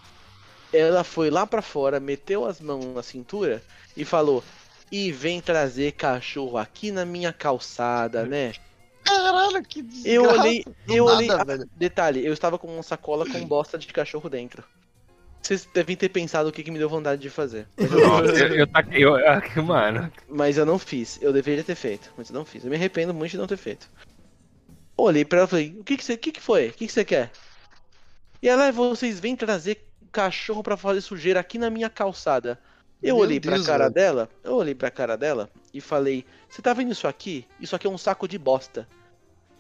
[SPEAKER 1] Ela foi lá pra fora, meteu as mãos na cintura e falou: E vem trazer cachorro aqui na minha calçada, né?
[SPEAKER 2] Caralho, que desgraça.
[SPEAKER 1] Eu olhei,
[SPEAKER 2] Do
[SPEAKER 1] eu olhei.
[SPEAKER 2] nada, velho.
[SPEAKER 1] Detalhe, eu estava com uma sacola com bosta de cachorro dentro. Vocês devem ter pensado o que, que me deu vontade de fazer.
[SPEAKER 7] Nossa, eu, eu, tá- eu, eu- mano.
[SPEAKER 1] Mas eu não fiz. Eu deveria ter feito, mas eu não fiz. Eu me arrependo muito de não ter feito. Olhei pra ela e falei, o que que você que que foi? O que que você quer? E ela, "Ah, vocês vêm trazer cachorro pra fazer sujeira aqui na minha calçada. Eu
[SPEAKER 2] Meu
[SPEAKER 1] olhei pra
[SPEAKER 2] Deus,
[SPEAKER 1] cara
[SPEAKER 2] velho.
[SPEAKER 1] dela, eu olhei pra cara dela e falei, você tá vendo isso aqui? Isso aqui é um saco de bosta.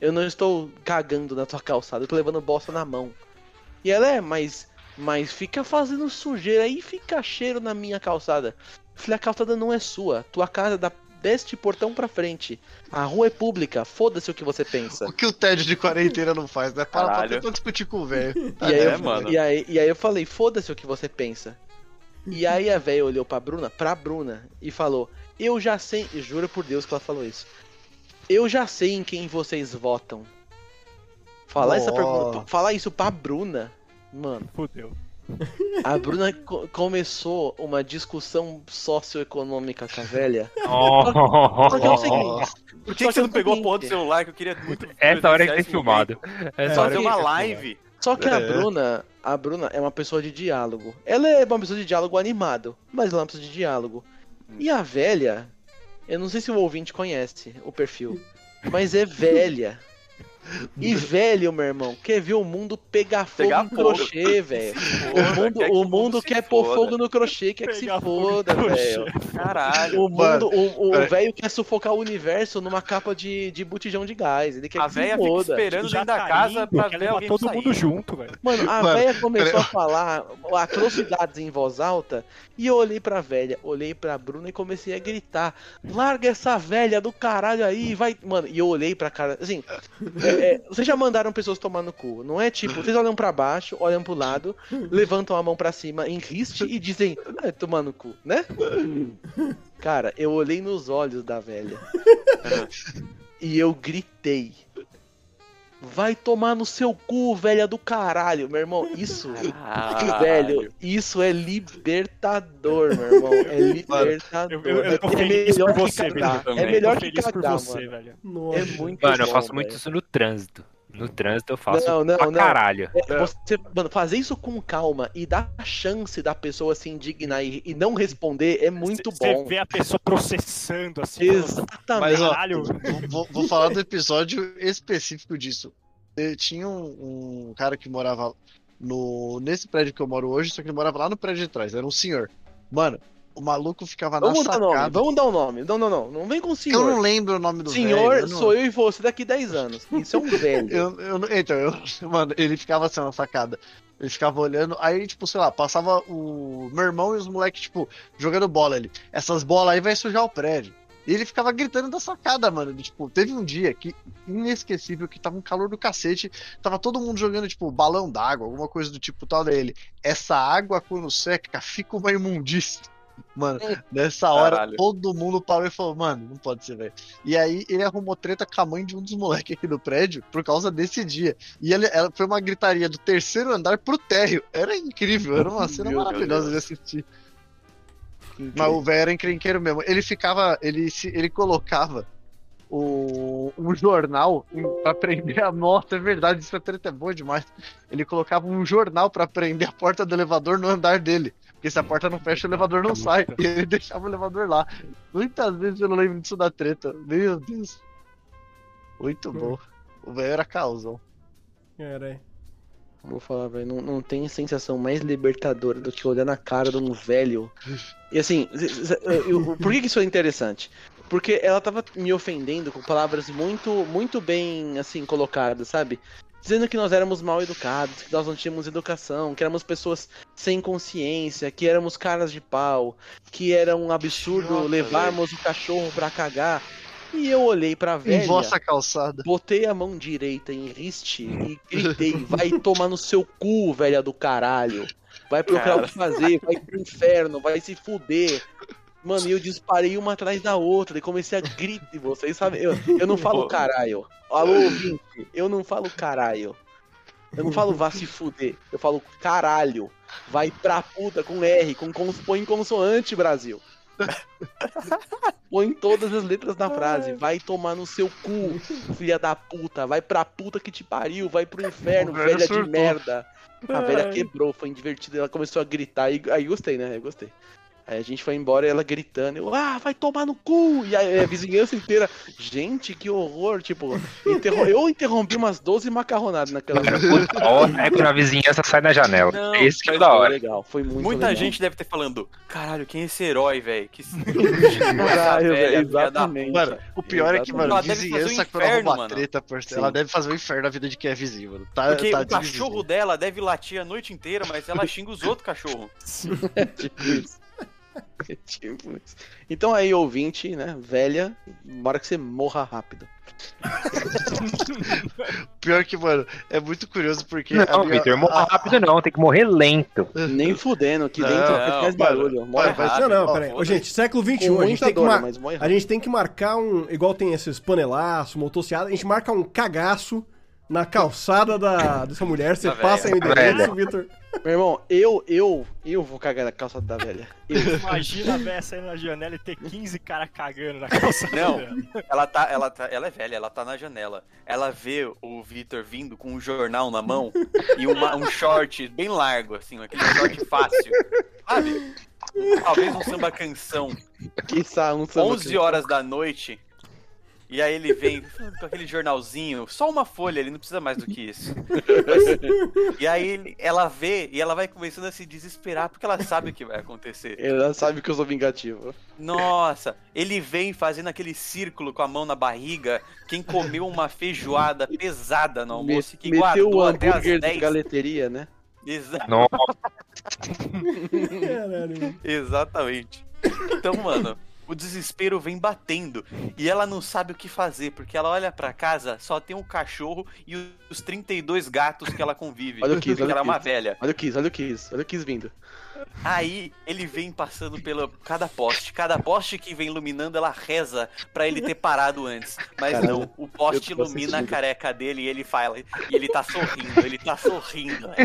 [SPEAKER 1] Eu não estou cagando na tua calçada, eu tô levando bosta na mão. E ela é, mas, mas fica fazendo sujeira aí, fica cheiro na minha calçada. Filha, a calçada não é sua. Tua casa é da deste portão pra frente. A rua é pública. Foda-se o que você pensa.
[SPEAKER 2] O que o tédio de quarentena não faz, né? Para pra
[SPEAKER 4] Caralho.
[SPEAKER 2] tentar discutir com o velho.
[SPEAKER 1] E aí,
[SPEAKER 4] É,
[SPEAKER 1] eu,
[SPEAKER 4] mano.
[SPEAKER 1] E, aí, e aí eu falei, foda-se o que você pensa. E aí a véia olhou pra Bruna, pra Bruna, e falou: Eu já sei. e Juro por Deus que ela falou isso. Eu já sei em quem vocês votam. Falar, essa pergunta, falar isso pra Bruna, mano.
[SPEAKER 6] Fudeu.
[SPEAKER 1] A Bruna co- começou uma discussão socioeconômica com a velha. Porque é o seguinte.
[SPEAKER 4] Por que, que você não pegou a porra do
[SPEAKER 1] seguinte,
[SPEAKER 4] celular que eu queria muito.
[SPEAKER 7] Essa hora é que
[SPEAKER 4] presenciar
[SPEAKER 7] tem
[SPEAKER 4] esse é
[SPEAKER 7] filmado.
[SPEAKER 4] momento.
[SPEAKER 7] Essa hora
[SPEAKER 4] Fazer
[SPEAKER 7] que
[SPEAKER 4] uma live.
[SPEAKER 1] Só que
[SPEAKER 4] É.
[SPEAKER 1] a Bruna, a Bruna é uma pessoa de diálogo. Ela é uma pessoa de diálogo animado, mas ela é uma pessoa de diálogo. E a velha, eu não sei se o ouvinte conhece o perfil, mas é velha. E velho, meu irmão, quer ver o mundo pegar fogo
[SPEAKER 4] Pegar
[SPEAKER 1] no
[SPEAKER 4] fogo.
[SPEAKER 1] crochê, velho.
[SPEAKER 4] Foda,
[SPEAKER 1] É. O mundo,
[SPEAKER 4] quer que
[SPEAKER 1] o mundo
[SPEAKER 4] se
[SPEAKER 1] quer pôr
[SPEAKER 4] foda.
[SPEAKER 1] fogo no crochê, quer que se
[SPEAKER 6] Pegar fogo no
[SPEAKER 1] foda,
[SPEAKER 6] crochê.
[SPEAKER 1] velho.
[SPEAKER 4] Caralho.
[SPEAKER 1] O mundo, o- o
[SPEAKER 2] peraí.
[SPEAKER 1] velho quer sufocar o universo numa capa de, de botijão de gás. Ele quer
[SPEAKER 4] A
[SPEAKER 1] que se
[SPEAKER 4] véia fica
[SPEAKER 1] foda.
[SPEAKER 4] esperando
[SPEAKER 6] Já
[SPEAKER 4] dentro da
[SPEAKER 7] tá
[SPEAKER 4] casa pra
[SPEAKER 6] quer
[SPEAKER 4] ver
[SPEAKER 6] levar
[SPEAKER 4] alguém
[SPEAKER 6] todo
[SPEAKER 4] sair.
[SPEAKER 6] mundo junto, velho.
[SPEAKER 1] Mano, a
[SPEAKER 2] Mano,
[SPEAKER 1] velha começou
[SPEAKER 2] peraí.
[SPEAKER 1] a falar atrocidades em voz alta e eu olhei pra velha, olhei pra Bruna e comecei a gritar: Larga essa velha do caralho aí, vai. Mano, e eu olhei pra cara. Assim, é, é, vocês já mandaram pessoas tomar no cu, não é tipo, vocês olham pra baixo, olham pro lado, levantam a mão pra cima em riste e dizem: ah, Tomar no cu, né? Cara, eu olhei nos olhos da velha e eu gritei. Vai tomar no seu cu, velha do caralho, meu irmão. Isso,
[SPEAKER 4] Caralho.
[SPEAKER 1] velho, isso é libertador, meu irmão. É libertador.
[SPEAKER 6] Eu, eu, eu tô
[SPEAKER 1] É
[SPEAKER 6] feliz
[SPEAKER 1] melhor
[SPEAKER 6] por
[SPEAKER 1] que
[SPEAKER 6] você, velho.
[SPEAKER 1] cagar. É
[SPEAKER 4] também.
[SPEAKER 6] Eu
[SPEAKER 1] melhor
[SPEAKER 6] tô
[SPEAKER 1] que
[SPEAKER 6] feliz por
[SPEAKER 1] cagar,
[SPEAKER 6] você,
[SPEAKER 1] mano.
[SPEAKER 6] velho.
[SPEAKER 1] É
[SPEAKER 3] Nossa.
[SPEAKER 1] muito
[SPEAKER 7] Mano, eu
[SPEAKER 1] bom,
[SPEAKER 7] faço muito
[SPEAKER 1] velho.
[SPEAKER 7] isso no trânsito. No trânsito eu faço
[SPEAKER 1] Não, não,
[SPEAKER 7] pra
[SPEAKER 1] não.
[SPEAKER 7] caralho.
[SPEAKER 1] É, Você, mano, fazer isso com calma e dar a chance da pessoa se indignar e, e não responder é muito
[SPEAKER 6] Cê- cê
[SPEAKER 1] bom.
[SPEAKER 6] vê a pessoa processando assim.
[SPEAKER 1] Exatamente.
[SPEAKER 2] Mas, ó,
[SPEAKER 6] Caralho.
[SPEAKER 2] vou, vou falar do episódio específico disso. Eu tinha um, um cara que morava no, nesse prédio que eu moro hoje, só que ele morava lá no prédio de trás. Era um senhor. Mano, o maluco ficava
[SPEAKER 1] Vamos
[SPEAKER 2] na
[SPEAKER 1] dar nome,
[SPEAKER 2] sacada.
[SPEAKER 1] vamos dar o nome. Não, não, não. Não vem com o
[SPEAKER 2] tá Eu não
[SPEAKER 1] senhor.
[SPEAKER 2] lembro o nome do
[SPEAKER 1] Senhor,
[SPEAKER 2] velho, eu não-
[SPEAKER 1] sou eu e você daqui 10 anos. Isso é um velho.
[SPEAKER 2] Eu, eu, não- então, eu, mano, ele ficava assim na sacada. Ele ficava olhando, aí, tipo, sei lá, passava o meu irmão e os moleques, tipo, jogando bola ali. Essas bolas aí vai sujar o prédio. E ele ficava gritando da sacada, mano. ele, Tipo, teve um dia que, inesquecível, que tava um calor do cacete, tava todo mundo jogando, tipo, balão d'água, alguma coisa do tipo tal dele. Essa água, quando seca, fica uma imundícia. Mano, nessa hora,
[SPEAKER 4] Caralho.
[SPEAKER 2] todo mundo parou e falou, mano, não pode ser, velho. E aí ele arrumou treta com a mãe de um dos moleques aqui do prédio por causa desse dia. E ele, ela foi uma gritaria do terceiro andar pro térreo. Era incrível, era uma cena
[SPEAKER 4] Meu
[SPEAKER 2] maravilhosa de assistir. Mas o velho era encrenqueiro mesmo. Ele ficava, ele se, ele colocava o, um jornal em- pra prender a nota, é verdade, isso é treta é boa demais. Ele colocava um jornal pra prender a porta do elevador no andar dele. Porque se a porta não fecha, o elevador não sai. E ele deixava o elevador lá. Muitas vezes eu não lembro disso da treta. Meu Deus. Muito bom. O velho era causão.
[SPEAKER 3] Caralho.
[SPEAKER 1] Vou falar, velho, não, não tem sensação mais libertadora do que olhar na cara de um velho. E assim, z- z- eu- eu- por que que isso é interessante? Porque ela tava me ofendendo com palavras muito, muito bem, assim, colocadas, sabe? Dizendo que nós éramos mal educados, que nós não tínhamos educação, que éramos pessoas sem consciência, que éramos caras de pau, que era um absurdo
[SPEAKER 2] Idiota,
[SPEAKER 1] levarmos o cachorro pra cagar. E eu olhei pra velha.
[SPEAKER 2] Em vossa calçada.
[SPEAKER 1] Botei a mão direita em riste e gritei: vai tomar no seu cu, velha do caralho. Vai procurar o que fazer, vai pro inferno, vai se fuder. Mano, e eu disparei uma atrás da outra e comecei a gritar. Vocês sabem, eu, eu não falo caralho. Alô, ouvinte, eu não falo caralho. Eu não falo vá se fuder, eu falo caralho. Vai pra puta com R, com, cons- põe em consoante, Brasil. Põe todas as letras na frase. Vai tomar no seu cu, filha da puta. Vai pra puta que te pariu. Vai pro inferno,
[SPEAKER 2] O velho
[SPEAKER 1] velha de
[SPEAKER 2] surtou.
[SPEAKER 1] merda. A velha quebrou, foi divertida. Ela começou a gritar. E, aí gostei, né? Eu gostei. Aí a gente foi embora e ela gritando, eu, ah, vai tomar no cu! E a, a vizinhança inteira, gente, que horror! Tipo, interro- eu interrompi umas 12 macarronadas naquela.
[SPEAKER 7] Puta, ó, é quando a vizinhança sai na janela.
[SPEAKER 4] Não,
[SPEAKER 7] é isso que é
[SPEAKER 4] mas
[SPEAKER 7] da
[SPEAKER 1] Foi
[SPEAKER 7] hora.
[SPEAKER 1] legal, foi muito
[SPEAKER 4] Muita
[SPEAKER 1] legal.
[SPEAKER 4] gente deve ter falando, caralho, quem é esse herói, velho? Que
[SPEAKER 1] Caralho,
[SPEAKER 4] velho,
[SPEAKER 1] exatamente.
[SPEAKER 2] Mano, o pior é que, mano,
[SPEAKER 4] Ela deve fazer um
[SPEAKER 2] vizinhança quando
[SPEAKER 4] inferno,
[SPEAKER 2] arruma
[SPEAKER 4] mano.
[SPEAKER 2] treta, parceiro,
[SPEAKER 1] Sim.
[SPEAKER 2] ela deve fazer um inferno na vida de quem é vizinho, mano. Tá,
[SPEAKER 4] Porque
[SPEAKER 2] tá
[SPEAKER 4] o cachorro
[SPEAKER 2] desvizinho.
[SPEAKER 4] dela deve latir a noite inteira, mas ela xinga os outros cachorros.
[SPEAKER 1] é Tipo isso. É tipo isso. Então aí, ouvinte, né? Velha, bora que você morra rápido.
[SPEAKER 2] Pior que, mano, é muito curioso porque. a
[SPEAKER 7] Não,
[SPEAKER 2] minha-
[SPEAKER 7] Vitor, é morrer rápido não, tem que morrer lento.
[SPEAKER 1] Nem fudendo, aqui dentro
[SPEAKER 4] Não,
[SPEAKER 1] faz mais
[SPEAKER 2] mano,
[SPEAKER 1] barulho. Morre
[SPEAKER 2] mano, vai
[SPEAKER 1] rápido.
[SPEAKER 3] Não,
[SPEAKER 4] Tá
[SPEAKER 3] não,
[SPEAKER 2] Ó,
[SPEAKER 3] peraí. Ô,
[SPEAKER 4] foda-se.
[SPEAKER 3] gente, século XXI,
[SPEAKER 1] Com
[SPEAKER 3] a gente
[SPEAKER 1] muita
[SPEAKER 3] tem que
[SPEAKER 1] dor, né?
[SPEAKER 3] marcar.
[SPEAKER 1] mas morre
[SPEAKER 3] A
[SPEAKER 1] rápido.
[SPEAKER 3] gente tem que marcar um. Igual tem esses panelaços, motociada, a gente marca um cagaço na calçada da, dessa mulher. Você
[SPEAKER 4] Da
[SPEAKER 3] passa aí o
[SPEAKER 7] velha.
[SPEAKER 3] endereço, Vitor.
[SPEAKER 1] Meu irmão, eu, eu, eu vou cagar na calça da velha. Eu.
[SPEAKER 6] Imagina a véia saindo na janela e ter 15 caras cagando na calçada.
[SPEAKER 4] Não.
[SPEAKER 6] dela.
[SPEAKER 4] Ela tá, ela tá, ela é velha, ela tá na janela. Ela vê o Vitor vindo com um jornal na mão e uma- um short bem largo, assim, aquele short fácil. Sabe? Talvez um samba canção.
[SPEAKER 1] Que sa- um samba
[SPEAKER 4] 11 horas da noite. E aí ele vem com aquele jornalzinho, só uma folha, ele não precisa mais do que isso. e aí ele- ela vê e ela vai começando a se desesperar porque ela sabe o que vai acontecer.
[SPEAKER 1] Ela sabe que eu sou vingativo.
[SPEAKER 4] Nossa, ele vem fazendo aquele círculo com a mão na barriga. Quem comeu uma feijoada pesada no
[SPEAKER 1] Me-
[SPEAKER 4] almoço e que
[SPEAKER 1] Meteu o
[SPEAKER 4] guardou até as
[SPEAKER 1] hambúrguer
[SPEAKER 4] 10.
[SPEAKER 1] de galeteria, né?
[SPEAKER 4] Exa-
[SPEAKER 7] Nossa,
[SPEAKER 3] Caralho, mano.
[SPEAKER 4] Exatamente. Então, mano, o desespero vem batendo e ela não sabe o que fazer, porque ela olha pra casa, só tem um cachorro e os 32 gatos que ela convive.
[SPEAKER 1] Olha o Kiss,
[SPEAKER 4] porque
[SPEAKER 1] olha o
[SPEAKER 4] ela é uma
[SPEAKER 1] Kiss.
[SPEAKER 4] velha.
[SPEAKER 1] Olha o Kiss, olha o Kiss, olha o Kiss vindo.
[SPEAKER 4] Aí ele vem passando pela cada poste, cada poste que vem iluminando, ela reza pra ele ter parado antes. Mas
[SPEAKER 1] Caralho,
[SPEAKER 4] não, o poste
[SPEAKER 1] eu tô
[SPEAKER 4] ilumina a
[SPEAKER 1] sentindo.
[SPEAKER 4] careca dele e ele fala, e ele tá sorrindo, ele tá sorrindo, né?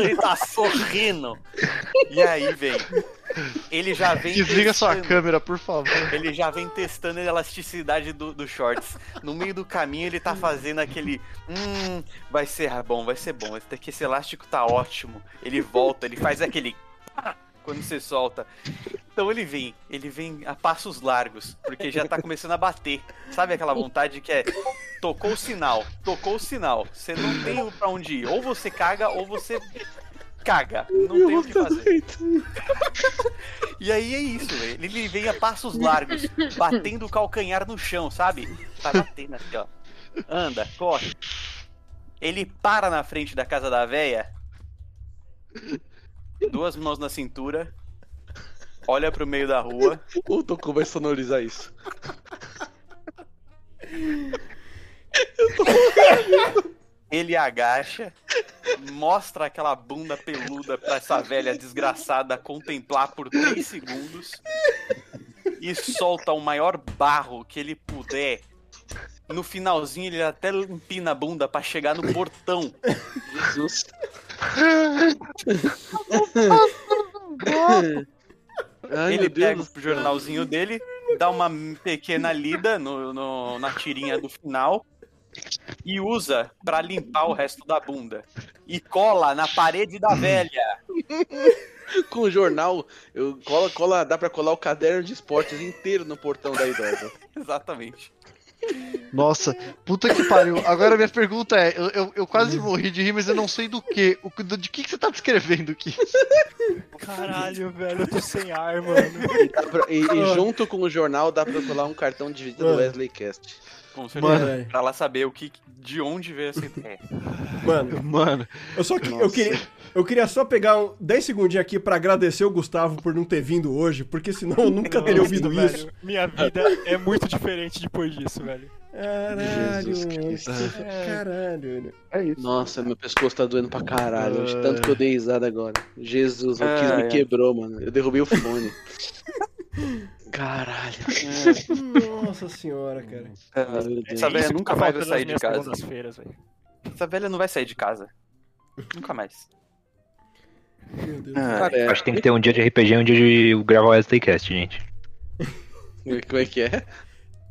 [SPEAKER 4] ele tá sorrindo. E aí vem, ele já vem.
[SPEAKER 2] Desliga sua
[SPEAKER 4] testando-
[SPEAKER 2] câmera, por favor.
[SPEAKER 4] Ele já vem testando a elasticidade do, do shorts. No meio do caminho ele tá fazendo aquele. Hum, vai ser bom, vai ser bom. Esse daqui, esse elástico tá ótimo. Ele volta, ele faz aquele. pá Quando você solta. Então ele vem, ele vem a passos largos, porque já tá começando a bater. Sabe aquela vontade que é. Tocou o sinal, tocou o sinal. Você não tem pra onde ir. Ou você caga, ou você caga. Não tem o que fazer. E aí é isso, velho. ele vem a passos largos, batendo o calcanhar no chão, sabe? Tá batendo assim, ó. Anda, corre. Ele para na frente da casa da véia, duas mãos na cintura, olha pro meio da rua,
[SPEAKER 1] O Toku vai sonorizar isso. Eu tô
[SPEAKER 4] ele agacha, mostra aquela bunda peluda pra essa velha desgraçada contemplar por três segundos e solta o maior barro que ele puder. No finalzinho ele até empina a bunda pra chegar no portão.
[SPEAKER 1] Jesus. Ai,
[SPEAKER 4] ele
[SPEAKER 1] meu Deus
[SPEAKER 4] pega
[SPEAKER 1] do
[SPEAKER 4] o jornalzinho dele, dá uma pequena lida no, no- na tirinha do final e usa pra limpar o resto da bunda. E cola na parede da velha.
[SPEAKER 1] com o jornal, eu cola, cola, dá pra colar o caderno de esportes inteiro no portão da idosa.
[SPEAKER 4] Exatamente.
[SPEAKER 2] Nossa, puta que pariu. Agora minha pergunta é: eu, eu, eu quase morri de rir, mas eu não sei do que. De que, que você tá descrevendo aqui?
[SPEAKER 6] Caralho, velho, eu tô sem ar, mano.
[SPEAKER 1] E, dá pra- e- e junto com o jornal dá pra colar um cartão de visita do Wesley Cast.
[SPEAKER 4] Com certeza.
[SPEAKER 3] Mano,
[SPEAKER 4] Pra ela saber o que, de onde veio essa ideia.
[SPEAKER 3] mano.
[SPEAKER 2] Mano,
[SPEAKER 3] Eu só que, eu queria, eu queria só pegar um 10 segundinhos aqui pra agradecer o Gustavo por não ter vindo hoje, porque senão eu nunca teria
[SPEAKER 6] Nossa,
[SPEAKER 3] ouvido
[SPEAKER 6] velho,
[SPEAKER 3] isso. Tá
[SPEAKER 6] Minha vida é muito diferente depois disso, velho.
[SPEAKER 3] Caralho,
[SPEAKER 1] Jesus
[SPEAKER 3] mano.
[SPEAKER 1] Cristo.
[SPEAKER 3] Caralho.
[SPEAKER 1] Nossa, meu pescoço tá doendo pra caralho. De tanto que eu dei risada agora. Jesus, o Kiss
[SPEAKER 4] Ai,
[SPEAKER 1] me
[SPEAKER 4] ai.
[SPEAKER 1] quebrou, mano. Eu derrubei o fone. Caralho. É.
[SPEAKER 3] Nossa senhora, cara.
[SPEAKER 1] Meu Deus.
[SPEAKER 4] Essa velha
[SPEAKER 6] Isso
[SPEAKER 4] nunca
[SPEAKER 6] fica
[SPEAKER 4] mais vai
[SPEAKER 6] faltando
[SPEAKER 4] sair
[SPEAKER 6] nas
[SPEAKER 4] de
[SPEAKER 6] minhas
[SPEAKER 4] casa.
[SPEAKER 6] segundas-feiras, velho.
[SPEAKER 4] Essa velha não vai sair de casa. Nunca mais.
[SPEAKER 3] Meu Deus.
[SPEAKER 1] Cara, é-
[SPEAKER 7] acho que tem que ter um dia de RPG e um dia de gravar o Wesleycast, gente.
[SPEAKER 1] Como é que é?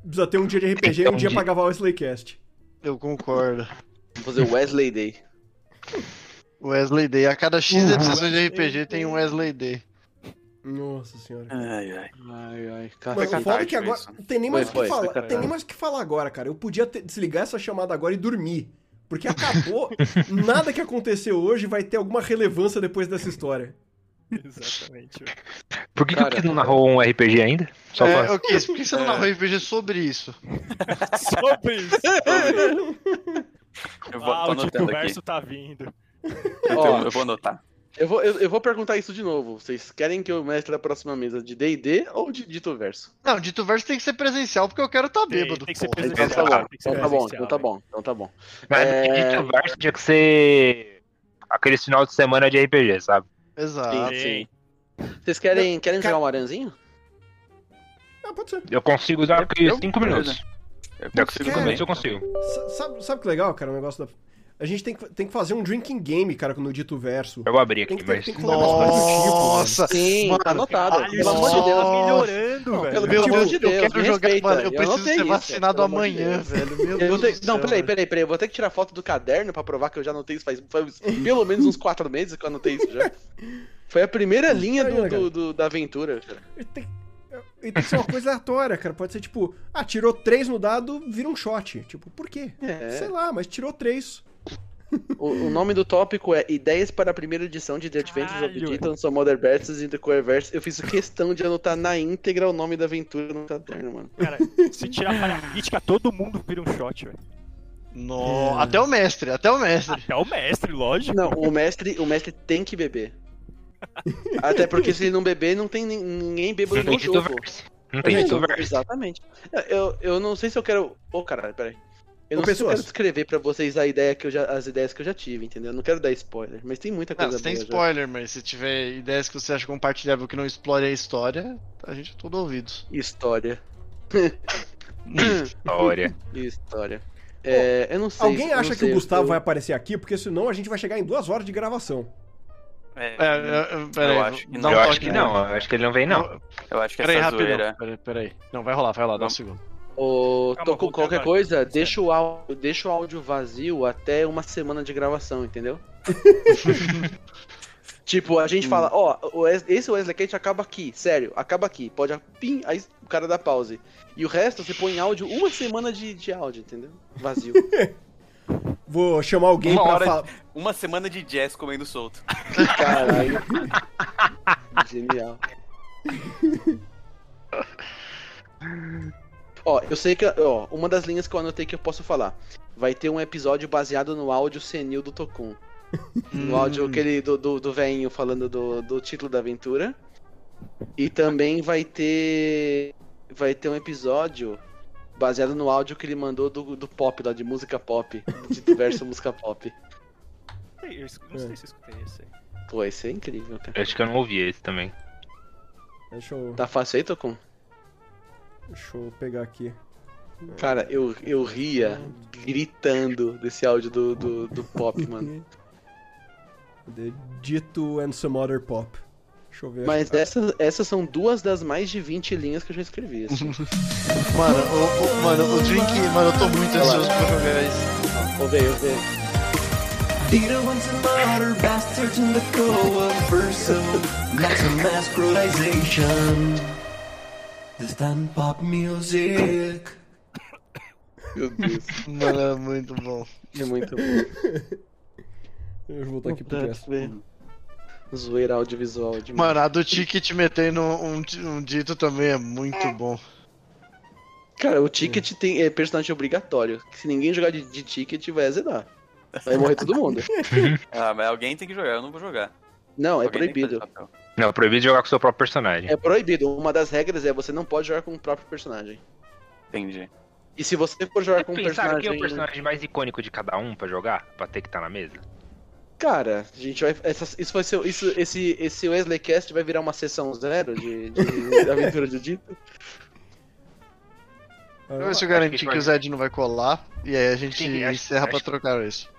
[SPEAKER 3] Precisa ter um dia de RPG e um
[SPEAKER 1] Então,
[SPEAKER 7] Um
[SPEAKER 3] dia
[SPEAKER 7] dia.
[SPEAKER 3] pra gravar o Slaycast.
[SPEAKER 2] eu concordo.
[SPEAKER 1] Vamos fazer o Wesley Day.
[SPEAKER 2] Wesley Day. A cada X episódios de RPG tem um Wesley Day.
[SPEAKER 3] Nossa senhora.
[SPEAKER 4] Ai, ai.
[SPEAKER 1] Ai, ai,
[SPEAKER 3] Mano, o
[SPEAKER 1] cara.
[SPEAKER 3] foda é que
[SPEAKER 4] catártico
[SPEAKER 3] agora.
[SPEAKER 4] isso.
[SPEAKER 3] Não tem nem mais o
[SPEAKER 1] Foi,
[SPEAKER 3] que
[SPEAKER 1] foi,
[SPEAKER 3] falar.
[SPEAKER 1] foi
[SPEAKER 3] Tem nem mais o que falar agora, cara. Eu podia ter- desligar essa chamada agora e dormir. Porque acabou. Nada que aconteceu hoje vai ter alguma relevância depois dessa história.
[SPEAKER 6] Exatamente, velho.
[SPEAKER 7] Por que,
[SPEAKER 1] Cara.
[SPEAKER 7] que o Kiz não narrou um RPG ainda? Só
[SPEAKER 2] É,
[SPEAKER 7] pra...
[SPEAKER 2] eu quis. Por que você não narrou RPG sobre isso?
[SPEAKER 6] Sobre isso.
[SPEAKER 4] Eu vou,
[SPEAKER 6] Ah,
[SPEAKER 4] tô
[SPEAKER 6] o
[SPEAKER 4] anotando
[SPEAKER 6] Tito
[SPEAKER 2] Ah,
[SPEAKER 4] aqui.
[SPEAKER 6] Verso tá vindo.
[SPEAKER 4] Eu,
[SPEAKER 1] Ó.
[SPEAKER 4] eu vou anotar.
[SPEAKER 1] Eu vou, eu, eu vou perguntar isso de novo. Vocês querem que eu mestre a próxima mesa de D&D ou de Dito Verso?
[SPEAKER 2] Não, dito verso tem que ser presencial porque eu quero estar tá bêbado.
[SPEAKER 6] tem que ser
[SPEAKER 2] porra.
[SPEAKER 1] Então
[SPEAKER 6] presencial.
[SPEAKER 1] tá bom,
[SPEAKER 6] tem que ser
[SPEAKER 1] então tá bom,
[SPEAKER 6] presencial,
[SPEAKER 1] então tá bom, então tá bom.
[SPEAKER 7] Mas
[SPEAKER 1] É.
[SPEAKER 7] é... Ditoverso tinha que ser aquele final de semana de RPG, sabe?
[SPEAKER 2] Exato.
[SPEAKER 1] Sim. Vocês querem, querem jogar um aranzinho?
[SPEAKER 3] Ah, pode ser.
[SPEAKER 7] Eu consigo usar aqui
[SPEAKER 4] eu-
[SPEAKER 7] 5 minutos.
[SPEAKER 4] Eu
[SPEAKER 7] Eu
[SPEAKER 4] consigo
[SPEAKER 3] quer?
[SPEAKER 4] também.
[SPEAKER 7] eu consigo.
[SPEAKER 3] Sa- Sabe, sabe que legal, cara, o negócio da... A gente tem que, tem que fazer um drinking game, cara, no dito verso.
[SPEAKER 7] Eu vou abrir aqui,
[SPEAKER 3] Tem que, ter-
[SPEAKER 7] mas.
[SPEAKER 3] tem que colocar umas coisas do tipo, mano.
[SPEAKER 2] Nossa!
[SPEAKER 1] Sim, tá anotado. Pelo amor de Deus.
[SPEAKER 2] melhorando,
[SPEAKER 1] velho.
[SPEAKER 2] Pelo
[SPEAKER 1] Pelo
[SPEAKER 2] meu
[SPEAKER 1] amor
[SPEAKER 2] Deus,
[SPEAKER 1] de
[SPEAKER 2] eu
[SPEAKER 1] Deus,
[SPEAKER 2] quero
[SPEAKER 1] me
[SPEAKER 2] jogar,
[SPEAKER 1] respeita,
[SPEAKER 2] mano.
[SPEAKER 1] eu
[SPEAKER 2] Eu
[SPEAKER 1] não
[SPEAKER 2] preciso
[SPEAKER 1] tenho
[SPEAKER 2] ser
[SPEAKER 1] isso,
[SPEAKER 2] vacinado
[SPEAKER 1] pelo amor de
[SPEAKER 2] amanhã,
[SPEAKER 1] Deus.
[SPEAKER 2] velho. Meu
[SPEAKER 1] Eu
[SPEAKER 2] Deus
[SPEAKER 1] vou ter-
[SPEAKER 2] do
[SPEAKER 1] Não,
[SPEAKER 2] céu,
[SPEAKER 1] peraí,
[SPEAKER 2] velho.
[SPEAKER 1] peraí, peraí. Eu vou ter que tirar foto do caderno pra provar que eu já anotei isso faz foi uns- pelo menos uns quatro meses que eu anotei isso já. Foi a primeira linha do- do- do- da aventura. cara.
[SPEAKER 3] E tem, e tem que ser uma coisa aleatória, cara. Pode ser tipo, ah, tirou três no dado, vira um shot. Tipo, por quê?
[SPEAKER 1] É.
[SPEAKER 3] Sei lá, mas tirou três.
[SPEAKER 1] O, o nome do tópico é Ideias para a primeira edição de The Adventures of
[SPEAKER 6] Caralho.
[SPEAKER 1] Titans, Some Other Verses and the Coreverse. Eu fiz questão de anotar na íntegra o nome da aventura no caderno, mano.
[SPEAKER 6] Cara, se tirar a falha crítica, todo mundo vira um shot, velho.
[SPEAKER 2] No... Até o mestre, até o mestre.
[SPEAKER 6] Até o mestre, lógico.
[SPEAKER 1] Não, o mestre, o mestre tem que beber. Até porque se ele não beber, não tem nin- ninguém bêbado
[SPEAKER 7] Não tem
[SPEAKER 1] no jogo.
[SPEAKER 7] Ditoverso. Não tem Ditoverso.
[SPEAKER 1] Exatamente. Eu, eu não sei se eu quero. Ô, caralho, peraí. Eu não
[SPEAKER 3] Ô,
[SPEAKER 1] sei se eu
[SPEAKER 3] pessoas.
[SPEAKER 1] quero descrever pra vocês a ideia que eu já, as ideias que eu já tive, entendeu? Eu não quero dar spoiler, mas tem muita
[SPEAKER 2] Não,
[SPEAKER 1] coisa
[SPEAKER 2] você tem
[SPEAKER 1] boa já.
[SPEAKER 2] spoiler, mas se tiver ideias que você acha compartilhável que não explore a história, a gente é todo ouvidos.
[SPEAKER 1] História.
[SPEAKER 7] Olha.
[SPEAKER 1] História. É, eu não sei.
[SPEAKER 3] Alguém
[SPEAKER 1] eu não
[SPEAKER 3] acha que
[SPEAKER 1] sei,
[SPEAKER 3] o Gustavo
[SPEAKER 1] eu-
[SPEAKER 3] vai aparecer aqui? Porque senão a gente vai chegar em duas horas de gravação.
[SPEAKER 4] É,
[SPEAKER 2] É, é, é, peraí,
[SPEAKER 4] eu acho que
[SPEAKER 2] dá
[SPEAKER 4] não. né?
[SPEAKER 2] um
[SPEAKER 7] eu acho
[SPEAKER 2] toque
[SPEAKER 7] que
[SPEAKER 2] aí.
[SPEAKER 7] não, eu acho que ele não vem, não.
[SPEAKER 4] eu acho que
[SPEAKER 2] Peraí,
[SPEAKER 4] essa
[SPEAKER 2] rapidão.
[SPEAKER 4] zoeira.
[SPEAKER 2] Peraí, peraí. Não, vai rolar, vai rolar, dá um segundo.
[SPEAKER 1] Ô,
[SPEAKER 6] Calma,
[SPEAKER 1] tô com
[SPEAKER 6] voltei
[SPEAKER 1] qualquer
[SPEAKER 6] agora. Tá
[SPEAKER 1] coisa, deixa o, áudio, deixa o áudio vazio até uma semana de gravação, entendeu? tipo, a
[SPEAKER 6] Hum.
[SPEAKER 1] gente fala, ó, o Wes- esse Wesley Cage acaba aqui, sério, acaba aqui, pode, pim, aí o cara dá pause. E o resto você põe em áudio uma semana de, de áudio, entendeu? Vazio.
[SPEAKER 3] Vou chamar alguém
[SPEAKER 4] Uma
[SPEAKER 3] pra
[SPEAKER 4] hora-
[SPEAKER 3] falar.
[SPEAKER 4] Uma semana de jazz comendo solto.
[SPEAKER 1] Caralho. Genial. Ó, eu sei que, ó, uma das linhas que eu anotei que eu posso falar. Vai ter um episódio baseado no áudio senil do Tokun. No áudio aquele do, do, do veinho falando do, do título da aventura. E também vai ter. Vai ter um episódio baseado no áudio que ele mandou do, do pop lá, de música pop. De verso música pop.
[SPEAKER 6] Eu escu- não
[SPEAKER 2] É.
[SPEAKER 6] sei se eu escutei isso aí.
[SPEAKER 1] Pô, isso é incrível, cara.
[SPEAKER 7] Eu acho que eu não ouvi esse também.
[SPEAKER 3] Deixa eu,
[SPEAKER 1] Tá fácil aí, Tokun?
[SPEAKER 3] deixa eu pegar aqui.
[SPEAKER 1] Cara, eu, eu ria gritando desse áudio do, do, do pop, mano.
[SPEAKER 3] The Dito and Some Other Pop. Deixa eu ver.
[SPEAKER 1] Mas essas, essas são duas das mais de 20 linhas que eu já escrevi. Assim.
[SPEAKER 2] Mano, o, o- mano, o Drink, mano, eu tô muito ansioso pra jogar isso.
[SPEAKER 1] Vou ver, vou ver.
[SPEAKER 10] Peter wants some other bastards in the co-op verso. That's a masculinization. This time pop music.
[SPEAKER 1] Meu Deus,
[SPEAKER 2] Mano, é muito bom.
[SPEAKER 1] é muito bom.
[SPEAKER 3] Eu vou voltar aqui pro
[SPEAKER 1] Deve
[SPEAKER 3] teste.
[SPEAKER 1] ver. Zoeira audiovisual de
[SPEAKER 2] Mano, a do Ticket metendo um, um dito também é muito bom.
[SPEAKER 1] Cara, o ticket tem, é personagem obrigatório. que Se ninguém jogar de, de ticket, vai azedar. Vai morrer todo mundo.
[SPEAKER 4] Ah, mas alguém tem que jogar, eu não vou jogar.
[SPEAKER 1] Não, é
[SPEAKER 4] Alguém tem que fazer
[SPEAKER 1] proibido.
[SPEAKER 4] papel.
[SPEAKER 7] Não, proibido jogar com o seu próprio personagem.
[SPEAKER 1] É proibido. Uma das regras é você não pode jogar com o próprio personagem.
[SPEAKER 4] Entendi.
[SPEAKER 1] E se você for jogar com um
[SPEAKER 7] Pensaram
[SPEAKER 1] personagem.
[SPEAKER 7] quem é o personagem mais icônico de cada um pra jogar? Pra ter que estar na mesa?
[SPEAKER 1] Cara, a gente vai. essas- isso vai ser. Isso, esse, esse Wesleycast vai virar uma sessão zero de, de aventura de Dito.
[SPEAKER 2] Eu vou Então, se
[SPEAKER 3] Ah,
[SPEAKER 2] eu
[SPEAKER 7] acho que
[SPEAKER 2] garantir
[SPEAKER 7] vai-
[SPEAKER 2] que o Zed não vai colar. E aí a gente
[SPEAKER 7] É, Sim, acho-
[SPEAKER 2] encerra pra
[SPEAKER 7] acho-
[SPEAKER 2] trocar isso.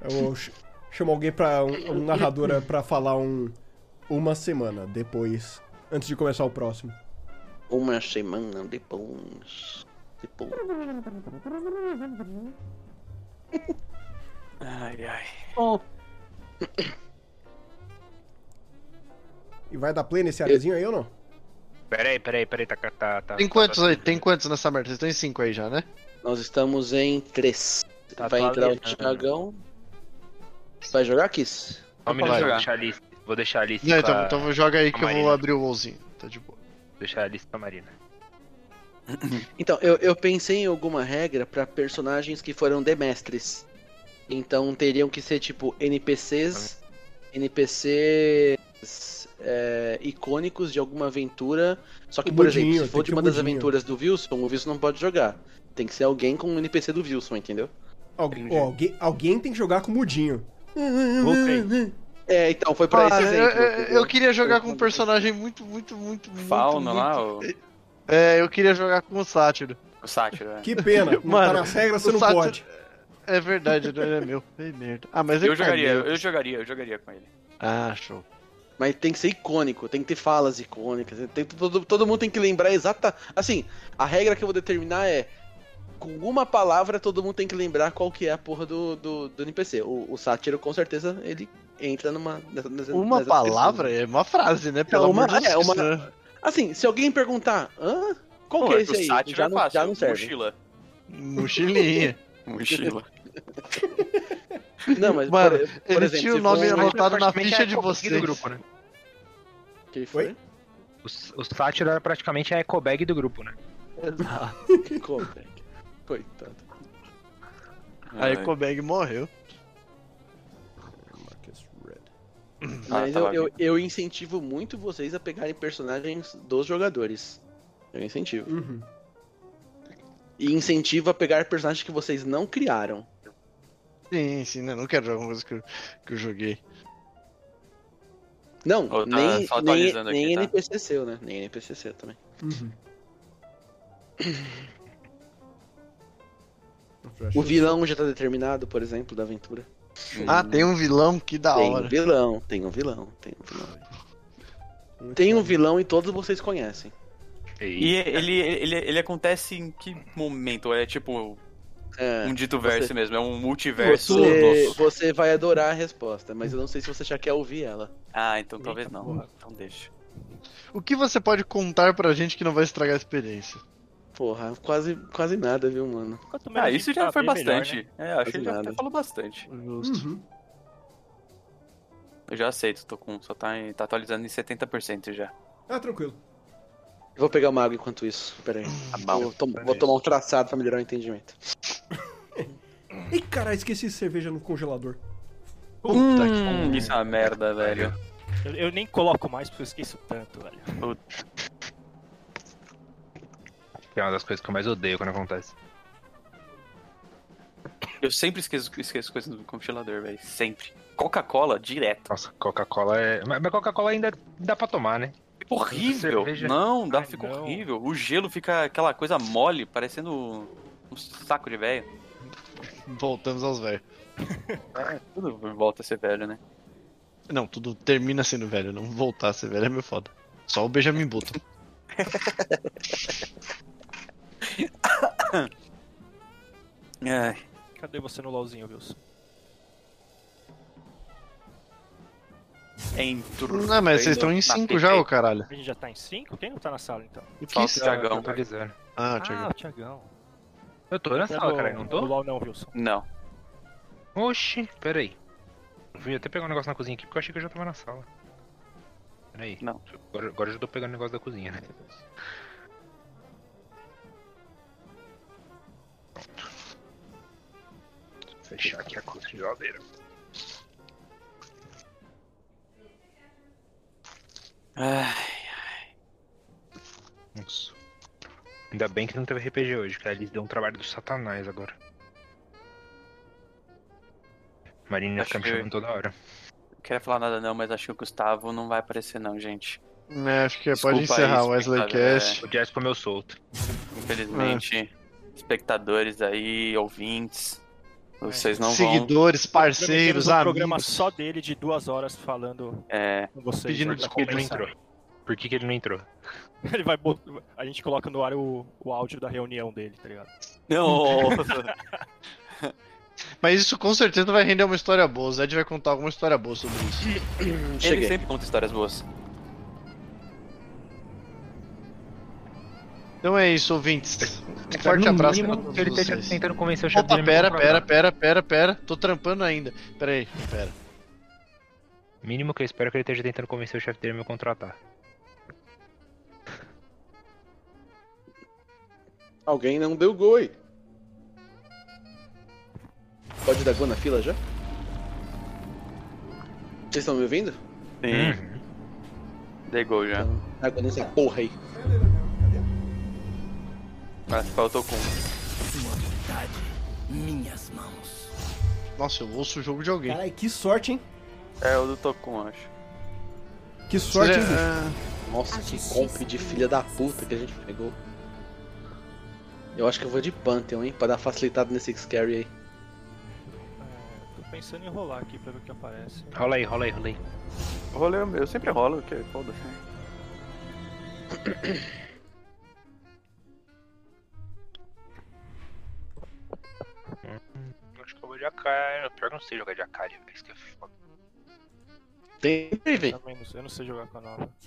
[SPEAKER 3] Eu vou ch- chamar alguém pra. Um, um narradora pra falar um. Uma semana depois. Antes de começar o próximo.
[SPEAKER 1] Uma semana depois. Depois.
[SPEAKER 4] Ai, ai.
[SPEAKER 3] E vai dar play nesse arezinho aí ou não?
[SPEAKER 7] Peraí, peraí, peraí, tá. tá, tá
[SPEAKER 2] Tem quantos aí? Tem quantos nessa merda? Vocês estão em 5 aí já, né?
[SPEAKER 1] Nós estamos em três.
[SPEAKER 7] Tá
[SPEAKER 1] vai entrar o
[SPEAKER 7] valendo.
[SPEAKER 1] Thiagão. Vai jogar, Kiss?
[SPEAKER 7] Só um minuto,
[SPEAKER 2] Vai.
[SPEAKER 7] vou deixar a lista. Vou deixar a lista.
[SPEAKER 2] Não,
[SPEAKER 7] pra-
[SPEAKER 2] então, então joga aí que eu vou
[SPEAKER 7] Marina.
[SPEAKER 2] abrir o WoWzinho. Tá de boa.
[SPEAKER 7] Deixar a lista pra Marina.
[SPEAKER 1] Então, eu, eu pensei em alguma regra pra personagens que foram demestres. Então teriam que ser tipo NPCs NPCs é, icônicos de alguma aventura. Só que, por
[SPEAKER 3] Mudinho,
[SPEAKER 1] exemplo, se
[SPEAKER 3] tem
[SPEAKER 1] for
[SPEAKER 3] que
[SPEAKER 1] de
[SPEAKER 3] ter
[SPEAKER 1] uma das
[SPEAKER 3] mudinho.
[SPEAKER 1] aventuras do Wilson, o Wilson não pode jogar. Tem que ser alguém com um NPC do Wilson, entendeu?
[SPEAKER 3] Algu- ó, alguém, alguém tem que jogar com o Mudinho.
[SPEAKER 1] É, então, foi pra
[SPEAKER 2] Ah,
[SPEAKER 1] esse exemplo.
[SPEAKER 2] eu- eu-
[SPEAKER 1] entendeu?
[SPEAKER 2] eu queria jogar com um personagem muito, muito, muito, muito.
[SPEAKER 4] Fauna
[SPEAKER 2] muito-
[SPEAKER 4] lá, o,
[SPEAKER 2] É, eu queria jogar com o Sátiro.
[SPEAKER 4] o sátiro, né?
[SPEAKER 3] Que pena, não
[SPEAKER 2] Mano,
[SPEAKER 3] tá nas regras,
[SPEAKER 2] o
[SPEAKER 3] você não
[SPEAKER 2] Sátiro-
[SPEAKER 3] pode.
[SPEAKER 2] É verdade, não é meu. É merda. Ah, mas
[SPEAKER 4] Eu
[SPEAKER 2] ele tá
[SPEAKER 4] jogaria,
[SPEAKER 2] meu.
[SPEAKER 4] eu jogaria, eu jogaria com ele.
[SPEAKER 2] Ah, show.
[SPEAKER 1] Mas tem que ser icônico, tem que ter falas icônicas. tem- todo, todo mundo tem que lembrar exata. Assim, a regra que eu vou determinar é. Com uma palavra, todo mundo tem que lembrar qual que é a porra do, do, do NPC. O, o sátiro, com certeza, ele entra numa. nessa- nessa-
[SPEAKER 2] Uma
[SPEAKER 1] nessa
[SPEAKER 2] palavra é uma frase, né? Pelo
[SPEAKER 1] É uma-
[SPEAKER 2] amor de
[SPEAKER 1] é
[SPEAKER 2] Deus,
[SPEAKER 1] uma-
[SPEAKER 2] né?
[SPEAKER 1] descrição. Assim, se alguém perguntar, hã? Qual que é esse
[SPEAKER 4] o
[SPEAKER 1] aí?
[SPEAKER 4] sátiro
[SPEAKER 1] Já,
[SPEAKER 4] é
[SPEAKER 1] não,
[SPEAKER 4] fácil,
[SPEAKER 1] já não serve.
[SPEAKER 4] mochila.
[SPEAKER 2] Mochilinha.
[SPEAKER 4] Mochila.
[SPEAKER 1] Não, mas.
[SPEAKER 2] Mano,
[SPEAKER 1] por, por
[SPEAKER 2] ele
[SPEAKER 1] exemplo,
[SPEAKER 2] tinha o
[SPEAKER 1] se
[SPEAKER 2] nome
[SPEAKER 1] for um-
[SPEAKER 2] anotado na
[SPEAKER 7] praticamente
[SPEAKER 2] ficha
[SPEAKER 7] é
[SPEAKER 2] de
[SPEAKER 7] cobag do
[SPEAKER 2] vocês.
[SPEAKER 7] grupo, né?
[SPEAKER 1] que foi?
[SPEAKER 7] O, s- o Sátiro era praticamente a ecobag do grupo, né?
[SPEAKER 2] Exato.
[SPEAKER 1] Como, velho? Coitado.
[SPEAKER 2] A Ecobag morreu.
[SPEAKER 4] Ah,
[SPEAKER 2] tá
[SPEAKER 1] Mas
[SPEAKER 4] tava
[SPEAKER 1] eu, eu, eu incentivo muito vocês a pegarem personagens dos jogadores. Eu incentivo.
[SPEAKER 3] Uhum.
[SPEAKER 1] E incentivo a pegar personagens que vocês não criaram.
[SPEAKER 2] Sim, sim, né? Não quero jogar uma coisa que eu, que eu joguei.
[SPEAKER 1] Não,
[SPEAKER 4] Ô, tá
[SPEAKER 1] nem,
[SPEAKER 4] só
[SPEAKER 1] nem,
[SPEAKER 4] atualizando
[SPEAKER 1] nem
[SPEAKER 4] aqui, tá?
[SPEAKER 1] NPC seu, né? Nem NPC seu também.
[SPEAKER 3] uhum.
[SPEAKER 1] O vilão já tá determinado, por exemplo, da aventura.
[SPEAKER 2] Ah, tem um vilão que da
[SPEAKER 1] tem
[SPEAKER 2] hora.
[SPEAKER 1] um vilão, tem um vilão, tem um vilão. Tem um vilão e todos vocês conhecem.
[SPEAKER 4] E ele, ele, ele acontece em que momento? É tipo
[SPEAKER 1] É,
[SPEAKER 4] um dito verso
[SPEAKER 1] você-
[SPEAKER 4] mesmo, é um multiverso.
[SPEAKER 1] você,
[SPEAKER 4] nosso.
[SPEAKER 1] você vai adorar a resposta, mas eu não sei se você já quer ouvir ela.
[SPEAKER 4] Ah, então talvez não. Então deixa.
[SPEAKER 2] O que você pode contar pra gente que não vai estragar a experiência?
[SPEAKER 1] Porra, quase, quase nada, viu, mano?
[SPEAKER 6] Quanto menos
[SPEAKER 4] Ah,
[SPEAKER 6] a gente
[SPEAKER 4] isso já foi
[SPEAKER 6] saber, melhor,
[SPEAKER 4] bastante.
[SPEAKER 6] né?
[SPEAKER 4] É, acho que ele já
[SPEAKER 1] Quase
[SPEAKER 4] até
[SPEAKER 1] nada.
[SPEAKER 4] falou bastante.
[SPEAKER 2] Justo.
[SPEAKER 3] Uhum.
[SPEAKER 4] Eu já aceito, tô com. Só tá, em- tá atualizando em 70% já.
[SPEAKER 3] Ah, tranquilo.
[SPEAKER 1] Eu vou pegar uma água enquanto isso. Pera aí.
[SPEAKER 4] Tá
[SPEAKER 1] Vou, tom- vou tomar um traçado pra melhorar o entendimento.
[SPEAKER 3] Ih, caralho, esqueci cerveja no congelador.
[SPEAKER 4] Puta que isso é uma merda, velho.
[SPEAKER 6] Eu, eu nem coloco mais porque eu esqueço tanto, velho.
[SPEAKER 7] Que é uma das coisas que eu mais odeio quando acontece.
[SPEAKER 4] Eu sempre esqueço, esqueço coisas no congelador, velho. Sempre. Coca-Cola, direto.
[SPEAKER 7] Nossa, Coca-Cola é. Mas mas Coca-Cola ainda dá pra tomar, né?
[SPEAKER 4] Fica horrível.
[SPEAKER 7] Cerveja.
[SPEAKER 4] Não, dá,
[SPEAKER 6] Ai,
[SPEAKER 4] fica
[SPEAKER 6] não.
[SPEAKER 4] horrível. O gelo fica aquela coisa mole, parecendo um saco de velho.
[SPEAKER 2] Voltamos aos velhos.
[SPEAKER 4] Tudo volta a ser velho, né?
[SPEAKER 2] Não, tudo termina sendo velho, não voltar a ser velho é meu foda. Só o Benjamin Button.
[SPEAKER 4] Ai.
[SPEAKER 6] Cadê você no LOLzinho, Wilson?
[SPEAKER 4] É Entro.
[SPEAKER 2] Não, Ah, mas vocês estão em
[SPEAKER 4] Na
[SPEAKER 2] 5
[SPEAKER 4] TP.
[SPEAKER 2] já, ô caralho.
[SPEAKER 6] A gente já tá em 5? Quem não tá na sala, então?
[SPEAKER 2] O que
[SPEAKER 4] Falta o
[SPEAKER 2] isso?
[SPEAKER 4] Thiagão.
[SPEAKER 7] Eu tô atualizando.
[SPEAKER 2] Ah, Thiago.
[SPEAKER 6] Ah, o Thiagão.
[SPEAKER 7] Eu tô na
[SPEAKER 6] Tá
[SPEAKER 7] sala,
[SPEAKER 6] no-
[SPEAKER 7] cara, não
[SPEAKER 6] No
[SPEAKER 7] tô?
[SPEAKER 6] LOL não, Wilson.
[SPEAKER 4] Não.
[SPEAKER 7] Oxi, peraí. Eu Fui até pegar um negócio na cozinha aqui porque eu achei que eu já tava na sala. Peraí.
[SPEAKER 4] Não.
[SPEAKER 7] Agora, agora eu já tô pegando o negócio da cozinha, né? Pronto. Fechar aqui a cozinha geladeira.
[SPEAKER 4] Ai,
[SPEAKER 7] Nossa. Ainda bem que não teve RPG hoje, cara. Eles deu um trabalho do satanás agora. Marina
[SPEAKER 4] Acho
[SPEAKER 7] fica me
[SPEAKER 4] que-
[SPEAKER 7] chamando toda hora.
[SPEAKER 4] não quero falar nada não, mas acho que o Gustavo não vai aparecer não, gente.
[SPEAKER 2] É, acho que
[SPEAKER 4] Desculpa
[SPEAKER 2] pode encerrar
[SPEAKER 4] aí,
[SPEAKER 2] o Wesleycast.
[SPEAKER 7] O Jazz comeu solto.
[SPEAKER 4] Infelizmente, espectadores aí, ouvintes, vocês não vão...
[SPEAKER 2] Seguidores, parceiros,
[SPEAKER 6] Prometemos um programa
[SPEAKER 2] amigos.
[SPEAKER 6] só dele de duas horas falando
[SPEAKER 4] É,
[SPEAKER 6] com vocês.
[SPEAKER 2] Pedindo
[SPEAKER 6] antes da
[SPEAKER 7] Por que ele não
[SPEAKER 6] conversa.
[SPEAKER 7] entrou? Por que, que ele não entrou?
[SPEAKER 6] Ele vai bot- A gente coloca no ar o, o áudio da reunião dele, tá ligado?
[SPEAKER 4] não,
[SPEAKER 2] Mas isso com certeza vai render uma história boa. O Zed vai contar alguma história boa sobre isso.
[SPEAKER 4] ele sempre conta histórias boas.
[SPEAKER 2] Então é isso, ouvintes. Um forte
[SPEAKER 7] No
[SPEAKER 2] abraço pra
[SPEAKER 7] mínimo,
[SPEAKER 2] todos
[SPEAKER 7] ele esteja
[SPEAKER 2] vocês.
[SPEAKER 7] tentando convencer o chefe
[SPEAKER 2] Opa,
[SPEAKER 7] dele a me
[SPEAKER 2] pera, pera,
[SPEAKER 7] contratar.
[SPEAKER 2] pera, pera, pera. Tô trampando ainda. Pera aí, pera.
[SPEAKER 7] Mínimo que eu espero que ele esteja tentando convencer o chefe dele a me contratar.
[SPEAKER 1] Alguém não deu gol aí. Pode dar gol na fila já? Vocês estão me ouvindo?
[SPEAKER 2] Uhum.
[SPEAKER 4] Sim.
[SPEAKER 2] Hum.
[SPEAKER 4] Dei gol já.
[SPEAKER 1] Ah, eu nem sei. Porra aí.
[SPEAKER 4] Ah, faltou com.
[SPEAKER 10] Minhas mãos.
[SPEAKER 2] Nossa, eu ouço o jogo de alguém.
[SPEAKER 3] Caralho, que sorte, hein?
[SPEAKER 4] É o do Tocum, acho.
[SPEAKER 3] Que sorte, hein, bicho?
[SPEAKER 1] Nossa, que comp de filha da puta que a gente pegou. Eu acho que eu vou de Pantheon, hein? Pra dar facilitado nesse X-Carry aí.
[SPEAKER 6] Tô pensando em rolar aqui pra ver o que aparece.
[SPEAKER 7] Rola aí, rola aí, rola aí.
[SPEAKER 4] Rolê é meu, eu sempre rolo, que foda-se. né?
[SPEAKER 7] Acho que eu vou de Akari. Pior que eu não sei jogar de Akari, velho. Isso que é foda.
[SPEAKER 1] Tem,
[SPEAKER 6] Eu
[SPEAKER 1] vem.
[SPEAKER 6] também não sei, eu não sei jogar com a nova.